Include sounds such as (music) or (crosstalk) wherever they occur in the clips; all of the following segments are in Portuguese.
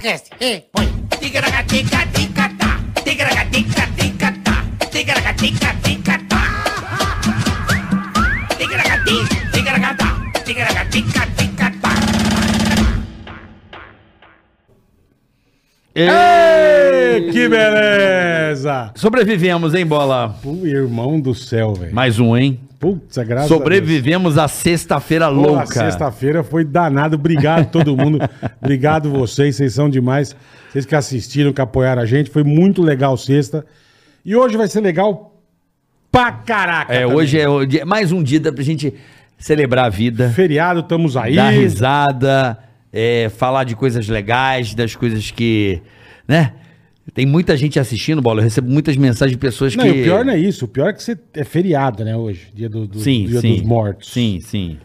Cast. eh, Ei, põe. Ê, que beleza! Sobrevivemos, hein, bola? O irmão do céu, velho. Mais um, hein? Putz, é a graça. Sobrevivemos à sexta-feira Pô, a louca. sexta-feira foi danado. Obrigado todo (laughs) mundo. Obrigado vocês, vocês são demais. Vocês que assistiram, que apoiaram a gente. Foi muito legal sexta. E hoje vai ser legal pra caraca. É, também. hoje é o dia- mais um dia da- pra gente celebrar a vida, Feriado, estamos aí. dar risada, é, falar de coisas legais, das coisas que, né? Tem muita gente assistindo, bola. Eu recebo muitas mensagens de pessoas Não, que e o pior não é isso. O pior é que você é feriado, né, hoje. Dia, do, do- Sim, dia sim. dos mortos. Sim, sim.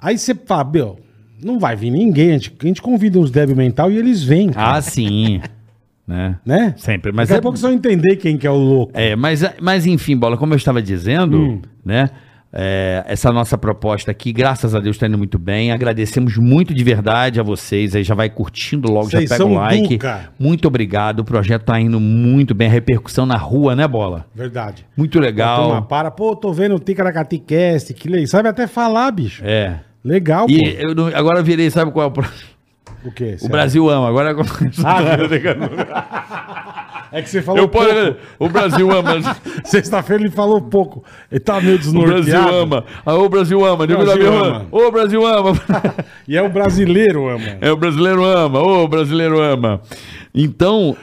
Aí você fala, meu, não vai vir ninguém. A gente, a gente convida uns débil mental e eles vêm, cara, Ah, sim. (laughs) né? né? Sempre, mas Daqui é- a pouco vocês vão entender quem que é o louco. É, mas, mas enfim, Bola, como eu estava dizendo, Hum. né? é, essa nossa proposta aqui, graças a Deus, está indo muito bem. Agradecemos muito de verdade a vocês. Aí já vai curtindo logo, Vocês já pega são o like. Duca. Muito obrigado. O projeto tá indo muito bem. A repercussão na rua, né, Bola? Verdade. Muito A turma legal. para, pô, tô vendo o Ticaracatecast, que legal. Sabe até falar, bicho. É. Legal, E eu não- agora eu virei, sabe qual é o. pro- pô. O quê? O (laughs) Brasil ama. Agora. Tá né, É que você falou (laughs) eu posso... pouco. O Brasil (laughs) ama. Sexta-feira ele falou pouco. Ele tava meio O desnorteado. Brasil ama. Ah, o Brasil ama. Nego da Brasil minha ama. ama. O Brasil (laughs) ama. E é o brasileiro, (laughs) ama. É, o brasileiro ama, ô, o brasileiro ama. Então, (laughs)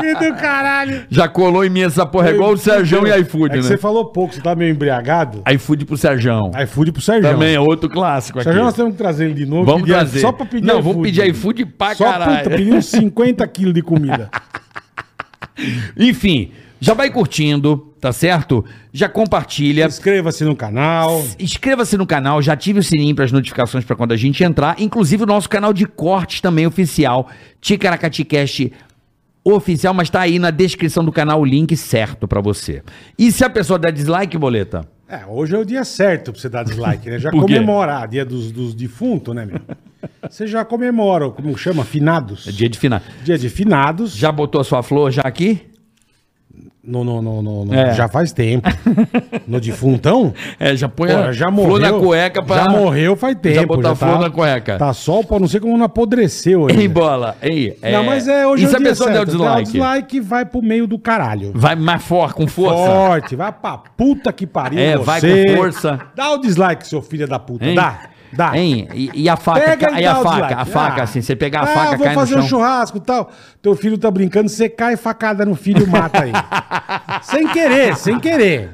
Que do caralho. já colou em mim essa porra, é igual o Serjão e É iFood, que né? você falou pouco, você tá meio embriagado. iFood pro Serjão. iFood pro Sérgio. Também é outro clássico aqui. Sérgio, nós temos que trazer ele de novo. Vamos pedir- trazer. Só pra pedir Não, vamos pedir iFood pra Só caralho. puta, pedir uns 50 quilos de comida. Enfim, já vai curtindo, tá certo? Já compartilha. Inscreva-se no canal. Inscreva-se no canal, já ative o sininho para as notificações para quando a gente entrar. Inclusive o nosso canal de cortes também oficial, Ticaracaticast oficial, mas tá aí na descrição do canal o link certo para você. E se a pessoa der dislike, boleta? É, hoje é o dia certo pra você dar dislike, né? Já Por quê? comemora, dia dos, dos defuntos, né, meu? Você já comemora, como chama? Finados. É dia de final. Dia de finados. Já botou a sua flor já aqui? No, no, no, no, no- É. Já faz tempo. no defuntão? É, já põe Pô, já morreu. flor na cueca pra... (laughs) Já morreu faz tempo. Já botar flor na cueca. Tá sol, pô, não sei como não (laughs) apodreceu Ei, ainda. bola. Ei, Não, mas é hoje E se é a pessoa der o certo. Dá o um dislike? dislike vai pro meio do caralho. Vai mais forte, com força. Forte, vai pra puta que pariu É, vai com força. Dá o dislike, seu filho da puta. Hein? Dá, dá. Hein? E, e a faca, Pega ca- e dá a o faca, dislike. a faca, Ah. assim, você pegar a Ah, faca, vou cai no fazer chão. um churrasco e tal. Teu filho tá brincando, você cai facada no filho e mata (laughs) ele. sem querer, sem querer.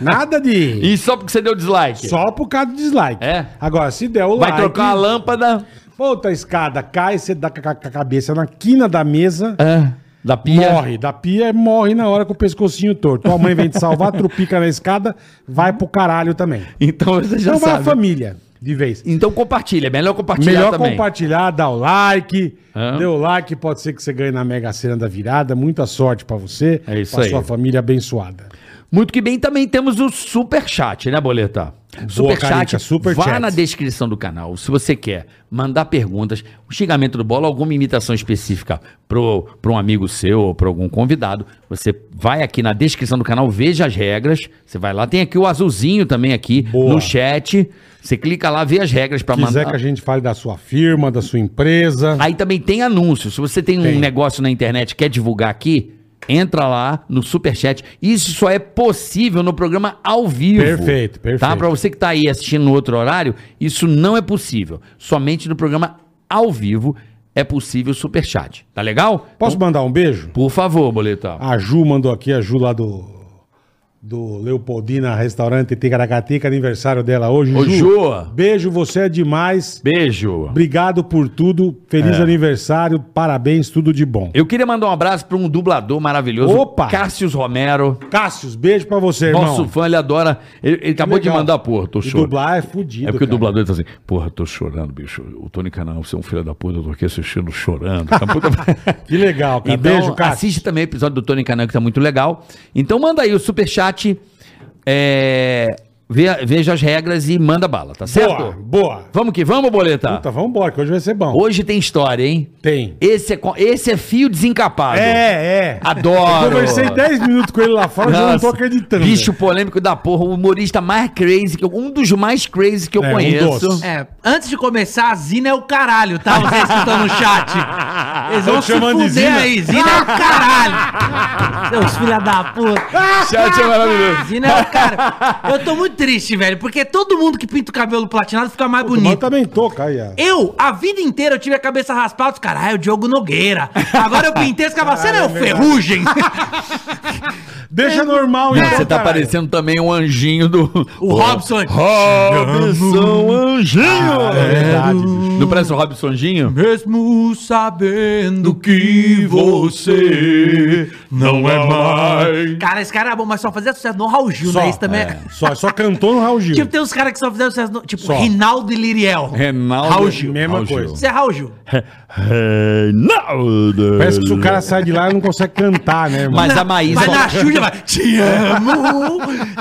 Nada de... E só porque você deu dislike? Só por causa do dislike. É? Agora, se der o Vai like... trocar a lâmpada Outra escada, cai, você dá com a com a cabeça na quina da mesa... é, da pia? Morre, da pia morre na hora com o pescocinho torto. Tua mãe vem te salvar, (laughs) trupica na escada, vai pro caralho também. Então você já Então vai a sabe. família, de vez. Então compartilha, melhor compartilhar Melhor também. compartilhar, dar o like. Ah. Dê o like, pode ser que você ganhe na Mega Sena da virada. Muita sorte pra você, É isso pra aí. Tá sua família abençoada. Muito que bem, também temos o Super Chat, né, Boleta? Carica, super vá chat. na descrição do canal, se você quer mandar perguntas, o xingamento do bola, alguma imitação específica pro, pro um amigo seu ou para algum convidado, você vai aqui na descrição do canal, veja as regras, você vai lá, tem aqui o azulzinho também aqui Boa. no chat, você clica lá, vê as regras para Quiser que a mandar. gente fale da sua firma, da sua empresa. Aí também tem anúncio, se você tem, Tem. um negócio na internet e quer divulgar aqui, entra lá no Super Chat, isso só é possível no programa ao vivo. Perfeito, perfeito. Tá? Pra você que tá aí assistindo no outro horário, isso não é possível. Somente no programa ao vivo é possível o superchat. Tá legal? Posso Ah, mandar um beijo? Por favor, boletão. A Ju mandou aqui, a Ju lá do. Do Leopoldina Restaurante Ticaracatica, aniversário dela hoje. Ô, Ju. Beijo, você é demais. Beijo. Obrigado por tudo. É. Feliz aniversário, parabéns, tudo de bom. Eu queria mandar um abraço pra um dublador maravilhoso, Opa! Cássius Romero. Cássios, beijo pra você, irmão. Nosso fã, ele adora. Ele, ele acabou de Legal. mandar, porra, tô E chorando. Dublar é fudido. É porque cara. o dublador tá assim, porra, tô chorando, bicho. O Tony Canal, você é um filho da puta, eu tô aqui assistindo chorando. Tá puta... (laughs) Que legal, cara. Então, Beijo, cara. assiste também o episódio do Tony Canan, que tá muito legal. Então, manda aí o superchat. É... Ve- veja as regras e manda bala, tá certo? Boa, boa. Vamos que vamos, boleta. Puta, vambora, que hoje vai ser bom. Hoje tem história, hein? Tem. Esse é, co- esse é fio desencapado. É, é. Adoro. Eu conversei 10 minutos com ele lá fora, já não tô Nossa, acreditando. Bicho polêmico da porra, o humorista mais crazy, que eu- um dos mais crazy que eu É, um conheço. dos. É, antes de começar, a Zina é o caralho, tá? Vocês que estão no chat. Eles Tão vão te se chamando de fuder Zina? aí. Zina é o caralho. Seus filha da puta. Chat é maravilhoso. Zina é o cara. Eu tô muito triste, velho, porque todo mundo que pinta o cabelo platinado fica mais Mas bonito. também tô, Caia. Eu, a vida inteira, eu tive a cabeça raspada. os Caras, ah, é o Diogo Nogueira. Agora eu pintei esse cabelo. Você não é o Caralho, é verdade. Ferrugem? Deixa normal, então, Você tá caralho. parecendo também um anjinho do. O Robson. Robson Anjinho! Ah, é verdade, bicho. Não parece o Robson Anjinho? Mesmo sabendo que você não é mais. Cara, esse cara é bom, mas só fazia sucesso no Raul Gil, Só, né? Isso também é. é, só, só cantou no Raul Gil. Tipo, tem uns caras que só fizeram sucesso no... Tipo, Só. Rinaldo e Liriel. Reinaldo. Raul Gil. Mesma coisa. Isso é Raul Gil. Reinaldo. Parece que se o cara sai de lá e não consegue cantar, né, irmão? Mas a Maísa. Mas na Xuxa vai... Te amo,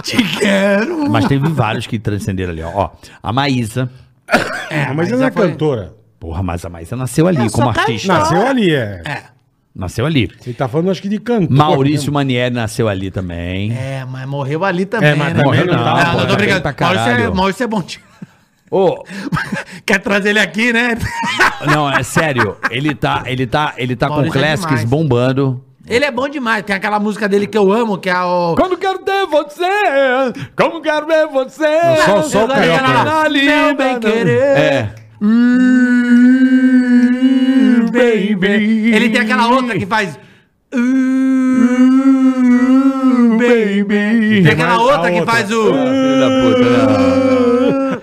te quero. Mas teve vários que transcenderam ali, ó. Ó, a Maísa. Ah, mas ela já é foi- cantora. Porra, mas a Maísa nasceu ali É, como só tá artista. na- Nasceu ali, é. É. Nasceu ali. Ele tá falando, acho que de cantor. Maurício Manieri nasceu ali também. É, mas morreu ali também, É, mas né? também Morreu não tá, pô, não, não tô tá bem brincando. pra Maurício é, caralho. Maurício é bom tio. Ô, Quer trazer ele aqui, né? (laughs) não, é sério. Ele tá, ele tá, ele tá com Maurício é classics demais. bombando. Ele é bom demais. Tem aquela música dele que eu amo, que é o... Quando quero ter você, como quero ver você. só- só o na- carioca, na- né? na- Meu bem querer. É. Hum, baby. Ele tem aquela outra que faz... baby. "Hum, Tem aquela mais a outra que outra. faz o... né?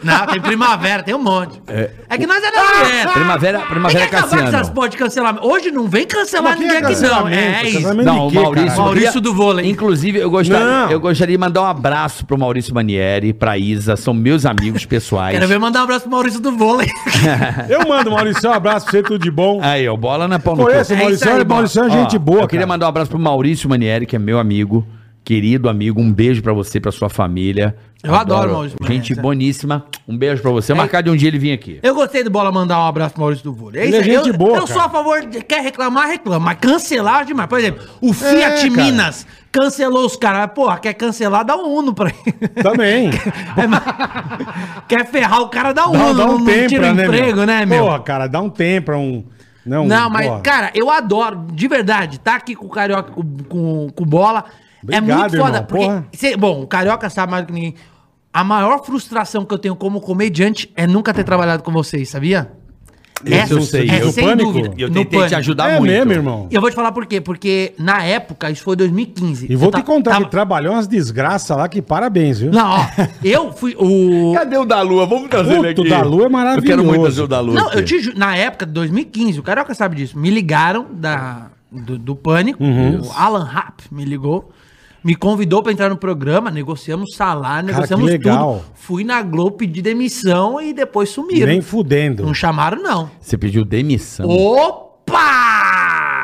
Não, tem primavera, tem um monte. É, que nós é da mulher. Primavera, primavera Tem que acabar com Cassiano. essas porra de cancelamento. Hoje não vem cancelar Mas quem é ninguém aqui, não. É cancelamento? isso. Cancelamento Não, de o quê, Maurício, caralho? Maurício do vôlei. Inclusive, eu gostaria, Não. eu gostaria de mandar um abraço pro Maurício Manieri, pra Isa, são meus amigos pessoais. Quero ver mandar um abraço pro Maurício do vôlei. (laughs) Eu mando, Maurício, um abraço pra você, tudo de bom. Aí, ó, bola na pau no cu. Conheço o É isso Maurício, aí, o Maurício é Ó, gente boa. Eu queria cara. mandar um abraço pro Maurício Manieri, que é meu amigo, querido amigo. Um beijo pra você, pra sua família. Eu adoro o Maurício Manieri, Gente sério. boníssima. Um beijo pra você. É. Marcar de um dia ele vir aqui. Eu gostei do Bola mandar um abraço pro Maurício do vôlei. Ele é aí. gente eu, boa, cara. Eu sou a favor de quer reclamar, reclama. Mas cancelar é demais. Por exemplo, o Fiat É, cara. Minas cancelou os caras. Porra, quer cancelar, dá um Uno pra ele. Também. É, mas- (laughs) quer ferrar o cara, dá um Dá, Uno. dá não- um não tempo, tira pra, né, emprego, né, meu? Porra, cara, dá um tempo pra um... Não, Não, mas, porra. cara, eu adoro, de verdade, tá aqui com o Carioca, com, com, com bola. Obrigado, é muito irmão, foda. porque porra. cê- bom, o Carioca sabe mais do que ninguém. A maior frustração que eu tenho como comediante é nunca ter trabalhado com vocês, sabia? Esse eu sei. É Eu sem pânico? dúvida. Eu no tentei te pânico. ajudar é muito. mesmo, irmão. E eu vou te falar por quê. Porque na época, isso foi 2015. E vou eu te ta- contar tava- que trabalhou umas desgraças lá que parabéns, viu? Não, ó, eu fui. (laughs) O... Cadê o da Lua? Vamos trazer Puto, o da Lua é maravilhoso. Eu quero muito trazer o da Lua. Não, eu te ju- na época de 2015, o Carioca sabe disso. Me ligaram da, do, do Pânico, o Alan Rapp me ligou, me convidou pra entrar no programa, negociamos salário, Cara, negociamos que legal. tudo. Fui na Globo pedir demissão e um depois sumiram. Nem fudendo. Não chamaram, não. Você pediu demissão. Opa!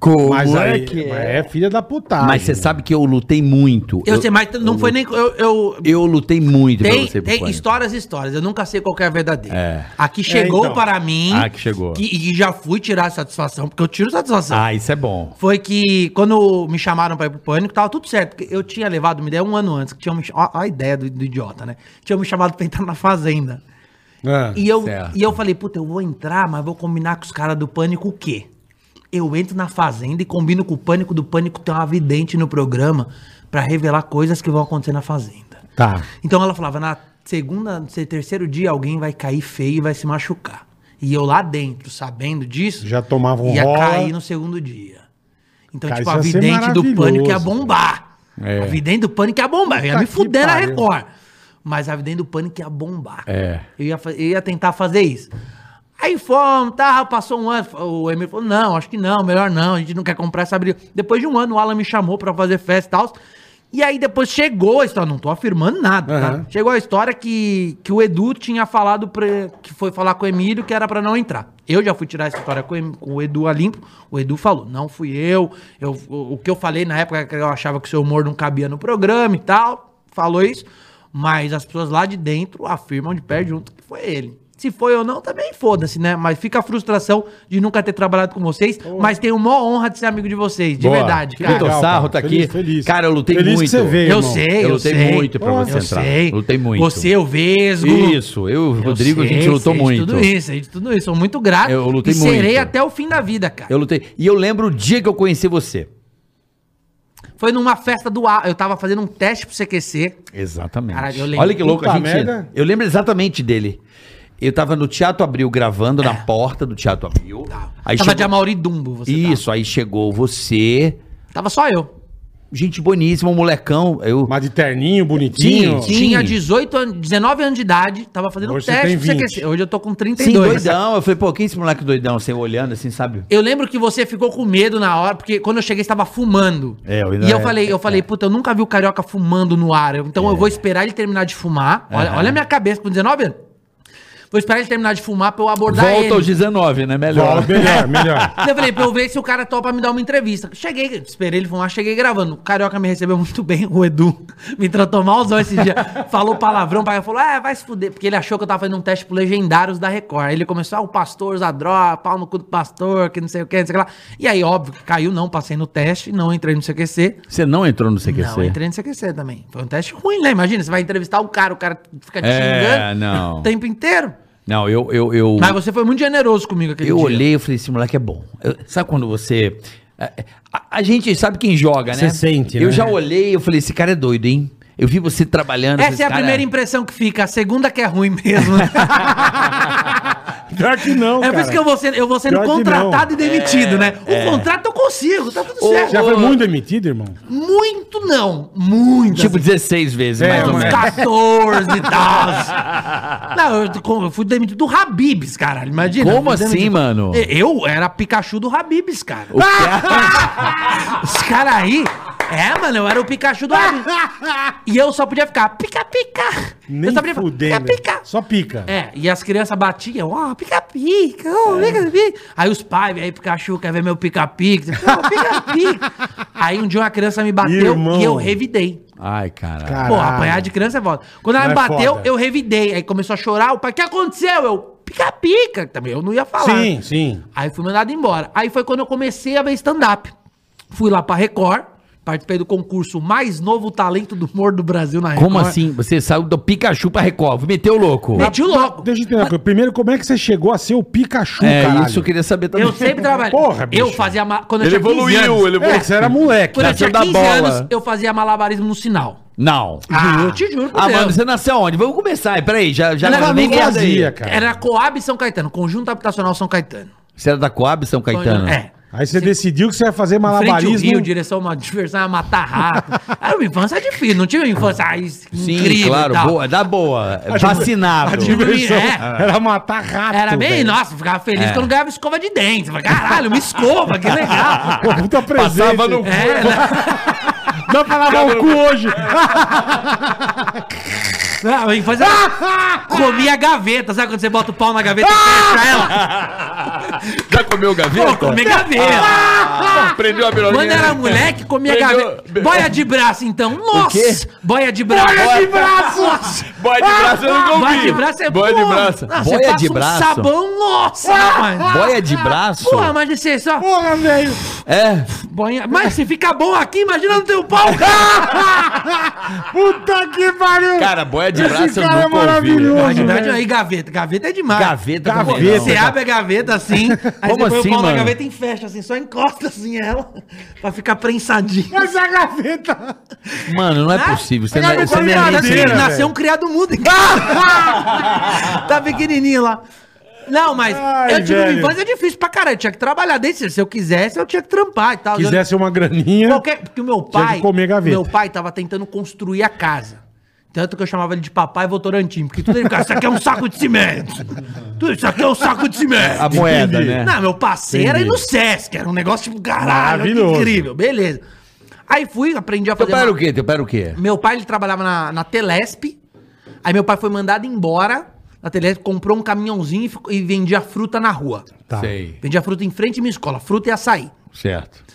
Como Mas é aí que é? mas é filha da putada. Mas você sabe que eu lutei muito. Eu, sei, mas não foi nem. Eu, eu- eu lutei muito tem pro tem Pânico. histórias e histórias. Eu nunca sei qual que é a verdadeira. É. Aqui chegou então. para mim. Ah, que chegou. que- E já fui tirar satisfação, porque eu tiro satisfação. Ah, isso é bom. foi que quando me chamaram pra ir pro pânico, tava tudo certo. Porque eu tinha levado uma ideia um ano antes, que tinha me ch- ó, ó a ideia do, do idiota, né? Tinha me chamado pra entrar na fazenda. Ah, E eu, Certo. e eu falei, puta, eu vou entrar, mas vou combinar com os caras do pânico o quê? Eu entro na fazenda e combino com o pânico do pânico ter uma vidente no programa pra revelar coisas que vão acontecer na fazenda. Tá. Então ela falava, na segunda, no terceiro dia alguém vai cair feio e vai se machucar. E eu lá dentro, sabendo disso, Já tomava um ia rola. cair no segundo dia. Então, Cara, tipo, a isso ia ser vidente do pânico ia maravilhoso, bombar. É. A vidente do pânico ia bombar. Eu ia Puta me que fuder na pariu. Record. Mas a vidente do pânico ia bombar. É. Eu ia, fa- eu ia tentar fazer isso. Aí fomos, tá, passou um ano. O Emílio falou: não, acho que não, melhor não, a gente não quer comprar essa briga. Depois de um ano, o Alan me chamou pra fazer festa e tal. E aí depois chegou a história, não tô afirmando nada, Aham. tá? Chegou a história que, que o Edu tinha falado, pra, que foi falar com o Emílio que era pra não entrar. Eu já fui tirar essa história com, o Em- com o Edu a limpo. O Edu falou: não fui eu, eu. O o que eu falei na época é que eu achava que o seu humor não cabia no programa e tal. Falou isso. Mas as pessoas lá de dentro afirmam de pé junto que foi ele. Se foi ou não, também foda-se, né? Mas fica a frustração de nunca ter trabalhado com vocês. Mas tenho uma honra de ser amigo de vocês, de Boa. verdade, Que cara. Vitor legal, Sarro cara. tá Feliz, aqui. feliz. Cara, eu lutei Feliz que muito. você veio. Eu irmão. sei, eu, Eu lutei sei. muito pra você eu entrar. Sei. Lutei muito. Você, o Vesgo. Isso, eu e o Eu Rodrigo, a sei, gente lutou sei de muito. Tudo isso, sei de tudo isso. Sou muito grato. Eu lutei e serei muito. até o fim da vida, cara. Eu lutei. E eu lembro o dia que eu conheci você. Foi numa festa do A. Eu tava fazendo um teste pro CQC. Exatamente. Caralho, eu lembro. Olha que louco a Puta gente. merda. Eu lembro exatamente dele. Eu tava no Teatro Abril gravando na porta do Teatro Abril. Tá. Aí Tá. tava chegou... de Amaury Dumbo, você Isso, aí chegou você. Tava. Tava só eu. Gente boníssima, um molecão. Eu... Mas de terninho, bonitinho. Sim, sim. Tinha 18 anos, 19 anos de idade, tava fazendo um Hoje você teste tem pro 20. CQC. Hoje eu tô com Sim, 32. doidão. Eu falei, pô, quem é esse moleque doidão? Você olhando assim, sabe? Eu lembro que você ficou com medo na hora, porque quando eu cheguei, você tava fumando. É, eu ainda e eu é- falei, eu falei, puta, eu nunca vi o carioca fumando no ar. eu- Então eu vou esperar ele terminar de fumar. Olha, olha a minha cabeça com 19 anos. Vou esperar ele terminar de fumar pra eu abordar Volta ele. aos 19, né? Melhor. Ó, melhor, melhor. Daí Eu falei, pra eu ver se o cara topa me dar uma entrevista. Cheguei, esperei ele fumar, cheguei gravando. O Carioca me recebeu muito bem, o Edu me tratou malzão esse dia. Falou palavrão, o pai falou, é, vai se fuder. Porque ele achou que eu tava fazendo um teste pro Legendários da Record. Aí ele começou, ah, o pastor usa droga, pau no cu do pastor, que não sei o que, não sei o que lá. E aí, óbvio que caiu, não, passei no teste, não entrei no CQC. Você não entrou no CQC? Não, entrei no CQC também. Foi um teste ruim, né? Imagina, você vai entrevistar o cara, o cara fica te É, xingando não. o tempo inteiro. Não, eu. eu, eu... Mas você foi muito generoso comigo aquele Eu dia. olhei e falei, esse moleque é bom. Eu- sabe quando você. A, a- a gente sabe quem joga, né? Você sente, Eu né? já olhei e eu falei, esse cara é doido, hein? Eu vi você trabalhando. Essa esse é a cara- É primeira impressão que fica, a segunda que é ruim (laughs) mesmo. né? Pior que não, (laughs) é por isso que eu vou sendo, eu vou sendo Pior que contratado e demitido, É, né? O contrato eu consigo, tá tudo certo. Já foi muito demitido, irmão? Muito não, muito. Tipo né? assim, 16 vezes, É, mais ou mas- uns menos. 14 e tal. (laughs) Não, eu, com- eu fui demitido do Habibs, caralho. Imagina. Como eu fui assim, demitido. mano? Eu era Pikachu do Habibs, cara. O ah! é? cara- Os caras aí. É, mano, eu era o Pikachu do Habibs. (laughs) E eu só podia ficar pica-pica. Nem eu só podia ficar fudendo. pica-pica. Só pica. É, e as crianças batiam, ó, pica-pica, ó, É. pica-pica. Aí os pais, aí Pikachu quer ver meu pica-pica, Pô, (laughs) pica-pica. aí um dia uma criança me bateu Irmão. e eu revidei. Ai, cara. Caralho. Pô, apanhar de criança é foda. Quando ela Não me é bateu, foda. eu revidei. Aí começou a chorar, o pai, o que aconteceu? Eu, pica-pica. Também eu não ia falar. Sim, sim. Aí fui mandado embora. Aí foi quando eu comecei a ver stand-up. Fui lá pra Record, participei do concurso Mais Novo Talento do Humor do Brasil na Record. Como assim? Você saiu do Pikachu pra Record? Meteu o louco. Meti o louco. Deixa eu entender. uma coisa. Primeiro, como é que você chegou a ser o Pikachu, É, caralho? isso eu queria saber também. Eu sempre trabalhei. Porra, bicho. eu fazia. ma- Quando eu tinha 15 anos- ele É, que você era moleque. Quando eu Nasceu tinha da 15 bola. anos, eu fazia malabarismo no sinal. Não. Juro, te juro por Ah, Deus. mano, você nasceu onde? Vamos começar aí, peraí. Já, já Não, nem não merda fazia, aí. cara. Era Coab São Caetano, Conjunto Habitacional São Caetano. Você era da Coab, São Caetano? É. Aí você decidiu que você ia fazer Frente ao malabarismo. Rio, direção a uma diversão, a (laughs) matar rato. Era uma infância difícil, não tinha uma infância ah, Sim, incrível e claro, tal. boa, da boa. Vacinado. (laughs) A diversão É. era matar rato. Era bem, velho. nossa, eu ficava É. feliz quando ganhava escova de dente. Eu Falava, caralho, uma escova, (laughs) que legal. Pô, puta presente. Passava no cu. É, né? Dá pra lavar o cu hoje. Não, em fazer... Comia gaveta, sabe quando você bota o pau (laughs) na gaveta e fecha ela? Já tá comeu Pô, gaveta? comia gaveta. Prendeu a né? virolinha. Quando era moleque, comia Perdeu- gaveta. Boia de braço, então. Nossa! Boia de braço. Boia de braço! Nossa! Boia de braço eu nunca Ah, Boia ouvi. de braço é Boia de porra. braço. Nossa, Boia você passa de um braço. sabão, nossa, rapaz. Boia de braço? Porra, mas você só... Porra, velho. É. Boinha... Mas se fica bom aqui, imagina no (laughs) teu pau. Puta que pariu. Cara, boia de Esse braço eu cara é nunca ouvi. maravilhoso. Boia de braço aí, gaveta. Gaveta é demais. Gaveta, Pô, também Gaveta. Você abre a gaveta assim, aí Como você põe assim, o pau mano? na gaveta e fecha assim, só encosta assim ela, pra ficar prensadinha. Essa gaveta. não. Mano, não é Né? possível. Você não, é- gaveta você não é olhada, nem Parece que ele velho. nasceu um criado mudo. (laughs) tá pequenininho lá. Não, mas Ai, eu tive velho. uma infância difícil pra caralho. Eu tinha que trabalhar desde se eu quisesse, eu tinha que trampar e tal. Quisesse uma eu, graninha. qualquer, porque o meu Tinha que pai, comer gaveta. meu pai tava tentando construir a casa. Tanto que eu chamava ele de papai Votorantim, porque tudo ele ficava, isso aqui é um saco de cimento. Tudo isso aqui é um saco de cimento. A moeda, né? Não, meu parceiro era ir no Sesc, era um negócio tipo, caralho, que Maravilhoso. incrível, beleza. Aí fui, aprendi a Teu fazer... pai uma- era o quê? Teu pai era o quê? meu pai ele trabalhava na, na Telesp. Aí meu pai foi mandado embora na Telesp, comprou um caminhãozinho e, ficou- e vendia fruta na rua. Tá. Sei. Vendia fruta em frente à minha escola, fruta e açaí. Certo.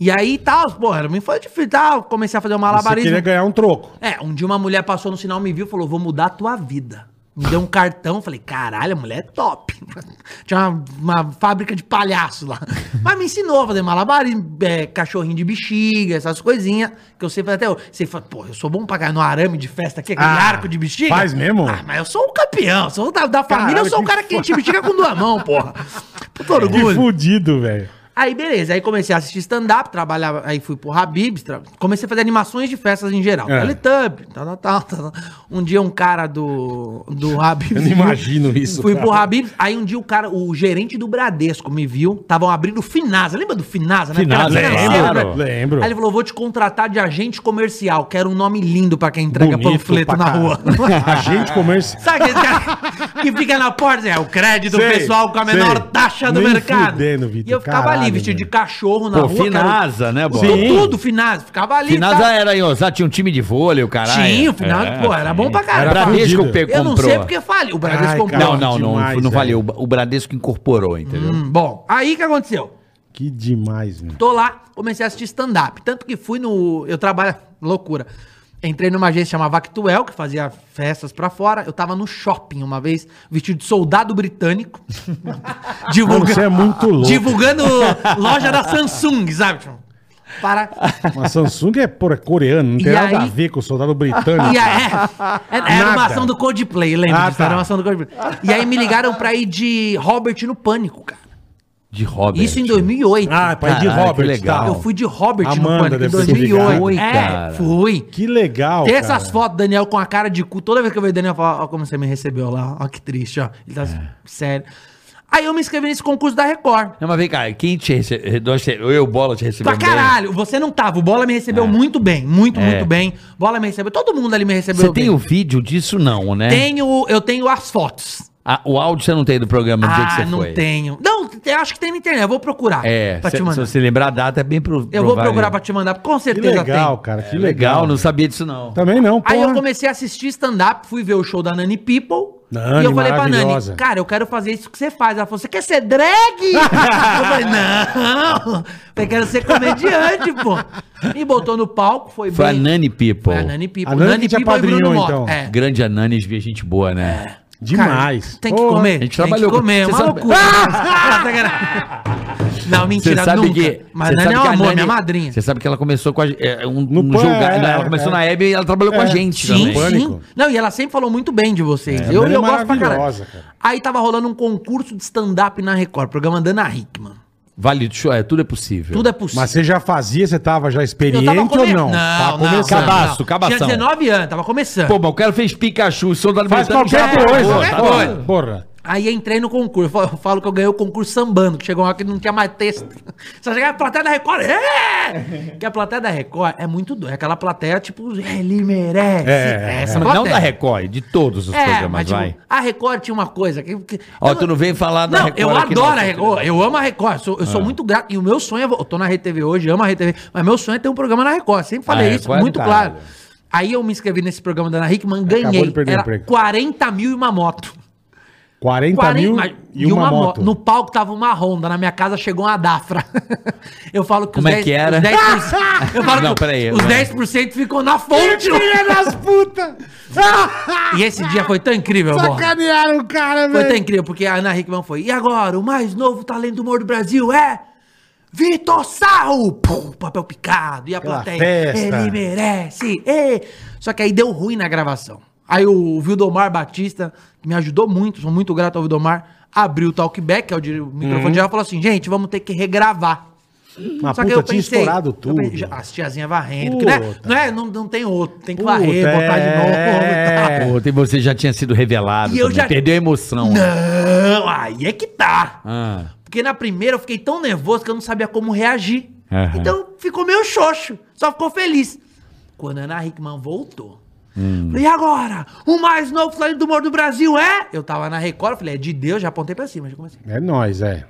E aí tal, porra, me foi difícil, tal, comecei a fazer um Você malabarismo. queria ganhar um troco. É, um dia uma mulher passou no sinal, me viu e falou: vou mudar a tua vida. Me deu um cartão, falei, caralho, a mulher é top. (laughs) Tinha uma, uma fábrica de palhaço lá. Mas me ensinou a fazer malabarismo, é, cachorrinho de bexiga, essas coisinhas que eu sei fazer até hoje. Você fala, pô, eu sou bom pra ganhar no arame de festa aqui, aquele Ah, arco de bexiga. faz mesmo? Ah, mas eu sou o campeão, sou da, da família, Caralho, eu sou o que cara que te bexiga com duas mãos, porra. Puto (laughs) Que orgulho. fudido, velho. Aí, beleza. Aí comecei a assistir stand-up, trabalhava. Aí fui pro Habib's, tra- comecei a fazer animações de festas em geral. É. Teletub, tal, tal, tal, tal, tal. Um dia um cara do, do Habib's. Eu não imagino isso, Fui pro cara. Habib's, aí um dia o cara, o gerente do Bradesco me viu, estavam abrindo o Finasa. Lembra do Finasa, né? Finasa, Aquela lembro, financeira, claro. Lembro. Aí ele falou: vou te contratar de agente comercial, quero um nome lindo pra quem entrega Bonito panfleto pra na caralho. rua. (laughs) Agente comercial. Sabe aquele cara que fica na porta? É o crédito Sei, pessoal com a menor sei. taxa do Nem mercado. fudendo, Vitor. e eu ficava Caralho, ali, vestido velho. de cachorro na Pô, rua. cara. Finasa, né, Bola? Tudo, Sim. Tudo, Finasa. Ficava ali. Finasa tá? era em Osasco, tinha um time de vôlei, o caralho. É, Tinha, o Finasa, pô, era bom pra caralho. O Era Bradesco fudido. pegou, Eu não comprou. sei porque faliu. O Bradesco Ai, comprou. Não, cara. não, não, Demais, é. não velho. valeu. O Bradesco incorporou, entendeu? Hum, Bom, aí que aconteceu? Que demais, meu. Tô lá, comecei a assistir stand-up. Tanto que fui no. Eu trabalho. Loucura. Entrei numa agência chamada Actuel, que fazia festas pra fora. Eu tava no shopping uma vez, vestido de (laughs) soldado britânico. divulga- Você é muito louco. Divulgando loja da Samsung, sabe? Tipo, Para. Mas Samsung é por- é coreano, não tem E nada a aí- ver com o soldado britânico. E aí, é, era uma Nada. ação do Coldplay, lembra? Ah, disso? Era tá. uma ação do Coldplay. E aí me ligaram pra ir de Robert no Pânico, cara. De Robert. Isso em 2008. Ah, é pai de Caralho, que Robert. legal. Eu fui de Robert Amanda no Pânico em deve ter 2008. ligado. é, Cara. fui. Que legal. Tem essas cara. fotos do Daniel com a cara de cu. Toda vez que eu vejo o Daniel, eu falo, ó, como você me recebeu lá. Ó, que triste, ó. Ele tá É. sério. Aí eu me inscrevi nesse concurso da Record. Não, mas vem cá, quem te recebeu? Eu, eu, Bola, te recebeu Pra caralho, você não tava. O Bola me recebeu muito bem, muito, É. muito bem. Bola me recebeu, todo mundo ali me recebeu Você tem bem. o vídeo disso, não, né? Tenho, eu tenho as fotos. Ah, o áudio você não tem do programa do dia que ah, você não foi. tenho. Não, eu acho que tem na internet, eu vou procurar. É, pra se, te se mandar. você lembrar a data, é bem pro, Eu vou procurar pra te mandar, com Que certeza legal, tem. cara. Que É, Legal, legal. não sabia disso, não. Então, Também não, Aí eu porra. comecei a assistir stand-up, fui ver o show da Nani People. Nani, e eu falei pra Nani, maravilhosa. cara, eu quero fazer isso que você faz. Ela falou, você quer ser drag? (laughs) eu falei, não, eu quero ser comediante, pô. Me botou no palco, foi, Foi a bem. Nani People. Foi a Ah, Nani People. A Nani que te apadrinhou, Mota. então. É. Grande Ananis, via gente boa, né? Demais. Cara, tem que Porra. comer. gente trabalhou com- Tem que comer, é Você uma sabe- loucura. Não, mentira, Você sabe nunca. que. Mas você Nani sabe é um que a amor, Nani- minha madrinha. Você sabe que ela começou com a gente. É, um, No um pan- julga- é, não, ela é, começou é. na Hebe e ela trabalhou com a Sim, gente Sim, é também. sim. Pânico. Não, e ela sempre falou muito bem de vocês. a eu Nani eu é gosto pra caralho. maravilhosa, cara. Aí tava rolando um concurso de stand-up na Record, programa da Ana Hickman. Vale, show, é, tudo é possível. Tudo é possível. Mas você já fazia, você tava já experiente come- ou não? Não, Tava não, não. começando. Cabaço, cabação. Tinha 19 anos, tava começando. Pô, mas o cara fez Pikachu, soldado Faz qualquer Tá bom, coisa. tá bom. porra, porra. Aí entrei no concurso. Eu falo que eu ganhei o concurso sambando, que chegou uma hora que não tinha mais texto. (laughs) Só chegava a plateia da Record. (laughs) É! Que a plateia da Record é muito doida. É aquela plateia, tipo, ele merece. É, essa Mas não plateia. da Record, de todos os É, programas, mas tipo, vai. a Record tinha uma coisa. Que, que- Ó, eu- tu não vem falar da Não, Record eu aqui, adoro não. Ah. a Record. Eu amo a Record. sou- eu sou muito grato. E o meu sonho é. vo- Eu tô na RedeTV hoje, amo a RedeTV. Mas meu sonho é ter um programa na Record. Sempre falei A isso, Record é do muito caralho. claro. Aí eu me inscrevi nesse programa da Ana Hickman, de ganhei. perder o Era emprego. 40 mil e uma moto. 40, 40 mil mas- e uma, mo- moto. No palco tava uma Honda, na minha casa chegou uma Dafra. (laughs) Eu falo que Como é que era? (laughs) Os 10%, eu falo Não, que peraí, os vai. 10% ficou na fonte. das putas! (laughs) e esse dia foi tão incrível, Borra. Sacanearam o cara, Foi tão velho. incrível, porque a Ana Hickman foi. E agora, o mais novo talento do humor do Brasil é. Vitor Sarro! Pum, papel picado. E a Aquela plateia. festa. Ele merece! ê." Só que aí deu ruim na gravação. Aí o Vildomar Batista, que me ajudou muito, sou muito grato ao Vildomar, abriu o talkback, que é o, dire- o microfone Uhum. geral, e falou assim: gente, vamos ter que regravar. Mas puta, tinha estourado eu tudo. pensei, já- as tiazinhas varrendo, que não, é, Puta. não, é- não, não tem outro, tem que Puta, varrer, botar de novo. é. tá? Pô, tem- você já tinha sido revelado. E eu também, já- Perdeu a emoção. Não, aí é que tá. Ah. Porque na primeira eu fiquei tão nervoso que eu não sabia como reagir. Aham. Então ficou meio xoxo, só ficou feliz. Quando a Ana Hickman voltou, falei, e agora? O mais novo flamengo do humor do Brasil é? Eu tava na Record, eu falei, é de Deus, já apontei pra cima, já comecei. É nóis, é.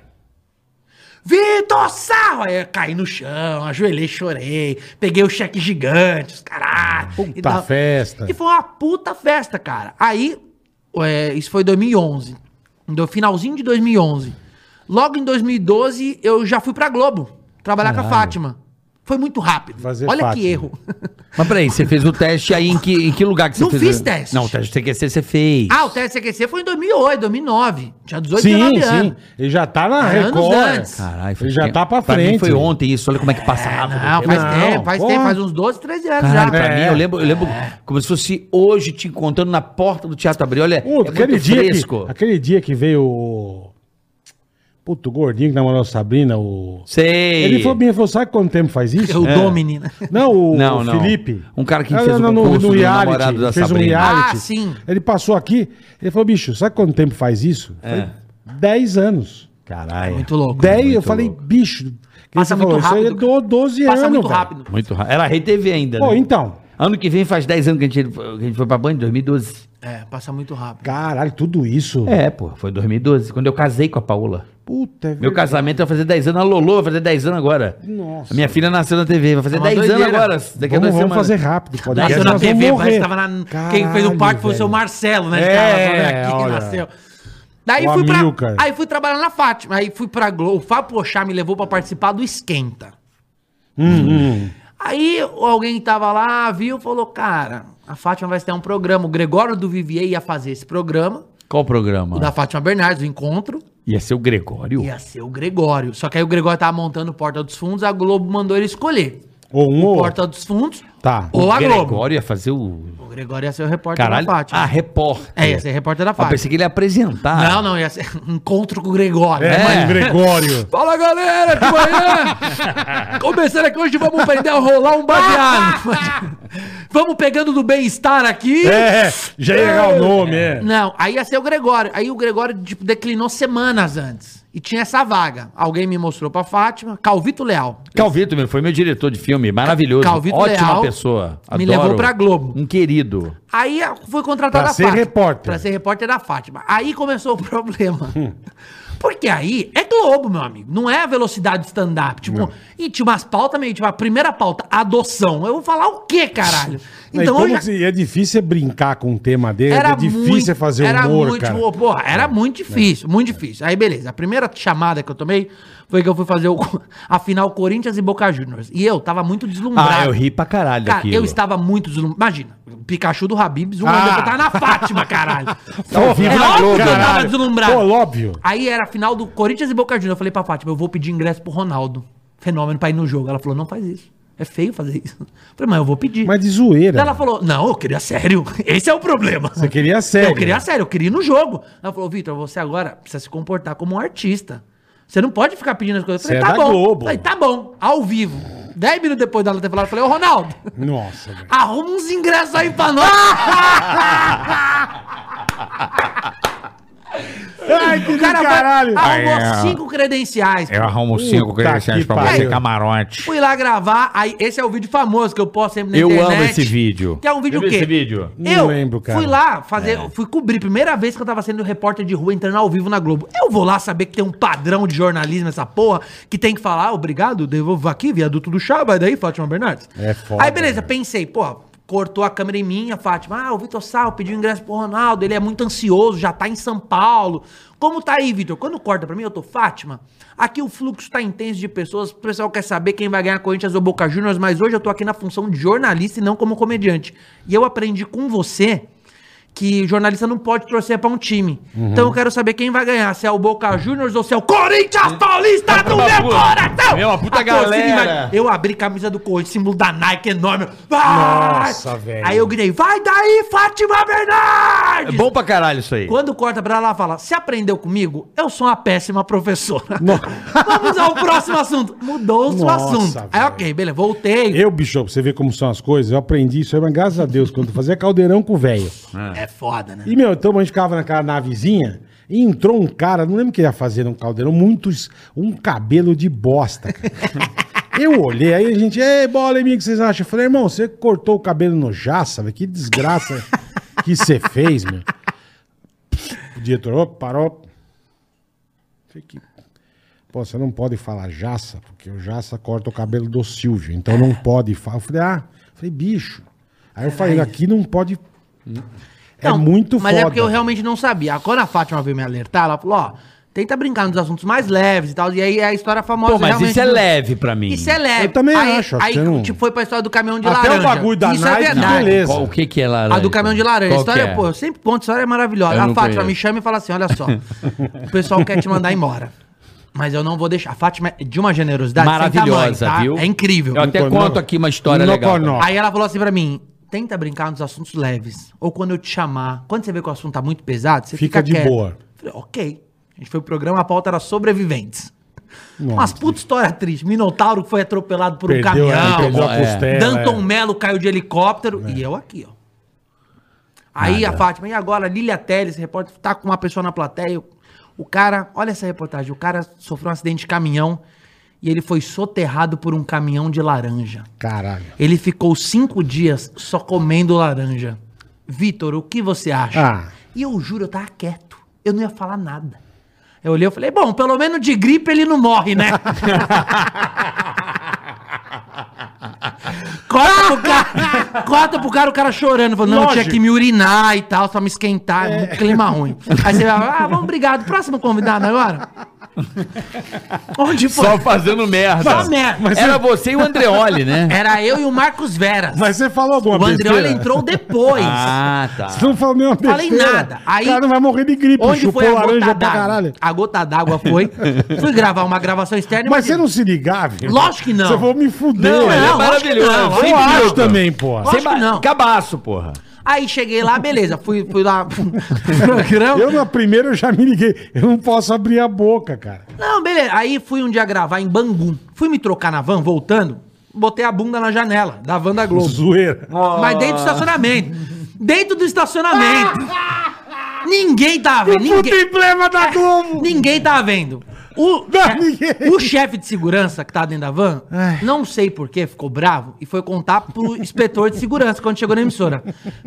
Vitor Sarro! Aí eu caí no chão, ajoelhei, chorei, peguei o cheque gigante, os caralho. Puta e tal. festa. E foi uma puta festa, cara. Aí, é, isso foi em 2011, no finalzinho de 2011. Logo em 2012, eu já fui pra Globo, trabalhar com a Fátima. Foi muito rápido. Fazer Olha Fátima. que erro. Mas peraí, você fez o teste aí em que, em que lugar que você Não fez? fiz o- teste. Não, o teste do TQC você fez. ah, o teste CQC foi em 2008, 2009. Tinha 18, Sim, 19 sim. anos. Ele já tá na Anos Record. antes. Caralho, Ele já tempo. tá pra Pra mim frente. foi ontem isso, olha como é que passa Ah, rápido. não, faz Não, tempo, faz porra. tempo, faz uns 12, 13 anos Caralho, já. pra É. mim, eu lembro, eu lembro como se fosse hoje te encontrando na porta do Teatro Abril. Olha, Puta, é aquele, muito dia que, fresco. aquele dia que veio o. Puta, o gordinho que namorou a Sabrina, o. Sei. Ele falou pra mim, ele falou, sabe quanto tempo faz isso? É. Eu né? dou, menina. Não, o, Não, o não. Felipe. Um cara que Ah, fez o não, concurso do reality, namorado da fez Sabrina. um reality. Ah, sim. Ele passou aqui, ele falou, bicho, sabe quanto tempo faz isso? Eu É. falei, 10 anos. Caralho. Muito louco. 10, eu falei, bicho. que Passa você muito isso aí é rápido, do- 12 Passa anos, muito velho. rápido. Muito rápido. Era Rede TV ainda. Pô, né? então, Ano que vem faz 10 anos que a gente, que a gente foi pra Band, 2012. É, passa muito rápido. caralho, tudo isso. É, pô, foi 2012, quando eu casei com a Paola. Puta, é Meu verdade. casamento vai fazer 10 anos, a Lolô vai fazer 10 anos agora. A Nossa. minha filha nasceu na TV, vai fazer É uma 10 anos doideira. agora, daqui a vamos, duas vamos semanas. fazer rápido, pode Nasceu ser, na nós vamos TV, parece morrer. que tava na... Quem Caralho, fez o parque foi o seu velho. Marcelo, né? De É, Caravaggio, que olha. nasceu. Daí O fui, pra- Amilcar. aí fui trabalhar na Fátima, aí fui pra Globo. O Fábio Pochá me levou pra participar do Esquenta. Hum, hum. Aí alguém que tava lá, viu, falou, cara, a Fátima vai ter um programa. O Gregório do Vivier ia fazer esse programa, Qual o programa? o da Fátima Bernardes, o encontro. Ia ser o Gregório? Ia ser o Gregório. Só que aí o Gregório tava montando o Porta dos Fundos, a Globo mandou ele escolher. Ou um ou outro. Porta dos Fundos Tá. ou O a Globo. Gregório ia fazer o... O Gregório ia ser o repórter né? Caralho, da Fátima. a repórter. É, ia ser repórter da Eu Fátima. pensei que ele ia apresentar. Não, não, ia ser um encontro com o Gregório. É, né? mas o (laughs) Gregório. Fala galera, de (laughs) manhã! Começando aqui hoje, vamos aprender a rolar um baseado. vamos pegando do bem-estar aqui. É, já ia errar o nome, é. Não, aí ia ser o Gregório. Aí o Gregório tipo, declinou semanas antes. E tinha essa vaga. Alguém me mostrou pra Fátima, Calvito Leal. Calvito, meu, foi meu diretor de filme, maravilhoso. Calvito Ótima Leal pessoa. me adoro. levou pra Globo. Um querido. Aí foi contratado Pra a ser repórter. Hum. Pra ser repórter da Fátima. Aí começou o (laughs) problema. Porque aí é Globo, meu amigo. Não é a velocidade stand-up. Tipo, e tinha umas pautas meio, tipo, a primeira pauta, adoção. Eu vou falar o quê, (laughs) caralho? Então, e como eu já- se- é difícil você brincar com um tema dele, é difícil você fazer era humor, muito, cara. É. pô, porra, era muito difícil, muito difícil. Aí, beleza, a primeira chamada que eu tomei foi que eu fui fazer o, (laughs) a final Corinthians e Boca Juniors. E eu tava muito deslumbrado. Ah, eu ri pra caralho Um Cara, daquilo. eu estava muito deslumbrado. Imagina, o Pikachu do Habibs, um ano Ah. depois tava na Fátima, caralho. (laughs) Tá ao vivo é na óbvio Globo, que eu tava caralho. deslumbrado. Pô, óbvio. Aí era a final do Corinthians e Boca Juniors. Eu falei pra Fátima, eu vou pedir ingresso pro Ronaldo. Fenômeno pra ir no jogo. Ela falou, não faz isso. É feio fazer isso. (laughs) Eu falei, mas eu vou pedir. Mas de zoeira. Daí Ela falou, não, eu queria sério. (laughs) Esse é o problema. Você queria sério. Eu queria sério, eu queria ir no jogo. Ela falou, Vitor, você agora precisa se comportar como um artista. Você não pode ficar pedindo as coisas. Eu Você falei, é tá da bom. Globo. Eu Falei, tá bom, ao vivo. Dez minutos depois dela ter falado, eu falei, ô Ronaldo, Nossa, velho. arruma uns ingressos aí pra nós. (laughs) Ai, que O cara do vai- caralho. arrumou Ah, é. cinco credenciais. Eu É. arrumo Puta cinco credenciais que pra você, pariu. camarote. Fui lá gravar, aí esse é o vídeo famoso que eu posto sempre na Eu internet. amo esse vídeo. Que é um vídeo Já viu o quê? esse vídeo? Não eu lembro, cara. fui lá fazer, fui cobrir, primeira vez que eu tava sendo repórter de rua, entrando ao vivo na Globo. Eu vou lá saber que tem um padrão de jornalismo essa porra, que tem que falar, "Ah, obrigado, devolvo aqui, viaduto do chá, vai daí, Fátima Bernardes. É foda, Aí beleza, pensei, porra, cortou a câmera em mim, a Fátima, ah, o Vitor Sal pediu ingresso pro Ronaldo, ele é muito ansioso, já tá em São Paulo. Como tá aí, Vitor? Quando corta pra mim, eu tô, Fátima, aqui o fluxo tá intenso de pessoas, o pessoal quer saber quem vai ganhar Corinthians ou Boca Juniors, mas hoje eu tô aqui na função de jornalista e não como comediante. E eu aprendi com você que jornalista não pode torcer pra um time. Uhum. Então eu quero saber quem vai ganhar, se é o Boca Juniors ou se é o Corinthians Paulista do meu coração! Meu, uma puta A torcida galera. invade- eu abri camisa do Corinthians, símbolo da Nike enorme. Vai! Nossa, velho. Aí eu gritei, vai daí, Fátima É Bernardes! bom pra caralho isso aí. Quando corta pra lá, fala, se aprendeu comigo, eu sou uma péssima professora. (laughs) Vamos ao próximo assunto. Mudou o Nossa, assunto. Aí, velho. ok, beleza, voltei. Eu, bicho, pra você ver como são as coisas, eu aprendi isso aí, mas graças a Deus, quando eu fazia caldeirão com o velho. É foda, né? E, meu, então a gente ficava naquela navezinha e entrou um cara, não lembro o que ele ia fazer um caldeirão, muitos. um cabelo de bosta, cara. Eu olhei, aí a gente, ei, bola, amigo, o que vocês acham? Eu falei, irmão, você cortou o cabelo no jaça, velho, que desgraça que você fez, meu. O diretor, ó, parou. Falei que- Pô, você não pode falar jaça, porque o jaça corta o cabelo do Silvio, então não pode falar. Eu falei, ah, falei, bicho. Aí eu falei, aqui não pode. é muito mas foda. é porque eu realmente não sabia. Quando a Fátima veio me alertar, ela falou, ó, Tenta brincar nos assuntos mais leves e tal. E aí é a história famosa. Pô, mas realmente isso é do- leve pra mim. Isso é leve. Eu também aí, acho, acho Aí que não- tipo, foi pra história do caminhão de Até o laranja. bagulho da Isso é Nike, verdade. beleza. Qual- o que que é laranja? A do caminhão de laranja. A Qual história, que é? pô, eu sempre ponto, a história é maravilhosa. Eu a não Fátima conheço. me chama e fala assim: olha só, o pessoal quer te mandar embora. Mas eu não vou deixar. A Fátima é de uma generosidade sem Maravilhosa, viu? É incrível. Eu até Não- conto aqui uma história Não legal. conheço. Aí ela falou assim pra mim: tenta brincar nos assuntos leves. Ou quando eu te chamar. Quando você vê que o assunto tá muito pesado, você Fica fica, de boa. Falei, ok. A gente foi pro programa, a pauta era sobreviventes. Umas puta história triste. Minotauro que foi atropelado por um Perdeu, caminhão. é, perdeu a é. costela. Danton é. Mello caiu de helicóptero e eu aqui, ó. Aí a Fátima, e agora Lilia Teles, repórter, tá com uma pessoa na plateia. o- O cara, olha essa reportagem, o cara sofreu um acidente de caminhão e ele foi soterrado por um caminhão de laranja. Caralho. Ele ficou cinco dias só comendo laranja. Vitor, o que você acha? Ah. E eu juro, eu tava quieto. Eu não ia falar nada. Eu olhei e falei, bom, pelo menos de gripe ele não morre, né? corta, pro cara, corta pro cara, o cara chorando. Falou, não, tinha Lógico. que me urinar e tal, só me esquentar. Um clima ruim. Aí você vai, ah, vamos, obrigado. Próximo convidado agora. Onde foi? Só fazendo merda. Só merda. Mas Era você e o Andreoli, (laughs) né? Era eu e o Marcos Veras. Mas você falou alguma O Andreoli besteira? entrou depois. Ah, tá. (laughs) Você não falou nenhuma Falei besteira? nada. Aí- O cara não vai morrer de gripe. Onde foi a gota laranja é pra d'água? caralho. A gota d'água foi. (laughs) Fui gravar uma gravação externa. Mas você não se ligava? irmão? Lógico que não. Você falou me fuder. Não, Não, ele é lógico que maravilhoso. não, Sem eu acho filtro. também, porra. Lógico Sem ba- que não. Cabaço, porra. Aí cheguei lá, beleza. Fui, (laughs) fui lá pro programa. Eu na primeira eu já me liguei. Eu não posso abrir a boca, cara. Não, beleza. Aí fui um dia gravar em Bangu. Fui me trocar na van, voltando. Botei a bunda na janela da van da (laughs) Globo. Zoeira. Mas dentro do estacionamento. Dentro (laughs) do estacionamento. Ninguém tava vendo. Puta Ninguém, É, emblema da Globo! ninguém É. tava vendo. O, Não, ninguém. O chefe de segurança que tá dentro da van, não sei porquê, ficou bravo e foi contar pro inspetor de segurança quando chegou na emissora.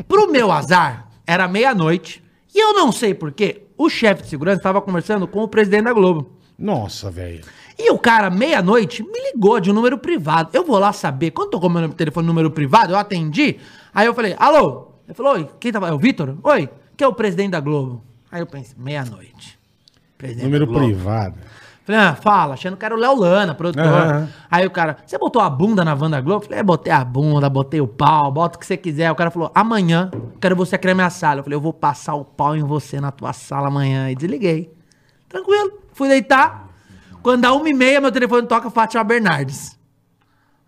Pro meu azar, era meia-noite e eu não sei porquê, o chefe de segurança tava conversando com o presidente da Globo. Nossa, velho. E o cara, meia-noite, me ligou de um número privado. Eu vou lá saber. Quando tocou meu telefone número privado, eu atendi. Aí eu falei, alô? Ele falou, oi, quem tava? É o Vitor? Oi, que é o presidente da Globo? Aí eu pensei, meia-noite. Presidente da Número Globo. privado. Falei, ah, fala, achando que era o Léo Lana, produtor. Aham. Aí o cara, você botou a bunda na Wanda Globo? Eu falei, é, botei a bunda, botei o pau, bota o que você quiser. O cara falou, amanhã quero você aqui na minha sala. Eu falei, eu vou passar o pau em você na tua sala amanhã. E desliguei. Tranquilo. Fui deitar. Quando dá uma e meia, meu telefone toca Fátima Bernardes.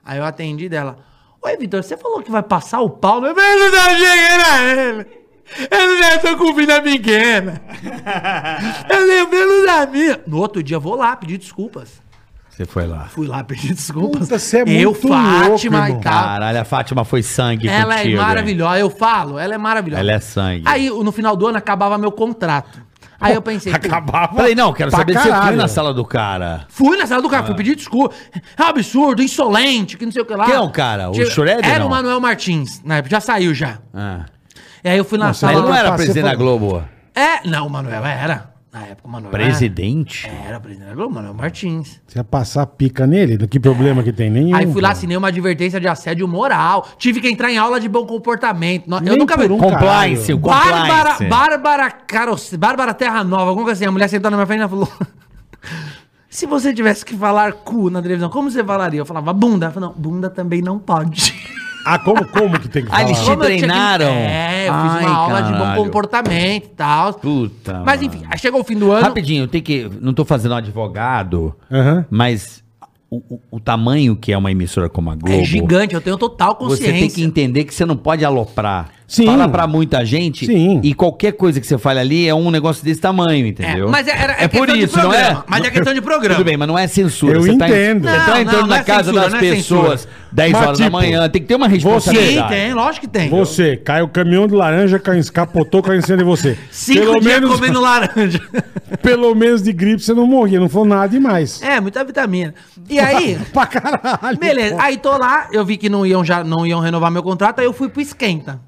Aí eu atendi dela. Oi, Vitor, você falou que vai passar o pau. Eu falei, eu não tava chegando a ele. Eu já tô com vida pequena. Eu lembrei dos amigos. No outro dia, eu vou lá pedir desculpas. Você foi lá. Fui lá pedir desculpas. Puta, você é eu, muito Fátima louco, irmão. e tal. Caralho, a Fátima foi sangue Ela é contigo, hein? maravilhosa. Eu falo, ela é maravilhosa. Ela é sangue. Aí, no final do ano, acabava meu contrato. Aí eu pensei... pô, Acabava. Peraí, Ah, não, quero pra saber se você foi caralho. na sala do cara. Fui na sala do cara, fui pedir desculpa. É um absurdo, insolente, que não sei o que lá. Ah. Quem é o cara? O Tinha- Schroeder, Era não? o Manuel Martins, na época. Já saiu, já. Ah. E aí eu fui na Nossa, sala... Ele não lá- era passei presidente da por- Globo. É, não, o Manuel era. Na época, o Manuel era. Presidente? Era presidente da Globo, Manuel Martins. Você ia passar pica nele? Do que problema que tem? Nenhum. Aí fui lá, assim, cara. assinei uma advertência de assédio moral. Tive que entrar em aula de bom comportamento. No- Eu Nem nunca vi. por um Compliance, caralho. o Bárbara, compliance. É. Bárbara, Caros, Bárbara Terra Nova, alguma coisa assim. A mulher sentou na minha frente e ela falou: (laughs) Se você tivesse que falar cu na televisão, como você falaria? Eu falava bunda. Ela falou: Não, bunda também não pode. Ah, como, como que tem que Ah, falar? (laughs) eles te Como eu tinha que- treinaram? É, eu fiz Ai, uma aula de caralho. bom comportamento e tal. Puta, Mas mano. enfim, aí chegou o fim do ano. Rapidinho, eu tenho que. Não tô fazendo um advogado, Aham. mas o, o- o tamanho que é uma emissora como a Globo. É gigante, eu tenho total consciência. Você tem que entender que você não pode aloprar. Sim. Fala pra muita gente Sim. e qualquer coisa que você fale ali é um negócio desse tamanho, entendeu? É, mas é- era- é é por questão de isso, não programa, é? mas (laughs) é questão de programa. Tudo bem, mas não é censura. Eu você tá en- entendo. você tá Não, entrando não, na não é casa censura, das não é pessoas 10 Mas, horas da tipo, manhã. Tem que ter uma responsabilidade. Sim, tem, lógico que tem. Você, caiu o caminhão de laranja, caiu, escapotou, caiu em cima de você. Cinco pelo, dias menos, comendo laranja. (laughs) pelo menos de gripe você não morria, não foi nada demais. É, muita vitamina. (laughs) E aí, Pra caralho. beleza. Aí tô lá, eu vi que não iam, já, não iam renovar meu contrato, aí eu fui pro Esquenta.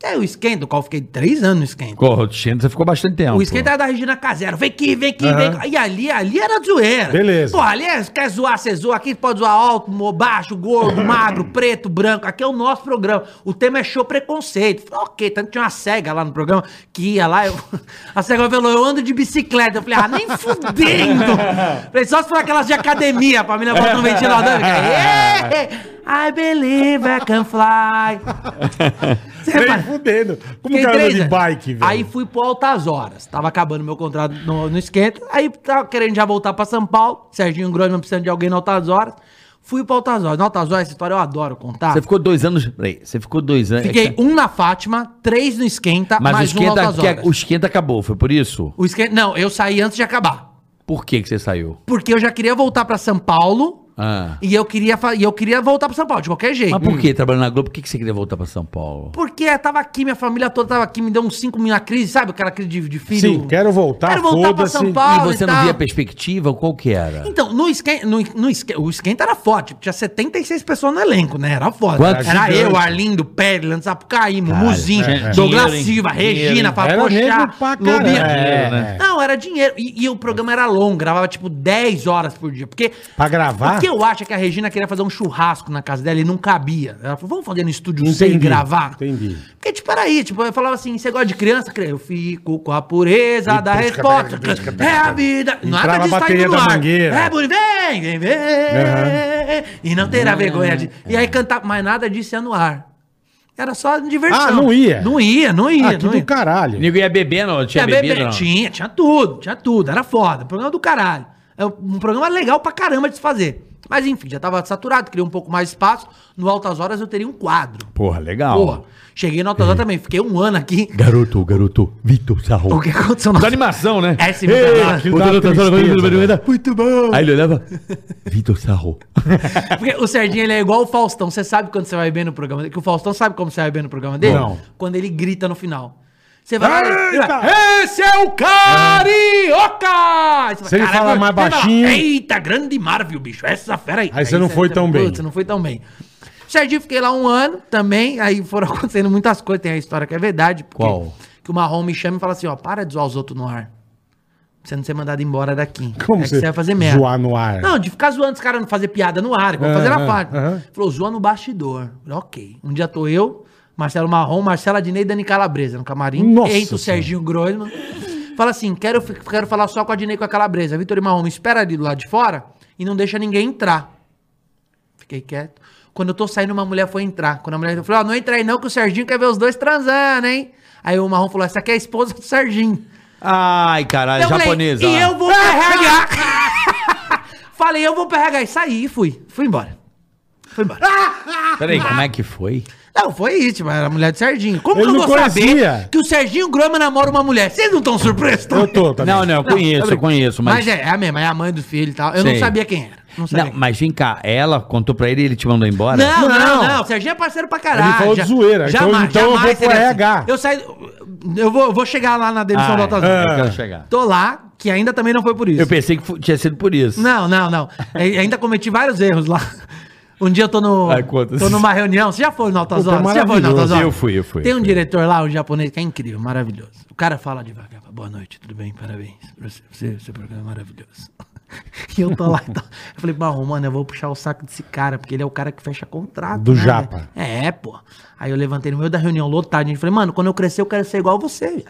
É o esquenta, o qual eu fiquei três anos no esquenta. Correndo, você ficou bastante tempo. O esquenta era da Regina Casero. Vem aqui, vem aqui, Aham. vem aqui. E ali, ali era zoeira. Beleza. Porra, ali é, quer zoar, você zoa. Aqui pode zoar alto, mo- (laughs) baixo, gordo, magro, preto, branco. Aqui é o nosso programa. O tema é show preconceito. Falei, ok, tanto que tinha uma cega lá no programa que ia lá. eu- (laughs) a cega falou, eu ando de bicicleta. Eu falei, ah, nem fudendo. (laughs) falei, só se for aquelas de academia, pra mim levantar um ventilador. Eu Falei, yeah! I believe I can fly. (laughs) Você Nem vai- fudendo. Como o Fiquei cara anda É, três de anos. bike, velho? Aí fui pro Altas Horas. Tava acabando meu contrato no, no esquenta. Aí tava querendo já voltar pra São Paulo. Serginho Grosman precisando de alguém no Altas Horas. Fui pro Altas Horas. No Altas Horas, essa história eu adoro contar. Você ficou dois anos. Peraí, você ficou dois anos. é é tá- Fiquei um na Fátima, três no esquenta, Mas o mais um no esquenta, Altas Horas. que- é o esquenta acabou, foi por isso? O esquenta... Não, eu saí antes de acabar. Por que, que você saiu? Porque eu já queria voltar pra São Paulo. Ah. E eu queria, fa- e eu queria voltar pra São Paulo, de qualquer jeito. Mas por que trabalhando na Globo? Por que, que você queria voltar pra São Paulo? Porque eu tava aqui, minha família toda tava aqui, me deu uns cinco mil na crise, sabe? Aquela crise de, de filho. Sim, quero voltar, Quero voltar pra São foda-se. Paulo. e você não tal. via perspectiva? Qual que era? Então, no esquen... no, no esquen... o esquenta era forte. Tinha 76 pessoas no elenco, né? Era foda. Quantos? Era Gigante. eu, Arlindo, Pérez, Sapucaí, Mumuzinho, é, é. Douglas Dinheiro, hein? Silva, Dinheiro, Regina, hein? Era Papochá, mesmo pra Lobinha. caralho. É, né? é. Não, era dinheiro. E, e o programa era longo, gravava tipo 10 horas por dia. Porque. Pra gravar? O que eu acho é que a Regina queria fazer um churrasco na casa dela e não cabia. Ela falou, vamos fazer no estúdio sem Entendi, gravar? entendi. Porque, tipo, era aí, tipo, eu falava assim, você gosta de criança? Eu fico com a pureza E da pisca, resposta. pisca, pisca, pisca. é a vida. Entrava a tá bateria indo no da ar. Mangueira. É bonito, vem, vem, vem. Aham. E não terá vergonha de... E aí cantava, mas nada disso é no ar. Era só diversão. Ah, não ia? Não ia, não ia, Ah, que não é? ia. do caralho. Nego ia bebendo, não tinha Tinha bebê, bebido, não? tinha, tinha tudo, tinha tudo, era foda, programa do caralho. É um programa legal pra caramba de se fazer. Mas enfim, já tava saturado, queria um pouco mais de espaço. No Altas Horas eu teria um quadro. Porra, legal. Porra, cheguei no Altas Horas também, fiquei um ano aqui. Garoto, garoto, Vitor Sarro. O que aconteceu no Da animação, né? É, sim, Ei, muito Ah, bom. aquilo dá uma tristeza, Muito bom. né? Aí ele olhava, Vitor Sarro. Porque o Sardinha ele é igual o Faustão. Você sabe quando você vai bem no programa dele? Que o Faustão sabe como você vai bem no programa dele? Não. Quando ele grita no final. Você vai. ele vai, Eita! Esse é o Carioca! Aí você Se ele "Caralho, falar mais você vai lá, baixinho- Eita, grande Marvel, bicho. Essa fera aí. Aí você não foi tão bem. Putz, Você não foi tão bem. Sardinha, fiquei lá um ano também. Aí foram (laughs) acontecendo muitas coisas. Tem a história que é verdade. porque- Qual? Que o Marrom me chama e fala assim: ó, para de zoar os outros no ar. Pra você não ser mandado embora daqui. Como é que você você vai fazer merda. zoar no ar? Não, de ficar zoando os caras não fazer piada no ar, igual Ah, fazer ah, na parte. aham. Falou, zoa no bastidor. Falei, ok. Um dia tô eu, Marcelo Marrom, Marcela Dinei e Dani Calabresa no camarim. Nossa Eita, o Senhora. Serginho Groisman. Fala assim, quero, fi- quero falar só com a Dinei e com a Calabresa. Vitor e Marrom, me espera ali do lado de fora e não deixa ninguém entrar. Fiquei quieto. Quando eu tô saindo, uma mulher foi entrar. Quando a mulher eu falei, ó, não entra aí não, que o Serginho quer ver os dois transando, hein? Aí o Marrom falou, essa aqui é a esposa do Serginho. Ai, caralho, Eu falei, japonesa. e eu vou pegar. (laughs) falei, eu vou pegar. E saí e fui. Fui embora. Fui embora. Peraí, como é que foi? Não, foi isso, tipo, era a mulher do Serginho. Como Ele que eu não vou conhecia. saber que o Serginho Groma namora uma mulher? Vocês não estão surpresos? Eu tô, tá Não, não, eu conheço, eu conheço, mas... Mas é, é a mesma, é a mãe do filho e tal. Eu Sei. não sabia quem era. Não sabia. Não, quem mas vem cá, ela contou pra ele e ele te mandou embora? era. Não, não, Não. não, O Serginho é parceiro pra caralho. Ele falou de zoeira. Então- então eu vou pro seria RH. Eu saí. Eu vou, eu vou chegar lá na demissão Ah, do Altas é, Horas. eu quero chegar. Tô lá, que ainda também não foi por isso. Eu pensei que fu- tinha sido por isso. Não, não, não. E- Ainda cometi vários erros lá. Um dia eu tô no. Ai, quantos? tô numa reunião. Você já foi no Altas Pô, Horas? foi Você já foi no Altas maravilhoso. Horas? Eu fui, eu fui, Tem eu um fui. diretor lá, um japonês, que é incrível, maravilhoso. O cara fala devagar. fala, Boa noite, tudo bem? Parabéns. pra Você, você, seu programa é maravilhoso. (laughs) E eu tô lá e tal. Eu falei, Marrom, mano, eu vou puxar o saco desse cara, porque ele é o cara que fecha contrato. Do né, japa. velho? É, pô. Aí eu levantei no meio da reunião lotada. gente falei, mano, quando eu crescer eu quero ser igual você, velho.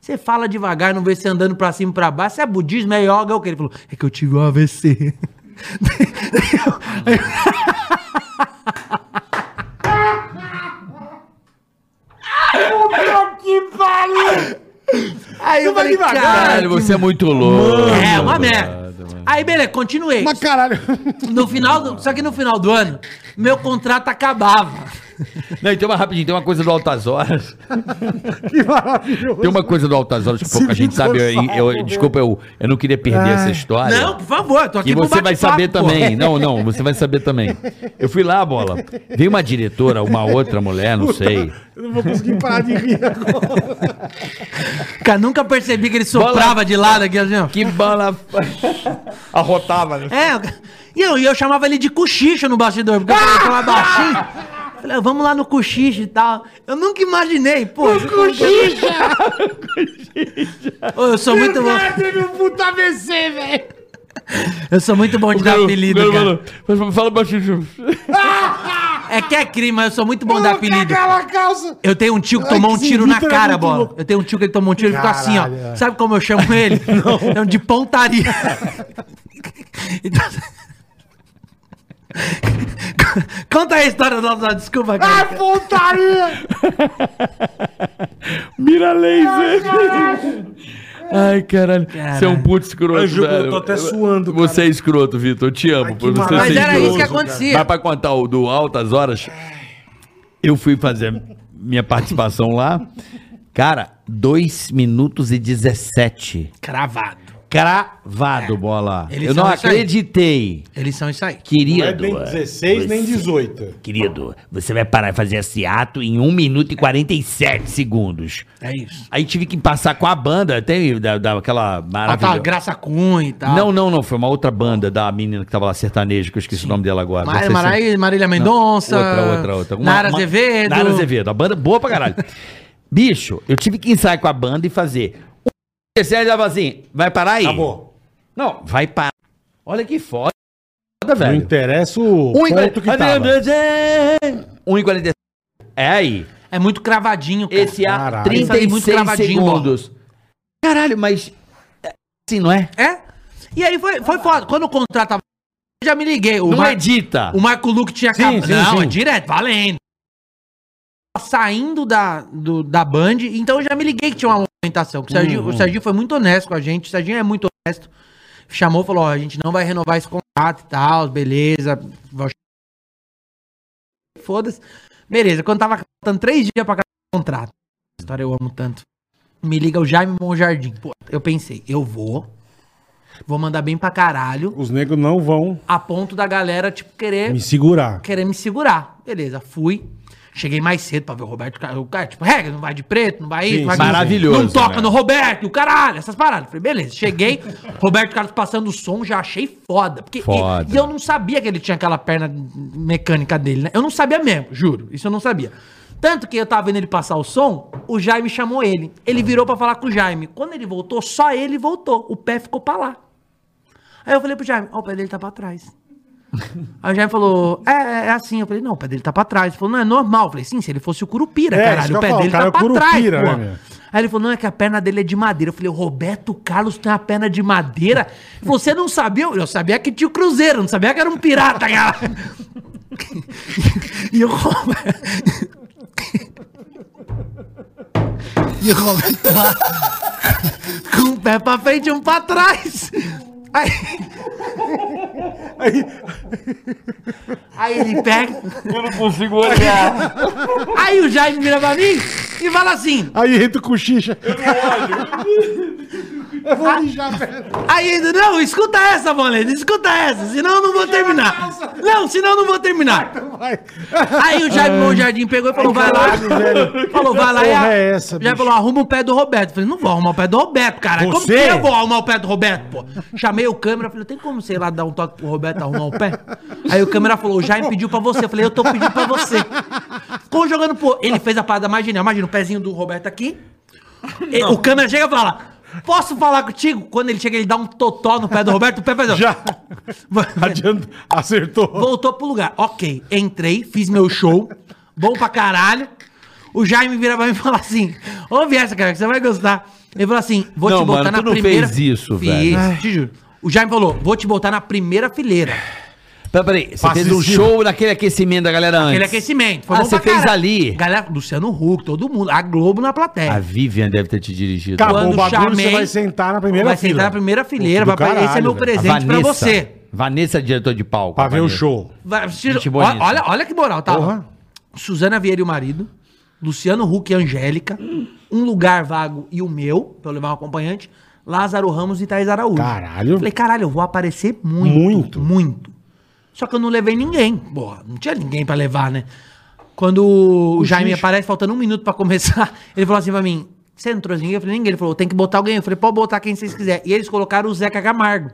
Você fala devagar, não vê você andando pra cima e pra baixo. Você é budismo, é yoga, é o que? Ele falou, é que eu tive um AVC. (laughs) Aí eu vai falei, devagar, caralho. Caralho, você é muito louco. É, uma merda. Aí, beleza, continuei. Mas caralho. (laughs) No final do- só que no final do ano, meu contrato acabava. Não, e tem uma rapidinho, tem uma coisa do Altas (laughs) Horas. que maravilhoso. Tem uma coisa do Altas Horas que pouca gente sabe. Eu, eu- eu- desculpa, eu, eu não queria perder É. essa história. Não, por favor, eu tô aqui E pro você vai bate-papo, saber pô. também. Não, não, você vai saber também. Eu fui lá, bola. Veio uma diretora, uma outra mulher, não sei. Eu não vou conseguir parar de rir agora. Cara, nunca percebi que ele soprava Bola- de lado aqui, assim, ó. Que (laughs) bala. Arrotava, né? É, e eu, e eu chamava ele de cochicho no bastidor, porque eu falava baixinho. Falei, ah, vamos lá no cochiche e tal. Eu nunca imaginei, pô. Ô, eu sou muito bom. teve um puta eh. AVC, velho! Eu sou muito bom de dar apelido, cara. Fala, fala baixinho. É que é crime, mas eu sou muito bom de dar apelido. Aquela calça! Eu tenho um tio que Ai, tomou um esse tiro na Vitor é cara, muito bola. louco. Eu tenho um tio que ele tomou um tiro e ficou assim, Caralho, ó. é. Sabe como eu (laughs) chamo ele? É um de pontaria. Então- (laughs) Conta a história da da- desculpa, cara. Ah, pontaria! Mira (laughs) laser. Ai, caralho. Você é um puto escroto. Eu juro, eu velho. tô até suando, cara. Você é escroto, Vitor. Eu te amo. Ai, que é por você maravilha. Mas ser era isso escroto. que Mas acontecia. pra contar o do Altas Horas, eu fui fazer minha participação lá. Cara, 2 minutos e 17. Cravado. Cravado, bola. Eles eu não são isso aí. acreditei. Eles são isso aí. Não Querido. é nem 16, nem é. 18. Querido, você vai parar de fazer esse ato em 1 minuto e 47 segundos. É isso. Aí tive que passar com a banda, tem da, da- aquela Ah, tá, maravilhosa. Graça Cunha e tal. Não, não, não, foi uma outra banda da menina que tava lá sertaneja, que eu esqueci o nome dela agora. Mar Não sei se- é Marai- Marília Mendonça. Outra, outra, outra. Uma- Nara uma- Azevedo. Nara Azevedo, a banda boa pra caralho. Bicho, eu tive que ensaiar com a banda e fazer. Um, Esse aí tava assim, vai parar aí? Acabou. Não, vai parar. Olha que foda, Não velho. interessa o Um e ponto que tava. 1,47. É aí. É muito cravadinho, cara. Esse é- a Caralho. 36 Muito cravadinho, segundos. Caralho, mas. é Assim, não é? É? E aí foi, foi foda. Quando o contrato tava. Eu já me liguei. O, não é Mar- edita. o Marco Luque tinha Sim, acabado. sim, Não, sim. é direto, valendo. Saindo da, do- da Band, então eu já me liguei que tinha uma movimentação. que o, Serginho, Uhum. o Serginho foi muito honesto com a gente. O Serginho é muito honesto. Chamou e falou: ó, a gente não vai renovar esse contrato e tal, beleza. Vou- Foda-se. Beleza, quando tava faltando três dias pra acabar o contrato. Essa História eu amo tanto. Me liga o Jaime Monjardim. Pô, eu pensei, eu vou. Vou mandar bem pra caralho. Os negros não vão A ponto da galera, tipo, querer me segurar. querer me segurar. Beleza, fui. Cheguei mais cedo pra ver o Roberto. Car- O cara, tipo, regra, não vai de preto, não vai isso. Sim, não vai sim, aquilo. maravilhoso, Não toca né? no Roberto, o caralho, essas paradas. Falei, beleza, cheguei. (laughs) Roberto Carlos passando o som, já achei foda. Porque, e- Foda. E, eu não sabia que ele tinha aquela perna mecânica dele, né? Eu não sabia mesmo, juro. Isso eu não sabia. Tanto que eu tava vendo ele passar o som, o Jaime chamou ele. Ele virou pra falar com o Jaime. Quando ele voltou, só ele voltou. O pé ficou pra lá. Aí eu falei pro Jaime, ó, o pé dele tá pra trás. Aí o Jaime falou, é, é, é assim. Eu falei, não, o pé dele tá pra trás. Ele falou, não, é normal. Eu falei, sim, se ele fosse o Curupira, É, isso que caralho, eu o pé falo, dele o cara tá é pra trás, Curupira, pô. né, meu? Aí ele falou, não, é que a perna dele é de madeira. Eu falei, o Roberto Carlos tem a perna de madeira? Ele falou, Você não sabia? Eu eu sabia que tinha o Cruzeiro, não sabia que era um pirata, cara. (laughs) e o Roberto... (laughs) E o Roberto lá, com um pé pra frente e um pra trás. Aí... Aí ele pega. Eu não consigo olhar. Aí o Jaime vira pra mim e fala assim. Aí entra o cochicha. Eu não olho. eu vou mijar, velho. Aí ele, não, escuta essa, Valente, escuta essa, senão eu não vou terminar. Não, senão eu não vou terminar. Vai. Aí o Jaime Bom Jardim pegou e falou, vai lá. caralho, velho. Falou, vai lá. e Porra a- é essa, Já bicho? falou, arruma o pé do Roberto. Eu falei, não vou arrumar o pé do Roberto, cara. Como que Você? eu vou arrumar o pé do Roberto, pô? Chamei o câmera, falei, tem como, sei lá, dar um toque pro Roberto arrumar o pé? Aí o câmera falou, o Jaime pediu pra você. Eu falei, eu tô pedindo pra você. Ficou jogando, pô. Ele fez a parada mais genial. Imagina o pezinho do Roberto aqui. E O câmera chega e fala. Posso falar contigo? Quando ele chega, ele dá um totó no pé do Roberto, o pé faz. assim, ó. (laughs) Já. Adianta. Acertou. Voltou pro lugar. Ok, entrei, fiz meu show, bom pra caralho. O Jaime vira pra mim e fala assim: ouve essa, cara, que você vai gostar. Ele falou assim: vou Não, te botar mano, na tu não primeira. fez isso, velho. Fiz, te juro. O Jaime falou: vou te botar na primeira fileira. Pera, peraí, você Pra fez um assistir. show naquele aquecimento da galera antes. Aquele aquecimento. Ah, bom você pra fez caralho. ali? Galera, Luciano Huck, todo mundo. A Globo na plateia. A Vivian deve ter te dirigido. É. Acabou Quando o bagulho, chamei- você vai sentar na primeira vai fila. sentar na primeira fileira. Puta Vai do pra- esse é caralho, meu velho. presente pra você. Vanessa, diretor de palco. Pra ver o Vanessa. show. Vai, Ciro, Gente olha, bonita. olha, olha que moral, tá? Porra. Suzana Vieira e o marido, Luciano Huck e Angélica, um lugar vago e o meu, pra eu levar um acompanhante, Lázaro Ramos e Thaís Araújo. Caralho. Falei, caralho, eu vou aparecer muito. Muito. Muito. Só que eu não levei ninguém. Porra, não tinha ninguém pra levar, né? Quando o Jaime aparece, faltando um minuto pra começar, (laughs) ele falou assim pra mim, você não trouxe ninguém? Eu falei, ninguém. Ele falou, tem que botar alguém. Eu falei, pode botar quem vocês quiserem. E eles colocaram o Zeca Camargo.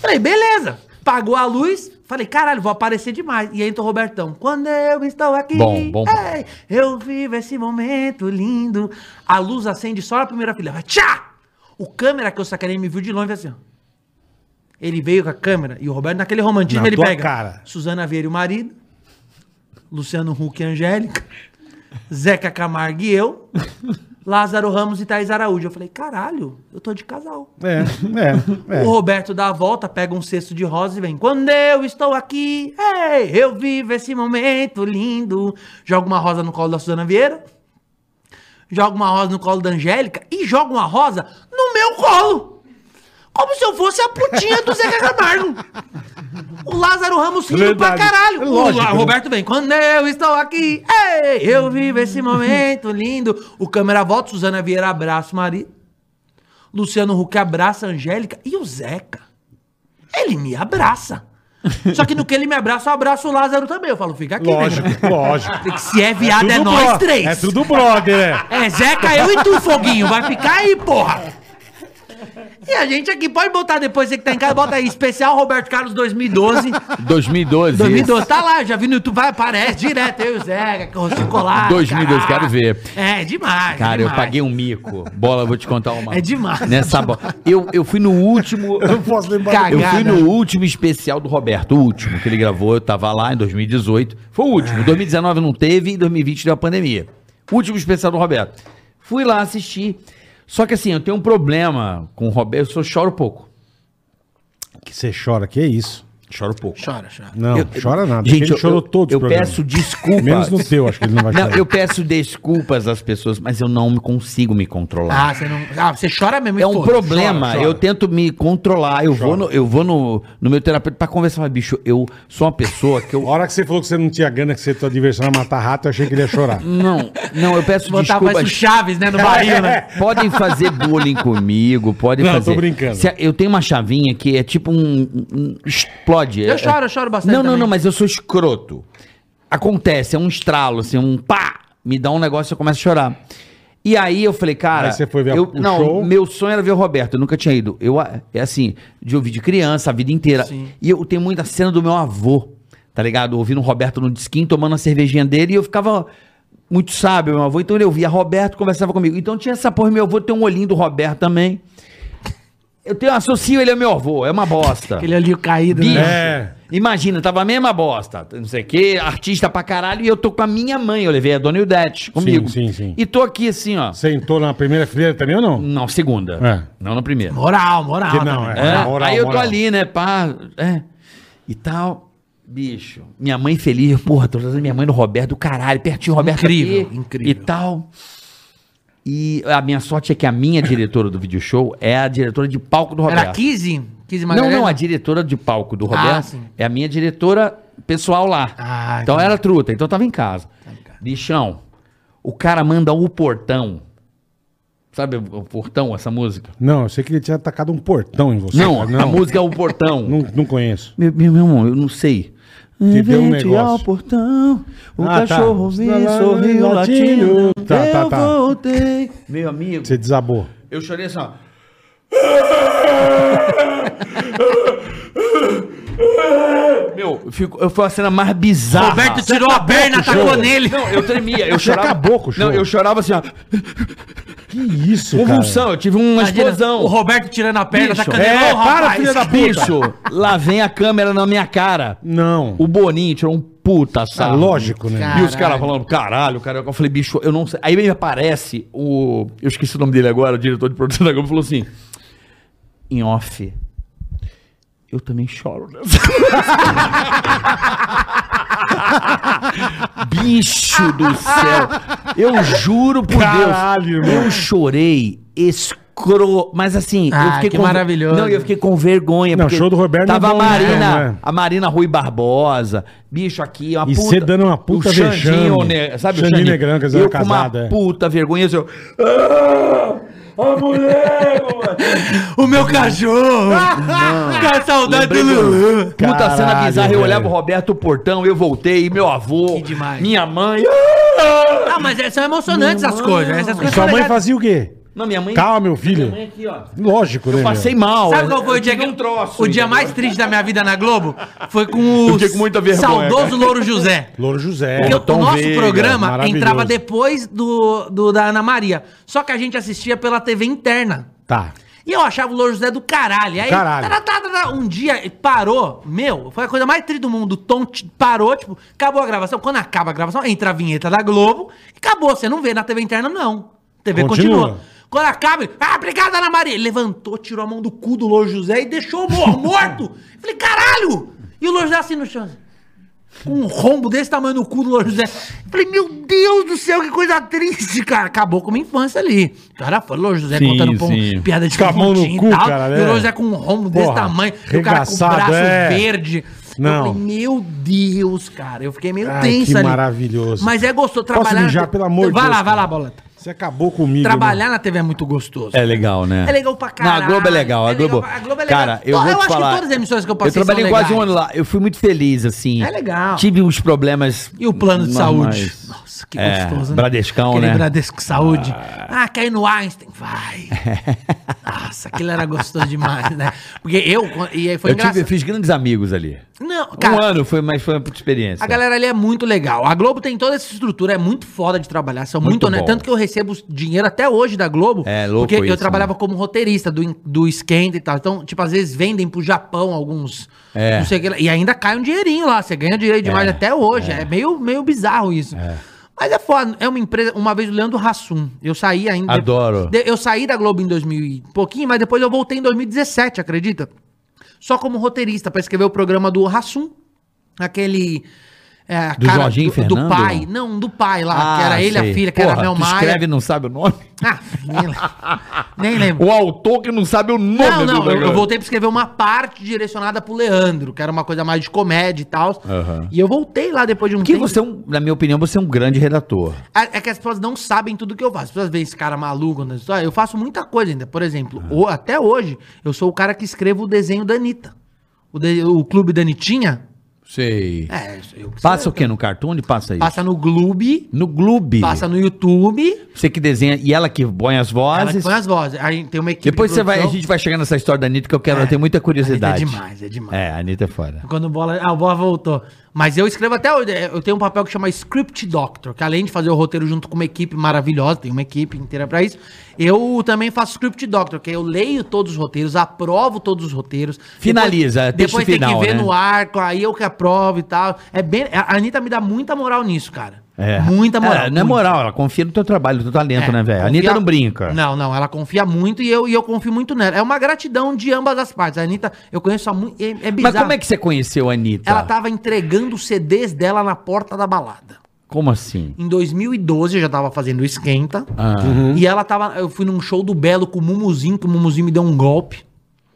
Falei, beleza. Pagou a luz, falei, caralho, vou aparecer demais. E aí entrou o Robertão. Quando eu estou aqui, Bom, bom, bom. ei, eu vivo esse momento lindo. A luz acende só na primeira fila. Vai, tchá! O câmera que eu sacanei me viu de longe assim, ó. Ele veio com a câmera e o Roberto, naquele romantismo, Na ele tua pega. cara. Suzana Vieira e o marido. Luciano Huck e Angélica. Zeca Camargo e (laughs) eu. Lázaro Ramos e Thaís Araújo. Eu falei, caralho, eu tô de casal. É, é, é. O Roberto dá a volta, pega um cesto de rosa e vem. Quando eu estou aqui, ei, eu vivo esse momento lindo. Joga uma rosa no colo da Suzana Vieira. Joga uma rosa no colo da Angélica. E joga uma rosa no meu colo. Como se eu fosse a putinha do Zeca Camargo. O Lázaro Ramos rindo Verdade. pra caralho. É lógico, o La- né? Roberto vem. Quando eu estou aqui, ei, eu vivo esse momento lindo. O câmera volta, Suzana Vieira abraça o marido. Luciano Huck abraça a Angélica e o Zeca. Ele me abraça. Só que no que ele me abraça, eu abraço o Lázaro também. Eu falo, fica aqui, Lógico, né? lógico. cara? Se é viado, é, Tudo nós bro- três. É tudo brother, é. É, Zeca, eu e tu, Foguinho. Vai ficar aí, porra. E a gente aqui, pode botar depois, você que tá em casa, bota aí, especial Roberto Carlos 2012. 2012. 2012, tá lá, já vi no YouTube, vai, aparece direto, eu e o Zeca, com o Rocinho Colado. 2012, quero ver. É, demais. Cara, eu demais. paguei um mico. Bola, vou te contar uma. É demais. Nessa bola. Eu, eu fui no (laughs) último. Eu não posso lembrar. Caga- Eu Cagada. fui no último especial do Roberto, o último que ele gravou, eu tava lá em 2018. Foi o último. Ah. 2019 não teve e 2020 deu a pandemia. Último especial do Roberto. Fui lá assistir. Só que assim, eu tenho um problema com o Roberto, eu só choro pouco. Que você chora, que é isso? Choro pouco. Chora, chora. Não, Eu- chora nada. Gente, ele eu, chorou eu, todos eu os programas. peço desculpas. Menos no teu, acho que ele não vai Não, chorar. eu peço desculpas às pessoas, mas eu não me consigo me controlar. Ah, você não. Ah, você chora mesmo. e É um foda-se. problema. chora, chora. Eu tento me controlar. Eu vou Chora. no, eu vou no, no meu terapeuta pra conversar. Mas, bicho, eu sou uma pessoa que eu. A hora que você falou que você não tinha grana, que você tua diversão era matar rato, eu achei que ele ia chorar. Não, não, eu peço Botar mais o desculpas. Chaves, né, no (laughs) barril, né? Podem fazer bullying comigo, podem É. Não, tô fazer. brincando. Se- eu tenho uma chavinha que é tipo um. um- explode. Eu É- choro, eu choro bastante Não, não, também. não, mas eu sou escroto. Acontece, é um estralo, assim, um pá, me dá um negócio e eu começo a chorar. E aí eu falei, cara. Aí você foi ver eu, o Não, show? meu sonho era ver o Roberto, eu nunca tinha ido. Eu, ah, é assim, de ouvir de criança a vida inteira. Sim. E eu tenho muita cena do meu avô, tá ligado? Ouvindo o Roberto no disquinho, tomando a cervejinha dele, e eu ficava muito sábio, meu avô. Então ele ouvia Roberto, conversava comigo. Então tinha essa porra, meu avô tem um olhinho do Roberto também. Eu tenho associo ele ao meu avô, é uma bosta. Aquele olhinho caído, Bicho, né? É. imagina, tava a mesma bosta, não sei o que, artista pra caralho, e eu tô com a minha mãe, eu levei a Dona Ildete comigo. sim, sim. E tô aqui assim, ó. Sentou na primeira fileira também ou não? Não, segunda. É. Não na primeira. Moral, moral. né? Que não, também. é. É, moral, aí eu tô moral. ali, né, pá, é, e tal. Bicho, minha mãe feliz, eu, porra, tô trazendo minha mãe no Roberto, caralho, pertinho, Roberto Incrível, aqui, incrível. E tal. E a minha sorte é que a minha diretora do video show é a diretora de palco do é. Roberto. Era 15? 15 Não, Magalhães? Ah, não, a diretora de palco do Roberto sim. é a minha diretora pessoal lá. Ah, então entendi. Tá era truta, então eu tava em casa. em casa. Bichão, o cara manda o portão. Sabe o o portão, essa música? Não, eu sei que ele tinha atacado um portão em (laughs) você. não, cara. a música é o portão. Não, não conheço. Meu, meu, meu irmão, eu não sei. Te deu um Vente ao negócio. portão, o Ah, tá. cachorro Lá, me lá, lá, sorriu latindo. latindo, Tá, tá, eu tá. voltei. Meu amigo, Você desabou. eu chorei assim, ó. Meu, ficou- eu- foi a cena mais bizarra. Roberto tirou a perna, atacou nele. é Não, eu tremia, eu Você chorava. acabou com o show. Não, eu chorava assim, ó. Que isso, cara? Convulsão, eu tive uma Imagina, explosão. O Roberto tirando a perna, Bicho, tá é, para, rapaz. filha da puta. Bicho, lá vem a câmera na minha cara. Não. O Boninho tirou um puta Ah, sarro. lógico, né? Cara. E os caras falando, caralho, carioca. Eu falei, bicho, eu não sei. Aí me aparece o. Eu esqueci o nome dele agora, o diretor de produção da Globo falou assim: em off. Eu também choro. nessa." (laughs) bicho do céu. Eu juro por Caralho, Deus. irmão. Eu chorei escro. Mas assim, Ah, eu fiquei que ver- maravilhoso. Não, eu fiquei com vergonha. Não, porque show do Roberto não é Tava a bom, né? Marina, Não é. a Marina Rui Barbosa, bicho aqui, uma E você dando uma puta o Xandinho, vexame. né? Sabe Xandinho o Xandinho? Negrão, que eles eram eu com uma casados, é. puta vergonha, eu... O meu cachorro. (laughs) Com a saudade do Lulu. Puta Caralho, cena bizarra, eu velho. olhava o Roberto Portão, eu voltei, meu avô, Que demais. minha mãe... Ah, mas é- são emocionantes as coisas. Essas coisas Sua são mãe legais. fazia o quê? Não, minha mãe. Calma, meu Minha filho. mãe aqui, ó. Lógico, né? Eu meu? passei mal. Sabe eu- qual foi eu o dia tive que um troço? O dia mais triste da minha vida na Globo foi com o fiquei com muita vergonha, saudoso cara. Louro José. Louro José. Porque Pô, o Tom nosso Veiga, programa É, maravilhoso. entrava depois do, do da Ana Maria. Só que a gente assistia pela TV interna. Tá. E eu achava o Louro José do caralho. Aí, Caralho. tá, tá, tá, tá, um dia parou, meu, foi a coisa mais triste do mundo. O Tom t- parou, tipo, acabou a gravação. Quando acaba a gravação, entra a vinheta da Globo e acabou. Você não vê na TV interna, não. A TV Continua. continua. Quando acaba, ele, ah, obrigado, Ana Maria. Ele Levantou, tirou a mão do cu do Louro José e deixou o mor- morto. Eu falei, caralho! E o Louro José assim no chão. assim, Com um rombo desse tamanho no cu do Louro José. Eu falei, meu Deus do céu, que coisa triste, cara. Acabou com a minha infância ali. Então, O cara foi Louro José Sim, contando um pão, sim. piada de Com a mão no cantinho cu, cara, E o né? Louro José com um rombo desse Porra, tamanho. E o cara com o regaçado, braço é. verde. Não. Eu falei, meu Deus, cara. Eu fiquei meio Ai, tenso que ali. maravilhoso. Mas é gostoso Posso trabalhar. na mijar, te- pelo amor de Vai Deus, lá, vai cara. lá, boleta. Você acabou comigo. Trabalhar na TV é muito gostoso. É legal, né? É legal pra caralho. Não, a Globo é legal. A É legal Globo, pra- a Globo é legal. Cara, eu Pô, vou eu te acho que falar. todas as emissoras que eu passei Eu trabalhei são quase um legais. ano lá. Eu fui muito feliz, assim. É legal. Tive uns problemas. E o plano de normais. saúde? Nossa, que É, gostoso, né? Bradescão, Aquele né? Bradesco Saúde. Ah, caiu no (laughs) Einstein. Vai. Nossa, aquilo era gostoso demais, né? Porque eu... E aí foi eu, tive, engraçado. eu fiz grandes amigos ali. Não, cara, um ano, foi, mas foi uma puta experiência. a galera ali é muito legal. A Globo tem toda essa estrutura, é muito foda de trabalhar, são muito, Muito honestos. bom. Tanto que eu recebo dinheiro até hoje da Globo, É, louco porque eu isso, trabalhava né? como roteirista do, en- do esquenta e tal. Então, tipo, às vezes vendem pro Japão alguns. É. Não sei o que, lá, e ainda cai um dinheirinho lá, você ganha dinheiro demais É, até hoje. É, meio, meio bizarro isso. Mas é foda, é uma empresa. Uma vez o Leandro Hassum, eu saí ainda. Adoro. de- eu saí da Globo em 2000 e pouquinho, mas depois eu voltei em 2017, acredita? Só como roteirista, pra escrever o programa do Hassum. Aquele. é, a Do Jorginho do, do Fernando? pai. Não, do pai lá, Ah, que era ele, sei. a filha, que Porra, era a Mel tu Maia. escreve e não sabe o nome? (laughs) Ah, nem (laughs) lembro. nem lembro. O autor que não sabe o nome Não, não, eu, programa. eu voltei pra escrever uma parte direcionada pro Leandro, que era uma coisa mais de comédia e tal. Aham. E eu voltei lá depois de um Porque você, é um- na minha opinião, você é um grande redator. É é que as pessoas não sabem tudo que eu faço. As pessoas veem esse cara maluco na história. Eu faço muita coisa ainda. Por exemplo, o- até hoje, eu sou o cara que escrevo o desenho da Anitta. O, de- o clube da Anitinha. Sei. É, isso eu que Passa o escrevo. quê? No cartoon? Passa isso? Passa no Gloob, No Gloob. passa no YouTube. Você que desenha. E ela que põe as Ela que vozes. põe as vozes. Aí tem uma equipe. Depois de você vai, a produção. gente vai chegar nessa história da Anitta que eu quero, É, eu tenho muita curiosidade. Anitta é demais, é demais. É, a Anitta é foda. Quando o bola. Ah, o bola voltou. Mas eu escrevo até hoje. Eu tenho um papel que chama Script Doctor, que além de fazer o roteiro junto com uma equipe maravilhosa, tem uma equipe inteira pra isso. Eu também faço Script Doctor, que eu leio todos os roteiros, aprovo todos os roteiros. Finaliza, texto depois, depois tem final, que ver né? no arco, aí eu que aprovo e tal. É bem, a Anitta me dá muita moral nisso, cara. É. Muita moral. É, não é muita. moral, ela confia no teu trabalho, no teu talento, É, né, velho? A confia- Anitta não brinca. Não, não, ela confia muito e eu, e eu confio muito nela. É uma gratidão de ambas as partes. A Anitta, eu conheço há muito. É, é bizarro. Mas como é que você conheceu a Anitta? Ela tá- tava entregando os CDs dela na porta da balada. Como assim? Em 2012 eu já tava fazendo o esquenta. Ah, E ela tava. Eu fui num show do Belo com o Mumuzinho, que o Mumuzinho me deu um golpe.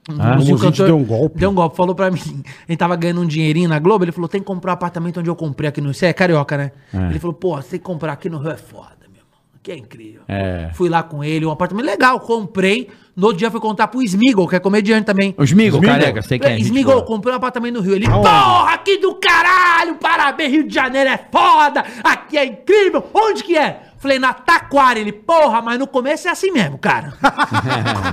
O Ah, Mumuzinho te deu um golpe? Deu um golpe, falou pra mim. (laughs) Ele tava ganhando um dinheirinho na Globo, ele falou: tem que comprar um apartamento onde eu comprei aqui no. Você é carioca, né? Ele falou: pô, você tem que comprar aqui no Rio é foda, meu irmão. Aqui é incrível. É. Fui lá com ele, um apartamento legal, comprei. No outro dia eu fui contar pro Smigol, que é comediante também. Os Migos, Smigol. careca, sei quem é. gente Esmigou, boa. comprei um apartamento no Rio. Ele, Aonde? porra, aqui do caralho, parabéns, Rio de Janeiro é foda, aqui é incrível, onde que é? Falei, na Taquara. Ele, porra, mas no começo é assim (laughs) mesmo, cara.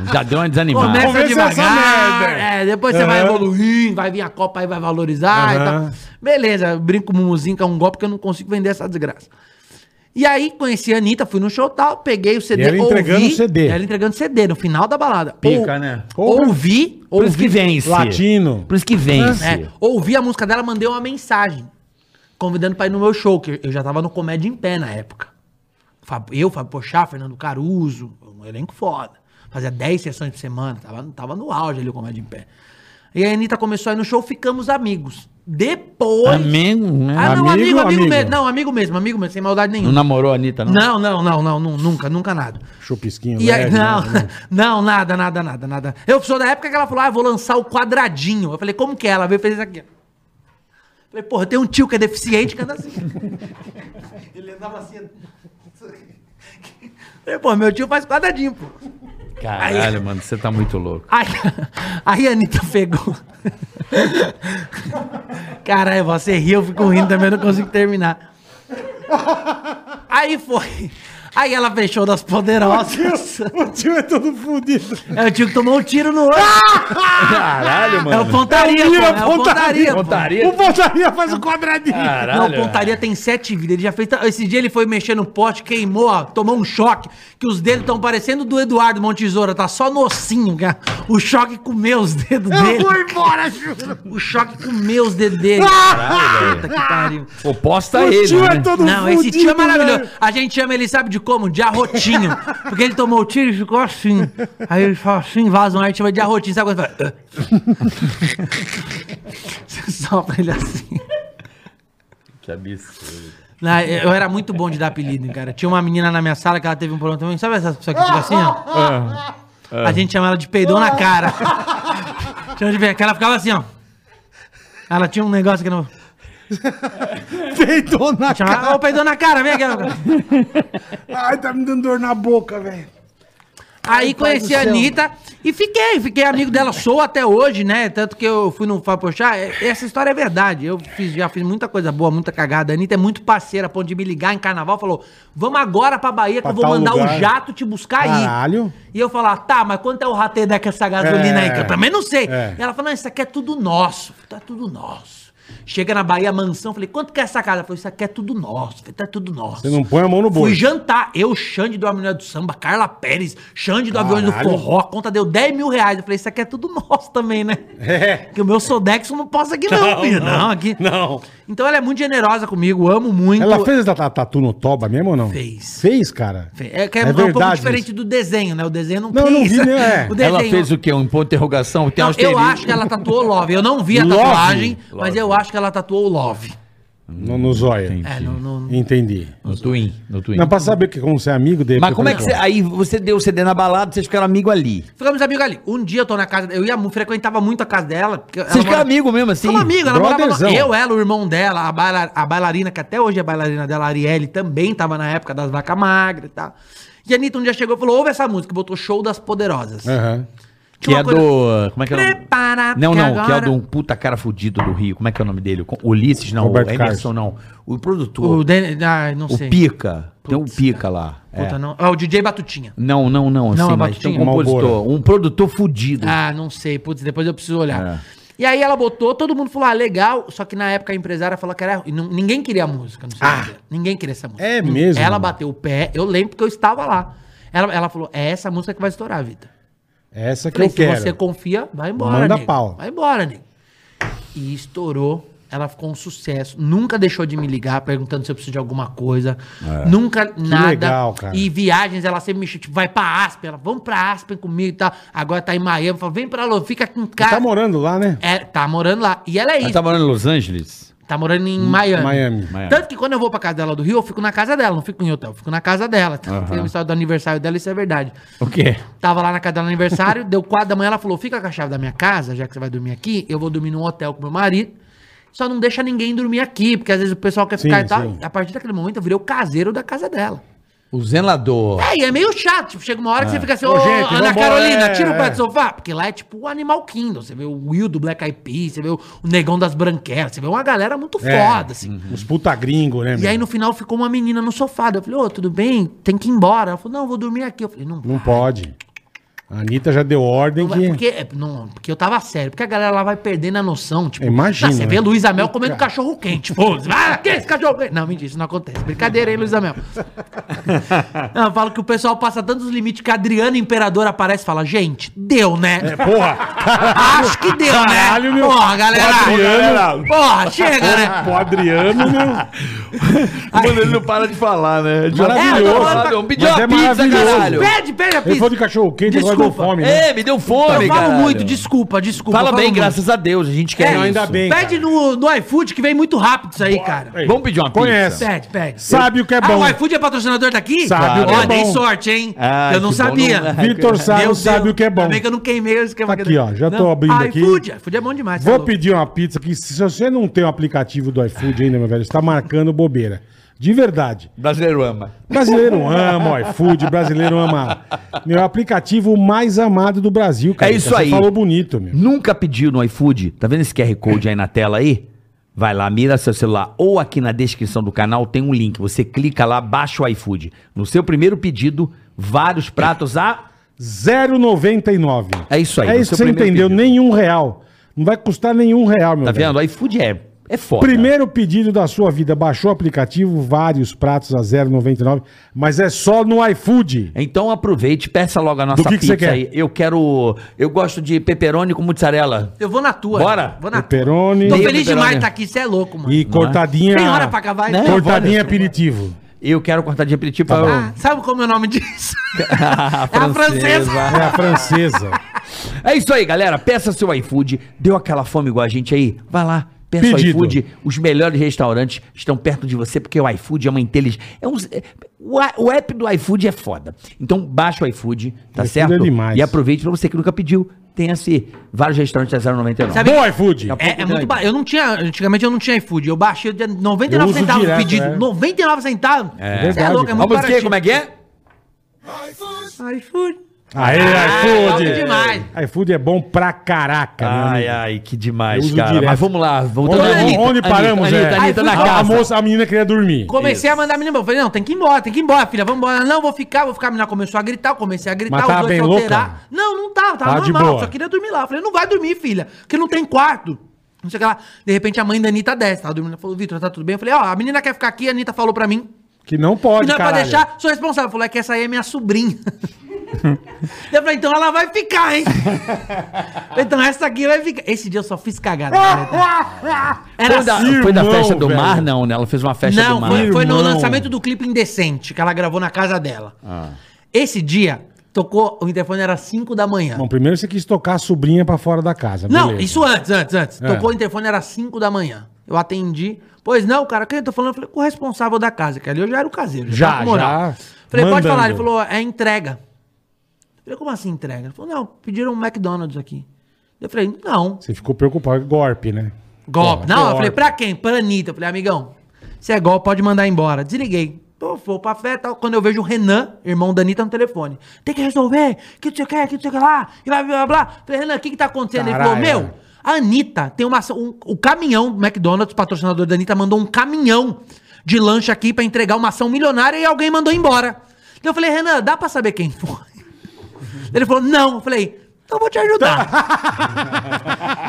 É, já deu uma desanimada. Começa Começo é essa devagar, merda. é, depois você vai Aham. evoluindo, vai vir a Copa aí, vai valorizar e Aham. tal. Beleza, eu brinco com o Mumuzinho, que é um golpe que eu não consigo vender essa desgraça. E aí, conheci a Anitta, fui no show e tal, peguei o CD, E ela entregando ouvi, o CD. Ela entregando CD, no final da balada. Pica, né? Ouvi, Por isso que ouvi vence. Latino. Por isso que vence. é, ouvi a música dela, mandei uma mensagem convidando pra ir no meu show, que eu já tava no Comédia em Pé na época. Fábio- Eu, Fábio Pochá, Fernando Caruso, um elenco foda. Fazia 10 sessões por semana, tava, tava no auge ali o Comédia em Pé. E a Anitta começou a ir no show, ficamos amigos. Depois... Amigo, né? Ah, não, Amigo, amigo, amigo, amigo. mesmo. Não, amigo mesmo, amigo mesmo, sem maldade Não nenhuma. namorou a Anitta, não? Não, não, não, não, nu- nunca, nunca nada. Chupisquinho. E aí, leve, não, né? (laughs) não, nada, nada, nada, nada. Eu sou da época que ela falou, ah, eu vou lançar o quadradinho. Eu falei, como que é? Ela veio e fez isso aqui. ó. Falei, porra, tem um tio que é deficiente que anda assim. (laughs) Ele andava assim. (laughs) Falei, pô, meu tio faz quadradinho, pô. Caralho, mano, você tá muito louco. Aí, (laughs) aí a Anitta pegou. (laughs) Caralho, você riu, eu fico rindo também, eu não consigo terminar. Aí foi. Aí ela fechou das poderosas. (laughs) O tio é todo fudido. Aí o tio que tomou um tiro no olho. Caralho, é o pontaria, É o pô. Lira É Pontaria. o pontaria. pô. Pontaria. O Pontaria faz o quadradinho. Não, Caralho. o pontaria tem sete vidas. Ele já fez. ta- Esse dia ele foi mexer no pote, queimou, ó, tomou um choque. Que os dedos estão parecendo do Eduardo Montesoura, tá só nocinho, cara. O choque comeu os dedos Eu dele. vou embora, juro. O choque comeu os dedos dele. Puta que pariu. Oposta a O ele, tio é né? todo fudido. Não, esse tio é maravilhoso. velho. A gente chama ele, sabe de como? De arrotinho. Porque ele tomou o tiro e ficou assim. Aí ele fala assim, vaza um ar, chama de arrotinho. Sabe quando ele fala... "Ah?" (laughs) Você sopra ele assim. Que absurdo. Não, eu era muito bom de dar apelido, cara. Tinha uma menina na minha sala que ela teve um problema também. Sabe essa pessoa que fica assim, ó? A gente chama ela de peidão na cara. Chama de peidão. que Ela ficava assim, ó. Ela tinha um negócio que não... Deitou na Chamava, ô, peidão na cara, vem aqui. ela- Ai, tá me dando dor na boca, velho. Aí conheci a Anitta e fiquei, fiquei amigo dela, sou até hoje, né? Tanto que eu fui no Fapochá, é- essa história é verdade. Eu fiz- já fiz muita coisa boa, muita cagada. A Anitta é muito parceira, a ponto de me ligar em carnaval, falou: vamos agora pra Bahia que Pra eu vou tal mandar lugar." um jato te buscar aí. Caralho. E eu falar, tá, mas quanto é o rateio dessa gasolina aí? Que eu também não sei. É. E ela falou, não, isso aqui é tudo nosso. Eu falei, Tá tudo nosso. Chega na Bahia, mansão, falei, quanto que é essa casa? Ela falou, isso aqui é tudo nosso. Eu Falei, tá tudo nosso. Você não põe a mão no Fui bolso. jantar. Eu, Xande do Harmonia do Samba, Carla Pérez, Xande do Aviões do Caralho. Forró. A conta deu 10 mil reais. Eu falei, isso aqui é tudo (laughs) nosso também, né? É. Que o meu Sodex eu não posso aqui não, Não, filho. não. Não, aqui. Não. Então ela é muito generosa comigo, amo muito. Ela fez a ta- tatu no toba mesmo ou não? Fez. Fez, cara? Fe- É, que é, é um pouco verdade diferente isso. do desenho, né? O desenho não, Não, eu não vi, né? (laughs) o desenho, Ela fez o quê? Um ponto de interrogação? Tem Não, eu asterisco. acho que ela tatuou Love. Eu não vi a Love? tatuagem, mas Love. eu acho que ela tatuou Love. No, no zóio. É, Entendi. não, não- Entendi. No Twin. No Twin. Não, pra saber que, como você é amigo dele. Mas como é que você. Aí você deu o CD na balada, vocês ficaram amigos ali. Ficamos amigos ali. Um dia eu tô na casa, eu ia, mu- frequentava muito a casa dela. porque ela Vocês é ficaram mora- amigos mesmo, assim? Ficamos amigos, ela é morava lá. Brotherzão. Eu, ela, o irmão dela, a, baila- a bailarina, que até hoje é bailarina dela, a Arielle, também tava na época das vacas magras e tal. E a Anitta um dia chegou e falou: ouve essa música, e botou Show das Poderosas. Aham. Que é Tinha uma coisa- do. Como é que é o nome? Não, Prepara, que não, que é o agora- do um puta cara fudido do Rio. Como é que é o nome dele? O Ulisses, não. Roberto o Emerson, não. O produtor. O, O, Den- ah, não sei. Pica. Tem um Pica lá. É. Puta, não. Ah, o DJ Batutinha. Não, não, não. Assim, Não, é mas tem um Batutinha. compositor. Um produtor fudido. Ah, não sei. Putz, depois eu preciso olhar. É. E aí ela botou, todo mundo falou, ah, legal. Só que na época a empresária falou que era... e não- Ninguém queria a música, não sei Ah. por quê. Ninguém queria essa música. É Ninguém. mesmo? Ela bateu o pé, eu lembro porque eu estava lá. Ela, ela falou, é essa música que vai estourar, Vitor. É Essa que Falei, eu se quero. tá você confia, vai embora, Manda nego. pau. Vai embora, nego. E estourou. Ela ficou um sucesso. Nunca deixou de me ligar perguntando se eu preciso de alguma coisa. Nunca nada. É. legal, cara. E viagens, ela sempre me chama, tipo, vai pra Aspen. Ela, vamos pra Aspen comigo e tal. Agora tá em Miami. Fala, vem pra Lô, fica aqui em casa. Tá morando lá, né? É, tá morando lá. E ela é Ela isso. tá Tá, morando em Los Angeles? morando em Miami. Miami. Miami. Tanto que quando eu vou pra casa dela do Rio, eu fico na casa dela, não fico em hotel, eu fico na casa dela. Tem uma história do aniversário dela, isso é verdade. O quê? Tava lá na casa dela no aniversário, deu quatro da manhã, ela falou: fica com a chave da minha casa, já que você vai dormir aqui, eu vou dormir num hotel com meu marido. Só não deixa ninguém dormir aqui, porque às vezes o pessoal quer Sim, ficar e tal. sim. A partir daquele momento eu virei o caseiro da casa dela. O zelador. É, e é meio chato. Tipo, chega uma hora que você fica assim, ô, É. Ô, gente, Ana vambora, Carolina, é, tira o é. pé do sofá. Porque lá é tipo o Animal Kingdom. Você vê o Will do Black Eyed Peas, você vê o o Negão das Branquelas, você vê uma galera muito É. foda, assim. Os puta gringo, né? E aí meu? no final ficou uma menina no sofá. Daí Eu falei, ô, tudo bem? Tem que ir embora. Ela falou, não, eu vou dormir aqui. Eu falei, não, Não pode. A Anitta já deu ordem Mas que. Porque, é, não, porque eu tava sério, porque a galera lá vai perdendo a noção, tipo, Imagina, tá, você né? vê Luísa Mel comendo cachorro quente, pô, você vai, ah, que esse cachorro quente? Não, mentira, isso não acontece, brincadeira, hein, Luísa Mel. não, eu falo que o pessoal passa tantos limites que a Adriana Imperador aparece e fala, gente, deu, né? Porra! (laughs) Acho que deu, É. Caralho, né? meu. Porra, galera, Ô, Adriano. porra, chega, né? O Adriano, meu. Mano, ele não para de falar, né? De Maravilhoso. Pediu é, Mas uma é pizza, maravilhoso. um caralho. Pede, pede a Ele pizza. foi de cachorro quente, agora deu Desculpa. fome, né? É, me deu fome, Eu falo caralho. muito, desculpa, desculpa. Fala eu falo bem, muito. graças a Deus, a gente quer É, isso. ainda bem. Pede no, no iFood que vem muito rápido isso aí, cara. Ei, Vamos pedir uma Conhece. pizza. Pede, pede. Sabe o que é Ah, bom. o iFood é patrocinador daqui? Sabe o que Ó, é dei bom. sorte, hein? Ah, eu não que bom, sabia. não é? Vitor Meu Salo Deus, sabe o que é bom. Também que eu não queimei o esquema. Tá aqui, ó, já tô abrindo aqui. iFood, iFood é bom demais. tá Vou louco. pedir uma pizza que se você não tem o aplicativo do iFood ainda, meu velho, você tá marcando bobeira. De verdade. Brasileiro ama. (laughs) Brasileiro ama o iFood, brasileiro ama. Meu aplicativo mais amado do Brasil, cara. É isso Você aí. falou bonito, meu. Nunca pediu no iFood? Tá vendo esse QR Code aí na tela aí? Vai lá, mira seu celular ou aqui na descrição do canal tem um link. Você clica lá, baixa o iFood. No seu primeiro pedido, vários pratos Ah, tá a 0,99. É isso aí, É no isso que você seu primeiro entendeu, pedido. nenhum real. Não vai custar nenhum real, meu Tá velho. vendo? iFood é, é foda. Primeiro pedido da sua vida, baixou o aplicativo, vários pratos a 0,99, mas é só no iFood. Então aproveite, peça logo a nossa Do que que pizza você quer? aí. Eu quero. Eu gosto de pepperoni com mussarela. Eu vou na tua. Bora. gente. Vou na tua. Peperoni Tô Bem, feliz demais Peperoni. estar aqui, você é louco, mano. e cortadinha. Tem hora pra acabar, Né? então. Cortadinha aperitivo. Eu quero cortar de aperitivo Tá pra (laughs) Ah, sabe como é o nome disso? é a francesa. É a (laughs) francesa. É isso aí, galera. Peça seu iFood. Deu aquela fome igual a gente aí? Vai lá. Peça o Pedido. iFood. Os melhores restaurantes estão perto de você, porque o iFood é uma inteligência. É um... é- o, a- o app do iFood é foda. Então baixa o iFood, tá iFood certo? é demais. E aproveite pra você que nunca pediu. Tem assim, vários restaurantes a 0,99. Sabe- Bom iFood. Daqui a pouco É, é muito ganha. ba... Eu não tinha. Antigamente eu não tinha iFood. Eu baixei de 99 Eu uso centavos direto, o pedido. é. 99 centavos? É, verdade, louco, é cara. muito Vamos ver baratinho. Ah, como é que é? iFood. Aê, é bom Ah, iFood! demais. iFood é bom pra caraca, meu Ai, amigo. ai, que Eu demais, uso cara. direto. Mas vamos lá, voltando Onde, à Anitta. onde paramos, Anitta, é? Anitta, Anitta, na iFood, a, a casa. moça, a menina queria dormir. Comecei a mandar a menina, eu falei, não, tem que ir embora, tem que ir embora, filha, vamos embora. Ela, Não, vou ficar, vou ficar. A menina começou a gritar, eu comecei a gritar, Mas tava bem se louca? alteraram. Não, não tava, tava Tava de normal, boa. só queria dormir lá. Eu falei, não vai dormir, filha, porque não tem quarto. Não sei o que lá. De repente a mãe da Anitta desce, tava dormindo, ela falou, Vitor, tá tudo bem? Eu falei, ó, a menina quer ficar aqui, a Anitta falou pra mim. Que não E pode, não é pra caralho. deixar, sou responsável. Falou, é que essa aí é minha sobrinha. (laughs) eu falei, então ela vai (laughs) ficar, hein? então essa aqui vai ficar. Esse dia eu só fiz cagada. né? Era (laughs) Foi da, assim, foi da irmão, festa do velho. mar, não, né? Ela fez uma festa do Não, mar. foi, foi no Irmão. lançamento do clipe Indecente, que ela gravou na casa dela. Ah. Esse dia, tocou, o interfone era 5 da manhã. Bom, primeiro você quis tocar a sobrinha pra fora da casa. Não, beleza. isso antes, antes, antes. É. Tocou o interfone, era 5 da manhã. Eu atendi. Pois não, cara, quem eu tô falando? Eu falei, o responsável da casa, que ali eu já era o caseiro. Já, tava com moral. já. Falei, pode Mandando. falar. Ele falou, é entrega. Eu falei, como assim entrega? Ele falou, não, pediram um McDonald's aqui. Eu falei, não. Você ficou preocupado com golpe, né? Porra, Golpe. não, eu golpe. falei, pra quem? Pra Anitta. Eu falei, amigão, se é golpe, pode mandar embora. Desliguei. Pô, foi pra fé tal. Quando eu vejo o Renan, irmão da Anitta, no telefone. Tem que resolver, que não sei o que, que não sei o que lá, e blá, blá, blá, blá. Falei, Renan, o que que tá acontecendo? Caralho. Ele falou, meu, a Anitta tem uma... ação- Um, o caminhão, do McDonald's, patrocinador da Anitta, mandou um caminhão de lanche aqui pra entregar uma ação milionária e alguém mandou embora. Então eu falei, Renan, dá pra saber quem foi? Ele falou, não. Eu falei, então eu vou (laughs) te ajudar.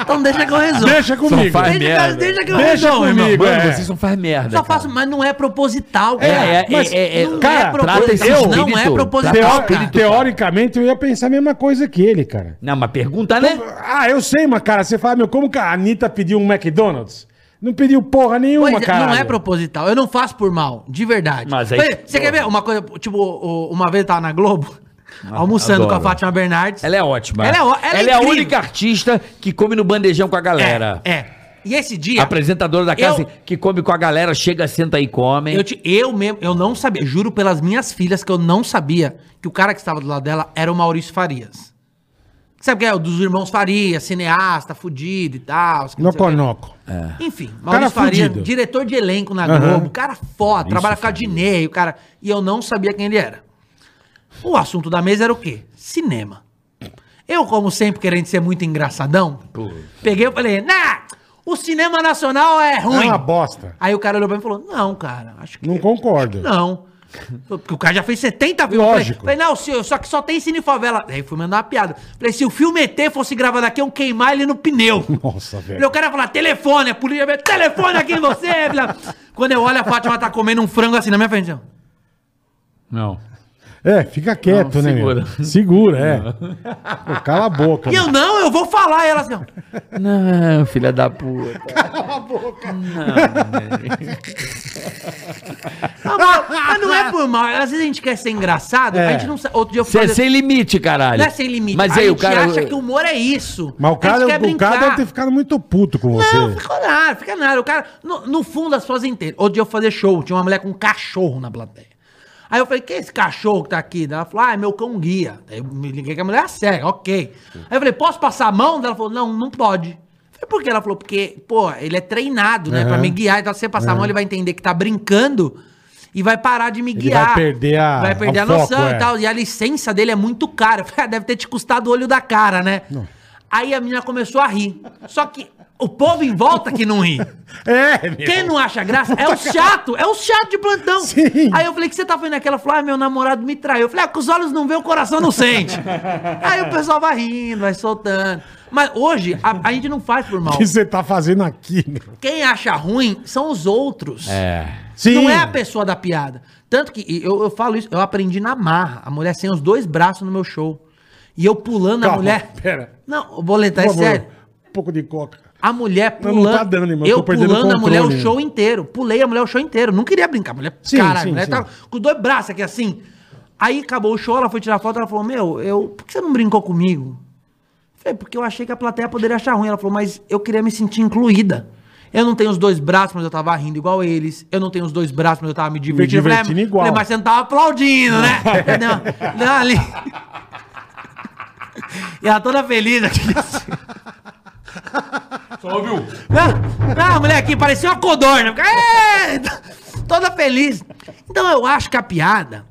então deixa que eu resolvo. Deixa comigo. faz- Deixa, merda. cara, deixa que eu Deixa resolvo, comigo. irmão. Mano, É. vocês não fazem merda. Só faço, mas não é proposital, cara. É, é, Mas é, é, não cara, é trata esse proposital. Não é espírito. proposital, Teo- cara. Teoricamente, eu ia pensar a mesma coisa que ele, cara. Não, mas pergunta, né? Ah, eu sei, mas, cara, você fala, meu, como que a Anitta pediu um McDonald's? Não pediu porra nenhuma, Pois é, cara. não é proposital. Eu não faço por mal, de verdade. Mas aí- Olha, Você quer ver uma coisa? Tipo, o- uma vez eu tava na Globo, almoçando Ah, adoro. com a Fátima Bernardes. Ela é ótima. Ela é ó- ela é a incrível. única artista que come no bandejão com a galera. É, é. E esse dia... Apresentadora da casa Eu- que come com a galera, chega, senta e come. Eu, te- eu mesmo, eu não sabia, juro pelas minhas filhas que eu não sabia que o cara que estava do lado dela era o Maurício Farias. Sabe quem é? O dos irmãos Farias, cineasta, fudido e tal. que não sei o quê. Noconoco. Enfim, Cara Maurício Farias, fudido. diretor de elenco na Aham. Globo, cara foda, trabalha com a Dinei, o cara. E eu não sabia quem ele era. O assunto da mesa era o quê? Cinema. Eu, como sempre, querendo ser muito engraçadão, peguei e falei, nah, o cinema nacional é É ruim. uma bosta. Aí o cara olhou pra mim e falou: Não, cara, acho que. Não concordo. Não. Porque o cara já fez 70 filmes. Lógico. Falei, falei, não, senhor, só que só tem cine favela. Aí fui mandar uma piada. Falei, se o filme ET fosse gravado aqui, eu queimar ele no pneu. Nossa, velho. Falei, o cara ia falar, telefone, a polícia vai ver, telefone aqui em você. (laughs) blá. Quando eu olho, a Fátima tá comendo um frango assim na minha frente. ó. Não. É, fica quieto, Não, né? segura. (laughs) meu? Segura, é. Pô, cala a boca. E eu, não, eu vou falar. E ela assim, ó. Não, filha da puta. Cala a boca. Não, né? Ah, mas- mas não é por mal. Às vezes a gente quer ser engraçado, É. a gente não sabe. Outro dia eu Você é falei- sem limite, caralho. Não é sem limite. Mas a aí, gente o cara... acha que o humor é isso. Mas o A gente cara, quer o cara é brincar. deve ter ficado muito puto com você. Não, fica nada, fica nada. O cara, no, no fundo, as pessoas entendem. Outro dia eu fazer show, tinha uma mulher com um cachorro na plateia. Aí eu falei, quem é esse cachorro que tá aqui? Ela falou, ah, é meu cão guia. Aí eu me liguei que a mulher é cega, ok. Aí eu falei, posso passar a mão? Ela falou, não, não pode. Eu Falei, por quê? Ela falou, porque, pô, ele é treinado, né, pra Aham. me guiar. Então, se você passar a mão, ele vai entender que tá brincando e vai parar de me vai guiar. perder a- Vai perder o a noção foco, é. e tal. E a licença dele é muito cara. Eu falei, "Ah, Deve ter te custado o olho da cara, né? Aí a menina começou a rir. Só que O povo em volta que não (laughs) ri. É, meu. Quem não acha graça é o chato, é o chato de plantão. Sim. Aí eu falei, o que você tá fazendo aquela? Ela falou, ah, meu namorado me traiu. Eu falei, ah, com os olhos não vê, o coração (laughs) não sente. Aí o pessoal vai rindo, vai soltando. Mas hoje, a, a gente não faz por mal. O que você tá fazendo aqui, meu? Quem acha ruim são os outros. É. Sim. Não é a pessoa da piada. Tanto que e eu, eu falo isso, eu aprendi na marra. A mulher sem os dois braços no meu show. E eu pulando a Calma, mulher. Pera. Não, Boleta, é Por favor, sério. Um pouco de coca. A mulher Não, pulando. não tá dando, irmão, Eu tô perdendo pulando a mulher o controle. show inteiro. Pulei a mulher o show inteiro. Não queria brincar. A mulher, Sim, caralho, sim, a mulher sim. tava com dois braços aqui assim. Aí acabou o show, ela foi tirar foto, ela falou: Meu, eu, por que você não brincou comigo? Eu Falei, porque eu achei que a plateia poderia achar ruim. Ela falou, mas eu queria me sentir incluída. Eu não tenho os dois braços, mas eu tava rindo igual eles. Eu não tenho os dois braços, mas eu tava me divertindo. Eu falei, divertindo "Ah, igual." falei, mas você não tava aplaudindo, (laughs) né? Entendeu? Não, ali. (laughs) E ela toda feliz aqui. assim. Só ouviu. Não, não, mulher aqui, Ah, parecia uma codorna. Fica, "É", toda feliz. Então eu acho que a piada.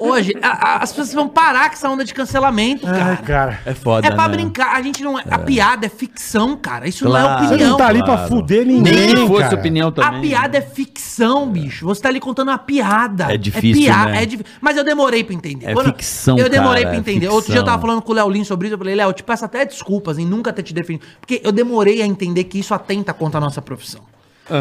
Hoje, a- a- as pessoas vão parar com essa onda de cancelamento, cara. Ai, cara. É foda, É pra né? brincar, a gente não é, a piada é ficção, cara. Isso não é Claro. opinião. Você não tá ali pra Claro. fuder ninguém, Nem fosse cara. opinião também. né? A piada é ficção, bicho. Você tá ali contando uma piada. É difícil, piada, né? é difí- Mas eu demorei pra entender. É ficção, Eu demorei cara, pra é entender. Outro dia eu ficção. tava falando com o Léo Lins sobre isso. Eu falei, Léo, eu te peço até desculpas em nunca ter te defendido. Porque eu demorei a entender que isso atenta contra a nossa profissão.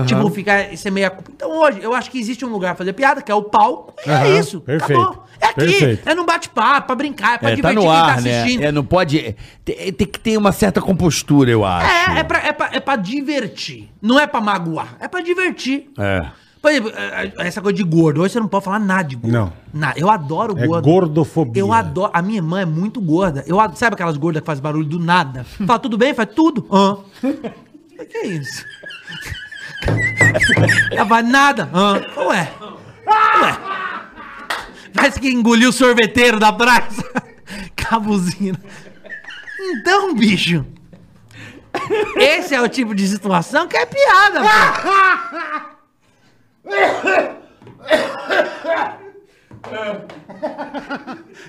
Tipo, ficar esse meia culpa. Então hoje, eu acho que existe um lugar pra fazer piada, que é o palco, e Aham, é isso. perfeito, É aqui, perfeito. é num bate-papo, pra brincar, é pra É, tá divertir no quem ar, né? É, não pode. Tem, tem que ter uma certa compostura, eu acho. É, é pra, é, pra, é pra divertir. Não é pra magoar. É pra divertir. É. Por exemplo, é, é, essa coisa de gordo. Hoje você não pode falar nada de gordo. Não. Na- eu adoro É gordo. gordofobia. Eu adoro. A minha irmã é muito gorda. Eu ad- Sabe aquelas gordas que fazem barulho (laughs) do nada? Fala tudo bem? Faz tudo. Hã? (laughs) O que é isso? (laughs) Ela faz nada. Hã? Ué. Ué. Parece que engoliu o sorveteiro da praça. (laughs) Cabuzina. Então, bicho. Esse é o tipo de situação que é piada, mano. (laughs) Ah!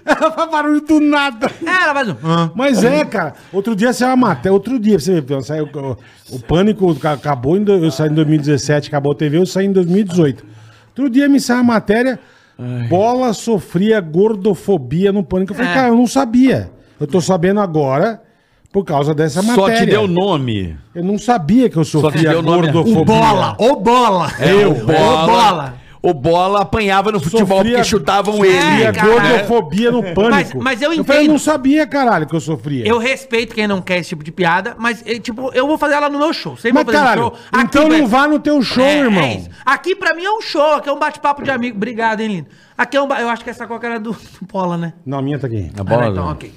Faz barulho do nada. É, Ela faz um. "Hã?" Mas é, cara. Outro dia saiu uma matéria. Outro dia, pra você ver, saiu, o, o pânico ca- acabou, em do- eu saí em 2017, acabou a TV, eu saí em 2018. Outro dia me saiu a matéria. Bola sofria gordofobia no pânico. Eu falei, É. cara, eu não sabia. Eu tô sabendo agora por causa dessa Só matéria. te deu nome. Eu não sabia que eu sofria deu o nome- é. gordofobia. O bola, o bola. É, o bola. O bola apanhava no futebol Sofria- porque chutavam Sofria Sofria É, ele. cara. gordofobia no pânico. Mas- mas eu Eu falei, eu entendo. não sabia, caralho, que eu sofria. Eu respeito quem não quer esse tipo de piada, mas, eh, tipo, eu vou fazer ela no meu show. Sempre Mas, vou fazer no caralho, Aqui então vai- não vá no teu show, É, é irmão. isso. aqui pra mim é um show, aqui é um bate-papo de amigo. Obrigado, hein, lindo. Aqui é um. ba- Eu acho que essa coca era do, do Bola, né? Não, a minha tá aqui. A Ah, não, então, ok.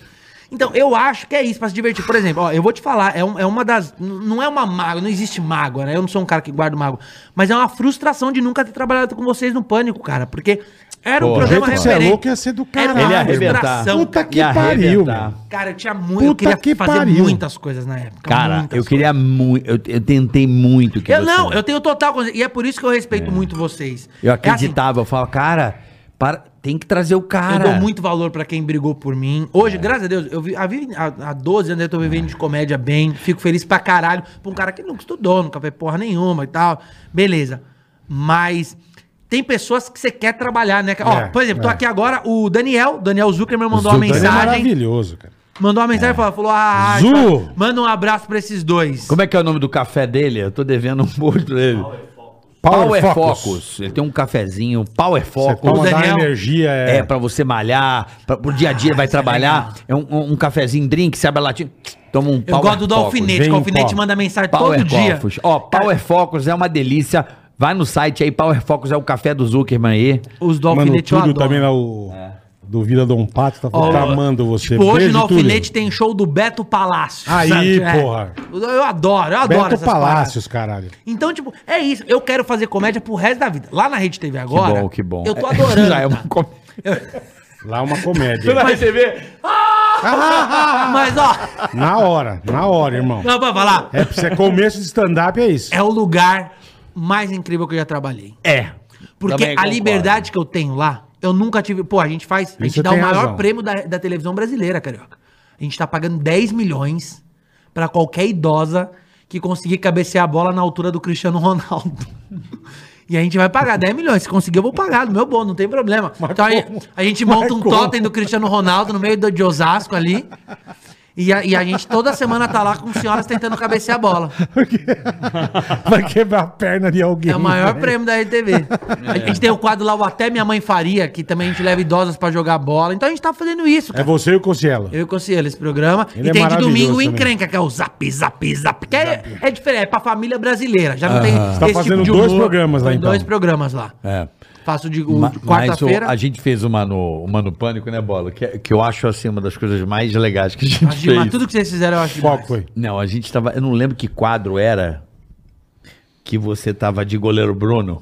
Então, eu acho que é isso, pra se divertir. Por exemplo, ó, eu vou te falar, é, um- é uma das. n- Não é uma mágoa, não existe mágoa, né? Eu não sou um cara que guarda mágoa. Mas é uma frustração de nunca ter trabalhado com vocês no pânico, cara. Porque era um Pô, O jeito programa que você é referente. louco ia ser do caralho. Era Ele uma ia arrebentar. frustração, Puta cara. que Ia pariu, arrebentar. meu. Cara, eu tinha muito. Eu Puta queria que fazer pariu. muitas coisas na época. Cara, muitas eu queria muito. Eu, eu tentei muito que coisas. Eu, você- não, eu tenho total. consci- E é por isso que eu respeito muito vocês. Eu É assim, acreditava, eu falo, cara, para, tem que trazer o cara. É. Eu dou muito valor pra quem brigou por mim. Hoje, graças a Deus, eu vi, há, vi- há- há 12 anos eu tô vivendo de comédia bem. Fico feliz pra caralho. Pra um cara que nunca estudou, nunca fez porra nenhuma e tal. Beleza. Mas tem pessoas que você quer trabalhar, né? Ó, É, por exemplo, tô é. aqui agora, o Daniel, Daniel Zuckerman mandou uma Dani é mensagem. maravilhoso, cara. mandou uma mensagem e É. falou, falou: ah, Zu! Arthur, manda um abraço pra esses dois. Como é que é o nome do café dele? Eu tô devendo um bolo dele. Power, Power Focus. Focus. Ele tem um cafezinho, Power Você Focus. toma da Daniel- energia, é... É, pra você malhar, pra, pro dia a Ah, dia vai trabalhar. É um, um, um cafezinho, drink, se abre a latinha, toma um Eu gosto do alfinete, vem que o um alfinete copo. manda mensagem Power todo dia. é Focus. Ó, Power Focus é uma delícia. Vai no site aí, Power Focus é o café do Zuckerman aí. Os do Mano, o alfinete eu Túlio adoro. É. também lá, o... Do Vila Dom Pato, tá, Ó, tá amando você. tipo, hoje Beijo, no Túlio. alfinete tem show do Beto Palácio. Aí, É. porra. Eu, eu adoro, eu adoro Beto essas paradas. Palácios, caralho. Então, tipo, é isso. Eu quero fazer comédia pro resto da vida. Lá na Rede TV agora. que bom, que bom. Eu (laughs) tô adorando. um Já é (laughs) uma cara. (laughs) com- Lá é uma comédia. Mas você vê. Mas, (laughs) ó, na hora, na hora, irmão. não, pra falar. É, pra você começo de stand-up, é isso. É o lugar mais incrível que eu já trabalhei. É. Porque Também a concordo. liberdade que eu tenho lá, eu nunca tive. Pô, a gente faz. A você gente dá tem o maior razão. prêmio da, da televisão brasileira, carioca. A gente tá pagando 10 milhões pra qualquer idosa que conseguir cabecear a bola na altura do Cristiano Ronaldo. (laughs) E a gente vai pagar 10 milhões. Se conseguir, eu vou pagar do meu bolso, não tem problema. então aí, como? a gente monta Mas um como? totem do Cristiano Ronaldo no meio do, de Osasco ali. E a, e a gente toda semana tá lá com senhoras tentando cabecear a bola. Vai quebrar a perna de alguém. É (laughs) o maior velho. prêmio da RTV. É. A gente tem o quadro lá, o Até Minha Mãe Faria, que também a gente leva idosas pra jogar bola. Então a gente tá fazendo isso, É cara. você e o Cossielo. Eu e o Cossielo, esse programa. Ele e é tem de domingo o maravilhoso também. Encrenca, que é o Zap, Zap, Zap. Que é, é diferente, é pra família brasileira. Já não tem tipo Você tá fazendo dois programas lá, Tem então. Dois programas lá. É. Faço de, o Ma- de Mas o- quarta-feira. a gente fez uma no, uma no Pânico, né, Bola? é, Que, que eu acho, assim, uma das coisas mais legais que a gente Acho demais. fez. Tudo que vocês fizeram, eu acho Qual demais. que foi? Não, a gente tava... Eu não lembro que quadro era que você tava de goleiro Bruno.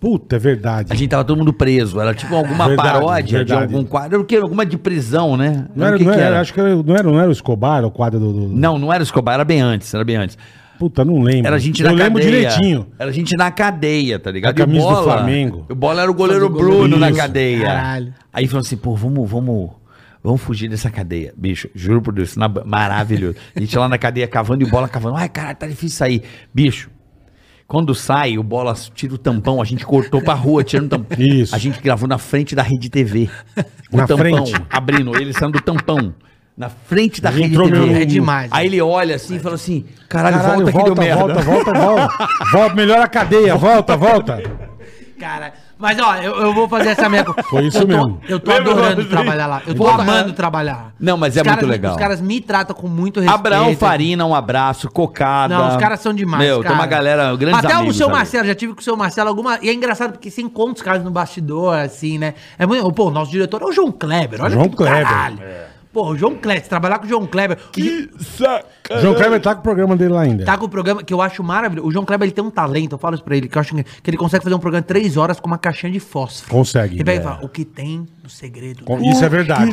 Puta, é verdade. A gente tava todo mundo preso. Era tipo alguma Verdade, paródia verdade. de algum quadro. Era o quê? Alguma de prisão, né? Não era, o que não que era, acho que era- não, era, não era o Escobar, o quadro do... do- do- Não, não era Escobar, era bem antes, era bem antes. Puta, não lembro. Era a gente Eu na lembro cadeia. direitinho. Era a gente na cadeia, tá ligado? A camisa do Flamengo. O Bola era o goleiro Fazia o goleiro. Bruno na Isso. cadeia. Caralho. Aí falou assim, pô, vamos, vamos, vamos fugir dessa cadeia. Bicho, juro por Deus, na- maravilhoso. A gente lá na cadeia cavando e o Bola cavando. Ai, caralho, tá difícil sair. Bicho, quando sai, o Bola tira o tampão, a gente cortou pra rua tirando o tampão. Isso. A gente gravou na frente da Rede TV. O Na tampão, frente. abrindo, ele saindo do tampão. Na frente da Rede Entrou meu- TV. É demais. Aí ele olha assim e fala assim: caralho, Caralho, volta, volta, que deu volta, merda. volta, volta, volta, volta. Melhor a cadeia, volta, volta. Cara, mas ó, eu, eu vou fazer essa minha. (laughs) Foi isso eu tô, mesmo. Eu tô Lembra, adorando Rodrigo? trabalhar lá. Eu tô Porra. amando trabalhar. Não, mas é Os caras muito me- legal. Os caras me tratam com muito (laughs) respeito. Abraão Farina, um abraço, cocada. Não, os caras são demais, Meu, cara. tem uma galera, grandes Até amigos o seu ali. Marcelo, já tive com o seu Marcelo alguma... E é engraçado porque você encontra os caras no bastidor, assim, né? É muito... Pô, o nosso diretor é o João Kleber, olha João do Kleber. caralho. É. Pô, o João Kleber, se trabalhar com o João Kleber... Que... João Kleber tá com o programa dele lá ainda. Tá com o programa que eu acho maravilhoso. O João Kleber, ele tem um talento, eu falo isso pra ele, que eu acho que que ele consegue fazer um programa de três horas com uma caixinha de fósforo. Consegue. Ele pega é. e fala, o que tem no segredo... Com- Isso é verdade.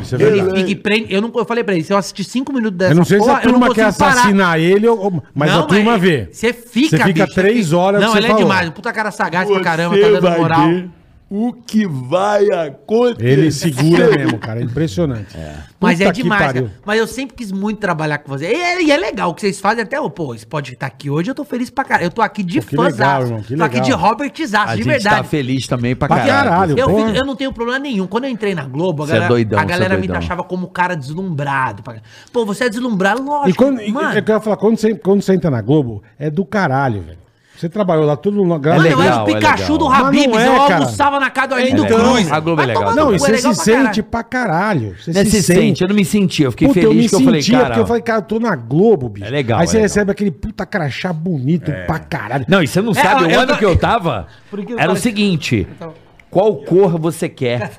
Isso é Ele- verdade. e que prende- eu, não, eu falei pra ele, se eu assistir cinco minutos dessa Eu não sei se a porra, eu não turma quer consigo parar. é- assassinar ele, ou- ou- mas a turma vê. Você fica, Você fica bicho, três horas Não, que você ele é falou. demais. Um puta cara sagaz pra Você caramba, tá dando vai moral. ver o que vai acontecer. Ele segura mesmo, cara. É impressionante. Mas Puta é que demais, pariu. cara. Mas eu sempre quis muito trabalhar com você. E é, e é legal o que vocês fazem até, ô, pô, esse pode estar aqui hoje, eu tô feliz pra caralho. Eu tô aqui de Pô, que fãzaço. legal, irmão, que Tô aqui legal. de Robert Zaço, A de gente verdade. tá feliz também pra Pra caralho. caralho. Eu, porra. fiz- eu não tenho problema nenhum. Quando eu entrei na Globo, a Você é galera, doidão, a você é galera me doidão. taxava como um cara deslumbrado. pra- Pô, você é deslumbrado, lógico. E quando, e- mano. é que eu ia falar, quando você, quando você entra na Globo, é do caralho, velho. Você trabalhou lá tudo no Mano, graças a legal. eu era o é Pikachu legal. do Mas Habibs, não é, eu cara. almoçava na casa do É Arlindo legal. Cruz. A Globo é Vai legal. tomar Não, no e cu, é você legal se pra sente caralho. pra caralho. Você Né, se sente, eu não me senti, eu fiquei Puta, eu me feliz que eu falei, sentia, cara. porque eu falei, cara, eu tô na Globo, bicho. É legal, Aí você é legal. recebe aquele puta crachá bonito É. pra caralho. Não, e você não sabe eu- o eu ano tô- que eu tava? Por que eu Era o falei- seguinte: tava- qual cor você quer?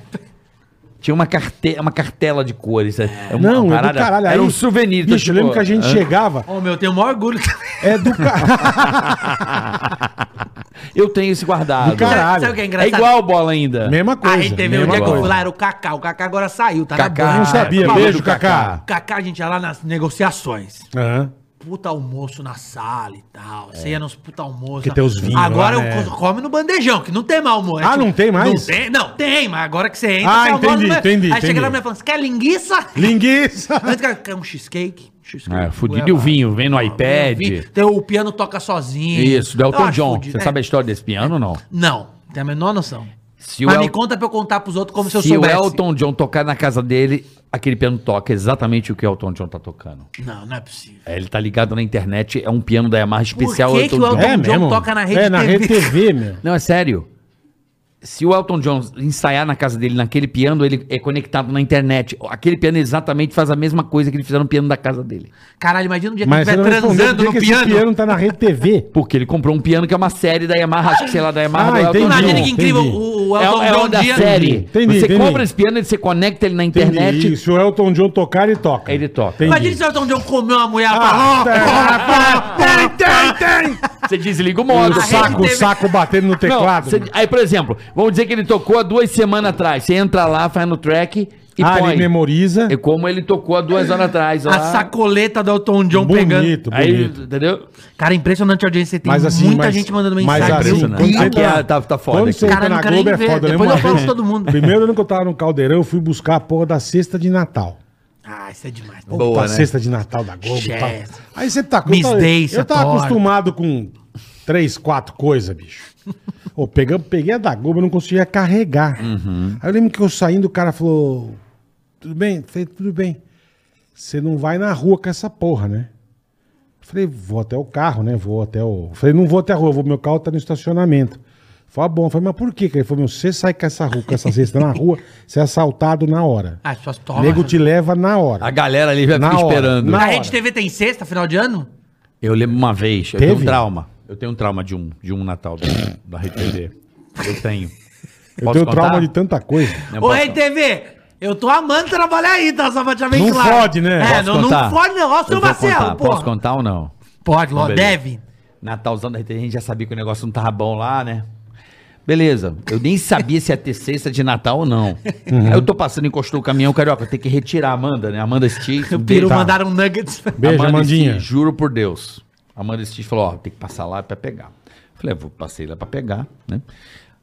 Tinha uma cartela, uma cartela de cores. É, uma Não, é parada- do caralho. Era Aí, um souvenir. Bicho, eu lembro que a gente chegou. chegava, Ô, meu, eu tenho o maior orgulho. é do caralho. Eu tenho esse guardado. Do caralho. Sabe o que é É engraçado? igual bola ainda. Mesma coisa. a gente teve um mesma dia que eu coisa. fui lá, era o Kaká. O Kaká agora saiu, tá Kaká, na Eu Band. não sabia. Maluco, Beijo, O Cacá. Kaká, a gente ia lá nas negociações. Aham. Puta almoço na sala e tal. Você ia nos puta almoço. É. Porque tem os vinhos Agora lá, eu né? co- come no bandejão, que não tem mal almoço. Ah, não tem mais? tipo, Não tem, não, tem, mas agora que você entra, Ah, você almoça entendi, no- entendi, Aí entendi. chega lá e falando, você quer linguiça? Linguiça. Antes cara, quer um cheesecake? cheesecake. É, fudido e o vinho, vem no iPad. Tem o piano toca sozinho. Isso, do Eu Elton acho John. fudido, Você é. sabe a história desse piano ou não? Não, tem a menor noção. Se Mas o me El- conta pra eu contar pros outros como se, Se eu o soubesse. Elton John tocar na casa dele, aquele piano toca exatamente o que o Elton John tá tocando. Não, não é possível. É, Ele tá ligado na internet, é um piano da Yamaha especial que que o John. Elton- É John mesmo? toca na Rede É, na TV. Rede TV, (laughs) meu. Não, é sério. Se o Elton John ensaiar na casa dele naquele piano, ele é conectado na internet. Aquele piano exatamente faz a mesma coisa que ele fizeram no piano da casa dele. Caralho, imagina um dia que ele Mas você estiver não respondeu transando porque no que piano. esse piano tá na Rede (laughs) TV. Porque ele comprou um piano que é uma série da Yamaha, acho que sei lá, da Yamaha Ah, do Elton entendi. John. Imagina que incrível entendi. o, o É, Elton é John uma da dia- série. Entendi, você entendi. compra esse piano, você conecta ele na internet. Entendi. Se o Elton John tocar, ele toca. Ele toca. Imagina Entendi. se o Elton John comeu uma mulher Ah, ah, (laughs) tem, tem, tem, tem. Você desliga o O modo. Rede saco, tá o TV. saco batendo no Não, teclado. né? você- aí, por exemplo, vamos dizer que ele tocou há duas semanas atrás. Você entra lá, faz no track e ah, põe. ele memoriza. É como ele tocou há duas horas atrás. A lá. sacoleta do Elton John pegando. Bonito, Aí, bonito. entendeu? Cara, impressionante a audiência. Tem Mas assim, muita mas- gente mandando mensagem. mas assim, Meu né? quando Deus. você Aqui é- tá- tá foda Quando aqui. você entra Cara, eu na não quero Globo é nem ver. foda, né? Depois eu Uma falo vez- pra todo mundo. Primeiro ano que eu tava no Caldeirão, eu fui buscar a porra da cesta de Natal. Ah, isso é demais. Puta, Boa, né? sexta de Natal da Globo. Yes. Tá. Aí você tá com. Miss eu- Daisy, eu tava adoro. acostumado com três, quatro coisas, bicho. Ô, peguei, peguei a da Globo, eu não conseguia carregar. Uhum. Aí eu lembro que eu saindo, o cara falou: Tudo bem? Eu falei: Tudo bem. Você não vai na rua com essa porra, né? Eu Falei, vou até o carro, né? Vou até o. Falei, não vou até a rua, vou, meu carro tá no estacionamento. Falei, ah, bom. Eu Falei, mas por quê? cara? Ele falou, meu, você sai com essa, ru- com essa cesta na rua, você é assaltado na hora. Ah, só toma. O nego te leva na hora. A galera ali já Na fica hora, esperando. na A hora. Rede TV tem sexta, final de ano? Eu lembro uma vez, eu Teve? tenho um trauma. Eu tenho um trauma de um, de um Natal do- da Rede TV. Eu tenho. Eu tenho trauma de tanta coisa. Não, Ô, posso Rede contar? TV, eu tô amando trabalhar aí, tá? Só pra te abençoar. Não fode, né? É, Posso não, não Contar? fode não. Ó, o seu Eu vou Marcelo, contar. Posso pô. contar ou não? Pode, ó, Então, beleza. deve. Natalzão da RTR, a gente já sabia que o negócio não tava bom lá, né? Beleza, eu nem sabia se ia ter cesta de Natal ou não. Uhum. Aí eu tô passando, encostou o caminhão, carioca, tem que retirar a Amanda, né? Amanda Stich. um O Peru tá. beijo. mandaram nuggets. Beijo, Amanda Amandinha. Stich, juro por Deus. Amanda Stich falou, ó, tem que passar lá pra pegar. Eu Falei, eu vou, passei lá pra pegar, né?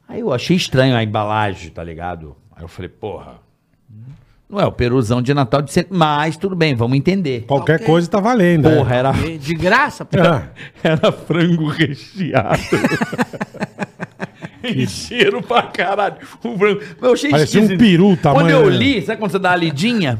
Aí eu achei estranho a embalagem, tá ligado? Aí eu falei, porra, não é o peruzão de Natal de sempre, mas tudo bem, vamos entender. Qualquer coisa tá valendo. Porra, era... De (laughs) graça, pô. É. Era frango (laughs) recheado. Encheram pra caralho. O frango. Eu achei Parecia um peru o tamanho Quando eu dele. li, sabe quando você dá a lidinha?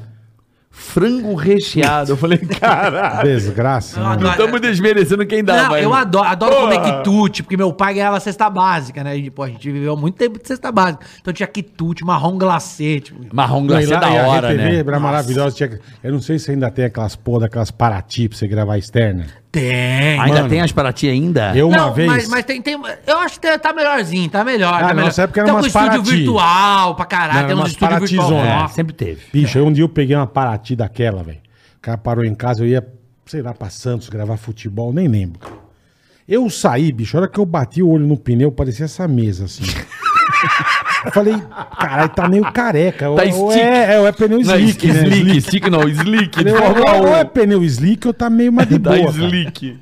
Frango recheado. Eu (laughs) falei, caralho. Desgraça. Eu né? adoro- Estamos desmerecendo quem dá, Não, mas- eu adoro, adoro Porra. comer quitute, porque meu pai ganhava cesta básica, né? E, pô, a gente viveu muito tempo de cesta básica. Então tinha quitute, marrom glacê, tipo, Marrom Não, e glacê lá- da e a hora, RedeTV né? era maravilhosa. tinha- Eu não sei se ainda tem aquelas porra daquelas Paraty pra você gravar externa. tem. Ainda Mano. tem as Paraty ainda? Eu uma Não, vez. Mas, mas tem, tem- Eu acho que tá melhorzinho, tá melhor. Ah, tá melhor. nossa época era Tem um umas estúdio Paraty. virtual pra Não, caralho, era tem um umas estúdio virtual. Paratizona. ó. É, sempre teve. Bicho, aí um dia eu peguei uma Paraty daquela, velho. O cara parou em casa, eu ia, sei lá, pra Santos gravar futebol, nem lembro. cara. Eu saí, bicho, a hora que eu bati o olho no pneu, parecia essa mesa, assim. (laughs) Eu falei, caralho, tá meio careca. Ou- ou, stick. é, é, ou é Não, pneu slick, né? slick, Slick. slick não, slick. Falei, de Ou, Fórmula ou é 1. pneu slick ou tá meio (laughs) mais de Da boa. cara. slick.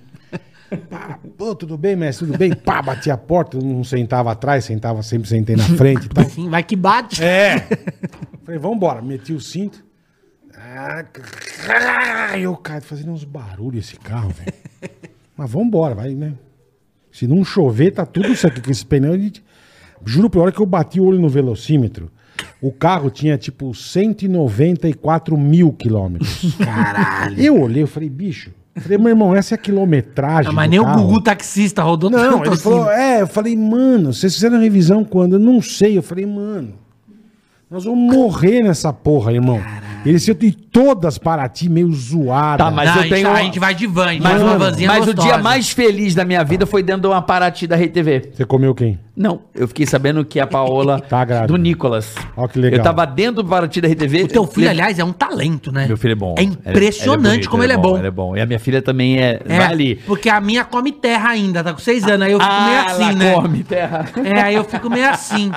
Pô, tudo bem, mestre, tudo bem. Pá, bati a porta, eu não sentava atrás, sentava sempre, sentei na frente e (laughs) tal. Assim, vai que bate. É. Falei, vambora. Meti o cinto. Ah, crrr, eu caio fazendo uns barulhos esse carro, velho. Mas vambora, vai, né? Se não chover, tá tudo isso aqui com esse pneu. a gente- Juro, por hora que eu bati o olho no velocímetro, o carro tinha tipo 194 mil quilômetros. Caralho. Eu olhei, eu falei, bicho. eu Falei, meu irmão, essa é a quilometragem. Ah, mas do nem carro. o Gugu taxista rodou Não, tanto ele assim. falou, é, eu falei, mano, vocês fizeram a revisão quando? Eu não sei. Eu falei, mano, nós vamos morrer nessa porra, irmão. Eles tinham todas para ti meio zoadas. Tá, mas- Não, eu a, gente, tenho- a gente vai de van, a gente Mas, faz uma vanzinha mas o gostosa. dia mais feliz da minha vida foi dentro de uma Paraty da RedeTV. Você comeu quem? Não, eu fiquei sabendo que a (laughs) Paola Tá grávida. do Nicolas. Ó, que legal. Eu tava dentro do Paraty da RTV. O teu filho, aliás, é um talento, né? Meu filho é bom. É impressionante bonito, como ele é bom. Ele é bom. E a minha filha também é. É, Vai ali. porque a minha come terra ainda, tá com seis anos. Aí eu fico meio Ah, assim, ela né? come terra. É, aí eu fico meio assim.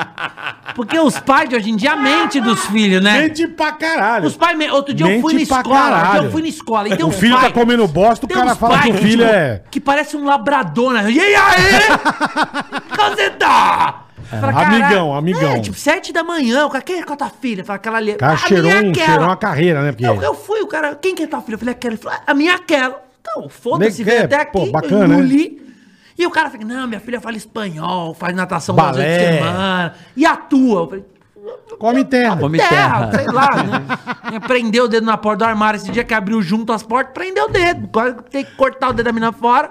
Porque os pais de hoje em dia mentem dos filhos, né? Mente pra caralho. Os pais, me- outro dia eu Mente fui na pra escola, outro dia caralho. eu fui na escola e tem O uns filho tá pai- comendo bosta, o tem cara uns fala que o pai filho tipo, é- que parece um (laughs) labradona. E aí? Como você tá? Fala, É, Amigão, "Caralho." amigão. É, tipo, sete da manhã, o cara, quem é com a tua filha? Fala, aquela ali. O cara "A cheirou, minha é um, aquela." cheirou uma carreira, né? Porque... Eu, eu fui, o cara, quem que é tua filha? Eu falei, aquela. Ele falou, a minha é aquela. Então, foda-se, Nem- veio é, até aqui, pô, eu bacana, engoli. E o cara fica, não, minha filha fala espanhol, faz natação duas Balé. vezes por semana. E atua. Eu Ah, falei, Come terra. Come terra, terra. sei lá, (laughs) né? Prendeu o dedo na porta do armário esse dia que abriu junto as portas, prendeu o dedo. Agora Tem que cortar o dedo da mina fora.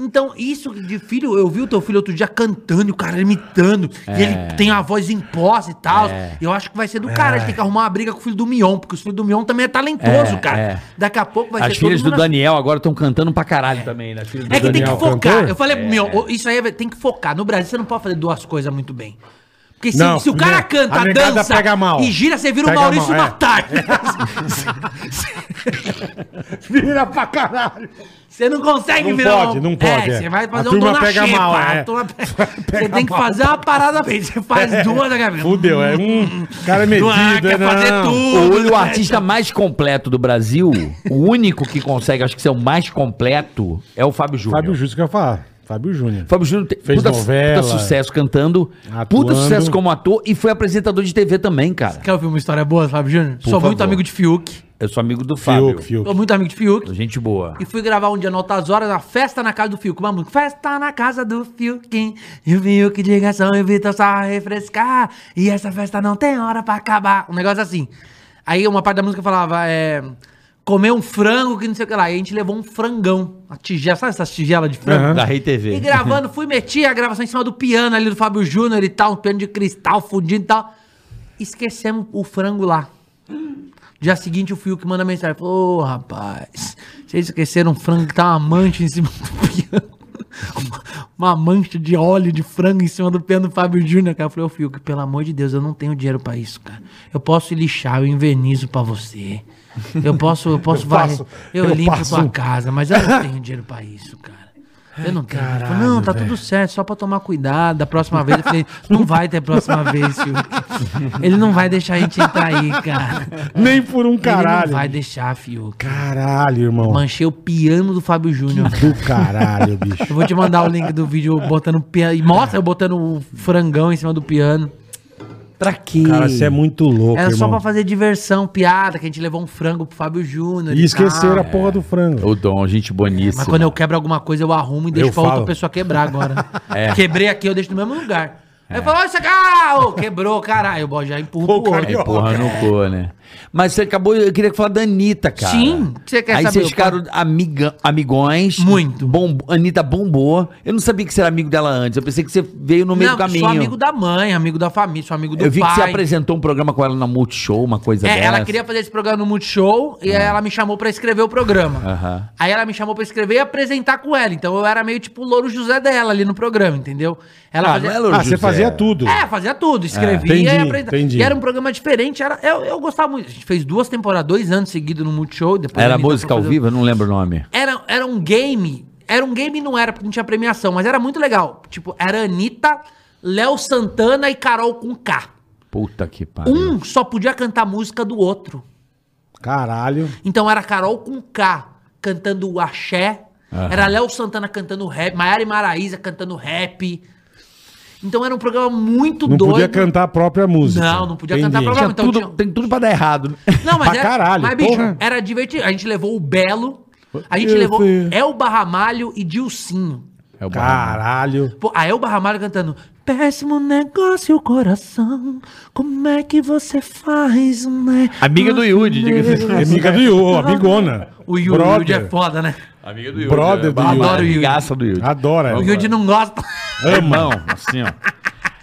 Então, isso de filho, eu vi o teu filho outro dia cantando, e o cara imitando, e É. ele tem a voz imposta e tal. Eu acho que vai ser do cara, ele tem que arrumar uma briga com o filho do Mion, porque o filho do Mion também é talentoso, É, cara. é. Daqui a pouco vai As todo filhas do mundo na- Daniel agora estão cantando pra caralho também. Né? As filhas do é que tem Daniel. que Daniel focar. Cantor? Eu falei pro meu, ô, isso aí é- tem que focar. No Brasil, você não pode fazer duas coisas muito bem. Porque se, Não, se o cara né? A canta, negada dança pega mal. e gira, você vira Pega o Maurício mal, é. Matar. (laughs) Vira pra caralho. Você não consegue Não virar pode, um... não pode, É, é. Você vai A fazer um turma dona pega Xepa, mal, a é. (laughs) turma pe- Você tem que fazer uma parada bem. Você faz duas, né, Gabriel? Fudeu, é um cara metido. Ah, é, quer fazer não. tudo. O, É. o artista mais completo do Brasil, o único que consegue, acho que ser o mais completo, é o Fábio Júnior. Fábio Júnior, isso que eu ia falar. Fábio Júnior. Fábio Júnior tem Fez puta, novela, puta sucesso cantando, atuando. puta sucesso como ator e foi apresentador de TV também, cara. Quer ouvir uma história boa, Fábio Júnior? Sou muito favor. amigo de Fiuk. Eu sou amigo do Fábio. Fiuk, Fiuk. Sou muito amigo de Fiuk. Gente boa. E fui gravar um dia no Altas Horas, na festa na casa do Fiuk, uma música. Festa na casa do Fiuk, e o Fiuk de reação, e o Vitor só a refrescar, e essa festa não tem hora pra acabar. Um negócio assim. Aí uma parte da música falava, é... Comer um frango que não sei o que lá. E a gente levou um frangão. Uma tigela, sabe essas tigelas de frango? Aham. Da Rei TV. E gravando, fui meter a gravação em cima do piano ali do Fábio Júnior e tal, um piano de cristal fundindo e tal. Esquecemos o frango lá. Dia seguinte, o Fiuk manda mensagem. Falou, ô, rapaz, vocês esqueceram um frango que tá uma mancha em cima do piano. (laughs) Uma- Uma mancha de óleo de frango em cima do piano do Fábio Júnior, cara. Eu falei, ô Fiuk, pelo amor de Deus, eu não tenho dinheiro pra isso, cara. Eu posso lixar, eu invernizo pra você. Eu posso, eu (laughs) posso Eu varrer, faço- eu, eu limpo faço sua um- casa, mas eu (laughs) não tenho dinheiro pra isso, cara. Eu não tenho. Ele falou, não, tá tudo certo, só pra tomar cuidado. Da próxima vez, eu falei, não vai ter próxima vez, Fiuk. Ele não vai deixar a gente entrar aí, cara. Nem por um Ele caralho. não vai deixar, Fiuk. Caralho, irmão. Manchei o piano do Fábio Júnior. Do caralho, Eu (laughs) bicho. vou te mandar o link do vídeo botando piano. E mostra eu botando o frangão em cima do piano. Pra quê? Cara, você é muito louco, Era só irmão. pra fazer diversão, piada, que a gente levou um frango pro Fábio Júnior. E esqueceram tal. a porra do frango. O Dom, gente boníssima. Mas quando eu quebro alguma coisa, eu arrumo e deixo Eu pra falo. outra pessoa quebrar agora. Quebrei aqui, eu deixo no mesmo lugar. Aí eu falo, "Ó, isso aqui, ah, ô, quebrou, caralho. Eu já empurro Pô, pro cara, outro. É porra no cu, né? Mas você acabou, eu queria falar da Anitta, cara. Sim, o que você quer Aí saber? vocês ficaram amiga, amigões. Muito. Bom, Anitta bombou. Eu não sabia que você era amigo dela antes. Eu pensei que você veio no meio Não, do caminho. sou amigo da mãe, amigo da família, sou amigo do eu vi pai. que você apresentou um programa com ela na Multishow, uma coisa É, dessa. ela queria fazer esse programa no Multishow e aí ela me chamou pra escrever o programa. Aham. Aí ela me chamou pra escrever e apresentar com ela. Então eu era meio tipo o Louro José dela ali no programa, entendeu? Ela Ah, fazia... não é Louro Ah, você José. É, fazia tudo. É, fazia tudo, escrevia entendi, e apresentava. entendi. E era um programa diferente, era, eu, eu gostava muito. A gente fez duas temporadas, dois anos seguidos no Multishow. Depois a Era Anitta música foi ao fazer- vivo? Eu não lembro o nome. Era, era um game, era um game não era, porque não tinha premiação, mas era muito legal. Tipo, era Anitta, Léo Santana e Carol com K. Puta que pariu. Um só podia cantar música do outro. Caralho. Então era Carol com K cantando o axé. Era Léo Santana cantando rap. Maiara e Maraísa cantando rap. Então era um programa muito Não doido. podia cantar a própria música. Não, não podia cantar a Entendi. própria Tinha Então tudo- tinha- Tem tudo pra dar (laughs) errado. né? Não, mas Pra era, caralho, mas, bicho, porra. era divertido. A gente levou o Belo, a gente Eu levou fui. Elba Ramalho e Dilcinho. É o Barra. Caralho. Pô, a Elba Ramalho cantando Péssimo negócio, o coração. Como é que você faz, né? Amiga do Yudi, diga-se. É Amiga do Yu, amigona. O Yuri, o Yuri é Brother. foda, né? Amiga do né? Yudi. Brother do Yudi. Adoro o Yudi. Gaça do Yudi. Adora. O ela. Yudi não gosta. Amão, assim, ó.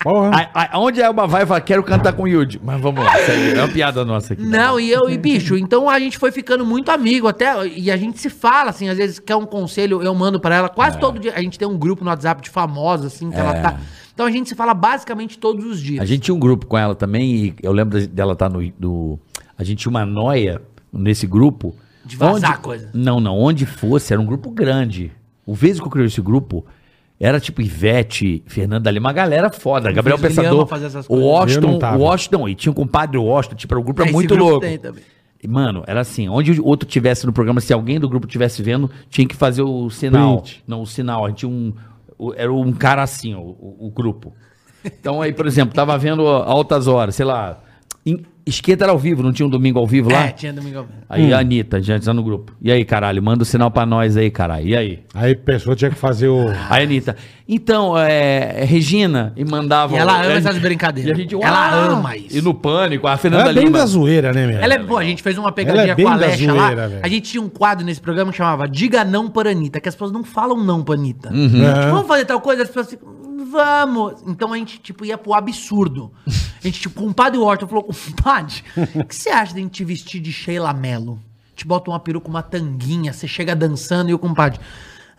Porra. A- a- Onde a Elba vai e fala, quero cantar com o Yudi. Mas vamos lá, segue. É uma piada nossa aqui. Não, e eu e bicho, então a gente foi ficando muito amigo até, e a gente se fala, assim, às vezes quer um conselho, eu mando pra ela, quase todo dia, a gente tem um grupo no WhatsApp de famosa, assim, que ela tá, então a gente se fala basicamente todos os dias. A gente tinha um grupo com ela também, e eu lembro da- dela estar no, do. A gente tinha uma noia nesse grupo. De vazar onde, coisa. Não, não. Onde fosse, era um grupo grande. O vez que eu criei esse grupo. Era tipo Ivete, Fernanda Lima, uma galera foda. Gabriel Luiz Pensador, Guilherme fazer essas o coisas. Eu Washington, não tava. o Washington, e tinha um compadre o Washington, tipo, era um grupo era Esse muito grupo louco. tem também. E, Mano, era assim, onde o outro tivesse no programa, se alguém do grupo tivesse vendo, tinha que fazer o sinal. Print. Não, o sinal. A gente tinha um. o- Era um cara assim, ó, o, o grupo. Então aí, por exemplo, tava vendo a altas horas, sei lá. Em, esquenta era ao vivo, não tinha um domingo ao vivo lá? É, tinha domingo. Aí a Anitta, já tá no grupo. E aí, caralho, manda o sinal pra nós aí, caralho. E aí? Aí a pessoa tinha que fazer o. Aí, Anitta. Então, é, Regina, e mandava. E ela ama e a- essas brincadeiras. E a gente, Ela "Uau!" ama isso. E no pânico, a Fernanda Ela é bem Lima. da zoeira, né, meu? Ela é, pô, a gente fez uma pegadinha Ela é bem com a da Alexa zoeira, lá. velho. A gente tinha um quadro nesse programa que chamava Diga Não para Anitta, que as pessoas não falam não para Anitta. Uhum. Né? Tipo, vamos fazer tal coisa? As pessoas ficam, vamos. Então a gente, tipo, ia pro absurdo. A gente, tipo, compadre Horton falou, compadre, o que você acha de a gente te vestir de Sheila Mello? Te bota uma peruca, uma tanguinha, você chega dançando e o compadre...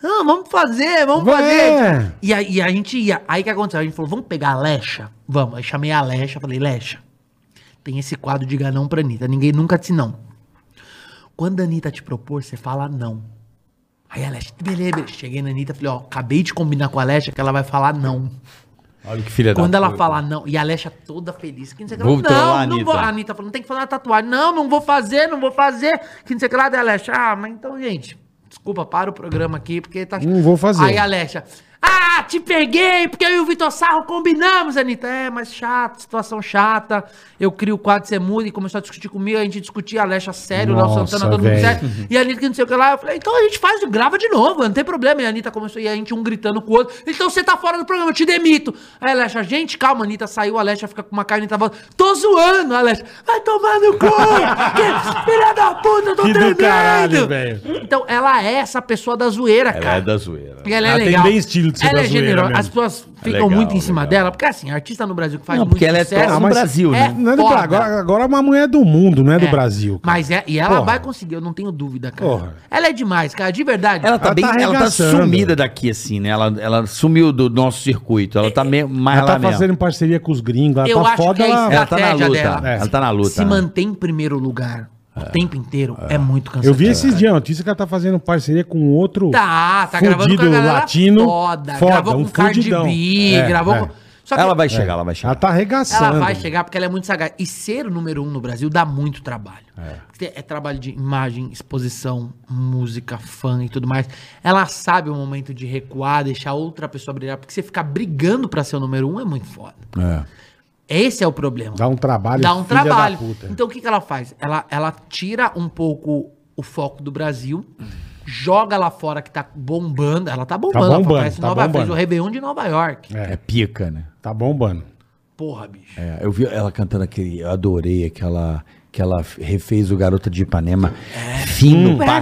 Ah, vamos fazer, vamos Vai. fazer. E aí e a gente ia. Aí o que aconteceu? A gente falou, vamos pegar a Lecha? Vamos. Aí chamei a Lecha, falei, Lecha, tem esse quadro de ganão pra Anitta. Ninguém nunca disse não. Quando a Anitta te propor, você fala não. Aí a Alexa, beleza, beleza. Cheguei na Anitta, falei, ó, acabei de combinar com a Alexa que ela vai falar não. Olha que filha da Quando ela puta. falar não, e a Alexa toda feliz, que não sei o que Vou lá. trollar a Não, não Anitta. vou. A Anitta falou, não tem que fazer uma tatuagem. Não, não vou fazer, não vou fazer. Que não sei o que lá, da Alexa. Ah, mas então, gente, desculpa, para o programa aqui, porque tá. Não vou fazer. Aí a Alexa, Ah, te peguei, porque eu e o Vitor Sarro combinamos, Anitta. É, mas chato, situação chata. Eu crio o quadro, você muda e começou a discutir comigo. A gente discutia, Alexa sério, o Léo Nossa, Santana, todo mundo velho. sério. E a Anitta que não sei o que lá. Eu falei, então a gente faz, grava de novo, não tem problema. E a Anitta começou, e a gente um gritando com o outro. Então você tá fora do programa, eu te demito. Aí a Alexa, gente, calma, a Anitta saiu, a Alexa fica com uma cara, a Anitta volta. Tô zoando, a Alexa. Vai tomar no cu, que filha da puta, eu tô Que do tremendo. caralho, velho. Então ela é essa pessoa da zoeira, Ela cara. é da zoeira. É E ela é Ela tem legal. bem estilo de ser Ela da é zoeira generosa. mesmo. As pessoas ficam legal, muito em cima legal. dela. Porque assim, artista no Brasil que faz Não, muito porque ela é sucesso, top no mas Brasil, é né? Não é do, foda. Bra- agora, agora é uma mulher do mundo, não é, do É. Brasil. cara. Mas é, e ela Porra. vai conseguir, eu não tenho dúvida, cara. Porra. Ela é demais, cara, de verdade. Ela tá Ela bem, tá ela tá arregaçando. sumida daqui, assim, né? Ela, ela sumiu do nosso circuito. Ela tá É, me, mais Ela lá tá mesmo. fazendo parceria com os gringos, ela eu tá acho foda. que é a ela- Ela tá na estratégia luta, dela. ela tá na luta, Se né? mantém em primeiro lugar o tempo inteiro é, muito Eu cansativo. vi esses dias a notícia que ela tá fazendo parceria com outro Tá, tá gravando fudido latino. foda. foda, Gravou um com Cardi fudidão. B, É, gravou é. com... Só que- Ela vai chegar, ela vai Ela chegar. tá arregaçando. Ela vai chegar porque ela é muito sagaz. E ser o número um no Brasil dá muito trabalho. É. é trabalho de imagem, exposição, música, fã e tudo mais. Ela sabe o momento de recuar, deixar outra pessoa brilhar, porque você ficar brigando pra ser o número um é muito foda. Esse é o problema. Dá um trabalho. Dá um filha da trabalho. puta. Então o que, que ela faz? Ela, ela tira um pouco o foco do Brasil, joga lá fora que tá bombando. Ela tá bombando, ela bombando, parece tá Nova York. Fez bombando. o Réveillon de Nova York. É, pica, né? tá bombando. Porra, bicho. É, eu vi ela cantando aquele. Eu adorei aquela. Que ela refez o Garota de Ipanema. É. Hum. Fino, pra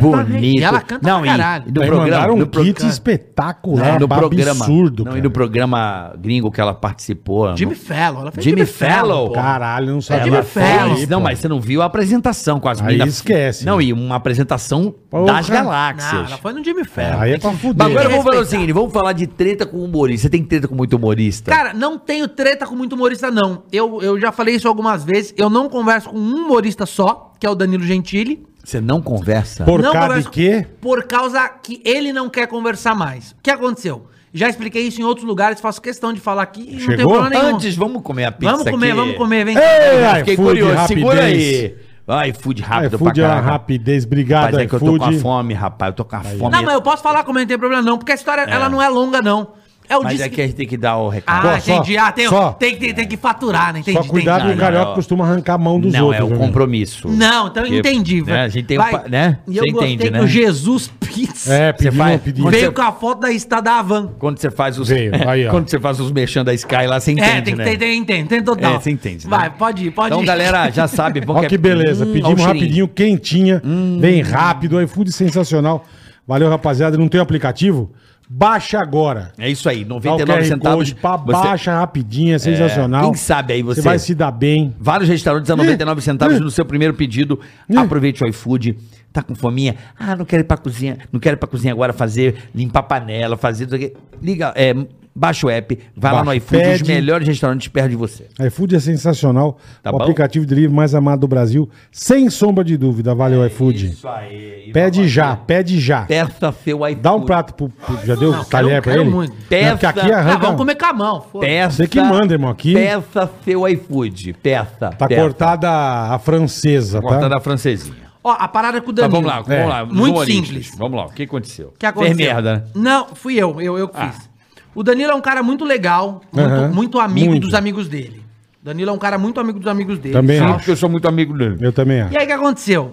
bonito. E ela canta Não, pra e- caralho. do Aí programa, mandaram um do pro- kit espetacular, Não, do pra programa. É um absurdo, não, cara. e do programa gringo que ela participou. Jimmy não, Fallon. Ela fez Jimmy Fallon, pô. Caralho, não É sabia. de Ela Fallon. foi, não pô. mas você não viu a apresentação com as Aí minas. esquece. Não, e uma apresentação Porra. das Não, galáxias. ela foi no Jimmy Fallon. Aí é pra fuder. Mas agora Tem que vamos falar o respeitar. seguinte: vamos falar de treta com humorista. Você tem treta com muito humorista? Cara, não tenho treta com muito humorista, não. Eu, eu já falei isso algumas vezes. Eu não converso com um humorista só, que é o Danilo Gentili. você não conversa? Por não causa converso- de quê? Por causa que ele não quer conversar mais. O que aconteceu? Já expliquei isso em outros lugares, faço questão de falar aqui e não tem Chegou? problema nenhum. Antes, vamos comer a pizza vamos comer, aqui. vamos comer, vem. Eu Ei, fiquei iFood, curioso, rapidez. segura aí. Ai, food rápido iFood é pra uma caralho. rapidez. Rapaz, Obrigado, é que eu tô com a iFood. fome, rapaz. Eu tô com a fome. Não, mas eu posso falar como não tem problema não, porque a história ela não é longa não. É o Mas disque- é que a gente tem que dar o recado. Ah, Pô, só, entendi. ah, tem, só. tem, que- tem, tem que faturar, né? Entendi, Só cuidado que entendi. o Não, carioca não. costuma arrancar a mão dos não, outros. é o né? compromisso. Não, então eu Porque, entendi, né, velho. a gente tem um Vai. pa- né? E eu Você gostei entende, que né? o Jesus Pizza Você É, pediu, faz- pediu. veio você- com a foto da lista da Havan. Quando você faz os. Veio, aí, ó. Quando você faz os mexendo da Sky lá, você entende. é, tem que né? ter, tem, tem, tem total. É, você entende, né? Vai, pode ir, pode Então, ir. galera, já (laughs) sabe. bom Ó que beleza, Hum, ó o pedimos cheirinho. rapidinho, quentinha, Hum. bem rápido, um iFood sensacional. Valeu, rapaziada. Não tem aplicativo? Baixa agora. É isso aí, Dá Tá o 99 QR centavos. Code, pá, você- Baixa rapidinho, é sensacional. quem sabe aí você- Você vai se dar bem. Vários restaurantes a 99 centavos Ih. no seu primeiro pedido. Aproveite o iFood. Tá com fominha? Ah, não quero ir pra cozinha. Não quero ir pra cozinha agora fazer, limpar panela, fazer tudo aqui. Liga, é, baixa o app, vai lá no Baixa, iFood. pede. Os melhores restaurantes perto de você. iFood é sensacional. Tá o bom? aplicativo de delivery mais amado do Brasil. Sem sombra de dúvida. Valeu, iFood. É aí. Pede já, pede já. Peça seu iFood. Dá um prato pro. pro- já deu Não, talher quero- pra quero ele? muito. Não, porque aqui Peça. Ah, arranca. um- vamos comer com a mão. foda-se. Peça. Você que manda, irmão, aqui. Peça seu iFood. Peça. Tá peça. cortada a a francesa, tá? Cortada a francesinha. Ó, a parada com o Tá, Danilo. vamos lá, É. vamos lá. Muito humoristas. simples. Vamos lá, o que aconteceu? que aconteceu? Fez merda, né? Ah. Não, fui eu, eu, eu que fiz. O Danilo é um cara muito legal, muito, Aham. muito amigo Muito. dos amigos dele. Danilo é um cara muito amigo dos amigos dele. Também tal. acho. eu sou muito amigo dele. Eu também acho. E aí o que aconteceu?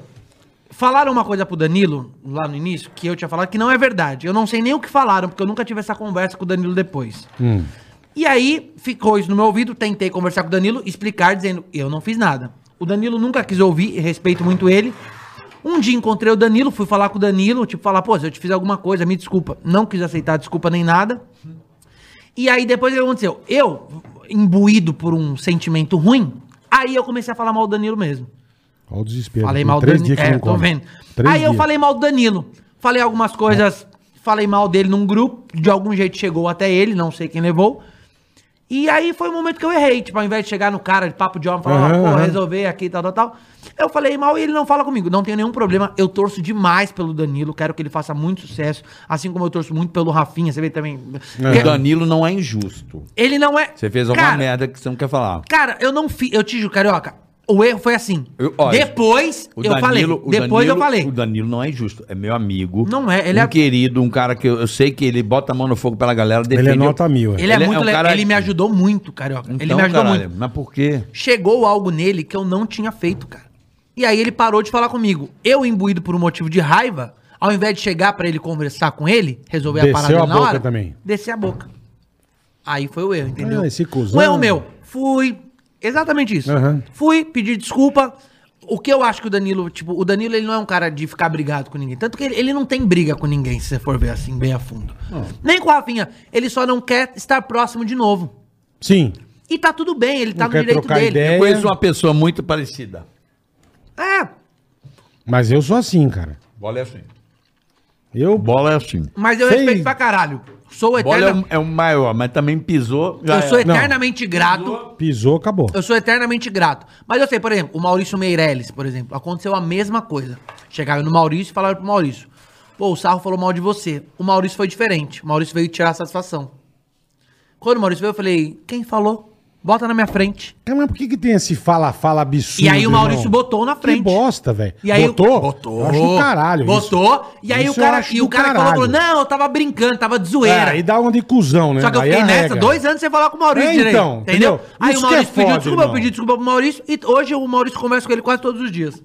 Falaram uma coisa pro Danilo, lá no início, que eu tinha falado que não é verdade. Eu não sei nem o que falaram, porque eu nunca tive essa conversa com o Danilo depois. E aí ficou isso no meu ouvido, tentei conversar com o Danilo, explicar, dizendo eu não fiz nada. O Danilo nunca quis ouvir, e respeito muito ele. Um dia encontrei o Danilo, fui falar com o Danilo, tipo, falar, pô, se eu te fiz alguma coisa, me desculpa. Não quis aceitar desculpa nem nada. E aí depois o que aconteceu? Eu, imbuído por um sentimento ruim, aí eu comecei a falar mal do Danilo mesmo. Olha o desespero. Falei Tem mal do três Danilo. dias que É, não tô come. vendo. Três Aí eu dias. falei mal do Danilo. Falei algumas coisas. Falei mal dele num grupo. De algum jeito chegou até ele, não sei quem levou. E aí foi o momento que eu errei. Tipo, ao invés de chegar no cara de papo de homem, falar, Aham, "Ah, pô, aham. resolver aqui, tal, tal, tal. Eu falei mal e ele não fala comigo. Não tenho nenhum problema. Eu torço demais pelo Danilo. Quero que ele faça muito sucesso. Assim como eu torço muito pelo Rafinha. Você vê também. O Porque Danilo não é injusto. Ele não é. Você fez alguma Cara, merda que você não quer falar. Cara, eu não fiz. Eu te juro, carioca. O erro foi assim. Eu- olha, depois eu falei. o Depois eu Danilo- falei. O Danilo não é justo. É meu amigo. Não é, ele um é- querido, um cara que eu, eu sei que ele bota a mão no fogo pela galera. Ele defende é o- nota mil, é. Ele é Ele é muito um le- cara- Ele me ajudou muito, carioca. ele Então, me ajudou caralho, muito. Mas por quê? Chegou algo nele que eu não tinha feito, cara. E aí ele parou de falar comigo. Eu, imbuído por um motivo de raiva, ao invés de chegar pra ele conversar com ele, resolver Desceu a parada a na boca hora, também. descer a boca. Aí foi o erro, entendeu? Ah, esse cuzão. O erro meu. Fui. Exatamente isso. Aham. Fui pedir desculpa. O que eu acho que o Danilo, tipo, o Danilo ele não é um cara de ficar brigado com ninguém. Tanto que ele, ele não tem briga com ninguém, se você for ver assim, bem a fundo. Nem com a Rafinha. Ele só não quer estar próximo de novo. Sim. E tá tudo bem, ele tá Não no quer direito trocar dele. ideia. É. Eu conheço uma pessoa muito parecida. É, Mas eu sou assim, cara. Bola é assim. Eu. Bola é assim. mas eu Sei. respeito pra caralho. Sou Bola é eterna... o, é o maior, mas também pisou. já é. Eu sou era. Não. eternamente grato. Pisou, acabou. Eu sou eternamente grato. Mas eu sei, por exemplo, o Maurício Meirelles, por exemplo, aconteceu a mesma coisa. Chegaram no Maurício e falaram pro Maurício: Pô, o Sarro falou mal de você. O Maurício foi diferente. O Maurício veio tirar a satisfação. Quando o Maurício veio, eu falei: Quem falou? Bota na minha frente. Cara, É, mas por que, que tem esse fala-fala absurdo? e aí o Maurício irmão? botou na frente. Que bosta, velho. E aí o- botou? Botou. Eu acho do caralho. Botou. E aí Isso o eu cara, acho e do o cara falou, caralho. falou: Não, eu tava brincando, tava de isso. zoeira. É, e dá uma de cuzão, né? Só que eu Aí fiquei nessa arrega. dois anos sem falar com o Maurício É, direito. então, entendeu? entendeu? Aí Isso o que Maurício é pediu foda, desculpa, irmão. eu pedi desculpa pro Maurício. E hoje o Maurício conversa com ele quase todos os dias.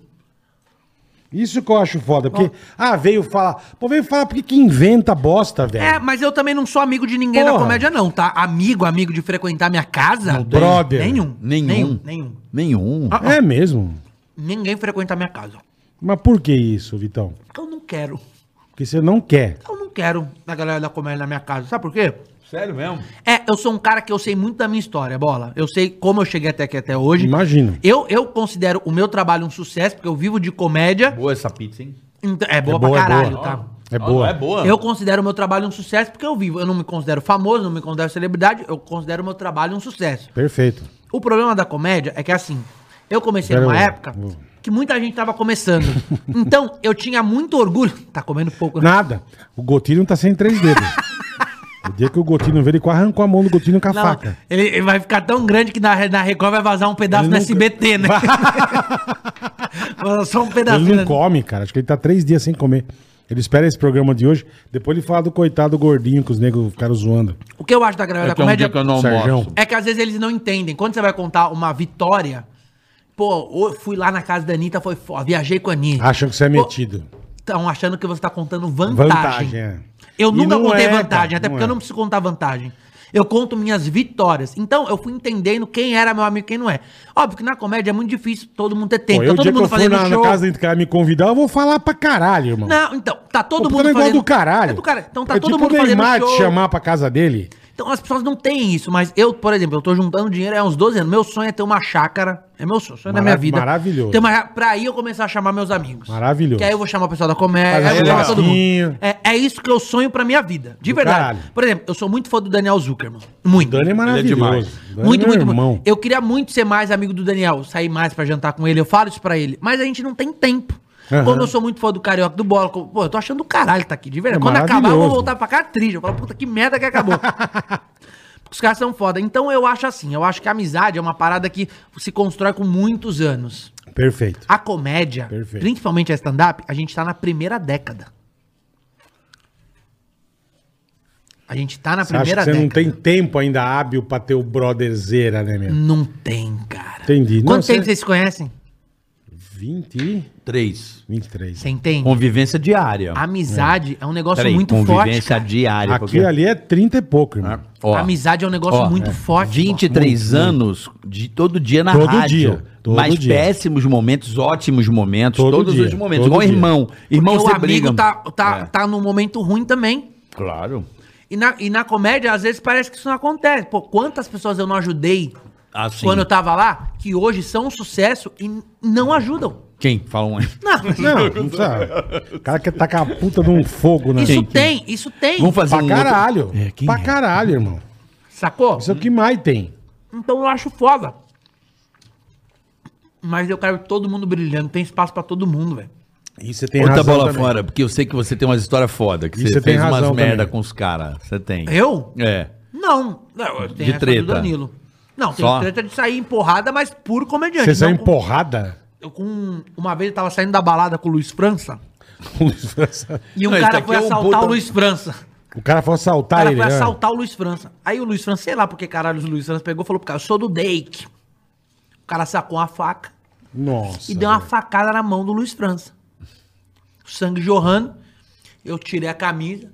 Isso que eu acho foda. Porque, ah, veio falar. Pô, veio falar porque que inventa bosta, velho. É, mas eu também não sou amigo de ninguém na Porra. comédia, não, tá? Amigo, amigo de frequentar minha casa? Não tem. Brother. Nenhum. Nenhum. Nenhum. nenhum. Nenhum. Ah. É, mesmo. Ninguém frequenta minha casa. Mas por que isso, Vitão? Eu não quero. Porque você não quer. Eu não quero a galera da comédia na minha casa. Sabe por quê? Sério mesmo? É, eu sou um cara que eu sei muito da minha história, bola. Eu sei como eu cheguei até aqui até hoje. Imagino. Eu, eu considero o meu trabalho um sucesso, porque eu vivo de comédia. Boa essa pizza, hein? Então- É boa É boa, é pra caralho, boa. tá? É Ó, boa. É boa. Eu considero o meu trabalho um sucesso porque eu vivo. Eu não me considero famoso, não me considero celebridade, eu considero o meu trabalho um sucesso. Perfeito. O problema da comédia é que assim, eu comecei Pera numa aí. época Vou. que muita gente tava (laughs) começando. então, eu tinha muito orgulho. Tá comendo pouco, né? Nada. O Gotinho tá sem três dedos. o dia que o Gotinho veio, ele quase arrancou a mão do Gotinho com a Não, faca. ele, ele vai ficar tão grande que na, na Record vai vazar um pedaço Ele no nunca- (laughs) SBT, né? (laughs) Vazar Só um pedacinho. Ele não né? come, cara. Acho que ele tá três dias sem comer. Ele espera esse programa de hoje. Depois ele fala do coitado gordinho que os negros ficaram zoando. O que eu acho da galera da É que é um comédia. dia que eu não Serjão. almoço. É que às vezes eles não entendem. Quando você vai contar uma vitória, pô, eu fui lá na casa da Anitta, foi foda, viajei com a Anitta. Acham que você é Pô, metido. Estão achando que você tá contando vantagem. Vantagem. é. Eu E nunca não contei é, cara, vantagem, até porque é. eu não preciso contar vantagem. Eu conto minhas vitórias. Então, eu fui entendendo quem era meu amigo e quem não é. Óbvio que na comédia é muito difícil todo mundo ter tempo. Pô, eu, o tá dia todo que mundo eu for fazendo na, na show. casa do cara me convidar, eu vou falar pra caralho, irmão. Não, então, tá todo Pô, puta mundo negócio fazendo... do caralho. É do cara. Então tá é todo tipo mundo o fazendo Neymar te show. chamar pra casa dele. Então as pessoas não têm isso, mas eu, por exemplo, eu tô juntando dinheiro há uns 12 anos. Meu sonho é ter uma chácara. É meu sonho, sonho Mara- da minha vida. maravilhoso. Ter uma, chá- pra aí eu começar a chamar meus amigos. Maravilhoso. Que aí eu vou chamar o pessoal da comédia, Faz aí eu vou um chamar todo mundo. churrasquinho. É, é isso que eu sonho pra minha vida. De Do verdade. caralho. Por exemplo, eu sou muito fã do Daniel Zuckerman. Muito. O Dani é maravilhoso. demais. O Dani Muito, é meu muito, irmão. muito. Eu queria muito ser mais amigo do Daniel, sair mais pra jantar com ele, eu falo isso pra ele, mas a gente não tem tempo. Aham. Como eu sou muito fã do Carioca do Bola, como- pô, eu tô achando do caralho tá aqui, de verdade. É Quando acabar, eu vou maravilhoso. voltar pra cá triste. Eu falo, puta, que merda que (laughs) acabou. Porque os caras são foda. Então eu acho assim, eu acho que a amizade é uma parada que se constrói com muitos anos. Perfeito. A comédia, Perfeito. principalmente a stand-up, a gente tá na primeira década. A gente tá na Você acha primeira que você não tem década. tempo ainda hábil pra ter o brotherzeira, né, meu? Não tem, cara. Entendi. Não, Quanto tempo você- vocês se conhecem? 20 e Três. 23. Você entende? Convivência diária. Amizade é um negócio Peraí, muito forte. convivência cara. diária. Aqui porque- Ah. ali é 30 e pouco, irmão. Ó, Amizade é um negócio ó, muito forte. pô. 23 anos de todo dia na Todo rádio. dia, todo mas dia. péssimos momentos, ótimos momentos, Todo todos dia, os momentos. todo Igual dia. irmão. Irmão Porque você o amigo briga. tá, tá, É. tá num momento ruim também. Claro. E na, e na comédia, às vezes, parece que isso não acontece. Pô, quantas pessoas eu não ajudei Assim. quando eu tá- tava lá, que hoje são um sucesso e n- não ajudam. Quem? Fala um aí. Não, Não, não sabe. O cara quer tacar a puta de um fogo, né? isso Gente, tem, isso tem. Vamos fazer Pra um caralho. outro- É, quem pra é? caralho, irmão. Sacou? Isso é o que mais tem. Então eu acho foda. Mas eu quero todo mundo brilhando, tem espaço pra todo mundo, velho. E você tem Outra razão bola também. fora, porque eu sei que você tem umas histórias foda, que E você você tem fez umas razão merda também. com os caras. Você tem. Eu? É. Não. não tem De essa treta. Danilo. Não, tem Só? treta de sair empurrada, mas puro comediante. Você saiu Não, então com- emporrada? (laughs) eu com- Uma vez eu tava saindo da balada com o Luiz França Luiz França. e um Não, esse cara aqui foi é o assaltar botão- o Luiz França. O cara foi O assaltar cara ele. foi né? assaltar o Luiz França. Aí o Luiz França, sei lá porque caralho o Luiz França pegou e falou pro cara, eu sou do Dake. O cara sacou uma faca Nossa. e deu uma velho. facada na mão do Luiz França. Sangue jorrando. Eu tirei a camisa.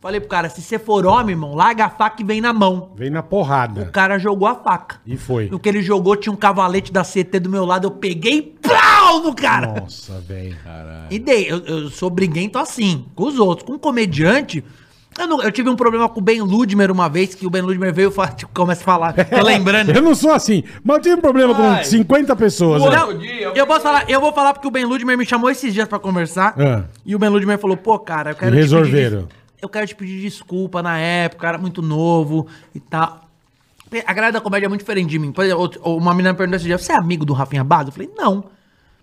Falei pro cara, se você for homem, irmão, larga a faca e vem na mão. Vem na porrada. O cara jogou a faca. E foi. No que ele jogou, tinha um cavalete da CT do meu lado. Eu peguei e plau no cara. Nossa, velho. E dei, eu, eu sou briguento assim, com os outros. Com um comediante. Eu, não- eu tive um problema com o Ben Ludmer uma vez, que o Ben Ludmer veio e fala- tipo, começa a falar. Tô lembrando. Eu não sou assim, mas eu tive um problema com 50 pessoas. né? Não, eu posso falar, eu vou falar porque o Ben Ludmer me chamou esses dias pra conversar. Ah. E o Ben Ludmer falou, pô, cara, eu quero Resolveram. te pedir. des- Eu quero te pedir desculpa na época, eu era muito novo e tal. A galera da comédia é muito diferente de mim. Por exemplo, outro- uma menina me perguntou esse dia: você é amigo do Rafinha Bado? Eu falei, não.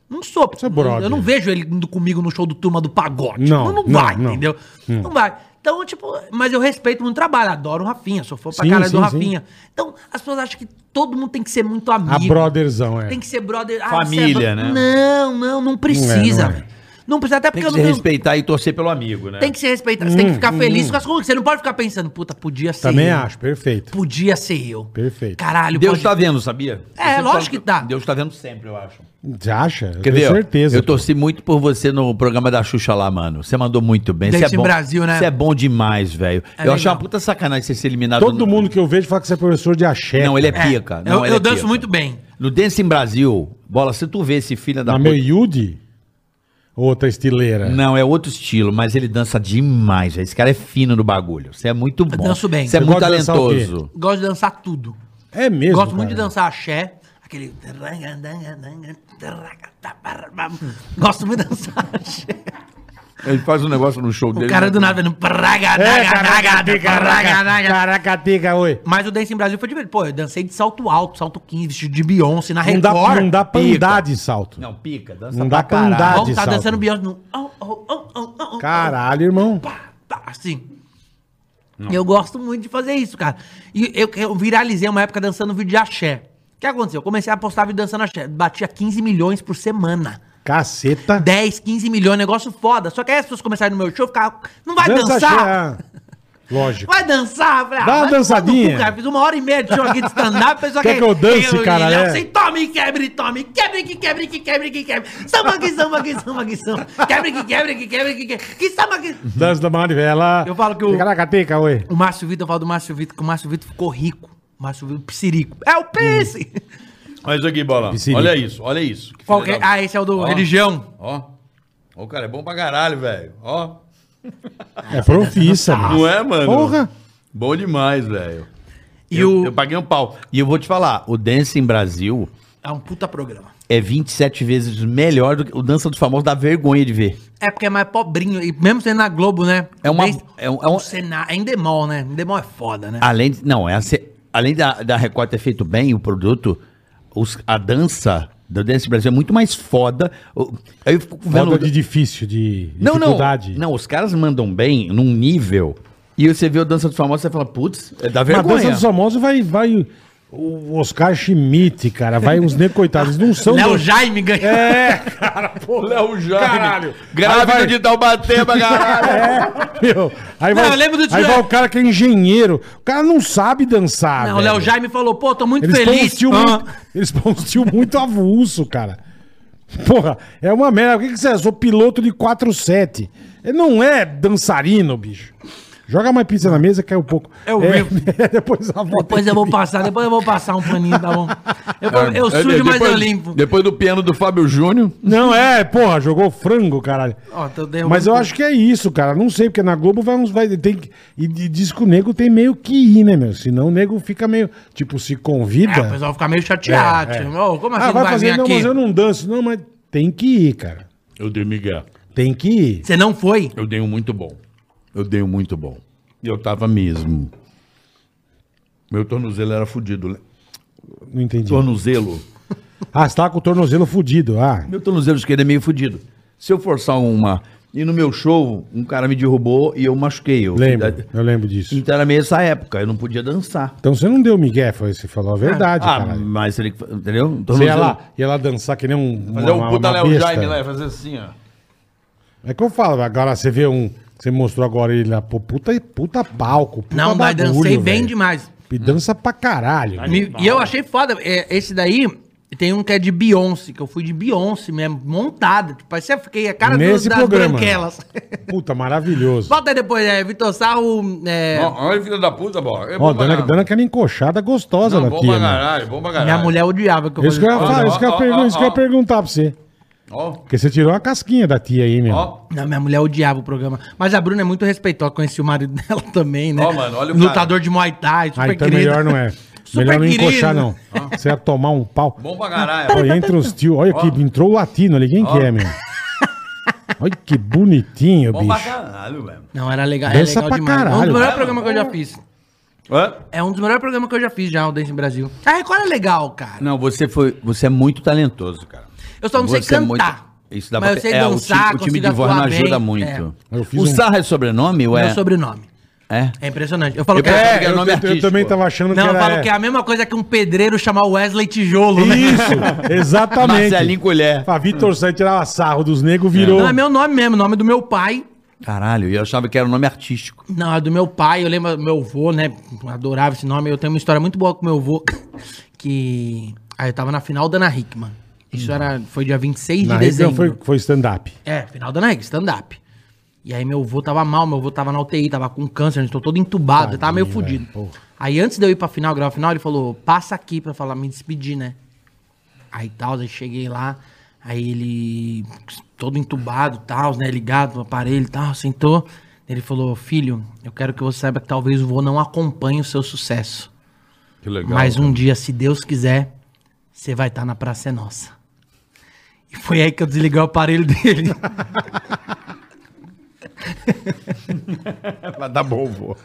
Não sou. é brother. Eu não vejo ele indo comigo no show do turma do pagode. Não, não, não, vai, não. entendeu? Não vai. Então, tipo, mas eu respeito muito o trabalho, adoro o Rafinha, sou fã pra Sim, caralho do sim, Rafinha. Então, as pessoas acham que todo mundo tem que ser muito A amigo. brotherzão, é. Tem que ser brother. ah, Família, você é bro- né? Não, não, não precisa. Não é, não é. velho. Não precisa, até Tem porque que eu se não tenho- respeitar e torcer pelo amigo, né? Tem que se respeitar. Você tem que ficar feliz com as coisas. Você não pode ficar pensando, puta, podia ser Hum, Também eu. acho, perfeito. Podia ser eu. Perfeito. Caralho, Deus pode- tá vendo, sabia? Eu sempre lógico falo que tá. Deus tá vendo sempre, eu acho. Você acha? Eu Quer tenho ver? ó? certeza. Eu torci muito por você no programa da Xuxa lá, mano. Você mandou muito bem. Date Você é em bom. Brasil, né? É Você é bom demais, velho. eu legal. achei uma puta sacanagem você ser eliminado. Todo no- mundo que eu vejo fala que você é professor de axé. Não, ele é É, pica. Não, eu ele eu é danço pica. muito bem. No Dance em Brasil, bola, se tu vê esse filho da Na puta. meu Yudi? Outra estileira. Não, é outro estilo, mas ele dança demais, velho. Esse cara é fino no bagulho. Você é muito bom. danço bem. Você é Você muito gosta de dançar o quê? talentoso. Gosto de dançar tudo. É mesmo. Gosto muito de cara. dançar axé. Aquele. Gosto muito de dançar axé. Ele faz um negócio no show O cara do nada vendo. É, caraca, caraca, caraca, tica, oi. Mas o Dance em Brasil foi divertido. Pô, eu dancei de salto alto, salto 15, vestido de Beyoncé, na Não dá, Record. não dá pra pica. andar de salto. Não, pica, dança Não pra dá pra andar. caralho. Vamos de tá salto. dançando Beyoncé no... Oh, oh, oh, oh, oh, oh, Caralho, irmão. pá, pá, assim. Eu gosto muito de fazer isso, cara. E eu, eu viralizei uma época dançando vídeo de axé. O que aconteceu? Eu comecei a postar vídeo dançando axé. Batia 15 milhões por semana. Caceta. 10, 15 milhões, negócio foda. Só que aí as pessoas começaram no meu show, ficavam... Não vai dançar? axé, ah. Lógico. Vai dançar, velho. Dá uma Vai tomar dançadinha. no cu, cara. Fiz uma hora e meia de show aqui de stand-up. pessoal Quer que eu dance, cara, Não é? sei, assim, tome, quebre, tome. Quebre, que quebre, que quebre, que quebre. Samba, que samba, que samba, que samba. Quebre, que quebre, que quebre, que quebre. Que samba, que... Dança da manivela. Eu falo que o- Caraca, tica, oi. É O Márcio Vitor, eu falo do Márcio Vitor, que o Márcio Vitor ficou rico. O Márcio Vitor, psirico. É o Pisse! Hum. Olha isso aqui, bola. Piscirica. Olha isso, olha isso. Que Qual filha que é? da- Ah, esse é o do Ó. Religião. Ó. Ó, o cara é bom pra caralho, velho. Ó. É profissa, mano. Não é, mano? Porra. Bom demais, velho. E eu, o... eu paguei um pau. E eu vou te falar, o Dance em Brasil É um puta programa. é 27 vezes melhor do que o Dança dos Famosos, dá vergonha de ver. É porque é mais pobrinho. E mesmo sendo na Globo, né? É uma- Desde- é um- é um- o Sena- é em Endemol, né? Endemol é foda, Ah, né? Além, de- não, é a se- além da, da Record ter feito bem o produto, os- a dança do Dance Brasil é muito mais foda. O- Aí eu fico vendo. Foda de difícil, de Não, não. dificuldade. Não, os caras mandam bem num nível. E você vê o Dança dos Famosos, você fala, putz, é da Mas vergonha. dança dos famosos vai, vai o Oscar Schmidt, cara. Vai uns negros coitados. Eles Não são. Léo do- Jaime ganhou. um É, cara, pô. Léo Jaime. Caralho. Grávido Aí vai- de Taubatema, (laughs) caralho. é, Meu, aí Não, vai, eu lembro do aí Tio- vai o cara que é engenheiro. O cara não sabe dançar. Não, o velho. Léo Jaime falou, pô, tô muito Eles põem um feliz. tio Ah. muito, eles põem um tio muito avulso, cara. Porra, é uma merda. O que, que você é? Eu sou piloto de 4-7. Ele não é dançarino, bicho. Joga mais pizza na mesa, cai um pouco. Eu é, mesmo. (laughs) Depois a volta. Depois eu vou passar, depois eu vou passar um paninho, tá bom? Eu, eu É, sujo, mas depois- eu limpo. Depois do piano do Fábio Júnior. Não, é, porra, jogou frango, caralho. Ó, tô derrubando Mas eu tudo. acho que é isso, cara. Não sei, porque na Globo vai uns. Vai, tem, que- e, e diz que o nego tem meio que ir, né, meu? Senão o nego fica meio. Tipo, se É, o convida. pessoal fica meio chateado. É, é. tipo, "Ô, como assim ah, vai fazer, vir não, aqui? mas eu não danço. Não, mas tem que ir, cara. Eu dei Miguel. Tem que ir. Você não foi? Eu dei um muito bom. Eu dei um muito bom. E eu tava mesmo. Meu tornozelo era fudido. né? Não entendi. Tornozelo. Ah, você tava com o tornozelo fudido. Ah, Meu tornozelo esquerdo é meio fudido. Se eu forçar uma. E no meu show, um cara me derrubou e eu machuquei. Eu Lembro, eu lembro disso. Então era meio essa época, eu não podia dançar. Então você não deu migué, foi, você falou a verdade, Ah, caralho. mas ele, entendeu? Então, Você ia não- lá, ia lá dançar que nem um. Fazer é o puta Léo besta. Jaime lá, ia fazer assim, ó. É que eu falo, agora você vê um. Você mostrou agora ele lá, pô, puta, puta palco. Puta Não, mas bagulho, dancei bem velho. demais. E dança pra caralho. Tá Me- e eu achei foda. é, esse daí tem um que é de Beyoncé, que eu fui de Beyoncé mesmo, montada. Tipo, aí você fiquei a cara Nesse programa. branquelas. (laughs) Puta, maravilhoso. Volta aí depois, é, Vitor Sarro. é, Olha, filho da puta, bó. É Ó, pra dando, caralho. dando aquela encoxada gostosa Não, na bom tia. pra né? caralho, bom pra caralho. minha mulher odiava que eu Isso que eu ia fazia- falar, é isso que eu ia Ó, ó, pergun- ó, isso que eu ia ó. perguntar pra você. Ó, Porque você tirou a casquinha da tia aí, meu. ó. Não, minha mulher odiava o programa. Mas a Bruna é muito respeitosa, conheci o marido (laughs) dela também, né? Ó, mano, olha o Lutador de Muay Thai, super ah, então querido. (laughs) melhor não é. Super melhor não querido. encoxar, não. Você ia tomar um pau. Bom pra caralho. Olha, entra os tio. Olha aqui, entrou o latino ali. Quem que é, meu? (laughs) Olha que bonitinho, Bom pra bicho. caralho, velho. Não, era legal, é Dança legal pra demais. É um caralho. dos melhores programas que eu já fiz. Hã? É um dos melhores programas que eu já fiz já, o Dance Brasil. A Record é legal, cara. Não, você foi. Você é muito talentoso, cara. Eu só não Você sei é muito- cantar. Isso dá Mas pra eu sei é, dançar, o time, o time de consigo voz não atuar bem, ajuda é. muito. Eu fiz o um- Sarra é sobrenome? Ou Meu é? sobrenome. É. É impressionante. Eu falo Eu que pensei que é... era- Eu, nome eu- eu artístico. também tava achando Não, que eu era... falo que é a mesma coisa que um pedreiro chamar o Wesley Tijolo, né? (laughs) Isso, exatamente. Marcelinho Colher. Pra Vitor Santos tirava sarro dos negros, virou... Não, é meu nome mesmo, nome do meu pai. Caralho, eu achava que era um nome artístico. Não, é do meu pai, eu lembro, meu avô, né? Adorava esse nome. Eu tenho uma história muito boa com meu avô, que. Aí eu tava na final da Ana Hickman. Isso era, foi dia 26 Uhum. Na de região dezembro. foi, foi stand-up. É, final da Ana Hickman, stand-up. E aí meu avô tava mal, meu avô tava na UTI, tava com câncer, eu tô todo entubado, eu tava meio Tadinho, fudido. velho, porra. Aí antes de eu ir pra final, gravar a final, ele falou, passa aqui pra falar, me despedir, né? Aí tal, aí cheguei lá, aí ele, todo entubado, tal, né, ligado no aparelho, tal, sentou. Ele falou, filho, eu quero que você saiba que talvez o vô não acompanhe o seu sucesso. Que legal. Mas um dia, se Deus quiser, você vai estar na Praça é Nossa. E foi aí que eu desliguei o aparelho dele. (laughs) Mas dá bom, vô.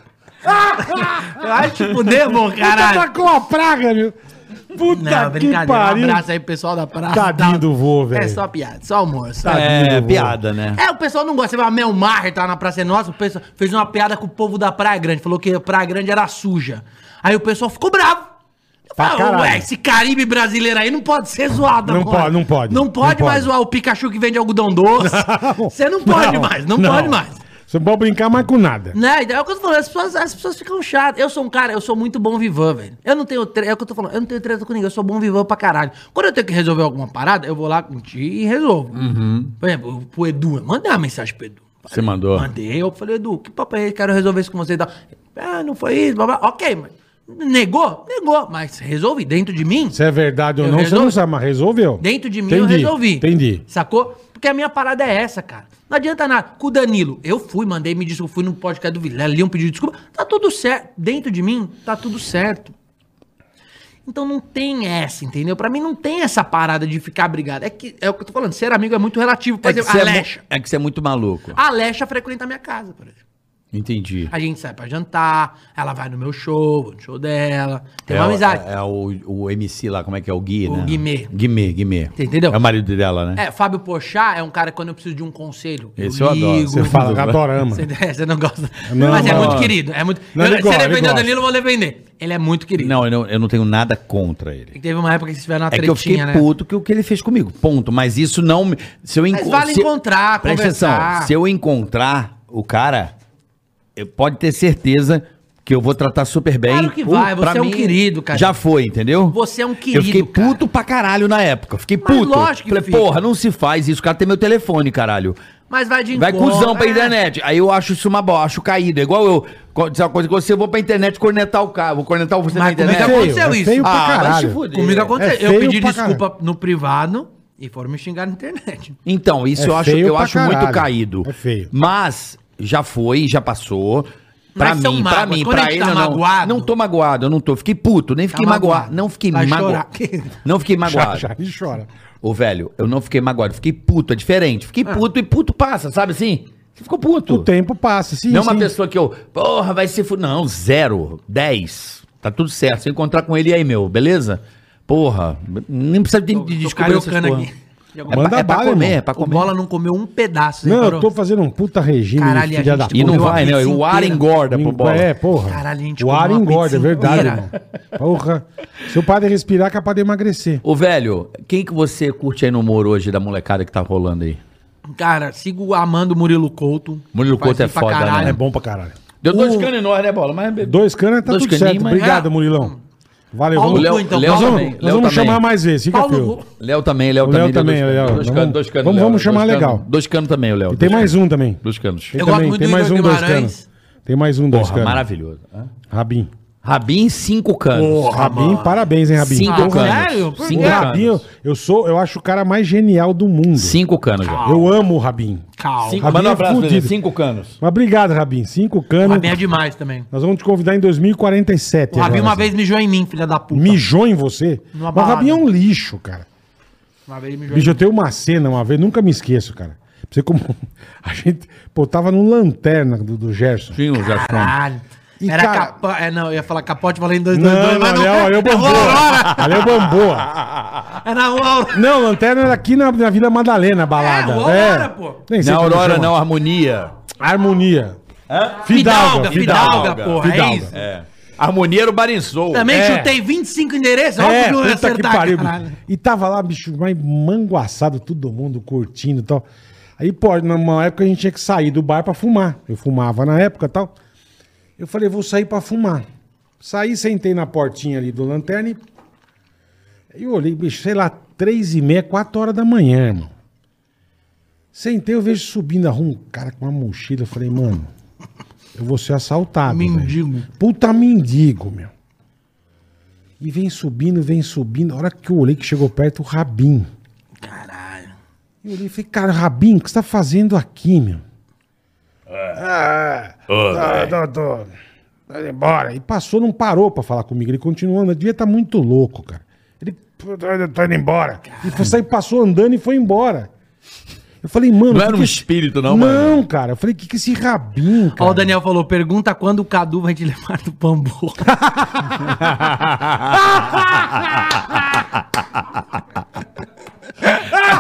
Vai te fuder, bom, Puta, caralho. tacou a praga, meu. Puta Não, que brincadeira. Um pariu. abraço aí pro pessoal da praça. Tadinho do vô, velho. Tá É só piada, só almoço. Ah, É, vô. piada, né? É, o pessoal não gosta. Você fala, Mel Maher tá na Praça é Nossa, o pessoal fez uma piada com o povo da Praia Grande, falou que a Praia Grande era suja. Aí o pessoal ficou bravo. Eu Pra falo, caralho. Ué, esse Caribe brasileiro aí não pode ser zoado Não pode, não pode. Não pode Não mais pode. zoar o Pikachu que vende algodão (laughs) doce. Você não pode mais, não, pode mais. Você não pode brincar mais com nada. Né? Então, É o que eu tô falando, as pessoas, as pessoas ficam chatas. Eu sou um cara, eu sou muito bom vivan, velho. Eu não tenho treta, é o que eu tô falando, eu não tenho treta com ninguém, eu sou bom vivan pra caralho. Quando eu tenho que resolver alguma parada, eu vou lá mentir e resolvo. Por exemplo, pro Edu, eu mandei uma mensagem pro Edu. Uhum. Você mandou. Mandei, eu falei, Edu, que papo é esse? Quero resolver isso com você e tal. Ah, não foi isso, blá, blá. Ok, mas negou? Negou, mas resolvi dentro de mim. Se é verdade ou Eu não, você não resolvi. sabe, mas resolveu. Dentro de mim Entendi, eu resolvi. Entendi. Sacou? Porque a minha parada é essa, cara. Não adianta nada. Com o Danilo, eu fui, mandei me desculpa, fui no podcast do Vilela, li um pedido de desculpa. Tá tudo certo. Dentro de mim, tá tudo certo. Então não tem essa, entendeu? Pra mim não tem essa parada de ficar brigado. É que é o que eu tô falando, ser amigo é muito relativo. Por É que, exemplo, você a é mu- Lecha. é que você é muito maluco. A Lecha frequenta a minha casa, por exemplo. Entendi. A gente sai pra jantar, ela vai no meu show, vou no show dela. Tem uma o- amizade. É, o, o MC lá, como é que é? O Gui, O né? Guimê. Guimê, Guimê. Você entendeu? É o marido dela, né? É, Fábio Pochá é um cara que quando eu preciso de um conselho. Esse eu adoro. Você fala que adorama. Você, é, você não gosta. Não, Mas é não. muito querido. É muito... Não, eu, ele se gosta, ele ele defender o gosta. Danilo, eu vou defender. Ele é muito querido. Não, eu não, eu não tenho nada contra ele. Teve uma época que vocês tiveram uma É que eu fiquei né? puto que o que ele fez comigo. Ponto. Mas isso não. me- Se eu enco- vale se- encontrar, Presta conversar. atenção. Se eu encontrar o cara, eu- pode ter certeza que eu vou tratar super bem. Claro que Pô, vai, você pra é um querido, cara. Já foi, entendeu? Você é um Eu fiquei querido, cara. puto pra caralho na época. Fiquei Mas puto. lógico que Falei, fica. porra, não se faz isso. O cara tem meu telefone, caralho. Mas vai de Vai encontro, cuzão pra é. internet. Aí eu acho isso uma bosta, acho caído. É igual eu. co- Dizer uma coisa que você, eu vou pra internet cornetar o cara. Vou cornetar você Mas na comigo internet. é aconteceu isso. feio pra Ah, vai se caralho. fuder. Comigo aconteceu. É eu feio pedi pra desculpa no privado e foram me xingar na internet. Então, isso É eu acho, feio eu pra acho caralho. muito caído. É feio. Mas já foi, já passou. Pra Mas são mim, pra mágoas. mim, Quando a pra gente ele tá não. magoado- Tá Não tô magoado, eu não tô. Fiquei puto, nem fiquei magoado. magoado. Não fiquei Vai magoado. chorar. (laughs) Não fiquei Já, magoado. já, ele chora. Ô, velho, eu não fiquei magoado, fiquei puto, é diferente. Fiquei Ah. puto e puto passa, sabe assim? Você ficou puto. O tempo passa, sim, não é sim. uma pessoa que eu, porra, vai se fu Não, zero, dez. Tá tudo certo. Se eu encontrar com ele e aí, meu, beleza? Porra, nem precisa de, de tô descobrir essas cariocando porra. aqui. De alguma- Manda é pra bala, comer, irmão. é pra Tá O comer. Bola não comeu um pedaço. Não, reparou? eu tô fazendo um puta regime, Caralho, filha a da gente E puta. não comeu a vai, né? pizza O ar inteira. engorda pro bola. É, porra. Caralho, a gente o ar comeu uma engorda, é pizza verdade, inteira. irmão. Porra. Seu padre respirar, é capaz de emagrecer. Ô, velho, quem que você curte aí no humor hoje da molecada que tá rolando aí? Cara, sigo amando o Murilo Couto. Murilo Faz Couto é bem pra foda, né? É caralho. bom pra caralho. Deu dois canos em nós, né, Bola? Mas... Dois canas tá Dois tudo caninhos, certo. mas- Obrigado, Murilão. Valeu. Ah. Paulo Vamos, Léo- nós então, Léo Léo vamos- também. nós Léo vamos também. chamar mais vezes. Fica Paulo tranquilo. Gu- Léo também, Léo O também. Léo deu também, dois Léo. canos. Dois canos, Vamos- dois canos. vamos- Léo, vamos dois chamar canos. legal. Dois canos também, o Léo. E tem dois mais um também. canos. Dois canos. Tem Eu gosto também, muito tem do mais um, Igor dois Guimarães. canas. Tem mais um, dois Porra, canas. maravilhoso. Rabin. Rabin, cinco canos. Rabin, parabéns, hein, Rabin. Cinco Porra, canos. sério? Por Cinco O Rabin, eu, canos. eu sou, eu acho o cara mais genial do mundo. Cinco canos, já. Eu amo o Rabin. Calma. Cinco, Ah, Rabin manda um é abraço, pra ele. fudido. Cinco canos. Mas obrigado, Rabin. Cinco O canas. Rabin é demais também. Nós vamos te convidar em 2047. O Rabin agora, uma assim. vez mijou em mim, filha da puta. Mijou em você? Numa Mas o Rabin balada. é um lixo, cara. Uma vez mijou em Bicho, eu tenho uma cena uma vez, nunca me esqueço, cara. Pra Você como. (laughs) A gente. Pô, tava no lanterna do, do Gerson. Tinha o Gerson. Caralho. E, Era cara- capote. É, não, eu ia falar capote valendo dois, dois, Não, dois, não, mas ali não. é ali é o Bamboa. Ali é o Bamboa. É na rua Aurora. Não, lanterna era aqui na, na Vila Madalena, a balada. É, É, o Aurora, pô. Nem sei Na como Aurora, é chama. não, Harmonia. Harmonia. Fidalga, Fidalga, Fidalga, porra. Fidalga. É isso. É. Harmonia era o Barinzou. Também É. chutei 25 endereços. olha É, como eu ia puta que acertar, pariu. caralho. bicho. E tava lá, bicho, mas manguaçado, todo mundo curtindo e tal. Aí, pô, numa época a gente tinha que sair do bar pra fumar. Eu fumava na época e tal. Eu falei, vou sair pra fumar. Saí, sentei na portinha ali do lanterna e... e eu olhei, bicho, sei lá, três e meia, quatro horas da manhã, irmão. Sentei, eu vejo subindo a rua um cara com uma mochila. Eu falei, mano, eu vou ser assaltado. velho. Mendigo. Puta mendigo, meu. E vem subindo, vem subindo. A hora que eu olhei que chegou perto, o Rabin. Caralho. Eu olhei e falei, cara, Rabin, o que você tá fazendo aqui, meu? Ah, tô, tô, tô, tô indo embora. E passou, não parou pra falar comigo. Ele continuou andando. Devia estar tá muito louco, cara. Ele, tô, tô- tô indo embora. E foi, sair, passou andando e foi embora. Eu falei, mano... Não que era um que- espírito, não, mano. Não, cara. Eu falei, o que que esse Rabin, cara? Ó, o Daniel falou: pergunta quando o Cadu vai te (laughs) levar do Pambu.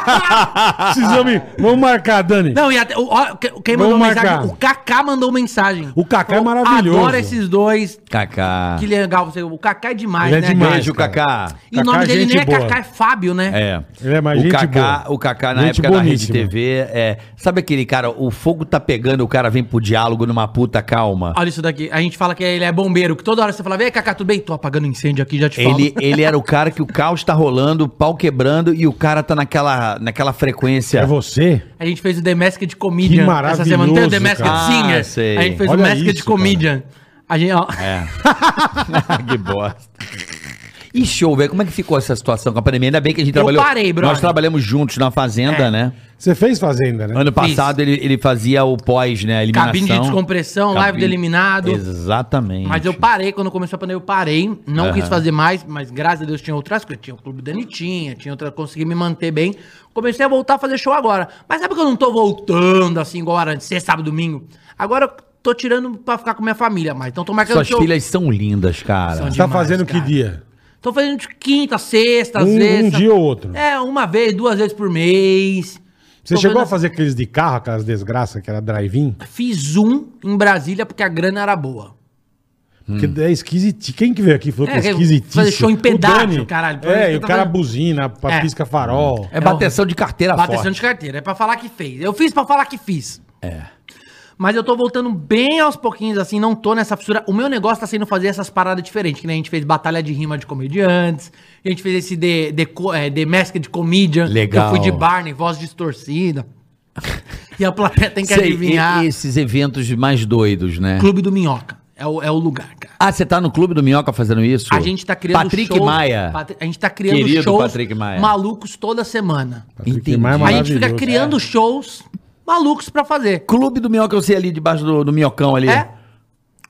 Precisamos ir. Vamos marcar, Dani. Não, e até, o- ó, que- quem mandou Vamos mensagem? marcar. O Kaká mandou mensagem. O Kaká é maravilhoso. Adoro esses dois. Kaká. Que legal. você- O Kaká é demais, Ele é né? demais. Beijo, cara. Kaká. E o Kaká nome é dele gente nem é boa. Kaká, é Fábio, né? É. Ele é mais o gente Kaká, boa. O Kaká, na Gente época boníssima. da Rede TV, é, sabe aquele cara, o fogo tá pegando, o cara vem pro diálogo numa puta calma. Olha isso daqui. A gente fala que ele é bombeiro, que toda hora você fala, vem Kaká, tudo bem? Tô apagando incêndio aqui, já te falo. Ele, ele era o cara que o caos tá rolando, o pau quebrando e o cara tá naquela, naquela frequência. (laughs) É você? A gente fez o The Masked Comedian Que maravilhoso, essa semana. Não tem o The Masked cara. Singer? Ah, sei. É, A gente fez Olha o Masked isso, Comedian. A gente, ó, Ah, que bosta. E show, velho, como é que ficou essa situação com a pandemia? Ainda bem que a gente Eu trabalhou. parei, brother. É. Nós trabalhamos juntos na fazenda, né? Você fez Fazenda, né? Ano passado ele, ele fazia o pós, né? a Eliminação. cabine de descompressão, live do Cabine- eliminado. Exatamente. Mas eu parei, quando começou a pandemia, eu parei. Não Aham. quis fazer mais, mas graças a Deus tinha outras coisas. Tinha o Clube da Anitinha, tinha outra. Consegui me manter bem. Comecei a voltar a fazer show agora. Mas sabe que eu não tô voltando assim, igual era antes, sexta, sábado, domingo? Agora eu tô tirando pra ficar com minha família, mas então tô marcando Suas show. filhas são lindas, cara. São Você tá demais, fazendo cara. que dia? Tô fazendo de quinta, sexta, às Um, vezes. um dia ou outro. É, uma vez, duas vezes por mês. Você Tô chegou vendo- a fazer aqueles de carro, aquelas desgraças, que era drive-in? Fiz um em Brasília porque a grana era boa. Porque é esquisitinho. Quem que veio aqui falou Hum. É, que é esquisitíssimo? fazer show em O pedaço, Dani. caralho. Por isso que É, e eu o tô cara fazendo. buzina, pa- É. pisca farol. É bateção de carteira Bateção forte. de carteira, é pra falar que fez. Eu fiz pra falar que fiz. É. Mas eu tô voltando bem aos pouquinhos, assim, não tô nessa fissura. O meu negócio tá sendo fazer essas paradas diferentes, que nem a gente fez batalha de rima de comediantes, a gente fez esse The, the, Co- eh, The Mask de Comedian. que Legal. Eu fui de Barney, voz (laughs) distorcida. e a plateia tem que Sei, adivinhar. e- esses eventos mais doidos, né? Clube do Minhoca. É o, é o lugar, cara. Ah, você tá no Clube do Minhoca fazendo isso? A gente tá criando Patrick shows- Maia. Patri- A gente tá criando Querido shows Patrick Maia. malucos toda semana. Patrick Maia é A gente fica maravilhoso. criando shows malucos pra fazer. Clube do Minhoca, eu sei ali debaixo do, do Minhocão ali. É?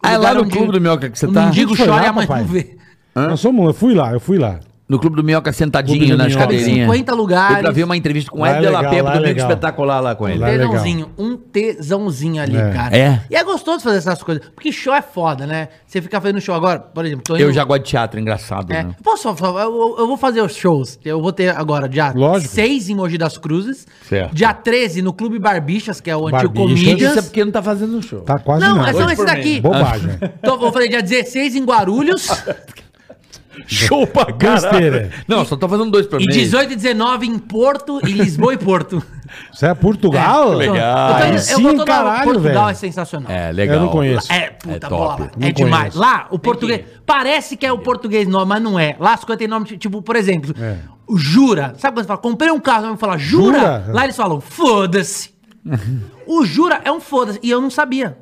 Ah, é lá Lugar no onde Clube do Minhoca que você o tá? mendigo Foi chora lá, e a mãe papai? não vê. Nós somos, eu fui lá, eu fui lá. No Clube do Minhoca, sentadinho Clube do nas Minhoca. cadeirinhas. 50 Foi pra lugares. ver uma entrevista com o Lá é Ed Della legal, Penha, lá é domingo legal. espetacular lá com ele. Lá é legal. tesãozinho, um tesãozinho ali, É. cara. É. E é gostoso fazer essas coisas. Porque show é foda, né? Você ficar fazendo show agora, por exemplo, tô Eu já gosto de teatro, engraçado, É. né? Posso só falar? Eu, eu- eu vou fazer os shows. Eu vou ter agora dia Lógico. 6 em Mogi das Cruzes. Certo. Dia 13 no Clube Barbixas, que é o antigo Barbixas. Comedians. Isso é porque não tá fazendo show. Tá quase Não, nada. é só esses daqui. (laughs) Bobagem. Então, vou fazer dia 16 em Guarulhos (laughs) Show pra Besteira. Não, só tô fazendo dois pra mim. e 18 e 19 em Porto, em Lisboa (laughs) e Porto. Isso é Portugal? Então, legal. Eu, tô indo- eu Sim, vou toda hora. caralho, Portugal velho. é sensacional. É, legal. Eu não conheço. É, puta É bola. top. É Não demais. conheço. Lá, o português. Parece que é o português nome, mas não é. Lá as coisas têm nome, ti- tipo, por exemplo, É. o jura. Sabe quando você fala, comprei um carro, o homem fala, jura? Jura? Lá eles (laughs) falam, foda-se. o jura é um foda-se. E eu não sabia.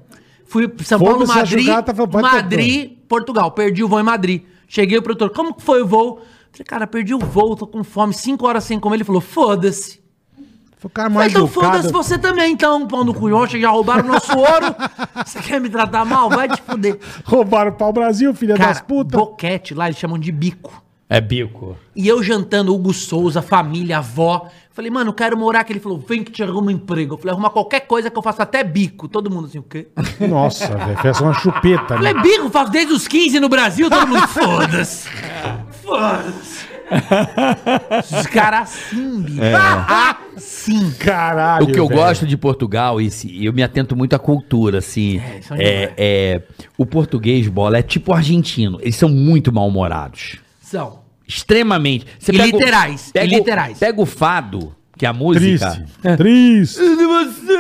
Fui pra São Paulo, Foda-se, a Madrid, jogada foi pra- Madrid, Portugal. Perdi o voo em Madrid. Cheguei, o produtor, como que foi o voo? Falei, cara, perdi o voo, tô com fome, cinco horas sem comer. Ele falou, foda-se. O cara Mas mais então educado. foda-se você também, então, pão do cunhão. Já roubaram o nosso ouro. Você quer me tratar mal? Vai te fuder. Roubaram o pau-brasil, filha das Cara, putas. boquete lá, eles chamam de bico. É bico. E eu jantando, Hugo Souza, família, avó. Falei, mano, eu quero morar aqui. Ele falou, vem que te arruma um emprego. Eu falei, arruma qualquer coisa que eu faça até bico. Todo mundo assim, o quê? Eu Nossa, velho. Fez uma chupeta. falei, "É Né? bico, eu faço desde os 15 no Brasil. Todo mundo, foda-se. Foda-se. Os caras assim, bicho. Assim. Caralho. O que eu velho. gosto de Portugal, e se- eu me atento muito à cultura, assim. É, são demais. É, é, o português, bola, é tipo o argentino. Eles são muito mal-humorados. São. Extremamente. Você E pega o- literais, e Pega, o- literais. Pega o fado, que é a música. Triste. Triste. É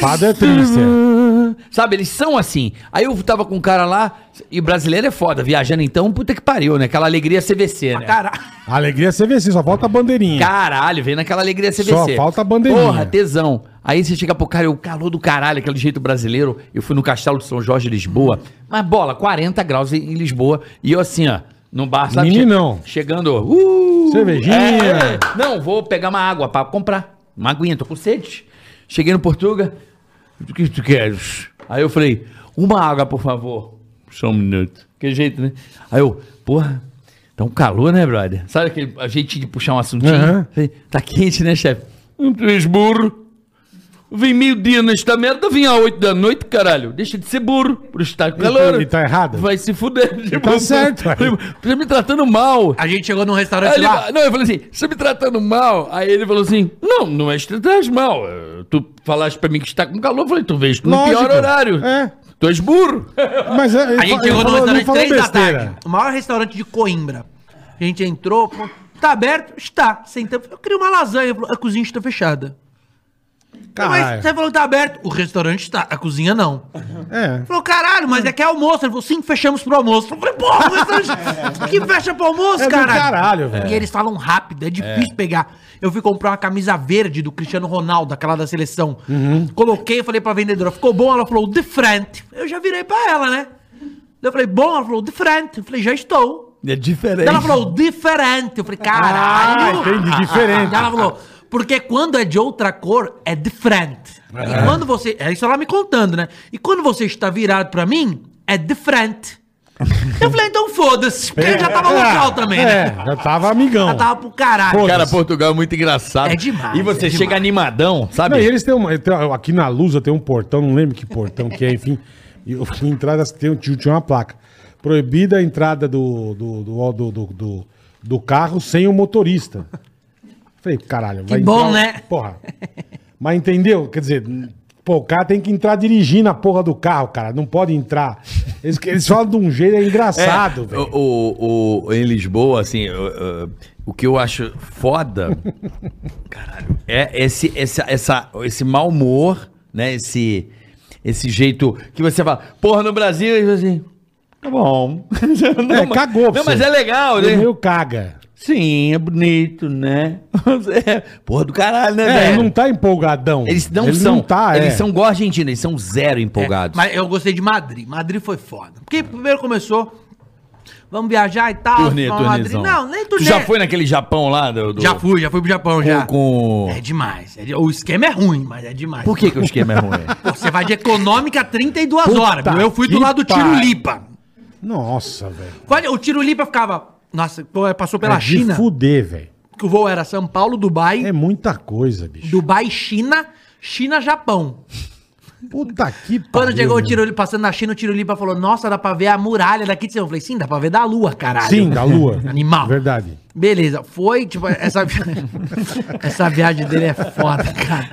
Fado é triste, Ah, Sabe, eles são assim. Aí eu tava com um cara lá, e brasileiro é foda, viajando então, puta que pariu, né? Aquela alegria CVC, né? Caralho. A alegria é CVC, só falta a bandeirinha. Caralho, vem naquela alegria CVC. Só falta a bandeirinha. Porra, tesão. Aí você chega pro cara, eu calor do caralho, aquele jeito brasileiro. Eu fui no Castelo de São Jorge, Lisboa. Mas bola, 40 graus em em Lisboa. E eu assim, ó, no bar, sabe? Meninão. Che- Chegando, uh! Cervejinha. é. Não, vou pegar uma água pra comprar. Uma aguinha, tô com sede. Cheguei no Portuga. O que tu queres? Aí eu falei, uma água, por favor. Só um minuto. Que jeito, né? Aí eu, porra, tá um calor, né, brother? Sabe aquele jeitinho de puxar um assuntinho? Aham. Falei, tá quente, né, chefe? Não tu és burro. Vim meio-dia nesta merda, vim às 8 da noite, caralho. Deixa de ser burro, por estar com calor. ele tá errado? Vai se fuder. (laughs) tá certo, Falei, aí. Tá me tratando mal. A gente chegou num Aí restaurante ele, lá. não, eu falei assim, você me tratando mal? Aí ele falou assim, não, não é que tu tratando mal. eh, Tu falaste pra mim que está com calor, eu falei, tu vês no Lógico. pior horário. É. Tu és burro. (laughs) Mas é, ele A gente fa- ele chegou no falou- ele restaurante falou 3 da besteira. tarde. O maior restaurante de Coimbra. A gente entrou, pô, tá aberto? Está. Sentamos. Eu queria uma lasanha. Ele falou, A cozinha está fechada. Não, Caralho. Mas você falou que tá aberto. O restaurante está, a cozinha não. Ele É. falou, caralho, mas é que é almoço. Ele falou, sim, fechamos pro almoço. Eu falei, porra, (laughs) o restaurante que fecha pro almoço, É do caralho. caralho, velho. E eles falam rápido, é difícil pegar. Eu fui comprar uma camisa verde do Cristiano Ronaldo, aquela da seleção. Uhum. Coloquei, falei pra vendedora, ficou bom? Ela falou, de frente. Eu já virei pra ela, né? Eu falei, bom? Ela falou, de frente. Eu falei, já estou. É diferente. Daí Ela falou, diferente. Eu falei, Ah, caralho. entendi, Daí diferente. Ela falou, porque quando é de outra cor, é diferente. E quando você. É isso ela me contando, né? E quando você está virado pra mim, é diferente. Eu falei, então foda-se, porque eu já tava local também, né? É, já tava amigão. Já tava pro caralho. Foda-se. Cara, Portugal é muito engraçado. É demais, E você é chega demais. animadão, sabe? Não, e eles têm uma. tem- Aqui na Lusa tem um portão, não lembro que portão que é, enfim. E eu fui entrar, das- tem, tinha uma placa. Proibida a entrada do, do, do, do, do, do- do carro sem o motorista. Falei, caralho, vai bom, entrar- né? Porra. Mas entendeu? Quer dizer, pô, o cara tem que entrar dirigindo a porra do carro, cara. Não pode entrar. Eles, eles falam de um jeito, é engraçado, velho. o, o, o- em Lisboa, assim, o, o- o que eu acho (laughs) foda, caralho, é esse, essa, essa, esse mau humor, né? Esse, esse jeito que você fala, porra, no Brasil, e você assim, tá bom. (laughs) não, É, mas- cagou pra Não, você. mas é legal, O né? meu caga. Sim, é bonito, né? (laughs) É, porra do caralho, né, É, velho? ele não tá empolgadão. Eles não Ele são. tá, é. Eles são igual a Argentina, eles são zero empolgados. É, Mas eu gostei de Madrid. Madrid foi foda. Porque primeiro começou, vamos viajar e tal. Turnê, vamos a Madrid. turnêzão. Não, nem Tu turnê. já foi naquele Japão lá? Do, do- Já fui, já fui pro Japão já. Com... É demais. É de- O esquema é ruim, mas é demais. Por que, que o esquema é ruim? Pô, Você vai de econômica 32 Puta horas. meu. Eu fui do que lado do pariu. Tirulipa. Nossa, velho. Qual- O Tirulipa ficava Nossa, pô, passou pela é China. De fuder, velho. Que o voo era São Paulo, Dubai. É muita coisa, bicho. Dubai, China. China, Japão. Puta que pariu. Quando chegou o meu. Tirolipa, passando na China, o Tirolipa falou: Nossa, dá pra ver a muralha daqui de cima. Eu falei: Sim, dá pra ver da lua, caralho. Sim, da lua. Animal. Verdade. Beleza, foi, tipo, essa, (laughs) essa viagem dele é foda, cara.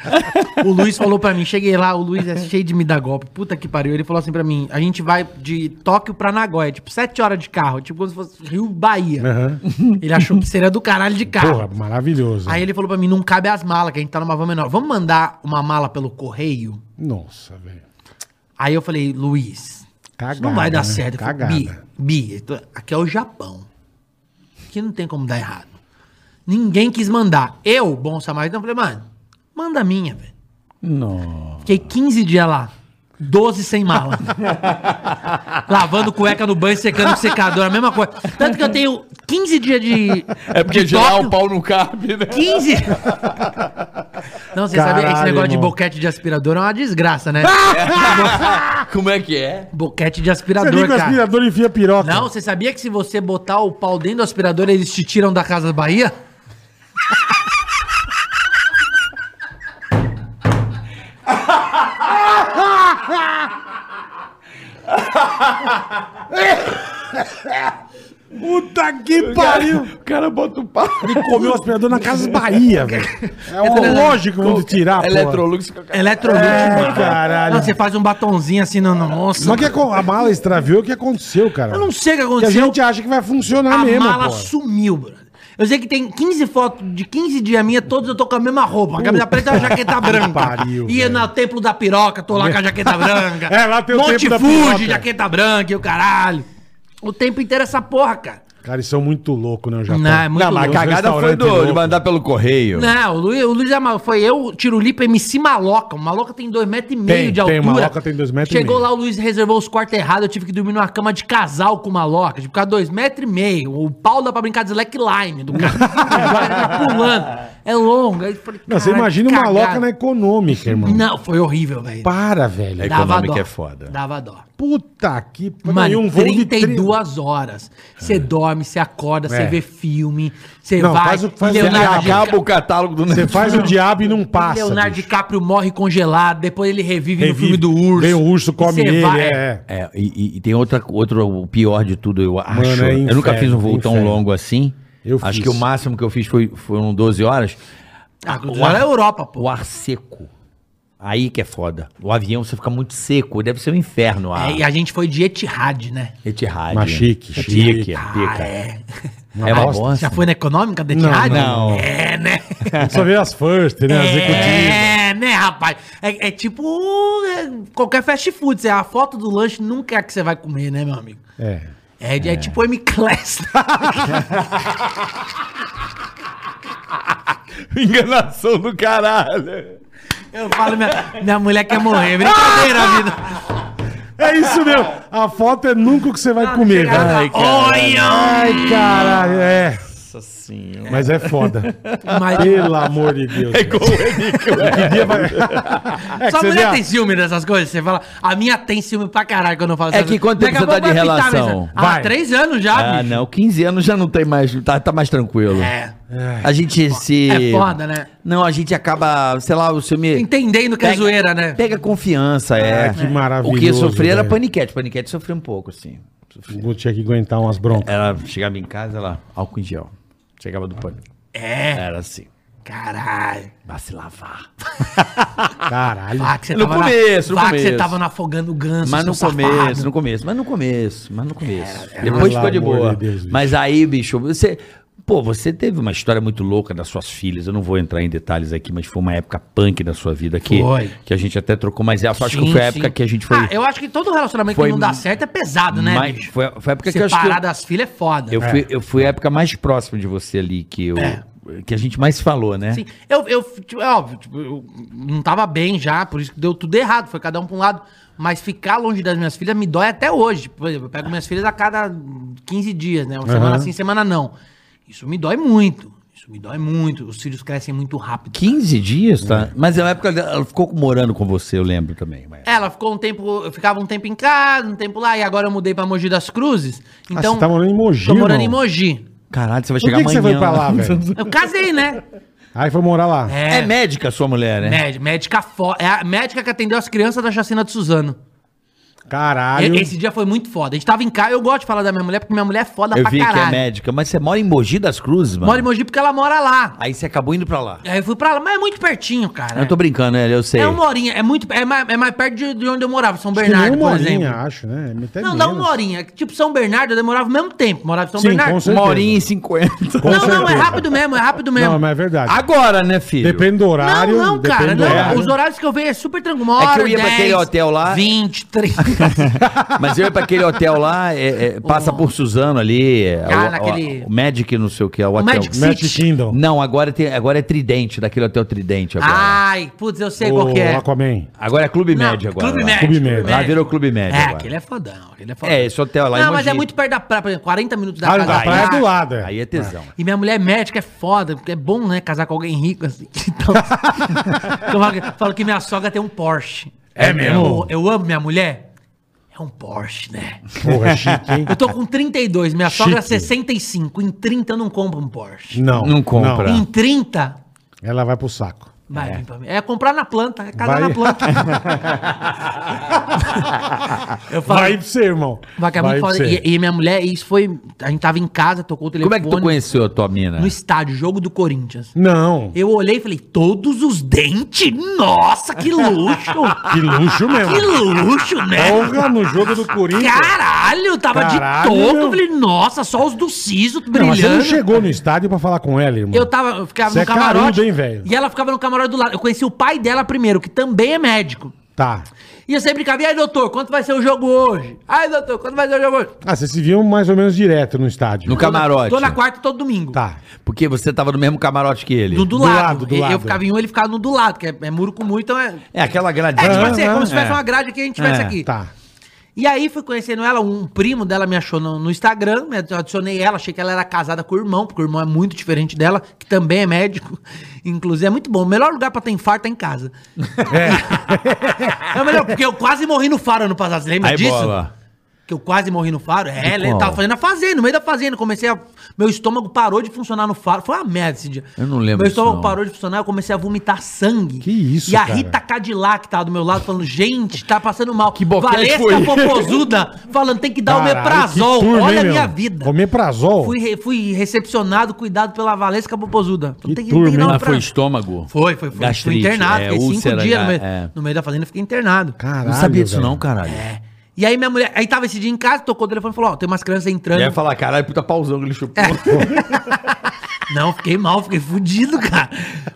O Luiz falou pra mim, cheguei lá, o Luiz é cheio de me dar golpe, puta que pariu. Ele falou assim pra mim, a gente vai de Tóquio pra Nagoya, tipo, sete horas de carro, tipo como se fosse Rio Bahia. Aham. Ele achou que seria do caralho de carro. Porra, maravilhoso. Tá. Aí ele falou pra mim, não cabe as malas, que a gente tá numa van menor. Vamos mandar uma mala pelo correio? Nossa, velho. Aí eu falei, Luiz, isso Cagada, não vai dar né? certo. Eu falei, Cagada. Bi, Bi, tô- aqui é o Japão. Aqui não tem como dar errado. Ninguém quis mandar. Eu, bom samaritano, falei, mano, manda a minha, velho. Não. Fiquei 15 dias lá. 12 sem (laughs) mala. Lavando cueca no banho, secando com secador, a mesma coisa. Tanto que eu tenho 15 dias de. É porque de geral Tóquio. o pau não cabe, né? 15! Não, você sabe, Caralho, esse negócio de irmão. Ah! boquete de aspirador é uma desgraça, né? Como é que é? boquete de Você aspirador, liga o cara. aspirador e enfia piroca. Não, você sabia que se você botar o pau dentro do aspirador, eles te tiram da Casa Bahia? Puta que pariu. O cara bota o pau. Ele comeu o aspirador na Casa Bahia, velho. É um lógico que vão te tirar, Ah, pô. Eletrolux. Eletrolux. É, mano. caralho. Não, você faz um batonzinho assim no no- nossa. Só que a co- a mala extraviou, o que aconteceu, cara? Eu não sei o que Que a aconteceu. gente acha que vai funcionar a mesmo, mala pô. sumiu, brother. Eu sei que tem 15 fotos de 15 dias minha, todos eu tô com a mesma roupa. A camisa preta e a jaqueta branca. pariu, Ia velho. no Templo da Piroca, tô lá com (laughs) a jaqueta branca. É, lá tem o Monte Templo da Fuji, Piroca. jaqueta branca e o caralho. O tempo inteiro é essa porra, cara. Cara, eles são muito loucos, né, o Japão? Não, é muito Não, mas a louco. cagada foi Restaurante do, louco. de mandar pelo correio. Não, o Luiz, o Luiz é mal- foi eu, Tirulipa, MC Maloca. O Maloca tem dois metros e meio Tem, de tem, altura. o Maloca tem dois metros e Chegou meio. lá, o Luiz reservou os quartos errados. Eu tive que dormir numa cama de casal com o Maloca. De ficar dois metros e meio. O pau dá pra brincar de slackline (laughs) do cara. O cara tá pulando. É longo. Aí eu falei, Não, você "Cara, imagina né? que uma loca cagada." na econômica, irmão. Não, foi horrível, velho. Para, velho. É econômica é foda. Dava dó. Puta que pariu. Mano, um voo de 32 horas. Você dorme, você acorda, você É. vê filme, você Não, vai. faz o- faz o Leonardo diabo. DiCaprio- Acaba o catálogo do Ah, Você faz o diabo e não passa. (laughs) Leonardo bicho. DiCaprio morre congelado, depois ele revive, Revive. no filme do urso. Vem o urso, come E você ele. vai- É. é. É, e, e- e tem outra, outro, o pior de tudo, eu acho. é eu nunca inferno, fiz um voo tão inferno. longo assim. Eu acho fiz. que o máximo que eu fiz foi, foram 12 horas. Ah, agora é Europa, pô. O ar seco. Aí que é foda. O avião você fica muito seco, deve ser um inferno. A É, e a gente foi de Etihad, né? Etihad. Mas chique, chique. chique. Ah, Chique, é pica. é. É uma bosta. bosta. (laughs) Já foi na econômica da Etihad? Não, não. É, né? Só vê as first, né? As executivas. É, né, rapaz? É, é tipo é, qualquer fast food. Você, a foto do lanche nunca é a que você vai comer, né, meu amigo? É. É, é tipo (laughs) tá? M-Class. Enganação do caralho. Eu falo, minha, minha mulher quer (laughs) morrer. Brincadeira, vida. É isso mesmo. A foto é nunca o que você vai comer, Ah, Chega lá, velho. Olha! Ai, caralho. É. Nossa senhora. Mas é foda. Mas- Pelo amor de Deus. É Como ele que dia vai... É que Só você vê mulher a- tem ciúme dessas coisas? Você fala, "Ah, a minha tem ciúme pra caralho quando eu falo É que quanto tempo você tá de relação? Há Vai. Ah, três anos já, Ah, bicho. não, 15 anos já não tem mais, tá, tá mais tranquilo. É. A gente se... É foda, né? Não, a gente acaba, sei lá, o filme... Entendendo que é zoeira, né? Pega confiança, é. Ah, que maravilhoso, O que eu sofri era velho. paniquete. Paniquete sofreu um pouco, assim. Vou tinha que aguentar umas broncas. Ela chegava em casa, ela, álcool em gel. Chegava do pânico. É. Era assim, Caralho. vai se lavar. Ah, Caralho. Vá que você No tava começo, no na... vá que começo. você tava no afogando ganso, Mas no seu começo, safado. no começo, mas no começo, mas no começo. Depois Pelo ficou de amor boa. de Deus, bicho. mas aí, bicho, você. Pô, você teve uma história muito louca das suas filhas. Eu não vou entrar em detalhes aqui, mas foi uma época punk da sua vida que, Foi. que a gente até trocou, mas eu acho que Sim, foi a sim. época que a gente foi. Ah, eu acho que todo relacionamento Foi que não dá certo é pesado, né, mais- bicho? foi, foi a época que eu acho que. Separar eu- das filhas é foda. Eu fui, eu fui a época mais próxima de você ali que eu, que a gente mais falou, né? Sim, eu, eu tipo, é óbvio, tipo, eu não tava bem já, por isso que deu tudo errado, foi cada um pra um lado. Mas ficar longe das minhas filhas me dói até hoje. Por exemplo, eu pego minhas filhas a cada 15 dias, né? Uma semana sim, semana não. Isso me dói muito. Isso me dói muito. Os filhos crescem muito rápido. 15 dias, tá? Mas na época ela ficou morando com você, eu lembro também. mas- Ela ficou um tempo, eu ficava um tempo em casa, um tempo lá, e agora eu mudei pra Mogi das Cruzes. Então, você tá morando em Mogi, tô morando irmão. em Mogi. Caralho, você vai Por chegar que, que você amanhã. foi pra lá, velho? (laughs) Eu (laughs) casei, né? Aí foi morar lá. É médica a sua mulher, né? Méd- médica foda. É a médica que atendeu as crianças da chacina de Suzano. E- Caralho. Esse dia foi muito foda. A gente tava em casa, eu gosto de falar da minha mulher, porque minha mulher é foda Eu pra vi que é caralho. médica, mas você mora em Mogi das Cruzes, mano. Mora em Mogi porque ela mora lá. Aí você acabou indo pra lá. Aí eu fui pra lá, mas é muito pertinho, cara. Eu tô brincando, né? Eu sei. É uma horinha, é muito. É mais, é mais perto de, de onde eu morava, São Acho que Bernardo, nem uma por horinha, exemplo. acho, né? Até Não, dá menos. uma horinha. Tipo, São Bernardo, eu demorava o mesmo tempo. Morava em São Sim, com Bernardo. certeza. e cinquenta. Com não, não, é certeza. rápido mesmo, é rápido mesmo. Não, mas é verdade. Agora, né, filho? Depende do horário. não, não, depende cara, do não. horário. Os horários que eu venho é super tranquilo. Uma É que eu hora, ia pra aquele hotel lá. 20, (laughs) (laughs) 30. Mas eu ia pra aquele hotel lá, é, é, passa por Suzano ali. é, Oh. Ah, o, naquele- o, o Magic, não sei o que, é o hotel. Magic Match City. Kindle. Não, agora, tem, agora é Tridente, daquele hotel Tridente agora. Ai, putz, eu sei qual O que é. Aquaman. Agora é Clube Ah. Não, Médio agora. Clube lá. Médio. Clube Médio. Lá virou Clube Médio É, agora. aquele é fodão. Aquele é, fodão. É, esse hotel lá em Não, mas Mogi. é muito perto da praia, por exemplo, 40 minutos da Ah, casa. da praia é Ah, do lado, é. Aí é tesão. E minha mulher é médica, é foda, porque é bom, né, casar com alguém rico, assim. (laughs) Então, eu falo que- falo que minha sogra tem um Porsche. É mesmo? Eu, eu amo minha mulher. É um Porsche, né? Porra, é chique, hein? (laughs) Eu tô com 32, minha Chique. sogra é 65. Em 30 eu não compro um Porsche. Não. Não compra. Em 30, Ela vai pro saco. vai vir pra mim. É comprar na planta, é casar Vai- (laughs) na planta. eu falo, Vai pra você, irmão. Vai que é Vai muito pra foda. você. E, e minha mulher, e isso foi. A gente tava em casa, tocou o telefone. Como é que tu Hum. conheceu a tua mina? No estádio, jogo do Corinthians. Não. Eu olhei e falei, todos os dentes? Nossa, que luxo! (laughs) Que luxo que mesmo. luxo, né? Porra, no jogo do Corinthians. Caralho, tava Caralho, de toco. meu. Eu falei, nossa, só os do Siso Não, mas você não brilhando. chegou no estádio pra falar com ela, irmão. eu tava, eu ficava Você no é camarote. carudo, hein, velho? e ela ficava no camarote do lado. Eu conheci o pai dela primeiro, que também é médico. Tá. E eu sempre ficava, e aí, doutor, quanto vai ser o jogo hoje? Ai, doutor, quanto vai ser o jogo hoje? Ah, vocês se viam mais ou menos direto no estádio. No camarote. Tô na quarta e todo domingo. Tá. Porque você tava no mesmo camarote que ele. Do, do, Do lado. lado, do E- eu, lado. ficava em um, ele ficava no do lado, que é, é muro com muro, então é. É aquela É, gradinha. tipo assim, é Aham, como se tivesse é. uma grade que a gente tivesse É, aqui. Tá. E aí fui conhecendo ela, um primo dela me achou no, no Instagram, me adicionei ela, achei que ela era casada com o irmão, porque o irmão é muito diferente dela, que também é médico. (laughs) Inclusive, é muito bom. O melhor lugar pra ter infarto é em casa. (laughs) É. o melhor, porque eu quase morri no faro ano passado. Você lembra Aí disso? bola. Que eu quase morri no faro. É, ele qual? tava fazendo a fazenda, no meio da fazenda. Comecei a. Meu estômago parou de funcionar no faro. Foi uma merda esse dia. Eu não lembro Meu disso, estômago não. parou de funcionar, eu comecei a vomitar sangue. Que isso, E a cara? Rita Cadillac que tava do meu lado falando, gente, tá passando mal. Que boquete Valesca foi? Popozuda falando, tem que dar o Caralho, omeprazol. que turma, Então, Olha a hein, minha meu? vida. Omeprazol? Fui, re- fui recepcionado, cuidado pela Valesca Popozuda. Que turma, hein? dar Mas foi omeprazol. estômago. Foi, foi, foi. Gastrite, fui internado, é, fiquei cinco úlcera, dias no é, meio, é. no meio da fazenda, fiquei internado. Caralho. Não sabia disso velho. não, caralho. É. E aí minha mulher, aí tava esse dia em casa, tocou o telefone e falou, ó, tem umas crianças entrando. E aí falar, caralho, puta pauzão que ele chupou. É. Não, fiquei mal, fiquei fudido, cara.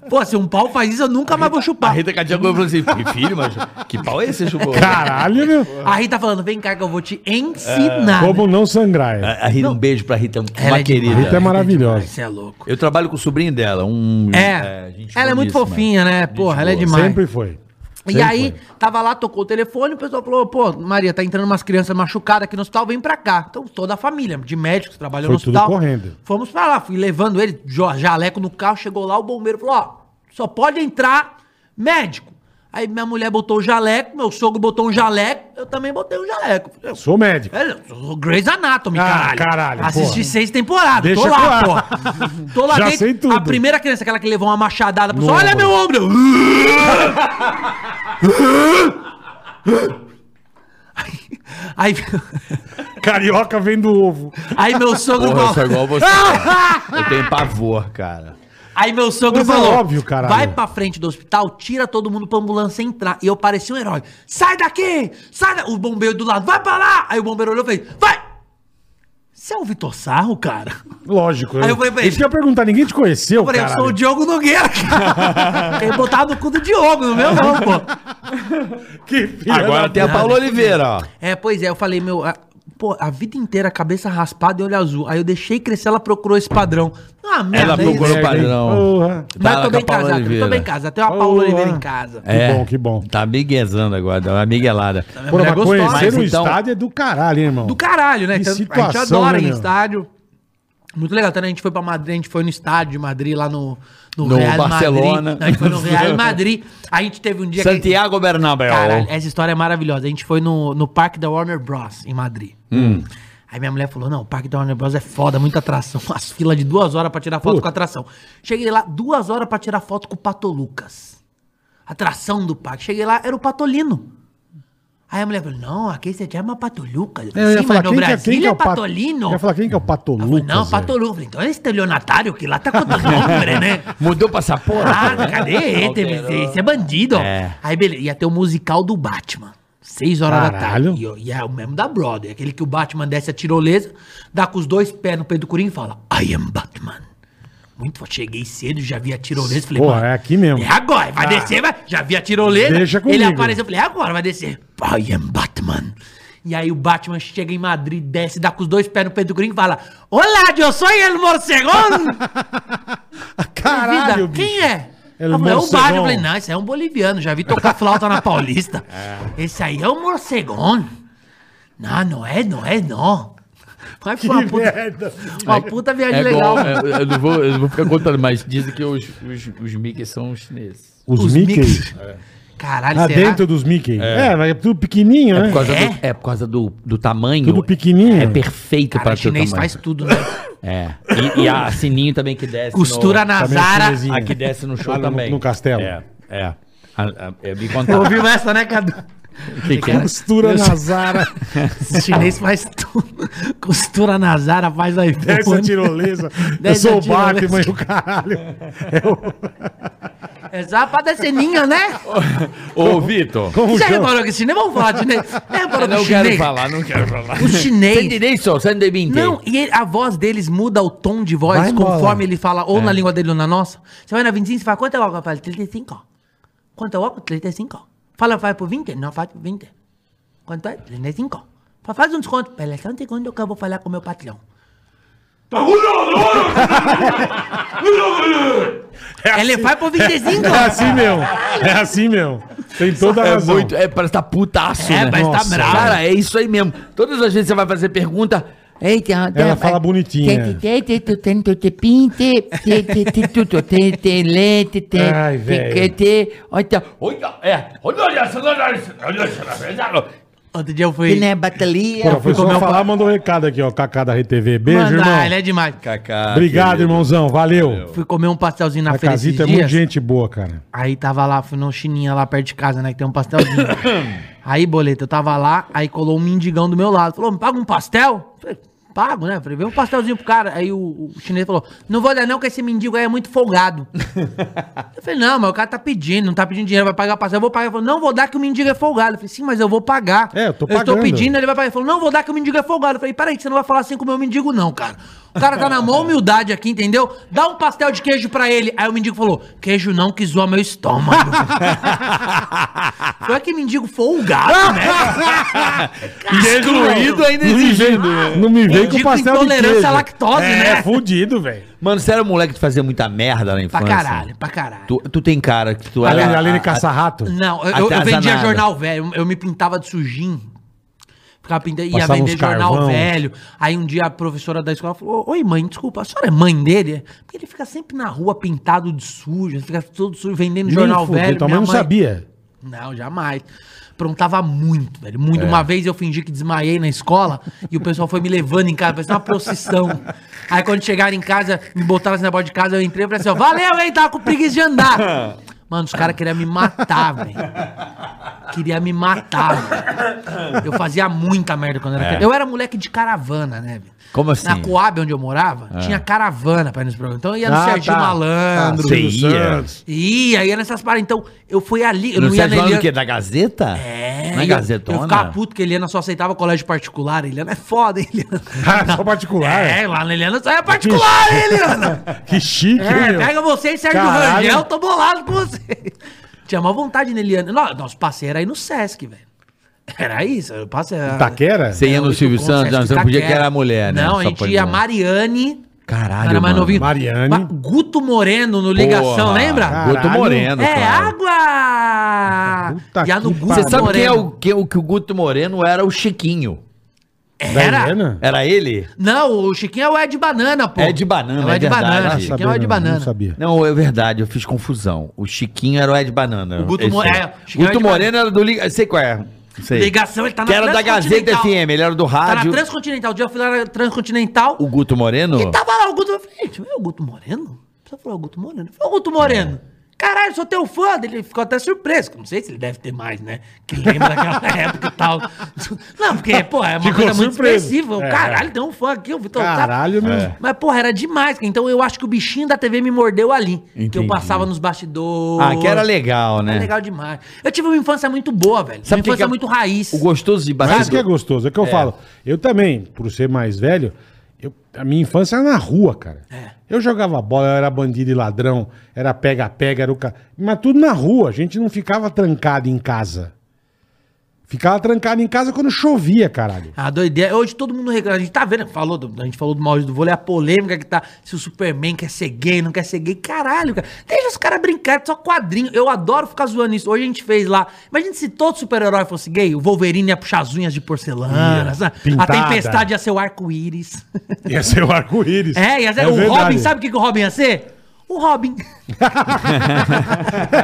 Pô, se um pau faz isso, eu nunca mais (laughs) vou A chupar. Rita Cadillac falou assim, filho, mas que pau é esse que você chupou? Caralho, meu. (laughs) A Rita falando, vem cá que eu vou te ensinar. Como não sangrar. é. A Rita, um beijo pra Rita, É, uma Ela é querida. demais, Rita é maravilhosa. Você é louco. Eu trabalho com o sobrinho dela, um... É, gente ela é muito boníssima. fofinha, né? Porra, ela é boa. demais. Sempre foi. E Sempre aí, foi. tava lá, tocou o telefone, o pessoal falou, pô, Maria, tá entrando umas crianças machucadas aqui no hospital, vem pra cá. Então, toda a família, de médicos, trabalhou Foi no tudo hospital. correndo. Fomos pra lá, fui levando ele, jo- jaleco no carro, chegou lá, o bombeiro falou, ó, só pode entrar médico. Aí minha mulher botou o jaleco, meu sogro botou um jaleco, eu também botei um jaleco. Eu, Sou médico. é, eu sou Grey's Anatomy, Ah, caralho. caralho, Assisti porra. seis temporadas. Deixa tô colar. lá, porra. Tô lá Já dentro. sei tudo. A primeira criança, aquela que levou uma machadada pro No sol, olha ombro. meu ombro! (laughs) Eu, Aí, Carioca vem do ovo. aí meu sogro Porra, eu sou falou. igual você. cara. (laughs) eu tenho pavor, cara. Aí meu sogro Mas é falou: óbvio, caralho. vai pra frente do hospital, tira todo mundo pra ambulância entrar. E eu parecia um herói. Sai daqui! Sai da... O bombeiro do lado, vai pra lá! Aí o bombeiro olhou e fez: vai! Você é o Vitor Sarro, cara? Lógico. né? Aí eu falei pra ele. Isso que eu ia perguntar, ninguém te conheceu, Eu falei, eu caralho? sou o Diogo Nogueira, cara. (laughs) Ele botava no cu do Diogo, no meu não, pô. Que filha Agora da- tem a Paula Oliveira, ó. É, pois é, eu falei, meu, a- pô, a vida inteira, cabeça raspada e olho azul. Aí eu deixei crescer, ela procurou esse padrão. Ah, Ela merda, é isso. procurou o merda, hein? padrão. Tá Porra. Mas com eu tô a bem Paula casado, eu tô Oliveira. bem casado. Tem uma Paula Porra. Oliveira em casa. Que bom, que bom. Tá miguezando agora, tá uma miguelada. Pô, mulher mas gostosa. conhecer Mas o então- estádio é do caralho, hein, irmão. Do caralho, né? Que Então, a gente situação, adora né, ir em meu? estádio. Muito legal. Então a gente foi pra Madrid, a gente foi no estádio de Madrid, lá no, No Madrid. Barcelona. Não, A gente foi (laughs) no Real Madrid. A gente teve um dia que a gente- Santiago Bernabéu. Caralho, essa história é maravilhosa. A gente foi no, no parque da Warner Bros. em Madrid. Hum. Aí minha mulher falou: não, o parque da Warner Bros. é foda, muita atração. (laughs) As filas de duas horas pra tirar foto Puta. com a atração. Cheguei lá, duas horas pra tirar foto com o Pato Lucas. Atração do parque. Cheguei lá, era o Patolino. Aí a mulher falou: não, aqui você chama Pato Lucas. Eu falei, Eu ia "Sim, falar, mas quem, no que é- quem Brasil que é é o Pato- Patolino. Eu ia falar, quem que é o Pato Ela falou, Lucas? não, velho? Pato Lucas. Eu falei, Então é estelionatário que lá tá com outro (laughs) nome, né? Mudou passaporte? (laughs) Ah, cadê ele? Isso é bandido. ó. Aí, beleza, ia ter o musical do Batman. Seis horas da Caralho. tarde. E, ó, e é o mesmo da Brother. Aquele que o Batman desce a tirolesa, dá com os dois pés no peito do Coringa e fala: I am Batman. Muito forte. Cheguei cedo, já vi a tirolesa. Falei, Porra, "Mano, é aqui mesmo." Ah. É agora, vai descer, vai. Já vi a tirolesa. Deixa Ele comigo. apareceu, eu falei, "É agora, vai descer. I am Batman. E aí o Batman chega em Madrid, desce, dá com os dois pés no peito do Coringa e fala: Olá, eu sou (laughs) el morcegón! Caralho, Vida, Quem é? Ele Ela falou, é o morcegão. Barney. Eu falei, não, esse aí é um boliviano. Já vi tocar flauta na (laughs) Paulista. Esse aí é o morcegão. Não, não é, não é, não. Mas foi uma Que puta, merda. uma puta viagem É legal. igual, é, eu, não vou, eu não vou ficar contando, mas dizem que os, os, os Mickey são os É. chineses. Os, Os Mickey. Mickeys. Caralho, Ah, será? dentro dos Mickey. É, mas é tudo pequenininho, né? Por causa É? do, é por causa do, do tamanho. Tudo pequenininho. É perfeito Cara, para o teu tamanho. chinês faz tudo, né? É. E, e a Sininho também que desce. Costura na Também é Zara. (laughs) chinesinho. no, A que desce no show Lá no- também. no castelo. É. é. A, a, eu me Tu contava. Ouviu essa, né, Cadu? (laughs) que que era? Costura na (laughs) Zara. O chinês faz tudo. Costura na Zara, faz iPhone. Essa tirolesa. Eu Desce sou a o Batman tirolesa. e o caralho. É só pra descer ninho, né? Ô, Vitor. Como Você chama? reparou que chinês? Vamos falar de chinês. Você reparou que Não o quero chinês? falar, não quero falar. O chinês... Sendinenso, sendeminte. Não, e ele- a voz deles muda o tom de voz Vai embora. É. conforme ele fala, ou na língua dele ou na nossa. Você vai na 25 e fala, quanto é o álcool? Fala, 35. ó. Quanto é o álcool? 35. ó. Fala, faz por 20? Não, faz por 20. Quanto é? 35. ó. Fala, faz um desconto. Pera só um segundo que eu vou falar com o meu patrão. Ele faz por 25. É assim mesmo. É assim mesmo. Tem toda a É razão. muito, é, parece que tá putaço, É, né? parece que tá Nossa. bravo. Cara, é isso aí mesmo. Todas as vezes que você vai fazer pergunta, eita, Ela fala bonitinha. Ai, velho. olha, olha, é, olha, olha, essa, olha, essa, olha, essa, olha, Outro dia eu fui... Pô, foi fui comer só um falar, pau- mandou um recado aqui, ó. Kaká da RTV. Beijo, Mandar, irmão. ele é demais. Cacá, Obrigado, irmãozão. Valeu. Fui comer um pastelzinho na A feira esses Casita é muito dias. gente boa, cara. Aí tava lá, fui num chininha lá perto de casa, né? Que tem um pastelzinho. (laughs) aí, boleto, eu tava lá, aí colou um mendigão do meu lado. Falou, me paga um pastel? Falei, pago, né? Falei, vê um pastelzinho pro cara. Aí o, o chinês falou, não vou dar não, que esse mendigo aí é (laughs) muito folgado. eu falei, não, mas o cara tá pedindo, não tá pedindo dinheiro, vai pagar pastel, eu vou pagar. Ele falou, não vou dar que o mendigo é folgado. Eu falei, sim, mas eu vou pagar. É, eu tô Eu pagando. tô pedindo, ele vai pagar. Ele falou, não vou dar que o mendigo é folgado. Eu falei, peraí, que você não vai falar assim com o meu mendigo não, cara. O cara tá na maior humildade aqui, entendeu? Dá um pastel de queijo pra ele. Aí o mendigo falou, queijo não, que zoa (laughs) meu estômago. Foi que mendigo folgado, né? Excluído ainda Não me vem, exigindo. não me vem com Mendigo pastel de intolerância queijo. à lactose, é, né? É fudido, velho. Mano, você era um moleque de fazer muita merda na Pra infância? caralho, pra caralho. Tu, tu tem cara que tu Além, era... Ah, além de caça-rato. Não, eu- eu, eu vendia Atazanado. jornal velho. eu- Eu me pintava de sujinho. Ficava pintando, ia Passava vender uns jornal carvão. velho. Aí um dia a professora da escola falou: Oi, mãe, desculpa, a senhora é mãe dele? Porque ele fica sempre na rua pintado de sujo, ele fica todo sujo vendendo Nem um jornal fudeu, velho. Tua mãe Minha não mãe- sabia. Não, jamais. Prontava muito, velho. É. Muito. Uma vez eu fingi que desmaiei na escola e o pessoal foi me levando em casa, parecia uma procissão. Aí quando chegaram em casa, me botaram assim na porta de casa, eu entrei e falei assim: ó, valeu, hein? Tava com preguiça de andar. Mano, os caras queriam me matar, velho. Queria me matar, velho. Eu fazia muita merda quando era É. criança. Eu era moleque de caravana, né, velho? Como assim? Na Coab, onde eu morava, tinha caravana pra ir nos programas. Então eu ia no É. Ah, Serginho tá. Malandro. Ah, Silvio Você ia? Santos. Ia, ia nessas paradas. Então, eu fui ali. Eu Não não ia sabe na falando Eliana. o quê? Da Gazeta? É, Não é e Gazetona? Eu, eu ficava puto que a Eliana só aceitava colégio particular. A Eliana é foda, hein, Eliana? (laughs) Ah, só particular. É, lá na Eliana só é particular, hein, Eliana? (laughs) Que chique, É, hein, meu? pega você e Sérgio Caralho. Rangel, tô bolado com você. (laughs) Tinha má vontade na Eliana. Nó- Nosso parceiro aí no Sesc, velho. Era isso, eu passei. Taquera? Você ia Era no oito Silvio com, Santos, Sesc não, você não podia que Itaquera. era mulher, né? Não, Só a gente pode- ia Mariane. Caralho, era mais mano. novinho. Mariane. Ma- Guto Moreno no Ligação, Porra, lembra? Caralho. Guto Moreno, É, claro. água! Puta e a que no Guto pariu. Você sabe quem é Moreno. o, que, o que o Guto Moreno era? O Chiquinho. Da Era? Helena? Era ele? Não, o Chiquinho é o Ed Banana, pô. É de banana, É o Ed é verdade. Banana. Ah, Chiquinho é o Ed Não Banana. sabia. Não, é verdade, eu fiz confusão. O Chiquinho era o Ed Banana. O Guto Esse- Mo- é, o Chiquinho é o Guto Ed Moreno era do Liga. Sei qual é. Sei. Ligação, ele tá que era da Gazeta Transcontinental. FM, ele era do Tá na rádio. Transcontinental. Um dia eu fui lá na Transcontinental. O Guto Moreno? E tava lá o Guto. Eu falei, gente, é o Guto Moreno? Você falou "É o Guto Moreno? Eu falei, o Guto Moreno. É. Caralho, sou teu fã. Ele ficou até surpreso. que eu Não sei se ele deve ter mais, né? Que lembra daquela (laughs) época e tal. Não, porque, pô, é uma Ficou coisa muito surpreso. expressiva. Eu, É. Caralho, tem um fã aqui, o Vitor. sabe? Caralho, meu. É. Mas, porra, era demais. cara. Então eu acho que o bichinho da TV me mordeu ali. Que eu Entendi. passava nos bastidores. Ah, que era legal, né? Era É legal demais. Eu tive uma infância muito boa, velho. Sabe uma o que infância que é- muito raiz. O gostoso de Mas isso que é bastidor. gostoso, é que eu falo. Eu também, por ser mais velho, eu- a minha infância era na rua, cara. É. Eu jogava bola, eu era bandido e ladrão, era pega-pega, era o cara. Mas tudo na rua, a gente não ficava trancado em casa. Ficava trancado em casa quando chovia, caralho. Ah, doideira. Hoje todo mundo reclama. A gente tá vendo, falou do- a gente falou do mal do vôlei, a polêmica que tá. Se o Superman quer ser gay, não quer ser gay. Caralho, cara. Deixa os caras brincarem, só quadrinho. Eu adoro ficar zoando isso. Hoje a gente fez lá. Imagina se todo super-herói fosse gay. O Wolverine ia puxar as unhas de porcelana. Ia. sabe? A Pintada. tempestade ia ser o (laughs) arco-íris. Ia ser o arco-íris. É, e às vezes o verdade. Robin, sabe o que, que o Robin ia ser? O Robin. (laughs)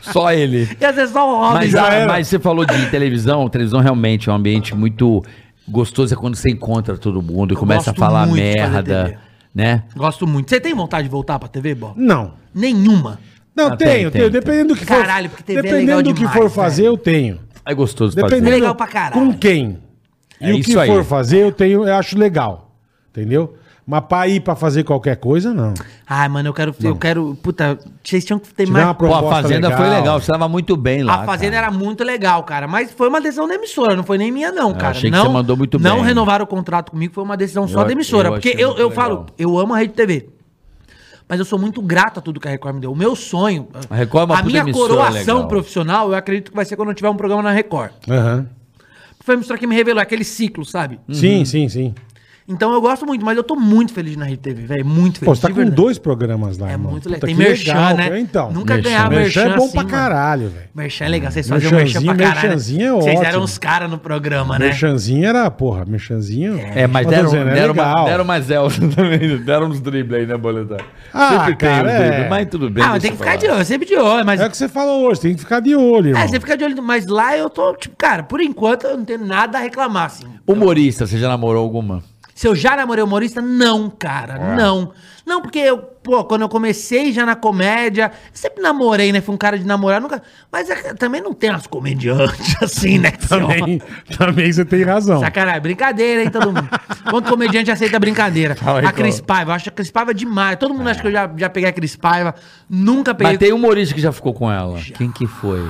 Só (laughs) ele. Ia ser só o Robin. Mas, já ah, era. mas você falou de televisão, televisão realmente é um ambiente muito gostoso, é quando você encontra todo mundo e começa a gosto falar muito de fazer TV. merda, né? Gosto muito. Você tem vontade de voltar pra TV, Bob? Não. Nenhuma. Não, Ah, tenho, tem, tenho. tem, Dependendo do que Caralho, for. porque TV é dependendo legal do que demais, né? for fazer, velho. eu tenho. É gostoso Dependendo É fazer. legal pra caralho. com quem e É o que isso aí. for fazer, eu tenho, eu acho legal. Entendeu? Mas pra ir pra fazer qualquer coisa, não. Ai, mano, eu quero. Eu quero. Puta, vocês tinham que ter Te mais. dá uma Pô, proposta a Fazenda legal. foi legal, você tava muito bem lá. A Fazenda cara. era muito legal, cara. Mas foi uma decisão da emissora, não foi nem minha, não, cara. achei que não, você mandou muito Não bem. renovaram o contrato comigo, foi uma decisão só Eu- da emissora. eu porque achei eu, muito eu legal. falo, eu amo a Rede TV. Mas eu sou muito grato a tudo que a Record me deu. O meu sonho. A Record é uma a puta minha emissora coroação legal. profissional, eu acredito que vai ser quando eu tiver um programa na Record. Aham. Foi a emissora que me revelou é aquele ciclo, sabe? Sim, sim, sim. Então eu gosto muito, mas eu tô muito feliz na Rede TV, velho. Muito feliz. Pô, você tá de com verdade. dois programas lá, É irmão. muito Puta, legal. Tem que merchan, né? é, cara. Então, Nunca merchan. ganhava merchan. merchan é bom assim, pra mano. caralho, velho. Merchan é legal, vocês faziam merchan pra Merchanzinho, caralho. merchanzinho é Vocês eram ótimo. os caras no programa, né? Merchanzinho era, porra, merchanzinho. É, mas Eu tô deram, dizendo, é deram, legal. uma, deram umas Elsa (laughs) também, deram uns dribles aí, né, Boletar? Ah, cara, uns é. dribles, mas tudo bem. Ah, deixa mas tem eu que ficar falar. de olho, sempre de olho, mas. É o que você falou hoje, tem que ficar de olho, irmão. É, você fica de olho, mas lá eu tô, tipo, cara, por enquanto eu não tenho nada a reclamar, assim. Humorista, você já namorou alguma? Se eu já namorei humorista, não, cara, É. não. Não, porque eu, pô, quando eu comecei já na comédia, sempre namorei, né? Fui um cara de namorar, nunca. Mas é, também não tem as comediantes (laughs) assim, né? que você Também, também você tem razão. Sacanagem, brincadeira, hein, todo mundo. Quanto comediante aceita brincadeira? aí, a Cris Paiva, eu acho a Cris Paiva é demais. Todo mundo acha que eu já, já peguei a Cris Paiva, nunca peguei. Ah, Mas tem humorista que já ficou com ela. Quem que foi?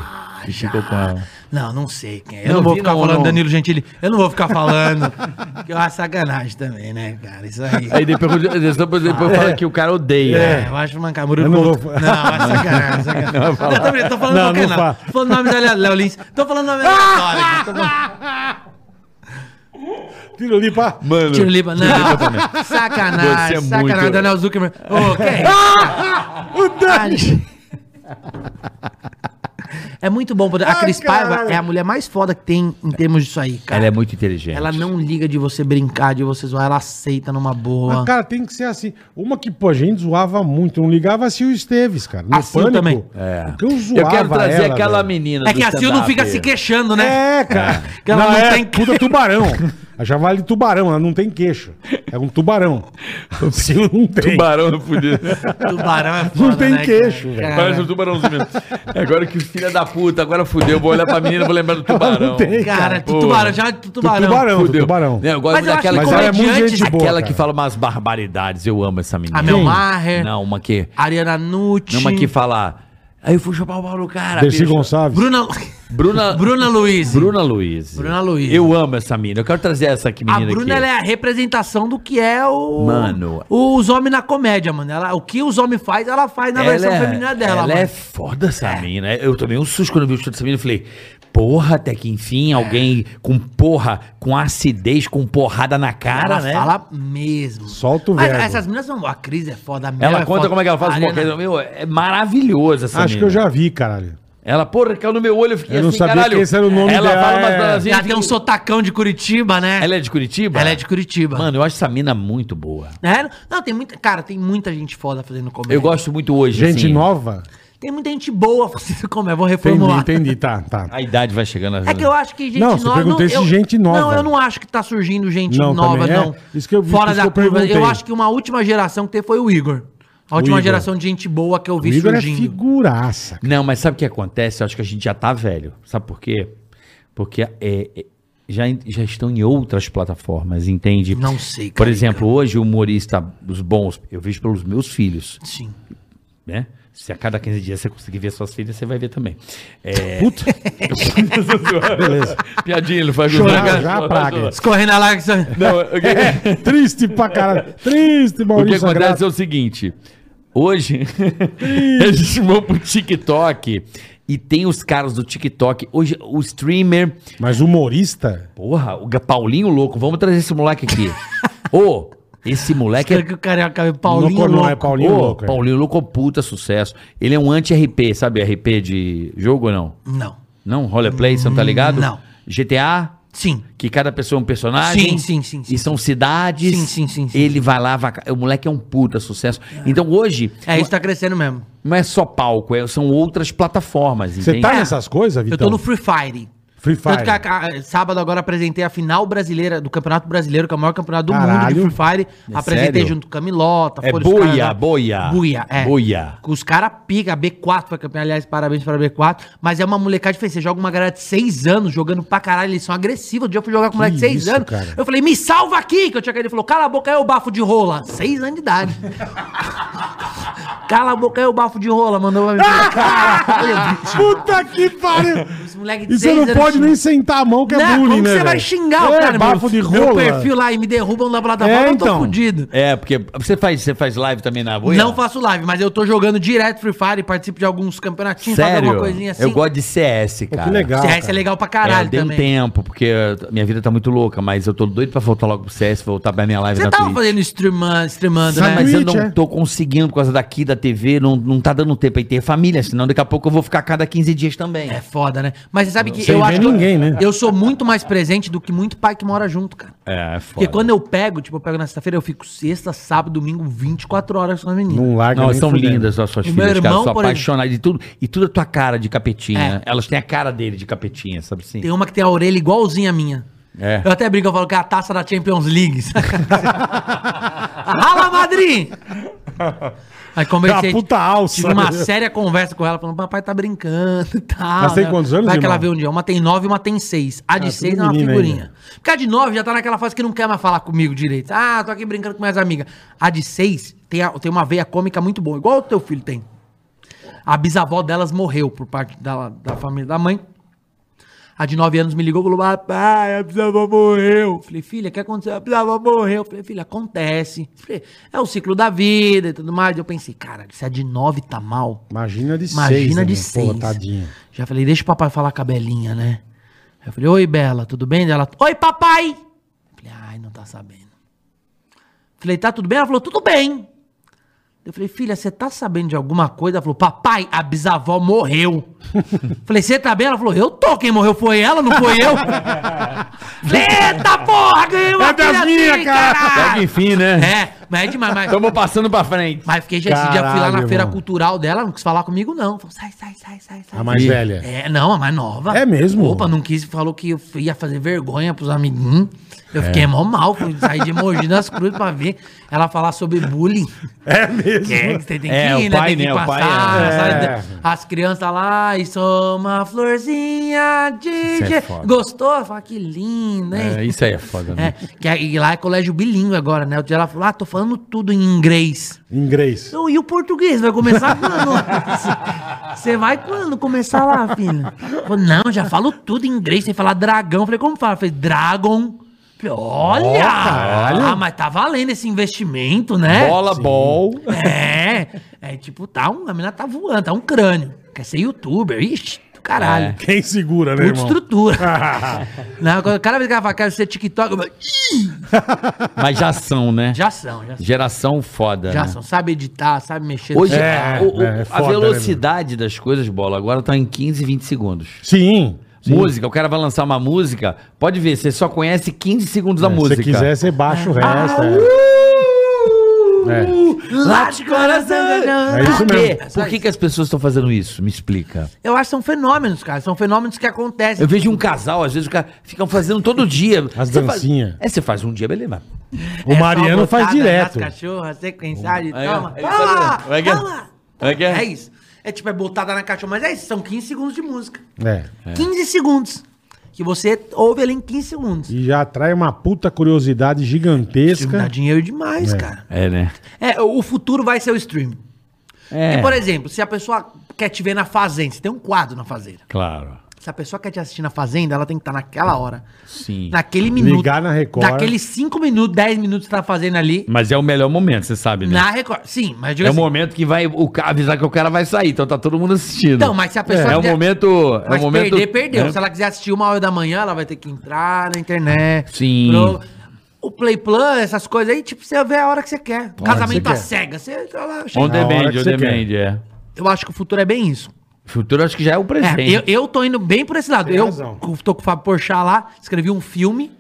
Que ficou com ela. Não, não sei quem é. Eu Não não, vou vi, ficar não, falando não. Danilo Gentili. Eu não vou ficar falando. (laughs) que é uma sacanagem também, né, cara? Isso aí. Aí depois, depois, depois fala que o cara odeia. É, eu acho uma camura Eu do não outro. vou Não, fa- é sacanagem, sacanagem. Não, eu também tô falando Não, qualquer não nome. fala. Tô falando nome da Léo Lins. Tô falando nome da Tô falando Tiro ali pra... Mano, Tiro Lipa. Não, sacanagem, Você é muito- sacanagem. Daniel Zuckerman. Ô, que é isso? O Dani! É muito bom poder. A Ai, Cris Paiva caralho. é a mulher mais foda que tem em termos disso aí, cara. ela é muito inteligente. Ela não liga de você brincar, de você zoar, ela aceita numa boa. Mas, cara, tem que ser assim. Uma que, pô, a gente zoava muito. Não ligava a Sil Esteves, cara. No A Sil também. É. Porque eu zoava Eu quero trazer ela, aquela velho. menina é que do a Sil não stand-up. fica se queixando, né? É, cara. Que ela não é tem- puta tubarão. A javali tubarão, ela não tem queixo. É um tubarão. O (laughs) Sil não tem. Tubarão não (laughs) podia. Tubarão é Não tem queixo, cara? velho. Cara, Parece um tubarãozinho mesmo. É, Agora que filha da puta, agora fudeu. Vou olhar pra menina e vou (laughs) lembrar do tubarão. não tem. Cara, cara. tu- tubarão, já tu- tubarão. tubarão, do Fudeu. tubarão. Não, eu gosto Mas eu acho daquela que Mas ela é muito comediante- gente boa, Aquela cara. que fala umas barbaridades. Eu amo essa menina. A Mel Sim. Maher, Não, uma que. Ariana Nucci, Não, uma que fala. Aí eu fui chupar o pau no cara. Dercy bicho." Gonçalves. Bruna, Bruna. Bruna Luiz. Bruna Luiz. Bruna Luiz. Eu amo essa menina. Eu quero trazer essa aqui, A menina. Bruna aqui. ela é a representação do que é o. Mano. Os homens na comédia, mano. Ela, o que os homens faz, ela faz na Ela versão é- feminina dela, Ela mano. é foda essa mina. Eu tomei um susto quando eu vi o show dessa mina. Eu falei, porra, até que enfim, alguém com porra, com acidez, com porrada na cara, ela né? fala mesmo. Solta o Mas verbo. essas meninas são. A Cris é foda, a Mel Ela é conta foda, né? como é que ela faz a o Ariana- Meu, é maravilhoso essa Acho que mina. eu já vi, caralho. Ela, porra, caiu no meu olho, eu fiquei assim, Eu não sabia que esse era o nome ela dela, Fala umas é. palavrinhas, Ela eu tem um fiquei- sotacão de Curitiba, né? Ela é de Curitiba? Ela é de Curitiba. Mano, eu acho essa mina muito boa. É? Não, tem muita. Cara, tem muita gente foda fazendo comédia. Eu gosto muito hoje, Gente assim. nova? Tem muita gente boa (laughs) fazendo comédia. Vou Entendi, reformular. entendi, tá, tá. A idade vai chegando. É que eu acho que gente Não, você perguntou se eu- gente nova. Não, eu não acho que tá surgindo gente Não, nova, também é. não. Isso que eu- Fora isso da que eu curva. perguntei. Eu acho que uma última geração que teve foi o Igor. A última Igor. geração de gente boa que eu O vi Igor é surgindo. figuraça. Não, mas sabe o que acontece? Eu acho que a gente já tá velho. Sabe por quê? Porque é, é, já, já estão em outras plataformas, entende? Não sei, Por cara. exemplo, hoje o humorista, os bons, eu vejo pelos meus filhos, Sim. né? Se a cada 15 dias você conseguir ver suas filhas, você vai ver também. É, (laughs) (laughs) Puta. Beleza. Piadinha, ele faz Chorar já é uma praga. Escorrendo a lágrima. Não, o que, é? Triste pra caralho. Triste, o que Maurício. acontece Agrado. é o seguinte. Hoje, (laughs) eles vão pro TikTok e tem os caras do TikTok. Hoje, o streamer... Mas humorista? Porra, o Ga- Paulinho louco, vamos trazer esse moleque aqui. (laughs) Ô, esse moleque Quero é. (laughs) que o carioca é Paulinho não, não é louco. Paulinho Ô, louco. é. Paulinho louco, um puta sucesso. Ele é um anti-RP, sabe? RP de jogo ou não? Não. Não? Roleplay, você não tá ligado? Hum, Não. GTA, Sim. que cada pessoa é um personagem. Sim, sim, sim, sim. E são cidades. Sim, sim, sim, sim. Ele vai lá, vaca... o moleque é um puta sucesso. Então hoje, É, isso tá crescendo mesmo. não é só palco, é- são outras plataformas, Você tá É. nessas coisas, Vitão? Eu tô no Free Fire. Free Tanto Fire. que a, a- sábado agora apresentei a final brasileira do Campeonato Brasileiro, que é o maior campeonato do Caralho. É mundo de Free Fire. apresentei sério? junto com Camilota, É Folha, os boia, caras lá. boia. Boia, é. Boia. Os caras pica, a B4 foi campeã, aliás, parabéns para a B4. Mas é uma molecada diferente. Você joga uma galera de 6 anos jogando pra caralho, eles são agressivos. Outro dia eu fui jogar com um moleque de 6 isso, anos. cara? Eu falei, me salva aqui! Que eu tinha caído. Ele falou, cala a boca, é o bafo de rola. 6 anos (laughs) de idade. cala a boca, é o bafo de rola, mandou (laughs) pra mim. Caralho, bicho. Puta que pariu! (laughs) Esse moleque de E você seis não anos pode tinha- nem sentar a mão que é não, bullying, como né? que você vai velho? xingar o é, cara? bafo de meu, rola. Meu perfil lá e me derrubam da plataforma, É, eu então. tô fudido. É, porque você faz, você faz live também na boia? Não faço live, mas eu tô jogando direto Free Fire, participo de alguns campeonatinhos, faço Sério? alguma coisinha assim. Eu gosto de CS, cara. legal. CS cara. é legal pra É, caralho eu dei um também. tempo, porque eh, minha vida tá muito louca, mas eu tô doido pra voltar logo pro CS, voltar pra minha live Você na tava né, Twitch. fazendo streama, streamando, Sabe- né? Mas eu Twitch, é? não tô conseguindo por causa daqui da TV, não, não tá dando tempo aí ter família, senão daqui a pouco eu vou ficar a cada 15 dias também. É foda, né? Mas você sabe que Sem eu ver acho que eu- ninguém, né? eu sou muito mais presente do que muito pai que mora junto, cara. É, é Porque foda. quando eu pego, tipo, eu pego na sexta-feira, eu fico sexta, sábado, domingo, 24 horas com a menina. Não larga Não, elas nem são fudendo. lindas as suas O meu filhas, cara. Eu irmão, sou por apaixonado de tudo. E tudo a tua cara de capetinha. É. Elas têm a cara dele de capetinha, sabe assim? Tem uma que tem a orelha igualzinha à minha. É. Eu até brinco, eu falo que é a taça da Champions League. (laughs) Rala Madrid! Aí conversei. É a puta alça. Tive uma séria conversa com ela, falando, papai tá brincando e tal. Mas tem quantos anos, Vai que irmão? ela vê um dia. Uma tem nove, uma tem seis. A de Ah, seis tudo é uma menina figurinha. ainda. Porque a de nove já tá naquela fase que não quer mais falar comigo direito. Ah, tô aqui brincando com minhas amigas. A de seis tem, a- tem uma veia cômica muito boa, igual o teu filho tem. A bisavó delas morreu por parte da, da família da mãe. A de 9 anos me ligou e falou: Papai, a bisavó morreu. Falei, filha, o que aconteceu? A bisavó morreu. Falei, filha, acontece. Falei, é o ciclo da vida e tudo mais. Eu pensei, cara, se a de 9 tá mal, Imagina de seis. imagina de né, meu? 6. Pô, tadinha. Já falei, deixa o papai falar com a Belinha, né? Aí Eu falei, oi, Bela, tudo bem? Ela, oi, papai! Falei, ai, não tá sabendo. Falei, tá tudo bem? Ela falou, tudo bem. Eu falei, filha, você tá sabendo de alguma coisa? Ela falou, papai, a bisavó morreu. falei, você tá bem? Ela falou, eu tô, quem morreu foi ela, não foi (laughs) eu. falei, eita porra, ganhei uma É das filha minhas, assim, cara. caralho. Pega enfim, né? É, mas é demais. Mas... Estamos passando pra frente. Mas fiquei já esse dia, fui lá na Caralho, feira mano. cultural dela, não quis falar comigo, não. Falou, sai, sai, sai, sai, sai. A mais Ih. velha. É, não, a mais nova. É mesmo? Opa, não quis, falou que eu ia fazer vergonha pros amiguinhos. É. Eu fiquei mó mal, fui sair de Mogi das Cruzes pra ver ela falar (laughs) sobre bullying. É mesmo. Que é, que você tem que É, ir, o né? pai, tem que né? O pai passar. é- sabe? É. As crianças lá, e sou uma florzinha de... Isso é foda. Gostou? Fala, que lindo, hein? É, isso aí é foda, É, né? que aí lá é colégio bilíngue agora, né? Outro dia ela falou, ah, tô falando tudo em inglês. Inglês. Não, e o português? Vai começar quando? Você vai quando começar lá, filho? Falei, não, já falo tudo em inglês, sem falar dragão. Falei, como fala? Falei, dragon. Falei, olha! ah, mas tá valendo esse investimento, né? Bola, bol. É, é tipo, tá um, a menina tá voando, tá um crânio. Quer ser youtuber, ixi. caralho. Quem segura, né, Muita irmão? estrutura. Não, quando- cada vez que ela fala, quero ser TikTok, eu falo, "Ih!" Mas já são, né? já são, já são. Geração foda. Já né? são. Sabe editar, sabe mexer. Hoje, é. É, a, o- o- é, é a foda, né, velocidade das coisas, bola, agora tá em 15, 20 segundos. Sim. sim. Música, o cara vai lançar uma música, pode ver, você só conhece 15 segundos da É, música. Se quiser, você baixa o Ah, resto. é. uh! É. Late coração! É isso Por quê? mesmo. Por que, que as pessoas estão fazendo isso? Me explica. Eu acho que são fenômenos, cara. São fenômenos que acontecem. Eu vejo um casal, às vezes, o cara ficam fazendo todo dia. As Você faz- dancinha. É, você faz um dia, beleza. mas- É O Mariano faz direto. cachorra, sequencial e Aí, ó, toma. é, aí, Toma, sabe? Como é que é? toma. Como é que é? É isso. É tipo, é botada na cachorra. Mas é isso, são 15 segundos de música. É. 15 segundos. Que você ouve ali em 15 segundos. E já atrai uma puta curiosidade Isso dá gigantesca. dinheiro demais, É. cara. É, né? É, o futuro vai ser o streaming. É. E, por exemplo, se a pessoa quer te ver na fazenda, você tem um quadro na fazenda. Claro. Se a pessoa quer te assistir na fazenda, ela tem que estar naquela hora. Sim. Naquele minuto. Ligar na Record. Naqueles 5 minutos, 10 minutos que tá fazendo ali. Mas é o melhor momento, você sabe, né? Na Record. Sim, mas diga É o assim. momento que vai o, ca- avisar que o cara vai sair, então tá todo mundo assistindo. Então, mas se a pessoa é, o quiser- momento. É o Mas momento. perder, perdeu. né? Se ela quiser assistir uma hora da manhã, ela vai ter que entrar na internet. Sim. O Play Plan, essas coisas aí, tipo, você vê a hora que você quer. Casamento você à é. quer. cega. Você entra lá, chega. On Na hora demand, que on você quer. demand, é. Eu acho que o futuro é bem isso. Futuro acho que já é o É, presente. eu, eu tô indo bem por esse lado. Tem eu razão. tô com o Fábio Porchat lá, escrevi um filme,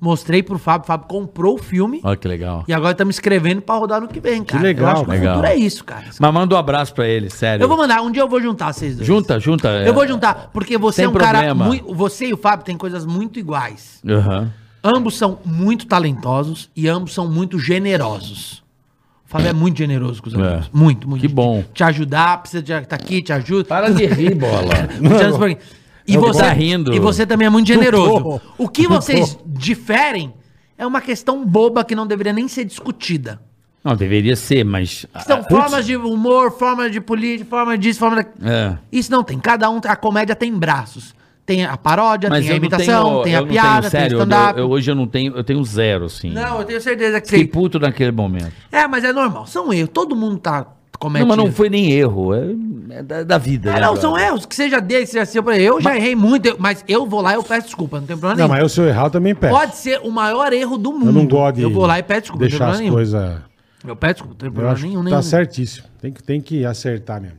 mostrei pro Fábio, o Fábio comprou o filme Olha que legal. e agora estamos escrevendo pra rodar no que vem, cara. legal, eu acho que legal. o futuro é isso, cara. Mas manda um abraço pra ele, sério. Eu vou mandar, um dia eu vou juntar vocês dois. Junta, junta. é. Eu vou juntar, porque você Sem é um cara problema. muito. Você e o Fábio têm coisas muito iguais. Aham. Ambos são muito talentosos e ambos são muito generosos. O Fábio é muito generoso com os amigos. É. Muito, muito. Que De- bom. Te ajudar, precisa de tá aqui, te ajuda. Para de (laughs) rir, bola. Puxando isso pra mim. E Eu você, tô tá rindo. e você também é muito generoso. (laughs) tô. O que vocês diferem é uma questão boba que não deveria nem ser discutida. (laughs) Não, deveria ser, mas. São Ah, formas de humor, formas de política, formas disso, formas da... É. Isso não tem. Cada um, a comédia tem braços. Tem a paródia, Mas tem a eu não imitação, tenho, tem eu a não piada, tenho, sério, tem o stand-up. eu, eu- hoje eu não tenho, eu tenho zero, assim. Não, eu tenho certeza que Fiquei você... puto naquele momento. É, mas é normal. São erros. Todo mundo tá Não, cometendo. mas não foi nem erro, é, é da, da vida. É, né, não, cara? são erros. Que seja dele, que seja seu. por aí. Eu já errei muito, eu- mas eu vou lá e eu peço desculpa. Não tem problema Não, nenhum. mas eu, se eu errar, eu também peço. Pode ser o maior erro do mundo. Eu não gosto de Eu vou lá e peço desculpa. deixar não as tem problema nenhum. coisas... Eu peço desculpa, não tem Eu problema acho nenhum. que nenhum. tá certíssimo. Tem que, tem que acertar mesmo.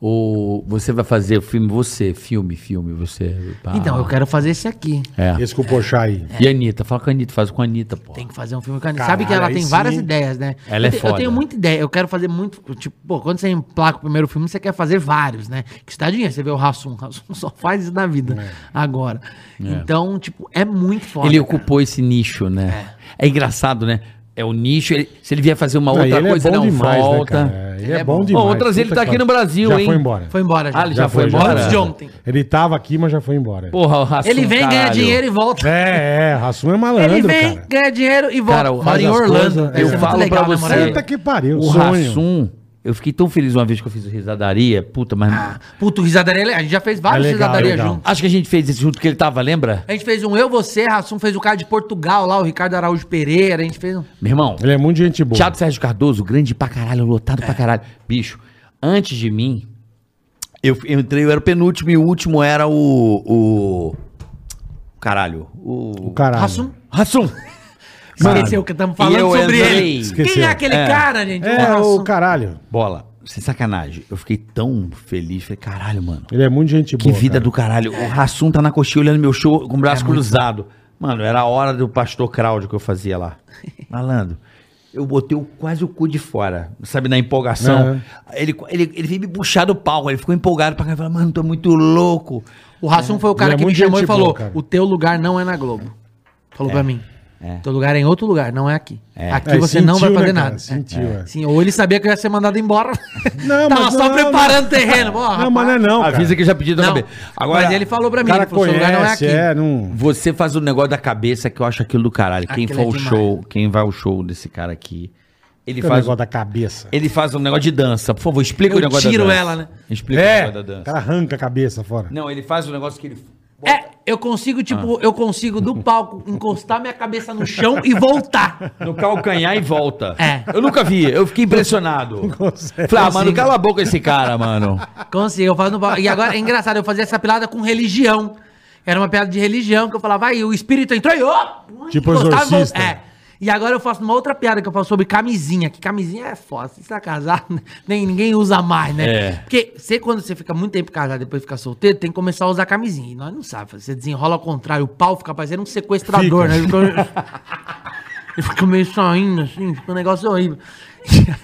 Ou você vai fazer o filme, você, filme, filme, você. pá. Então, eu quero fazer esse aqui. É. Esse com o Porchat aí. E a Anitta, fala com a Anitta, faz com a Anitta, pô. Tem que fazer um filme com a Anitta. Caralho, Sabe que ela aí tem sim. várias ideias, né? Ela eu é te- Eu foda. tenho muita ideia. Eu quero fazer muito. Tipo, pô, quando você emplaca o primeiro filme, você quer fazer vários, né? Que isso dá dinheiro. Você vê o Rassum. O Rassum só faz isso na vida agora. Então, tipo, é muito foda. Ele cara. ocupou esse nicho, né? É. engraçado, né? É o nicho. ele- se ele vier fazer uma Não, e outra ele coisa, é bom não demais, volta. né, cara? Ele, Ele é, é bom bom. demais. Ô, outras ele Puta tá que aqui no pariu. Brasil, já hein? Foi embora. Foi embora Ah, ele já foi embora? Antes de ontem. Ele tava aqui, mas já foi embora. Porra, o Rassum, Ele vem, ganha caralho. dinheiro e volta. É, é, Rassum é malandro, ele vem, cara. ganha dinheiro e volta. Cara, o- Mora faz em as Orlando. coisas, Vai eu ser muito falo pra né, você- morar em- Puta que pariu, O Rassum, eu fiquei tão feliz uma vez que eu fiz o risadaria, puta, mas. Puta, o risadaria, é legal. a gente já fez vários É legal, risadaria legal. juntos. Acho que a gente fez isso junto que ele tava, lembra? A gente fez um Eu, Você, Rassum fez o cara de Portugal lá, o Ricardo Araújo Pereira, a gente fez um... Meu irmão, Ele é muito gente boa. Teatro Sérgio Cardoso, grande pra caralho, lotado pra caralho. Bicho, antes de mim, eu, eu entrei, eu era o penúltimo e o último era o. o caralho. O. O caralho. Rassum Rassum! esqueceu o que estamos falando E eu sobre entrei. ele. Quem Esqueceu. é aquele É. cara, gente? É, Hassum. o caralho. Bola, sem sacanagem. Eu fiquei tão feliz. Falei, caralho, mano. Ele é muito gente Que boa. vida cara. do caralho. O Rassum tá na coxinha olhando meu show com o braço cruzado. Mano, era a hora do pastor Cláudio que eu fazia lá. Malandro. Eu botei o- quase o cu de fora, sabe, na empolgação. Aham. Ele, ele, ele veio me puxar do palco, ele ficou empolgado pra cá. Falei, mano, tu é muito louco. O Rassum foi o cara Ele é que me muito chamou e gente boa, falou, cara. o teu lugar não é na Globo. Falou pra mim. Teu lugar é em outro lugar, não é aqui. Aqui É, você sentiu, não vai né, fazer cara? nada. Sentiu, É. é. Sim, ou ele sabia que eu ia ser mandado embora. Não, (laughs) Tava mas só não, preparando terreno. Ó, Não, rapaz. mas não é não, cara. Avisa que eu já pedi tua Não, cabeça. Agora, Agora, mas ele falou pra O mim, cara ele falou, seu lugar não é conhece, aqui. é, não... você faz um negócio da cabeça que eu acho aquilo do caralho. Quem Aquilo for é o demais. show, quem vai ao show desse cara aqui, ele Que faz, um negócio da cabeça. ele faz um negócio de dança. Por favor, explica o Eu negócio tiro da dança. ela, né? Explica o É, negócio da o dança. É cara arranca a cabeça fora. Não, ele faz o negócio que ele. É, eu consigo, tipo, Ah. eu consigo do palco encostar minha cabeça no chão e voltar. No calcanhar e volta. É. Eu nunca vi, eu fiquei (laughs) impressionado. consegue. Falei, ah, mano, cala a boca esse cara, mano. Consigo, eu faço no palco. E agora é engraçado, eu fazia essa pilada com religião. Era uma piada de religião que eu falava, aí o espírito entrou e ó! Tipo encostava e voltava. exorcista. É. E agora eu faço uma outra piada que eu falo sobre camisinha, que camisinha é foda. Se você tá casado, nem, ninguém usa mais, né? É. Porque você, quando você fica muito tempo casado e depois fica solteiro, tem que começar a usar camisinha. E nós não sabemos. Você desenrola ao contrário, o pau fica parecendo um sequestrador, né? Ele fica, (laughs) ele fica meio saindo, assim, fica um negócio horrível. (laughs)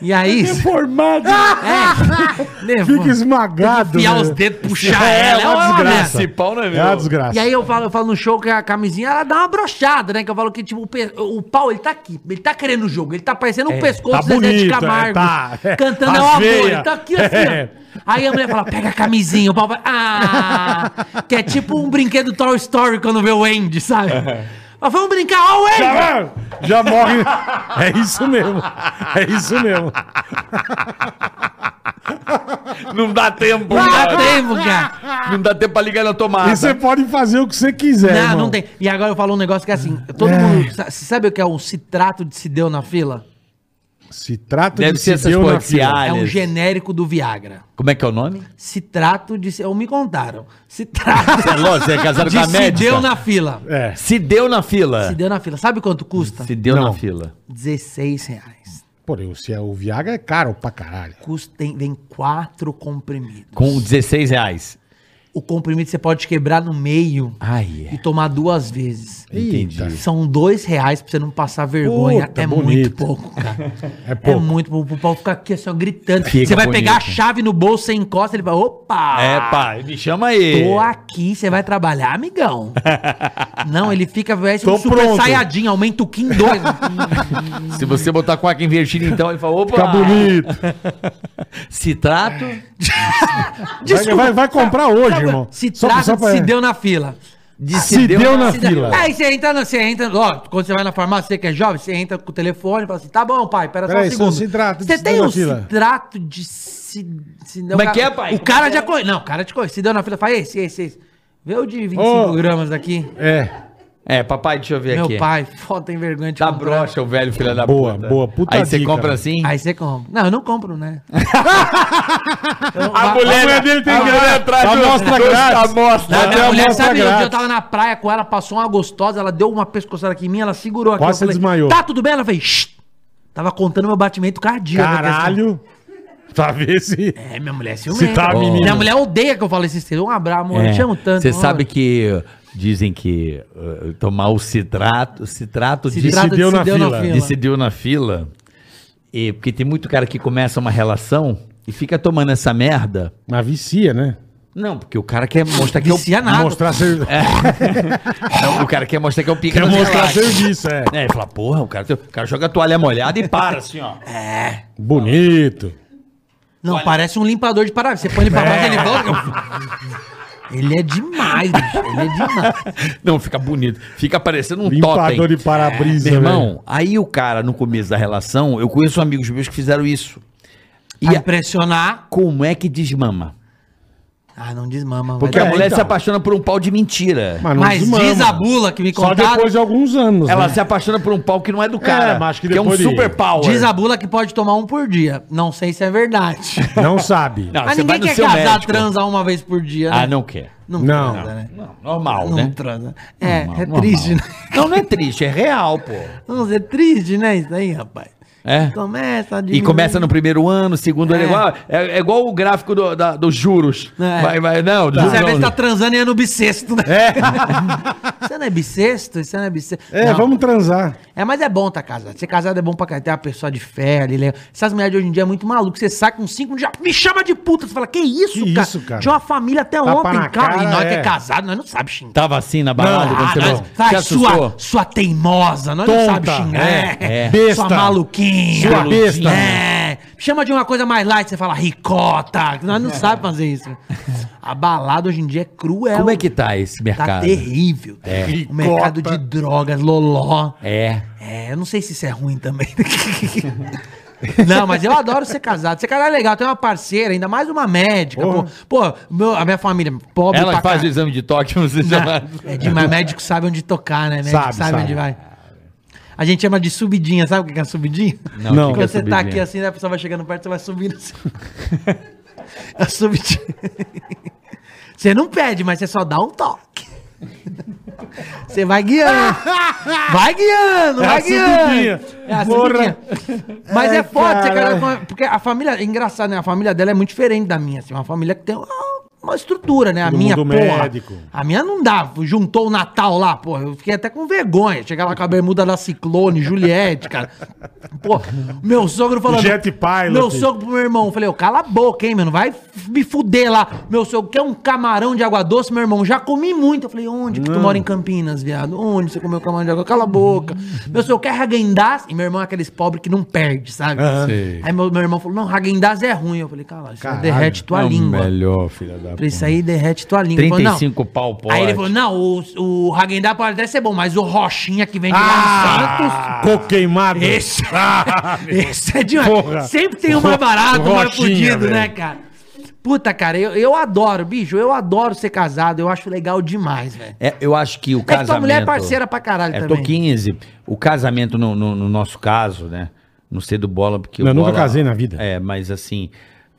E aí. Deformado. É, nervoso. (laughs) Fica esmagado. Enfiar né? os dedos, puxar É, ela, é uma uma desgraça. Esse pau não é É uma meu. desgraça. E aí eu falo, eu falo no show que a camisinha ela dá uma brochada, né? Que eu falo que tipo, o, pe- o pau ele tá aqui, ele tá querendo o jogo, ele tá parecendo um pescoço tá do Zezé bonito, é, Camargo, tá, é, (laughs) cantando as é o amor, veia. ele tá aqui assim, É. ó. Aí a mulher fala, pega a camisinha, o pau vai, ah, que é tipo um brinquedo Toy Story quando vê o (laughs) Andy, sabe? Mas vamos brincar, ó o Andy! Já, já morre. (laughs) É isso mesmo. É isso mesmo. Não dá tempo, Não dá cara. tempo, cara. Não dá tempo pra ligar na tomada. E você pode fazer o que você quiser. Não, É, irmão. não tem. E agora eu falo um negócio que é assim, todo É. mundo, sa- sabe o que é o citrato de se deu na fila? Se trata Deve ser essas Sideu na porra que se fila. abre. É um Alice. genérico do Viagra. Como é que é o nome? Se trato de. Ou me contaram. Se (laughs) trato Você é louco, você é casado com de a se deu médica. na fila. É. Se deu na fila. Se deu na fila. Sabe quanto custa? Se deu Não. na fila. 16 reais. Porém, se é o Viagra é caro pra caralho. Custa, tem, vem quatro comprimidos. Com 16 reais. O comprimido você pode quebrar no meio Ai, e tomar duas vezes. Ah, é. Entendi. Eita. São dois reais pra você não passar vergonha. Puta, é bonito. muito pouco, cara. (laughs) É pouco. É muito pouco. O pau fica aqui assim, ó, gritando. Fica você vai bonito. pegar a chave no bolso, você encosta, ele vai, opa! É, pá, me chama aí. Tô aqui, você vai trabalhar, (laughs) amigão. Não, ele fica parece Tô um super pronto. saiyajin, aumenta o Kim (laughs) 2. Se você botar com a invertida, então, ele fala, opa, Fica bonito. se trato. Vai, vai, vai comprar hoje, irmão. Se Só- trata só de pra- se deu na fila. de Ah, Se deu na Se deu- fila. Aí você entra, na- você entra, ó, quando você vai na farmácia, você que é jovem, você entra com o telefone e fala assim, tá bom, pai, pera só Peraí, um segundo. se trata de você se tem deu na um fila. citrato de se... se deu Como é na- que é, pai? O cara já conhece. Não, o cara te conhece. Se deu na fila, fala esse, esse, esse. Vê o de 25 Ô. gramas aqui. É, É, papai, deixa eu ver Meu aqui. Tá pai, foda, tem vergonha de Dá comprar. brocha, o velho filho da Tipo, Boa, puta. boa, puta Aí você dica, compra né? assim. Aí você compra. Não, eu não compro, (laughs) né? Eu- A mulher, dele tem a que- mulher atrás a do- amostra do- grátis. da amostra. Ela Não, tem minha uma mulher amostra sabe, um dia eu é grátis. tava na praia com ela, passou uma gostosa, ela deu uma pescoçada aqui em mim, ela segurou aqui. Quase eu você desmaiou. Tá, tudo bem? Ela fez. "Shh." Tava contando meu batimento cardíaco. Caralho. Pra ver se. Assim, É, minha mulher é Se ciumenta. tá, Ó. menino. Minha mulher odeia que eu falo esse estilo. Um abraço, amor. É, Eu te amo tanto. Você amor. sabe que uh, dizem que uh, tomar o citrato, citrato Se de, trata de deu se na deu fila. na fila. de se deu na fila. E, porque tem muito cara que começa uma relação e fica tomando essa merda. Mas vicia, né? Não, porque o cara quer mostrar que é o, Vicia nada. É, Mostrar ser... (laughs) Não, o cara quer mostrar que é o pica Quer das mostrar galáxias. serviço, é. É, ele fala, porra, o cara, tem- o cara joga a toalha molhada e para assim, (laughs) ó. Bonito. Não, parece um limpador de para Você põe ele pra baixo, ele volta. Ele é demais, bicho. Ele é demais. Não, fica bonito. Fica parecendo um totem. Limpador de para-brisa, É, Meu irmão, velho. aí o cara, no começo da relação, eu conheço amigos meus que fizeram isso. (laughs) E Pra a- impressionar. como é que desmama? Ah, não desmama. vai Porque dar- a É, mulher então. se apaixona por um pau de mentira. Mas, não Mas desmama. diz a bula que me Só contaram. depois de alguns anos. Ela né? se apaixona por um pau que não é do cara. mas acho que é um depois de- super pau. Diz a bula que pode tomar um por dia. Não sei se é (laughs) verdade. Não sabe. Não, Mas Ah, você ninguém vai no quer seu casar, médico. transar uma vez por dia, né? Ah, não quer. Não, Não. transa, né? Não, normal, Não né? transa. É, Normal, é normal. triste, né? Não, não é triste, é real, pô. Vamos dizer, triste, né? Isso aí, rapaz. É. Começa a E diminuir. começa no primeiro ano, segundo ano, é igual, é, é igual o gráfico do- da- dos juros. É. Vai, vai, não, dos Você às juros vezes não. tá transando e é no bissexto, né? (laughs) Você não é bissexto? Você não é bissexto? É, Não. vamos transar. É, mas é bom tá casado. Ser casado é bom pra caralho. Tem uma pessoa de fé ali. né? Essas mulheres de hoje em dia é muito maluco. Você sai com cinco, já me chama de puta. Você fala, que isso, Que cara? isso, cara? Tinha uma família até Tapa na ontem, cara. cara, e nós é. que é casado, nós não sabemos xingar. Tava assim na balada Não, quando Ah, você nós, vai- se vai, assustou. sua, sua teimosa, nós Tonta, não sabe xingar. é, é. Sua Besta. maluquinha. Sua besta. É. Chama de uma coisa mais light, você fala ricota. Nós É. não sabemos fazer isso. A balada hoje em dia é cruel. Como é que tá esse mercado? Tá terrível. O mercado de drogas, loló. É. É, eu não sei se isso é ruim também. (laughs) Não, mas eu adoro ser casado. Ser casado é legal, tem uma parceira, ainda mais uma médica. Pô, Porra. Pô, meu- a minha família, pobre Ela que faz o caralho. exame de toque, você (laughs) chama. É demais, médico sabe onde tocar, né? Médico Sabe, sabe, sabe. onde vai. A gente chama de subidinha, sabe o que é subidinha? Não. Quando você tá subidinha. aqui assim, né, a pessoa vai chegando perto, você vai subindo assim. (laughs) É a subidinha. Você não pede, mas você só dá um toque. Você vai guiando. Vai guiando, É a vai subidinha. guiando. É a Porra. subidinha. Mas Ai, é foda, você caralho. cara, com a- porque a família, é engraçado, né? A família dela é muito diferente da minha, assim, uma família que tem uma, uma estrutura, né? A Todo minha, mundo porra. médico. A minha não dá, juntou o Natal lá, porra, eu fiquei até com vergonha, chegar lá com a bermuda da Ciclone, Juliette, cara. Pô, meu sogro falando... Jet Pilot. Meu sogro pro meu irmão, eu falei, ô, cala a boca, hein, mano, vai f- me fuder lá. Meu sogro quer um camarão de água doce, meu irmão, já comi muito. Eu falei, onde que tu mora em Campinas, viado? Onde você comeu camarão de água? Cala a boca. Meu sogro quer Hagendaz, e meu irmão é aqueles pobres que não perde, sabe? Aham. Sei. Aí meu, meu irmão falou, não, Hagendaz é ruim. Eu falei, cala, isso Caralho, um derrete tua É o língua. Melhor, filha da Pra isso aí derrete tua língua. Ele (laughs) falou, não. 35 pau pode. Aí ele falou, não, o, o Hagendá pode até ser bom, mas o Rochinha que vem de lá em Santos, Ah, coco queimado. (laughs) esse, Ah, esse é demais. Porra. Sempre tem o mais barato, o mais Rochinha, fudido, velho. né, cara? Puta, cara, eu, eu adoro, bicho, eu adoro ser casado, eu acho legal demais, velho. É, eu acho que o que tua casamento... mulher é parceira pra caralho é, também. Tô 15. O casamento, no, no- no nosso caso, né? Não sei do Bola, porque Não, o eu nunca Bola- casei na vida. É, mas assim...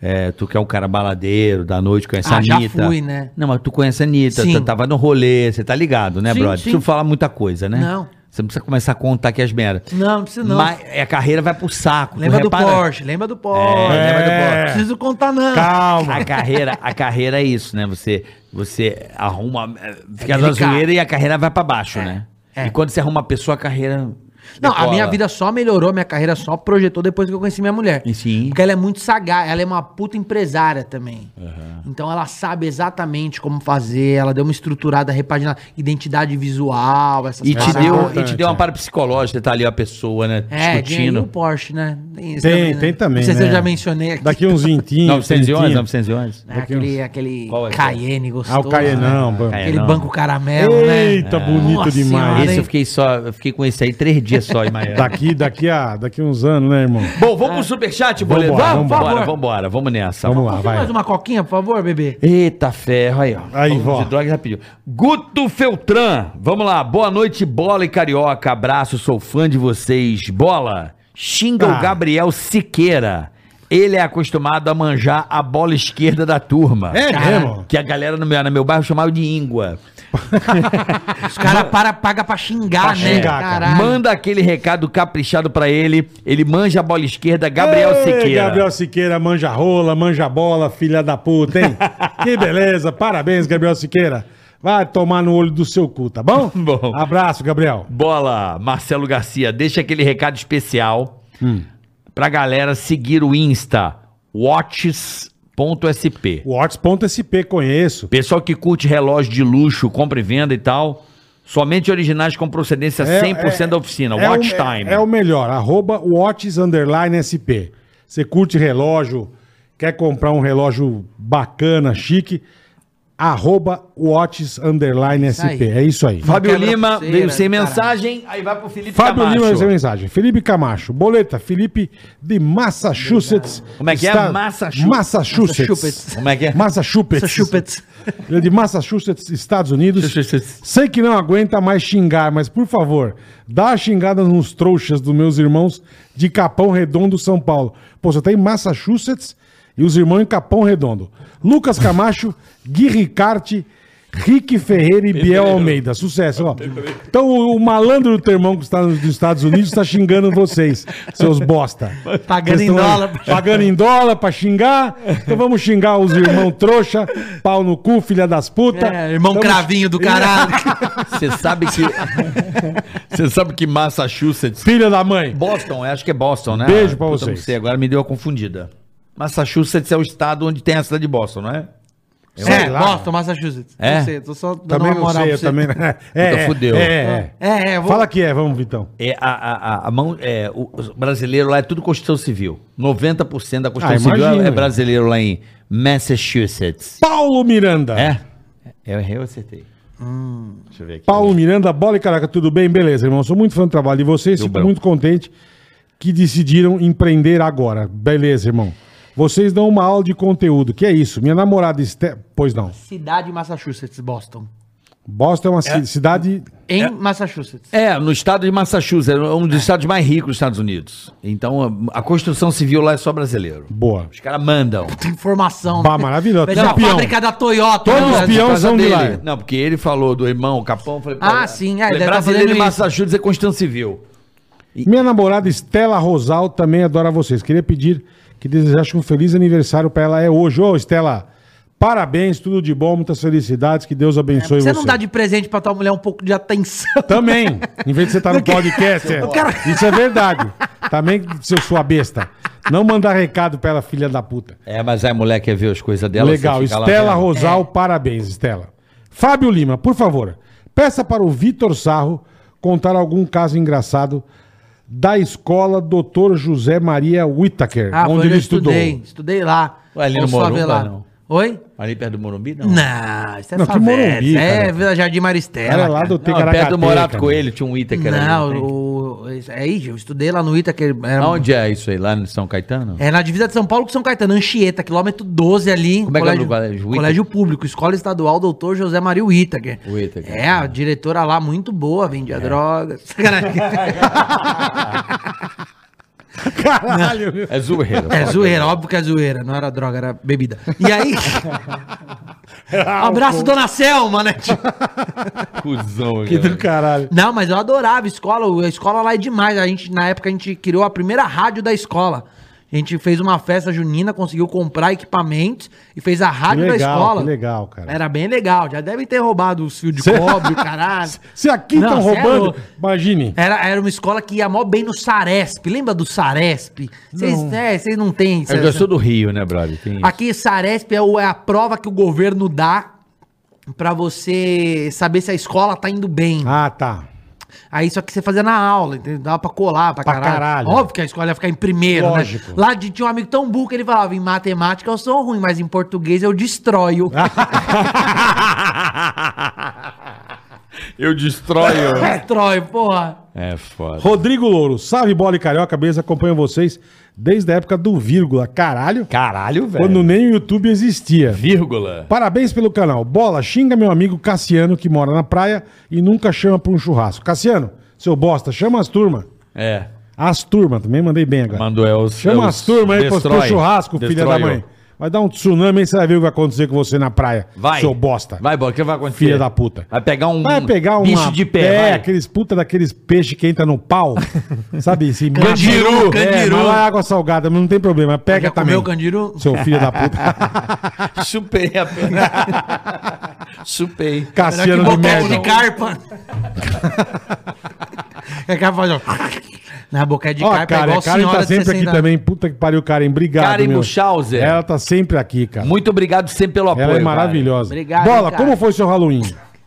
é, tu que é um cara baladeiro, da noite, conhece a Ah, já Anitta. fui, né? Não, mas tu conhece a Anitta, Sim. tu tava no rolê, você tá ligado, né, Sim, brother? sim. Tu fala muita coisa, né? Não. Você não precisa começar a contar aqui as merdas. Não, não precisa não. Mas é, a carreira vai pro saco. tu lembra do repara? Porsche, lembra do Porsche. É, lembra do Porsche. é. Preciso contar, não. Calma. A carreira, a carreira é isso, né? Você, você arruma. eh, Fica na delicado. zoeira e a carreira vai pra baixo, né? é. E quando você arruma a pessoa, a carreira. Não, decola. a minha vida só melhorou, minha carreira só projetou depois que eu conheci minha mulher. E sim. Porque ela é muito sagaz, ela é uma puta empresária também. Então ela sabe exatamente como fazer, ela deu uma estruturada, repaginada, identidade visual, essas E te, Isso é deu, e importante, te deu é. uma para psicológica, tá ali a pessoa, né? É, dinheiro no discutindo. Porsche, né? isso Tem, né? tem também, Não sei se né? eu já mencionei aqui. Daqui uns (laughs) vintinhos. 911, trintinha. 911. né? Aquele, aquele Qual é? Cayenne gostoso. Ah, o Caenão. né? pô. Cayenne. Aquele Cayenão. banco caramelo, né? Eita, bonito Nossa demais. Senhora, Esse hein? eu fiquei só. Eu fiquei com esse aí três dias só em Miami. É. Daqui, daqui, a, daqui uns anos, né, irmão? Bom, vamos pro superchat, boleto. Vambora, Vamos, vambora. vambora, vambora, vamos nessa. Vamos lá, Confirma Ah, vai. mais uma coquinha, por favor, bebê? Eita ferro, aí ó. Aí, Falando vó. de droga já pediu. Guto Feltran, vamos lá. Boa noite, Bola e Carioca. Abraço, sou fã de vocês. Bola, xinga Ah. o Gabriel Siqueira. Ele é acostumado a manjar a bola esquerda da turma. É mesmo? Que a galera no meu, no meu bairro chamava de íngua. Os caras para- pagam pra xingar, né? xingar, cara. Caralho. Manda aquele recado caprichado pra ele. Ele manja a bola esquerda, Gabriel Ei, Siqueira. Gabriel Siqueira, manja rola, manja bola, filha da (laughs) puta, hein? que beleza, parabéns, Gabriel Siqueira. Vai tomar no olho do seu cu, tá bom? (laughs) Bom. Abraço, Gabriel. Bola, Marcelo Garcia, deixa aquele recado especial Hum. pra galera seguir o Insta, watches.sp. Watts.sp, conheço. Pessoal que curte relógio de luxo, compra e venda e tal, somente originais com procedência 100% da oficina, é Watch o, Time. É, é o melhor, arroba Watts underline SP. Você curte relógio, quer comprar um relógio bacana, chique, arroba Watts underline Isso aí. SP. É isso aí. Fábio Quebra Lima pulseira, veio sem caralho. mensagem, aí vai pro Felipe Fábio Camacho. Lima, essa mensagem. Felipe Camacho. Boleta, Felipe de Massachusetts. Como é que é? Está- Massachu- Massachusetts. Massachusetts. Como é que é? Massachusetts. Essa (laughs) chupets. Ele é de Massachusetts, Estados Unidos. Massachusetts. Sei que não aguenta mais xingar, mas por favor, dá a xingada nos trouxas dos meus irmãos de Capão Redondo, São Paulo. Pô, você tá em Massachusetts e os irmãos em Capão Redondo. Lucas Camacho, Gui Ricarte, Rick Ferreira e Biel Almeida. Sucesso, ó. Então o, o malandro do teu irmão que está nos dos Estados Unidos está xingando vocês, seus bosta. Pagando em Vocês tão- dólar. Pagando em dólar pra xingar. Então vamos xingar os irmãos trouxa, pau no cu, filha das puta. É, irmão Tamo- cravinho (laughs) do caralho. Você sabe que (laughs) Você sabe que Massachusetts Filha da mãe. Boston, eu acho que é Boston, né? Beijo pra Puta, não vocês. sei, agora me deu a confundida. Massachusetts é o estado onde tem a cidade de Boston, não é? Sei é, lá. Boston, Massachusetts. É? Não sei, tô só dando Também uma não moral sei, eu pra também. você. É, Puta, é, fudeu. É, é. É, é, vou... Fala que é, vamos, Vitão. É, a, a, a, a mão, é, o o brasileiro lá é tudo Constituição Civil. 90% da Constituição Ah, Civil é- imagino. é brasileiro lá em Massachusetts. Paulo Miranda. É? Eu errei ou acertei? Deixa eu ver aqui. Paulo Miranda, bola e caraca, tudo bem? Beleza, irmão. Sou muito fã do trabalho de vocês, Do fico bom. muito contente que decidiram empreender agora. Beleza, irmão. Vocês dão uma aula de conteúdo. Que é isso? Minha namorada... Este... Pois não. Cidade de Massachusetts, Boston. Boston é uma ci- cidade... Em Massachusetts. É, no estado de Massachusetts, é um dos estados mais ricos dos Estados Unidos. Então, a, a construção civil lá é só brasileiro. Boa. Os caras mandam. Tem informação. Bah, maravilhoso. Mas é a Campeão. fábrica da Toyota. Todos né? os peão é Casa são de dele. lá. Não, porque ele falou do irmão Capão. eu Falei, pô, Ah, é- sim, é, falei, deve tá brasileiro fazendo em isso. Massachusetts é construção civil. Minha namorada Estela Rosal também adora vocês. Queria pedir que desejasse um feliz aniversário pra ela. É hoje. Ô, Estela, parabéns, tudo de bom, muitas felicidades, que Deus abençoe você. É, Você não dá de presente pra tua mulher um pouco de (laughs) atenção? Também, em vez de você estar no Eu quero- podcast, é. eu quero- isso é verdade. Também, seu sua besta, não mandar recado pra ela, filha da puta. É, mas a mulher quer ver as coisas dela. Legal, você fica lá Estela vendo. É. Rosal, parabéns, Estela. Fábio Lima, por favor, peça para o Vitor Sarro contar algum caso engraçado da escola Dr. José Maria Whittaker, Ah, foi onde onde ele eu estudou. estudei. Estudei lá. Ué, ali no Vamos só Morumba, ver não? Oi? Ali perto do Morumbi, não. Não, isso é Não, que favela. Morumbi, isso é cara. Vila Jardim Maristela. Era lá cara. do Não, perto do Morato Ticaracateca. Coelho, tinha um Itaker ali. né? Não, tem? o- isso- é isso, eu estudei lá no Ita, que era- Onde é isso aí? Lá em São Caetano? É na divisa de São Paulo com São Caetano, Anchieta, quilômetro 12 ali. Como é que é o nome do colégio? Whittaker? colégio público, Escola Estadual Doutor José Maria Whittaker. Whittaker. É, a diretora lá muito boa, vendia É. drogas. (laughs) Sacanagem. (laughs) Caralho, (laughs) meu. É, zoeira. É zoeira, óbvio que é zoeira, não era droga, era bebida. E aí. abraço, dona Selma, né? Cusão, que cara. do caralho. Não, mas eu adorava a escola. A escola lá é demais. A gente, na época, a gente criou a primeira rádio da escola. A gente fez uma festa junina, conseguiu comprar equipamentos e fez a rádio Que da legal, escola. que legal, cara. Era bem legal. Já devem ter roubado os fios de Cê- (laughs) cobre, caralho. Se aqui Não, estão cê é roubando, louco. imagine. Era, era uma escola que ia mó bem no Saresp. Lembra do Saresp? Vocês é, vocês não têm. Eu já sou do Rio, né, brother? Tem (laughs) isso. Aqui, Saresp é, o- é a prova que o governo dá pra você saber se a escola tá indo bem. Ah, tá. Aí só que você fazia na aula, entendeu? Dava pra colar, pra, Pra caralho. caralho. Óbvio que a escola ia ficar em primeiro, Lógico. né? Lá de- tinha um amigo tão burro que ele falava, em matemática eu sou ruim, mas em português eu destroio. Ah. (laughs) Eu destroio. destroio, É, porra. é foda. Rodrigo Louro, salve bola e carioca, beleza? Acompanho vocês desde a época do vírgula. Caralho, Caralho, velho. quando nem o YouTube existia. Vírgula. Parabéns pelo canal. Bola, xinga meu amigo Cassiano, que mora na praia e nunca chama pra um churrasco. Cassiano, seu bosta, chama as turma. É. As turma, também mandei bem agora. Mandou é os. Chama é os- as turma aí pro destrói. pro churrasco, filha da Destrói. mãe. Vai dar um tsunami aí, você vai ver o que vai acontecer com você na praia. Vai. Seu bosta. Vai, bola. O que vai acontecer? Filha da puta. Vai pegar um. Vai pegar um Bicho de pé. É, vai. aqueles puta daqueles peixes que entra (laughs) no pau. sabe? Esse Candiru, É, candiru. é mas lá é água salgada, mas não tem problema. Pega Já também. comeu o candiru? Seu filho (laughs) da puta. Chupei a perna. (laughs) Chupei. Cassiano de um boquete de merda. carpa. (laughs) é que faz, ó. (laughs) Na boquete de Ó, carpa é Karen, a Karen tá de sempre aqui 60 anos. também. Puta que pariu, Karen. Obrigado, Karen meu. Munchauser. Ela tá sempre aqui, cara. Muito obrigado sempre pelo apoio. Ela é cara. maravilhosa. Obrigado, Bola, hein, como Karen. foi seu Halloween?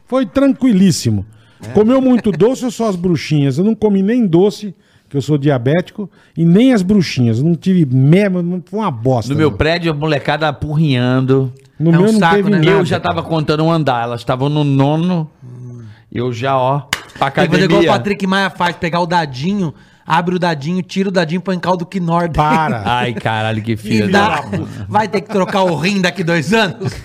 Foi tranquilíssimo. É. Comeu muito doce ou só as bruxinhas? Eu não comi nem doce, que eu sou diabético, e nem as bruxinhas. Eu não tive mesmo, não- foi uma bosta. No meu prédio, a molecada apurrinhando. No É um meu não saco, teve né? nada. Eu já tava contando um andar, elas estavam no nono. Eu já, ó, pra Tem que fazer academia. igual o Patrick Maia faz, pegar o dadinho, abre o dadinho, tira o dadinho, põe em caldo que norte. Para. Ai, caralho, que (laughs) E filha dá, da... vai ter que trocar o rim daqui dois anos. (laughs)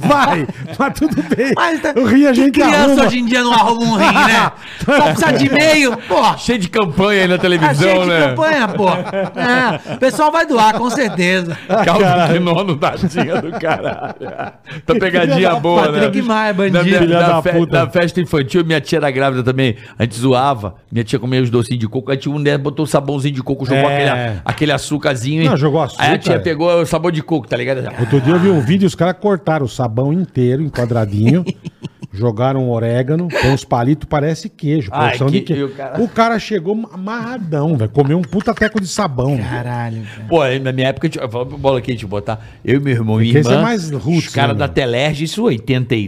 Vai, mas tudo bem. Mas tá- Eu ri, a que gente criança arruma. hoje em dia não arruma um rim, né? Só precisa de meio, porra. Cheio de campanha aí na televisão, Ah, de né? (laughs) campanha, porra. É, o pessoal vai doar, com certeza. Caldo de nono, tadinha do caralho. Tá Filha pegadinha da boa, né? Patrick Maia, bandido. Na, minha, Filha na da fe- puta. na festa infantil, minha tia era grávida também. A gente zoava. Minha tia comia os docinhos de coco. Aí tinha um neto, botou o sabãozinho de coco, jogou É. aquele, aquele açúcarzinho. Não, hein? jogou açúcar, Aí a tia é. pegou o sabor de coco, tá ligado? Outro dia eu vi um vídeo e os caras cortaram o sabão inteiro em quadradinho, (laughs) jogaram orégano, põe uns palitos, parece queijo. Ai, porção que- de queijo. e o cara- O cara chegou amarradão, velho. Comeu um puta teco de sabão. Caralho, velho. Pô, aí na minha época, eu falava pro bola aqui, deixa eu botar. Eu e meu irmão e Porque irmã. esse é mais roots, Os caras né, da meu? Telerge, isso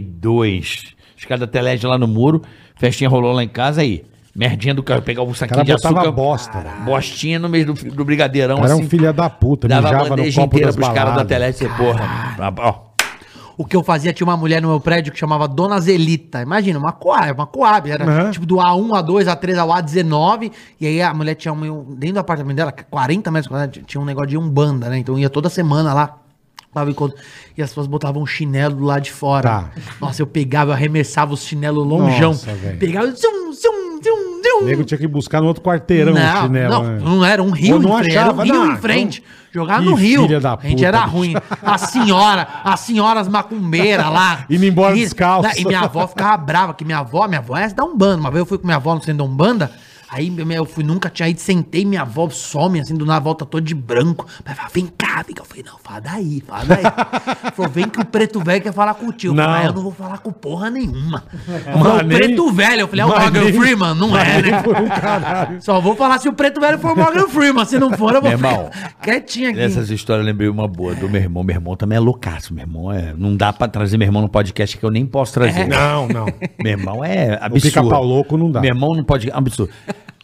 82. Os caras da Telerge lá no muro, festinha rolou lá em casa aí. Merdinha do cara, pegava um saquinho cara de botava açúcar. bosta, velho. Bostinha no meio do, do brigadeirão, assim, Era um filha da puta, Dava a mijava no bandeja copo inteira das pros caras da baladas. Telerge, você, porra. Ó, O que eu fazia, tinha uma mulher no meu prédio que chamava Dona Zelita. Imagina, uma Coab, uma Coab. Era Aham. tipo do A1, A2, A3, ao A19. E aí a mulher tinha um. Dentro do apartamento dela, 40 metros quadrados, tinha um negócio de umbanda, né? Então ia toda semana lá. Tava encontro, e as pessoas botavam um chinelo do lado de fora. Tá. Nossa, eu pegava, eu arremessava os chinelos longeão. Nossa, velho. pegava. Zum, zum, zum, O zum. nego tinha que buscar no outro quarteirão não, o chinelo. não, né? não era um rio Ou não em frente, era um achava, rio não, em frente. então- Jogar Ih, no rio. filha da a gente puta, era bicho. ruim. A senhora, as senhoras macumbeiras (laughs) lá. Indo embora E- descalço. E minha avó ficava brava, que minha avó, minha avó é da Umbanda. Uma vez eu fui com minha avó no centro da Umbanda, aí minha- eu fui, nunca tinha ido, sentei, minha avó some, assim, do nada volta toda de branco. Mas fala, vem cá, vem cá. Eu falei, não, fala daí, fala daí. Falou, vem que o preto velho quer falar contigo. Eu Não. falei, mas eu não vou falar com porra nenhuma. Mas o nem- preto velho, eu falei, é o mas Morgan nem- Freeman, não é, (laughs) né? Foi um caralho. Só vou falar se o preto velho for Morgan Freeman. Se não for, eu vou Meu irmão, ficar quietinho aqui. Nessas histórias eu lembrei uma boa do meu irmão. Meu irmão também é loucaço. Meu irmão é. Não dá pra trazer meu irmão no podcast que eu nem posso trazer. (laughs) Não, não. Meu irmão é (laughs) absurdo. pica-pau louco não dá. Meu irmão não pode. Absurdo.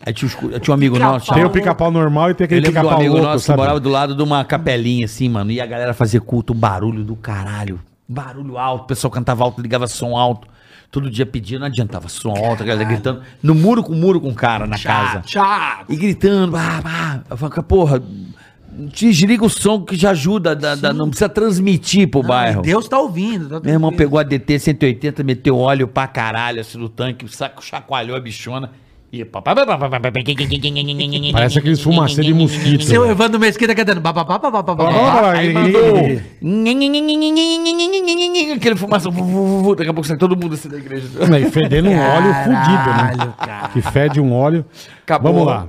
Aí tinha, os cu- tinha um amigo Pica-pau. nosso. Tem o pica-pau normal e tem Eu aquele lembro do pica-pau amigo louco, nosso sabe? que morava do lado de uma capelinha, assim, mano. E a galera fazia culto, um barulho do caralho. Barulho alto, o pessoal cantava alto, ligava som alto. Todo dia pedia, não adiantava som alto, a galera gritando. No muro com muro com o cara na casa. Tchau. E gritando, bah, bah. Eu falo, porra, desliga o som que já ajuda, da- da- não precisa transmitir pro bairro. Deus tá ouvindo. tá Meu irmão tranquilo. pegou a DT 180, meteu óleo pra caralho assim no tanque, saco, chacoalhou a bichona. E papá, papá, papá, papá, Parece aqueles fumacê de mosquito. Seu velho. Evandro Mesquita cantando. Ba, ba, ba, ba, ba, ba, Blá, ba, ba. blá, blá, Aí gui, mandou. gui, gui. Aquele fumaça. vu, vu, vu, Daqui a pouco sai todo mundo assim da igreja. E fedendo um óleo fudido, Caralho, né? cara. Que fede um óleo. Acabou. Vamos lá.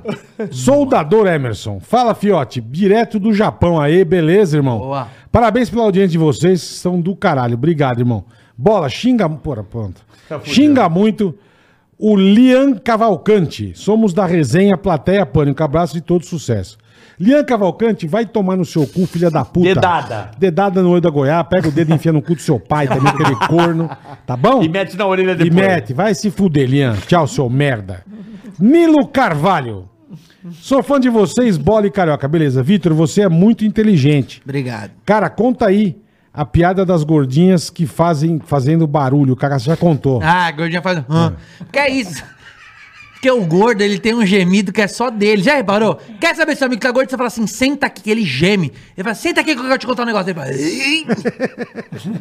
Soldador Emerson. Fala, Fiote. Direto do Japão aí, beleza, irmão? Boa. Parabéns pela audiência de vocês. São do caralho. Obrigado, irmão. Bola, xinga. Porra, pronto. Tá Xinga muito. O Lian Cavalcante. Somos da resenha Plateia Pânico. Abraço e todo sucesso. Lian Cavalcante, vai tomar no seu cu, filha da puta. Dedada. Dedada no olho da goiá, pega o dedo e enfia no cu do seu pai também, aquele corno. Tá bom? E mete na orelha E depois. mete, vai se fuder, Lian. Tchau, seu merda. Nilo Carvalho. Sou fã de vocês, bola e carioca. Beleza, Vitor, você é muito inteligente. Obrigado. Cara, conta aí a piada das gordinhas que fazem fazendo barulho. O cara já contou. Ah, a gordinha faz. Hã. Que é isso? Porque o gordo, ele tem um gemido que é só dele. Já reparou? Quer saber se seu amigo tá gordo? Você fala assim, senta aqui, que ele geme. Ele fala, senta aqui que eu quero te contar um negócio. Ele fala, "Ih".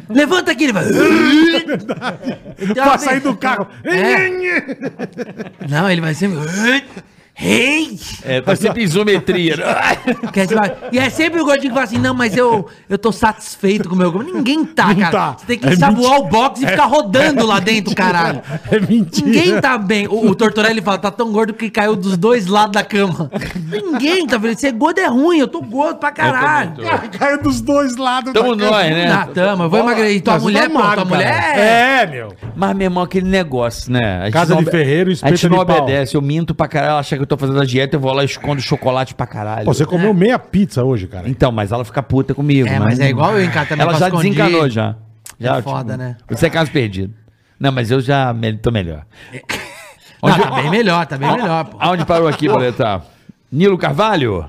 levanta aqui, ele fala. "Ih". Ele tem uma Pra sair vez- do carro. É. Não, ele vai sempre. Ei! É, tá sempre em (laughs) isometria. né? Que é sempre- E é sempre o gordinho que fala assim: não, mas eu, eu tô satisfeito com o meu corpo. Ninguém tá, Não cara. tá. Você tem que É ensaboar mentira. o box e ficar rodando lá dentro, caralho. (laughs) É mentira. Ninguém tá bem. O, o Tortorelli fala: tá tão gordo que caiu dos dois lados da cama. Ninguém tá vendo. Ser gordo é ruim, eu tô gordo pra caralho. Ah, Caiu dos dois lados. Tamo da cama. nós, né? Na tama, eu vou emagrecer. E Tua é Mas você mulher, tá pô, magro, tua cara. mulher. É, meu. Mas, meu irmão, aquele negócio, né? A gente Casa não de obe- ferreiro, A espeta gente não de pau. obedece. Eu minto pra caralho. Ela acha que eu tô fazendo a dieta. Eu vou lá e escondo chocolate pra caralho. Pô, você comeu meia pizza hoje, cara. Então, mas ela fica puta comigo. É, mas é igual eu em casa também. Ela pra já esconder. desencanou já. já foda, né? Você é caso perdido. Não, mas eu já me- tô melhor. (laughs) Não, tá bem melhor, tá bem melhor, pô. Aonde parou (laughs) aqui, Boleta? Nilo Carvalho?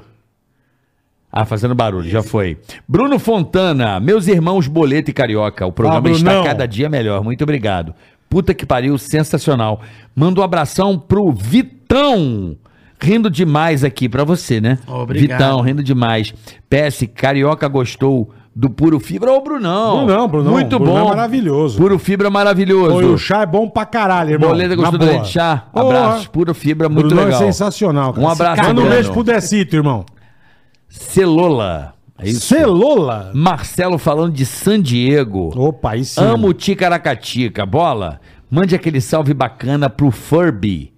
Ah, fazendo barulho, já foi. Bruno Fontana, meus irmãos Boleta e Carioca, o programa Ah, está Brunão. cada dia melhor, muito obrigado. Puta que pariu, sensacional. Manda um abração pro Vitão, rindo demais aqui pra você, né? Obrigado. Vitão, rindo demais. PS, Carioca gostou do Puro Fibra ou Brunão? Brunão, Brunão, Muito Brunão é bom. maravilhoso. Puro Fibra é maravilhoso. Pô, e o chá é bom pra caralho, irmão. Boleta gostou do leite de chá? Abraço, puro fibra, muito Bruno legal. é sensacional, cara. Um abraço, Manda um Bruno. beijo pro Decito, irmão. Celola. É isso. Celola. Marcelo falando de San Diego. Opa, aí sim. Amo Ticaracatica. Bola, mande aquele salve bacana pro Furby,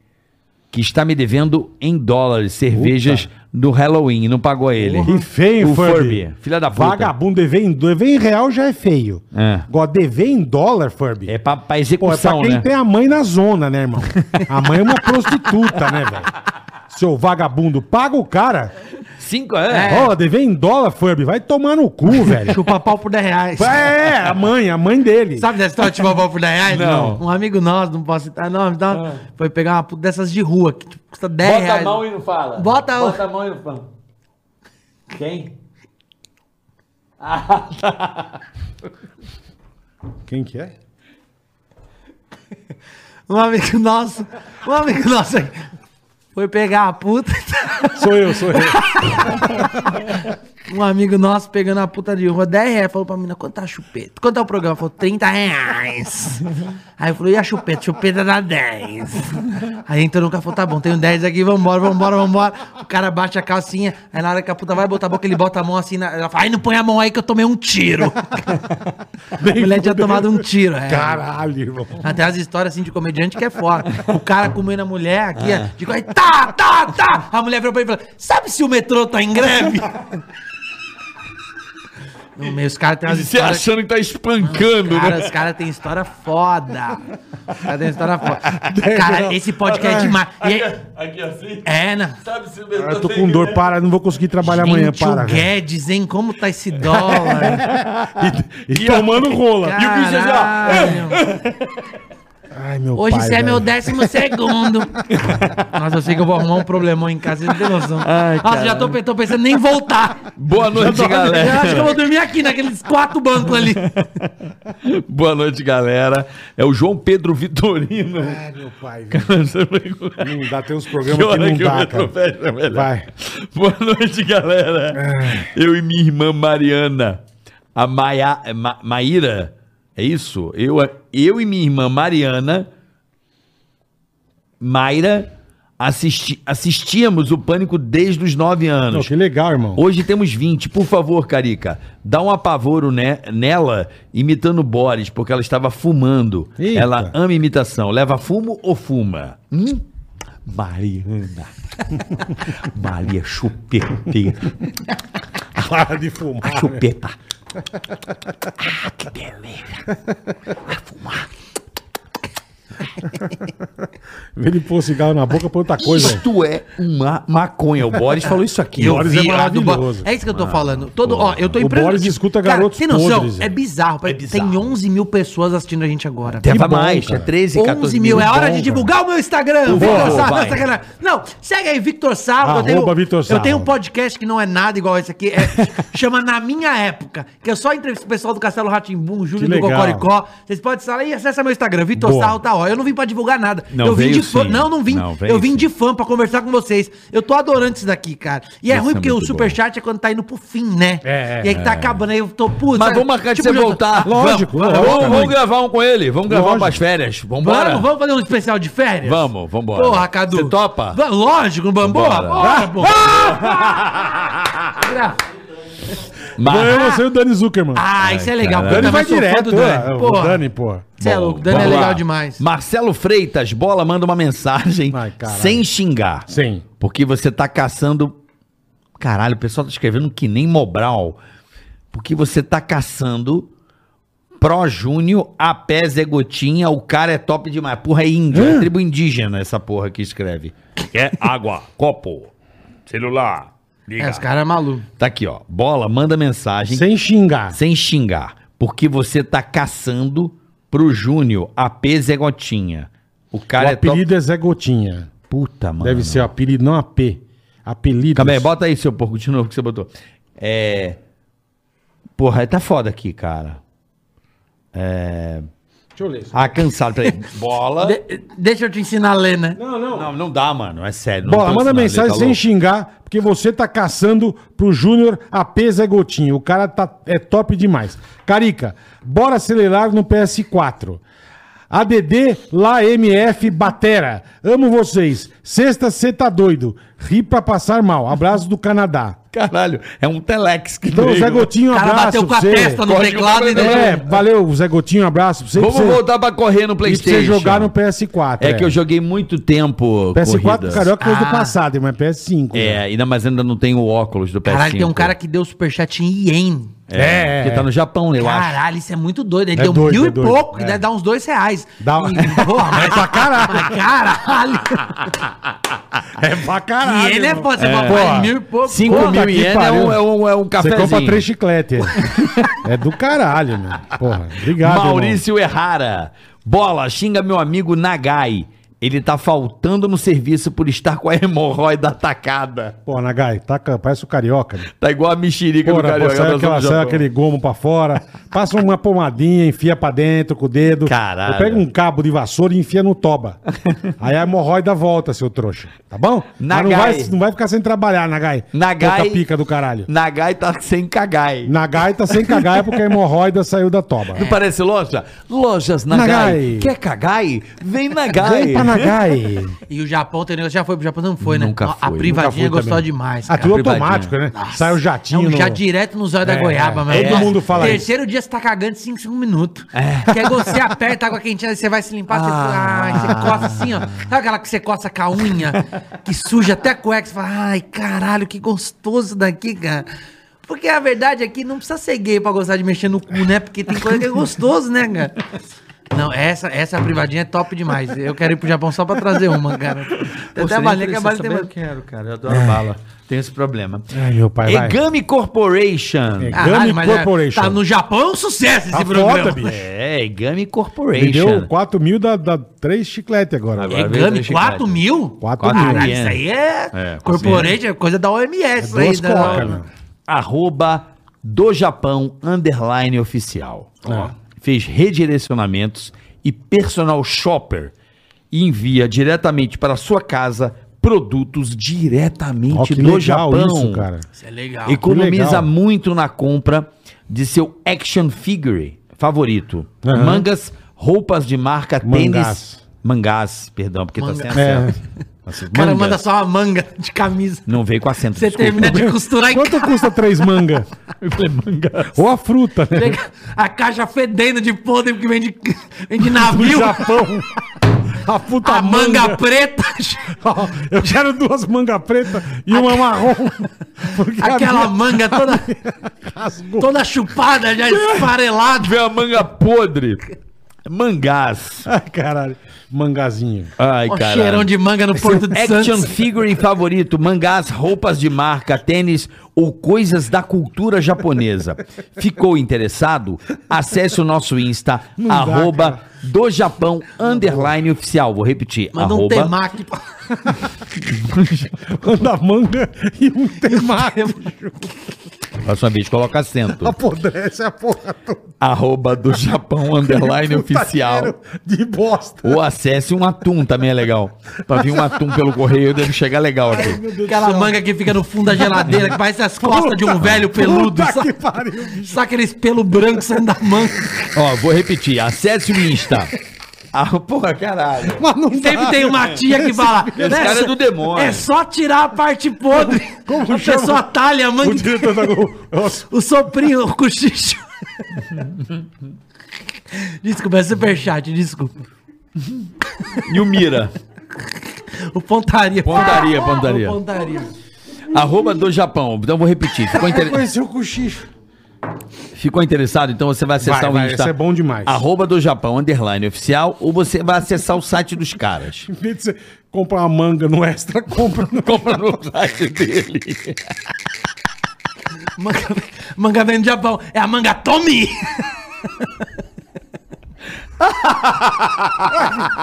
que está me devendo em dólares cervejas do Halloween. Não pagou ele. Que feio, o Furby. Furby. Filha da puta. Vagabundo, dever em, dever em real já é feio. É. Agora, dever em dólar, Furby. É pra, pra Pô, é pra execução, quem né? tem a mãe na zona, né, irmão? A mãe é uma prostituta, né, velho? Seu vagabundo, paga o cara. Cinco, é. Ó, dever em dólar, Furby. Vai tomar no cu, velho. Chupa pau por 10 reais. é, a mãe, a mãe dele. Sabe dessa história de chupar pau por 10 reais? Não. Ah. Um amigo nosso, não posso citar nome, então, foi pegar uma puta dessas de rua, que tipo, custa 10 reais. e não fala. Bota a- Bota a mão e não fala. Quem? Quem que é? Um amigo nosso, um amigo nosso aqui, foi pegar a puta. Sou eu, sou eu. Um amigo nosso pegando a puta de rua, 10 reais, falou pra mina, quanto tá a chupeta? Quanto é o programa? Falou, 30 reais. Aí eu falei, e a chupeta? Chupeta dá 10. Aí entrou no carro, falou, tá bom, tenho 10 aqui, vambora, vambora, vambora. O cara bate a calcinha, aí na hora que a puta vai botar a boca, ele bota a mão assim, na- ela fala, ai, não põe a mão aí que eu tomei um tiro. a mulher tinha tomado um tiro, é. Caralho, irmão. Até as histórias assim de comediante que é foda. O cara comendo a mulher aqui, é, de coisa, tá, tá, tá. A mulher virou pra ele e falou: sabe se o metrô tá em greve? No meio, os caras têm umas Você histórias. achando que tá espancando, né? Cara, os caras têm história foda. Os caras têm história foda. Cara, esse podcast é demais. (laughs) E é, Aqui assim. é, né? Sabe se o Eu tô com dor, para, não vou conseguir trabalhar amanhã, Gente, para. o Guedes, hein? Como tá esse dólar? E, e tá tomando rola. assim, Caralho. Ai, meu Hoje pai, você é velho. meu décimo segundo. (laughs) Nossa, eu sei que eu vou arrumar um problemão em casa, você não tem noção. Nossa, já tô, pe- tô pensando em voltar. Boa noite, É. Eu galera. acho que eu vou dormir aqui, naqueles quatro (laughs) bancos ali. Boa noite, galera. É o João Pedro Vitorino. Ai, meu pai, velho. que Não dá, tem uns programas que, não dá, cara. fecha, velho. Vai. É. Boa noite, galera. Eu e minha irmã Mariana. A Maia, é, Ma- Maíra. É isso? Eu, eu e minha irmã Mariana. Mayra. assisti- assistíamos o Pânico desde os 9 Não, anos. que legal, irmão. Hoje temos 20. Por favor, Carica, dá um apavoro ne- nela imitando Boris, porque ela estava fumando. Eita. Ela ama imitação. Leva fumo ou fuma? Hum? Mariana. Maria Chupeta. Para de fumar. velho. Chupeta. Ah, que beleza. Vê Ele pôr cigarro na boca pra outra coisa. velho. Isto é uma maconha. O Boris falou isso aqui. Eu- Boris é vi lá do maravilhoso. Ah, Bo- É isso que eu tô falando. Todo, ó, eu tô O impressionado. Boris escuta garotos tem noção? podres, é velho. bizarro. parece- Tem 11 mil pessoas assistindo a gente agora. Leva bom, mais. cara. É 13, 11 mil. É mil, hora bom, de cara. divulgar o meu Instagram. Vou, Victor Sarro, vai. sacanagem. Não, segue aí, Victor Sarro. Eu Arroba tenho, Victor Sarro. eu tenho um podcast que não é nada igual esse aqui. é- (laughs) chama Na Minha Época. Que eu só entrevisto o pessoal do Castelo Ratimbum, Júlio Que do legal. Cocoricó. Vocês podem falar e acessa meu Instagram, Victor Boa. Sarro tá ó. Eu não vim pra divulgar nada. Não, eu vim veio de fã. sim. Não, não vim. Não, veio eu vim sim. de fã pra conversar com vocês. Eu tô adorando isso daqui, cara. E é Isso ruim é porque o muito bom. superchat é quando tá indo pro fim, né? É, é, E aí que tá acabando, aí eu tô puto. Mas sabe? vamos marcar de você Tipo, eu tô- voltar. Lógico, vamos, lógico. vamos, vamos gravar um com ele. Vamos gravar um Lógico. para as férias. Vamos embora? Vamos, vamos fazer um especial de férias? Vamos, vambora. Porra, Cadu. Você topa? Va- lógico, no Bambu. Vambora. Bora, Ah, pô. Gra- Mas- Eu, você e o Dani Zuckerman. Ah, isso é legal. caralho. porque Dani eu vai também sou fã direto, do né? Dani. O Porra. Dani, pô. Você é Bom, louco, o Dani é vamos lá. legal demais. Marcelo Freitas, bola, manda uma mensagem Ai, caralho. sem xingar. Sim. Porque você tá caçando. Caralho, o pessoal tá escrevendo que nem Mobral. Porque você tá caçando Pro Júnior, a pé Zé Gotinha, o cara é top demais. Porra, é índio, Hum. é tribo indígena essa porra que escreve. É água, copo, celular, liga. É, os caras é maluco. Tá aqui, ó. Bola, manda mensagem Sem xingar. sem xingar, porque você tá caçando pro Júnior a P Zé Gotinha. O O cara é top. apelido é Zé Gotinha. Puta, mano. Deve ser o apelido, não AP. Apelido. Calma aí, bota aí, seu porco, de novo que você botou. É. Porra, tá foda aqui, cara. É, Deixa eu ler. isso. Ah, cansado, (laughs) peraí. Bola. De- deixa eu te ensinar a ler, né? Não, não. Não, não dá, mano. É sério. não Bola, tô manda ensinando, mensagem tá sem louco. xingar, porque você tá caçando pro Júnior AP Zé Gotinho. O cara tá, é top demais. Carica, bora acelerar no PS4. ADD lá MF Batera. Amo vocês. Sexta, cê tá doido. Ri pra passar mal. Abraço do Canadá. Caralho, é um telex que Então, veio. Zé Gotinho, O cara abraço bateu com pra a você. testa no Código teclado e Brasileiro. É, valeu, Zé Gotinho, abraço pra você. Vamos pra você- voltar pra correr no E pra PlayStation. você jogar no PS4. É que eu joguei muito tempo. PS4 corridas. Carioca é coisa do Ah. passado, mas PS5. É, ainda mais ainda não tem o óculos do PS5. Caralho, tem um cara que deu superchat em Ien. É, que tá no Japão, eu acho. Caralho, isso é muito doido. Ele É deu doido, mil é e doido. pouco, que É. deve dar uns dois reais. Dá- E, (laughs) porra, mas pra caralho. Caralho. É pra E ele é irmão. foda, você fala, Porra. "Vai, mil e pouco. Cinco porra." Puta mil que ienes é pariu. um, é um, é um Você cafezinho. compra três chicletes. é do caralho, meu. Porra, obrigado. irmão. Maurício Errara. Bola, xinga meu amigo Nagai. Ele tá faltando no serviço por estar com a hemorroida atacada. Pô, Nagai, taca, parece o carioca. Né? Tá igual a mexerica Porra, pô, Carioca sai, da aquela, Zona do sai Japão. aquele gomo pra fora, passa uma pomadinha, enfia pra dentro com o dedo. Caralho. Eu pego um cabo de vassoura e enfia no toba. Aí a hemorroida volta, seu trouxa. Tá bom? Mas não, Nagai. vai, não vai ficar sem trabalhar, Nagai. Nagai- Puta pica do caralho. Nagai tá sem cagai. Nagai tá sem cagar é porque a hemorroida saiu da toba. Não parece loja? Lojas Nagai. Nagai. Quer cagai? Vem Nagai. Vem pra Nagai. E o Japão tem negócio. Já foi pro Japão? Não foi, né? Nunca Não, fui, a nunca privadinha fui gostou também. demais. Ah, cara. tudo automático, né? Sai o É jatinho. um Não, É um já no- direto nos olhos da É, goiaba, é. meu. Todo mundo fala isso. Terceiro dia você tá cagando de 5 minutos. É. Que aí você aperta a água quentinha, aí você vai se limpar, Ah. você, ai, você coça assim, ó. Sabe aquela que você coça com a unha, que suja até a cueca, você fala, ai, caralho, que gostoso daqui, cara. Porque a verdade é que não precisa ser gay pra gostar de mexer no cu, né? Porque tem coisa que é gostoso, né, cara? Não, essa, essa privadinha é top demais. Eu quero ir pro Japão só pra trazer uma, cara. Tem até é baleia que a baleia tem Eu quero, cara. Eu adoro bala. Tenho esse problema. Ai, meu É pai, vai. Egami Corporation. É. Caralho, Gummy mas é- Corporation. tá no Japão é um sucesso esse Tá programa. foda, bicho. É, Egami Me deu Corporation. 4 mil, dá, dá 3 chiclete agora. Agora. É Parabéns, Gami, né, 4 Chiclete? mil? 4 mil. Caralho, É. isso aí é, É, corporate, é coisa da OMS. É aí, né, duas da- coca, meu. Arroba do Japão, underline oficial. Ó, Fez redirecionamentos e personal shopper. E envia diretamente para a sua casa produtos Ó, diretamente que do legal Japão. isso, cara. Ah, Isso é legal. Que Economiza legal. muito na compra de seu action figure favorito. Aham. Mangas, roupas de marca, Mangás. tênis. Mangás, perdão, porque Manga. tá sem É. acesso. Assim, o cara mangas. manda só uma manga de camisa. Não veio com acento, Você termina de costurar e Quanto custa três (laughs) manga? Eu falei, mangás. Ou a fruta, né? pega a caixa fedendo de podre porque vem de, vem de Do navio. Japão. A puta A manga, (laughs) preta, Ó, Eu quero duas manga preta e uma marrom. Porque a aquela minha manga toda, (laughs) rasgou. toda chupada, já (laughs) esfarelada. Veio a manga podre. Mangás. Ai, caralho. Mangazinho. (laughs) Ai, Ó, cara. cheirão de manga no Porto de Action Santos. figure favorito, mangás, roupas de marca, tênis ou coisas da cultura japonesa. Ficou interessado? Acesse o nosso Insta, dá, arroba cara. do Japão, underline oficial. Vou repetir, Manda um arroba temaki. pra- Manda manga e um (laughs) temaki. Próxima vez coloca acento. Apodrece a porra toda. Arroba do Japão (laughs) Underline Puta Tá Oficial. cheiro De bosta. Ou acesse um atum também é legal. Pra vir um atum pelo correio deve chegar legal aqui. Aquela manga que fica no fundo da geladeira, que parece as costas de um velho peludo. Puta Só, que pariu, bicho. só aqueles pelo branco saindo da manga. Ó, vou repetir. Acesse o (laughs) Insta. Ah, porra, caralho. Mas não Sempre dá. tem uma tia que fala. Esse cara é do demônio." É só tirar a parte podre. (laughs) Como a chama? pessoa talha a O manga. diretor da Globo. Nossa, O soprinho, o cochicho. (laughs) Desculpa, é superchat, desculpa. E o Mira. O pontaria. Pontaria, pontaria. O Ah, pontaria. Arroba do Japão. Então vou repetir. Ficou, inter- eu conheci o cochicho. Ficou interessado? Então você vai acessar Vai, o vai, Insta. isso é bom demais. Arroba do Japão Underline Oficial. Ou você vai acessar o site dos (laughs) caras. Em vez de você comprar uma manga no extra, (laughs) compra no. Compra no site dele. Manga, manga vem do Japão. É a manga Tommy.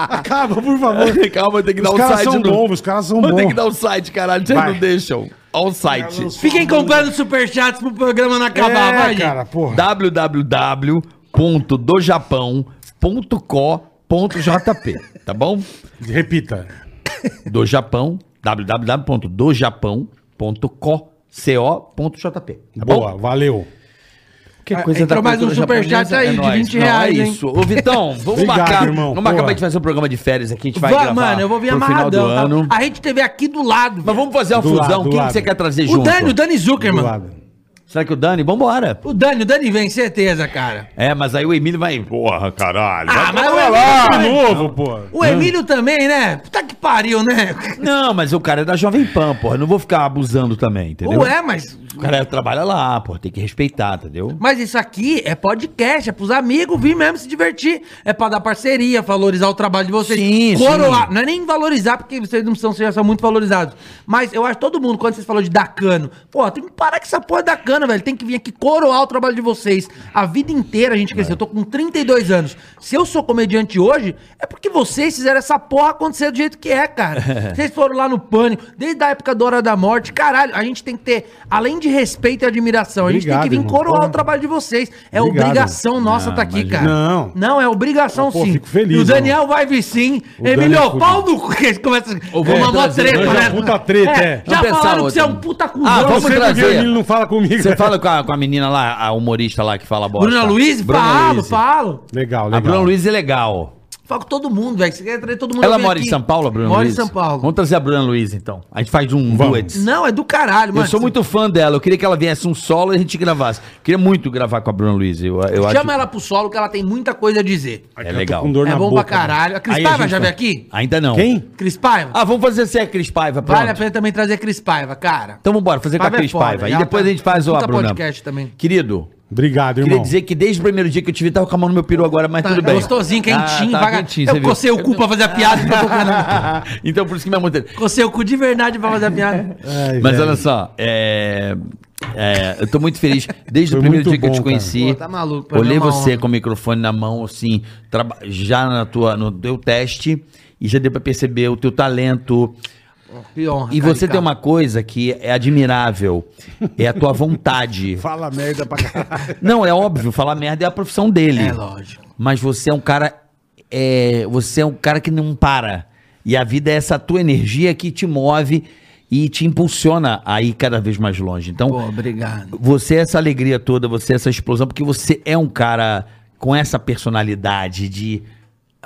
Acaba, por favor. Calma, tem que dar Os o caras site são no- bons, os caras são Mas bons. tem que dar um o site, caralho. Vocês Vai. não deixam. Olha o site. Fiquem comprando superchats pro programa não acabar, É, vai, gente. cara, porra. www.dojapão.co.jp, tá bom? Repita. Do Japão, www.dojapão.co.jp, tá Boa, bom? valeu. Que coisa da cultura japonesa é nóis. Não, é é isso. isso. Ô, Vitão, vamos Obrigado, marcar. irmão, vamos marcar porra. pra gente fazer um programa de férias aqui. A gente vai, Vai, gravar mano, eu vou vir pro final do amarradão. ano. tá? A gente teve aqui do lado. Mas vamos fazer uma Do fusão. lado, do Quem lado. que você quer trazer o junto? Dani, o Dani Zuckerman. Zoado. Será que o Dani? Vambora. O Dani, o Dani vem, certeza, cara. É, mas aí o Emílio vai. Porra, caralho. Ah, vai mas o trabalhar. Emílio, De também- novo, pô. o Emílio também, né? Puta que pariu, né? Não, mas o cara é da Jovem Pan, porra. Não vou ficar abusando também, entendeu? Ué, mas. O cara trabalha lá, porra. Tem que respeitar, entendeu? Mas isso aqui é podcast, é pros amigos vir mesmo se divertir. É pra dar parceria, valorizar o trabalho de vocês. Sim, Coroar. Não é nem valorizar, porque vocês não são, vocês já são muito valorizados. Mas eu acho que todo mundo, quando vocês falaram de dar cano, pô, tem que parar com essa porra da cano. bacana, velho. Tem que vir aqui coroar o trabalho de vocês. A vida inteira a gente cresceu. Eu tô com 32 anos. Se eu sou comediante hoje, é porque vocês fizeram essa porra acontecer do jeito que é, cara. vocês foram lá no pânico, desde a época da Hora da Morte. Caralho, a gente tem que ter, além de respeito e admiração, a gente tem que Obrigado, vir irmão. coroar Porra. o trabalho de vocês. É Obrigado. obrigação nossa tá aqui, cara. Não. Não, é obrigação Pô, sim. fico feliz, e o Daniel vai vir sim. O Emílio, Daniel é pau no cu. que eles começam- Vamos uma mó trazer, treta, vamos né? uma puta treta, é. Já Vamos pensar falaram que você é um outra. puta Ah, cuzão. vamos sei porque trazer. Ele não fala comigo. Você fala com a, com a menina lá, a humorista lá que fala bosta. Bruna Luiz, Bruna falo, Luiz. falo. (laughs) Legal, legal. A Bruna Luiz é legal. Falo com todo mundo, velho. Você quer trazer todo mundo Ela eu venho mora aqui. em São Paulo, a Bruna Mora em Luiz? São Paulo. Vamos trazer a Bruna Luiz, então. A gente faz um Vamos. duet. Não, é do caralho, Eu sou muito fã dela. Eu queria que ela viesse um solo e a gente gravasse. Queria muito gravar com a Bruna Luiz. Eu, eu Chama acho... ela pro solo que ela tem muita coisa a dizer. Aqui É eu tô legal. com dor é na bom boca, pra caralho. A Cris Aí a Paiva gente já tá- veio aqui? Ainda não. velho. Quem? Cris Paiva? Ah, vamos fazer sem a Cris Paiva, pronto. vale a pena também trazer a Cris Paiva, cara. Então vambora, fazer com Paiva a é Cris foda, Paiva. E ela depois tá- a gente faz o puta a Bruna. podcast também. Querido, Obrigado, queria irmão. dizer que desde o primeiro dia que eu te vi, tava com a mão no meu peru agora, mas Tá tudo bem. gostosinho, quentinho, Ah, tá vaga- quentinho, você Eu viu? cocei o cu pra fazer a piada e tô (laughs) tocando. então por isso que minha mão... dele. Cocei o cu de verdade pra fazer a piada. Ai, Mas é velho. olha só, é... é, eu tô muito feliz. Desde Foi o primeiro dia muito que eu bom, te cara. conheci, Pô, tá maluco, pra olhei mim é uma você honra. com o microfone na mão, assim, traba- já na tua, no teu teste, e já deu pra perceber o teu talento. Que honra, (laughs) E você cara, tem uma coisa que é admirável, é a tua (laughs) vontade. Fala merda pra caralho. Não, é óbvio, falar merda é a profissão dele. É lógico. Mas você é um cara. é, você é um cara que não para. E a vida é essa tua energia que te move e te impulsiona a ir cada vez mais longe. Então, Pô, obrigado. você é essa alegria toda, você é essa explosão, porque você é um cara com essa personalidade de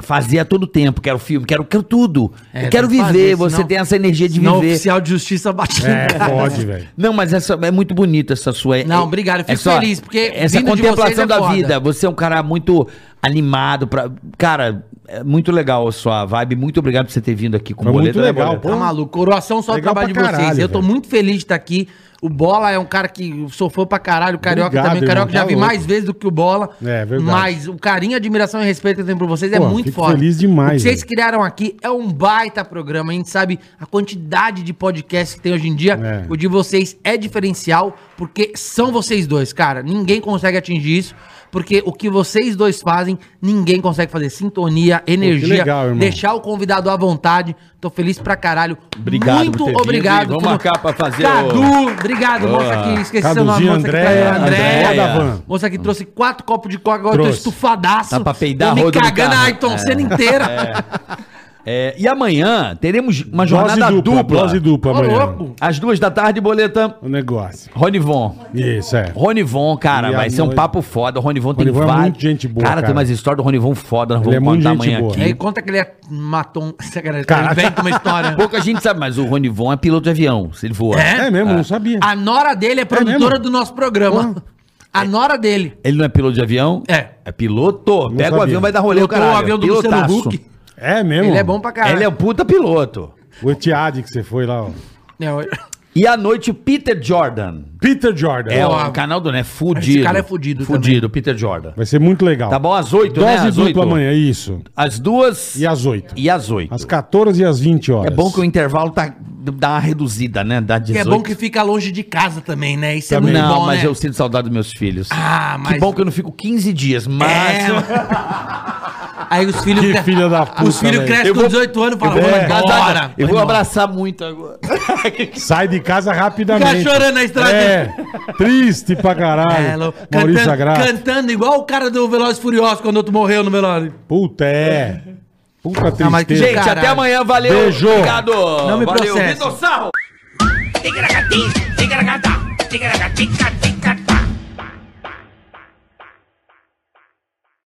fazer a todo tempo. Quero filme, quero, quero tudo. É, Eu quero tem que fazer, viver. Você senão- tem essa energia de Não, viver. oficial de justiça batido. É, (laughs) pode, velho. Não, mas essa é muito bonita essa sua. Não, obrigado, eu fico essa- feliz, porque essa vindo de contemplação vocês é da foda. vida. Você é um cara muito animado para, cara, é muito legal a sua vibe. Muito obrigado por você ter vindo aqui com Foi o boleto. né, muito legal, boleto? pô. Tá maluco. Coroação só o Legal trabalho de pra vocês. caralho, eu tô velho. muito feliz de estar aqui. O Bola é um cara que sou fã pra caralho. O Carioca Obrigado, também. O Carioca irmão, já tá vi louco. mais vezes do que o Bola. É, verdade. Mas o carinho, admiração e respeito que eu tenho por vocês é Pô, muito fico foda. feliz demais, O que vocês velho. criaram aqui é um baita programa. A gente sabe a quantidade de podcasts que tem hoje em dia. É. O de vocês é diferencial porque são vocês dois, cara. Ninguém consegue atingir isso. Porque o que vocês dois fazem, ninguém consegue fazer. Sintonia, energia, legal, irmão. deixar o convidado à vontade. Tô feliz pra caralho. Obrigado Muito por ter vindo obrigado. e vamos pelo- marcar pra fazer Cadu, obrigado, moça que esqueci seu nome. Caduzinho, Moça que André, tá- André, Andréia. da van. Moça que trouxe quatro copos de coca, agora eu tô Trouxe. estufadaço. Tá pra peidar Tô a me roda do cagando a carro. Ayrton (laughs) Senna inteira. É, e amanhã teremos uma Dose jornada dupla, dupla. dose dupla Ô, amanhã. louco. Às duas da tarde, boleta. O negócio. Ronivon. Isso, é. Ronivon, cara, E vai a ser um noite- papo foda. O Ronivon tem Ronivon é vários. muito gente boa, Cara, cara. tem umas histórias do Ronivon foda. Nós Ele vamos é muito contar gente amanhã boa. E aqui. aí conta que ele é- matou (laughs) um... Essa galera Caraca. ele inventa uma história. Pouca gente sabe, mas o Ronivon é piloto de avião. Se ele voa. É? É mesmo, não sabia. A nora dele é produtora mesmo? do nosso programa. A nora dele. Ele não é piloto de avião? É. É piloto. Pega o sabia. avião, vai dar rolê, o Pilotou caralho. o avião do Pilotaço. Luciano Huck. É mesmo? Ele é bom pra caralho. Ele é um puta piloto. O Etiade que você foi lá, ó. Não, E à noite, o Peter Jordan. Peter Jordan. É Porra. o canal do, né? Fudido. Esse cara é fudido Fudido, Peter Jordan. Vai ser muito legal. Tá bom? Às oito, né? Dose Às dupla oito. amanhã, isso. Às duas E às 8. e às oito. Às 14 e às 20 É horas. bom que o intervalo tá, dá uma reduzida, né? Dá 18. é bom que fica longe de casa também, né? Isso é Também. muito Não, bom, mas né? eu sinto saudade dos meus filhos. Ah, mas... Que bom que eu não fico 15 dias, mas... (laughs) É. Aí os filhos... Que filha da puta. Os filhos velho. crescem Eu com vou- 18 anos e falam, eu vou- vamos é. embora. Eu vou Vamos embora. abraçar muito agora. Sai de casa rapidamente. Fica chorando na estrada. É. Triste pra caralho. É, louco. Maurício cantando, Sagrado. cantando igual o cara do Velozes e Furiosos quando outro morreu no Velozes. Puta, é. Puta Ah, mas que tristeza. Gente, Caralho. até amanhã, valeu. Beijo. Obrigado. Não me valeu, processa. Vitor Sarro. Tigaragati, tigaragata, tigaragati, cati.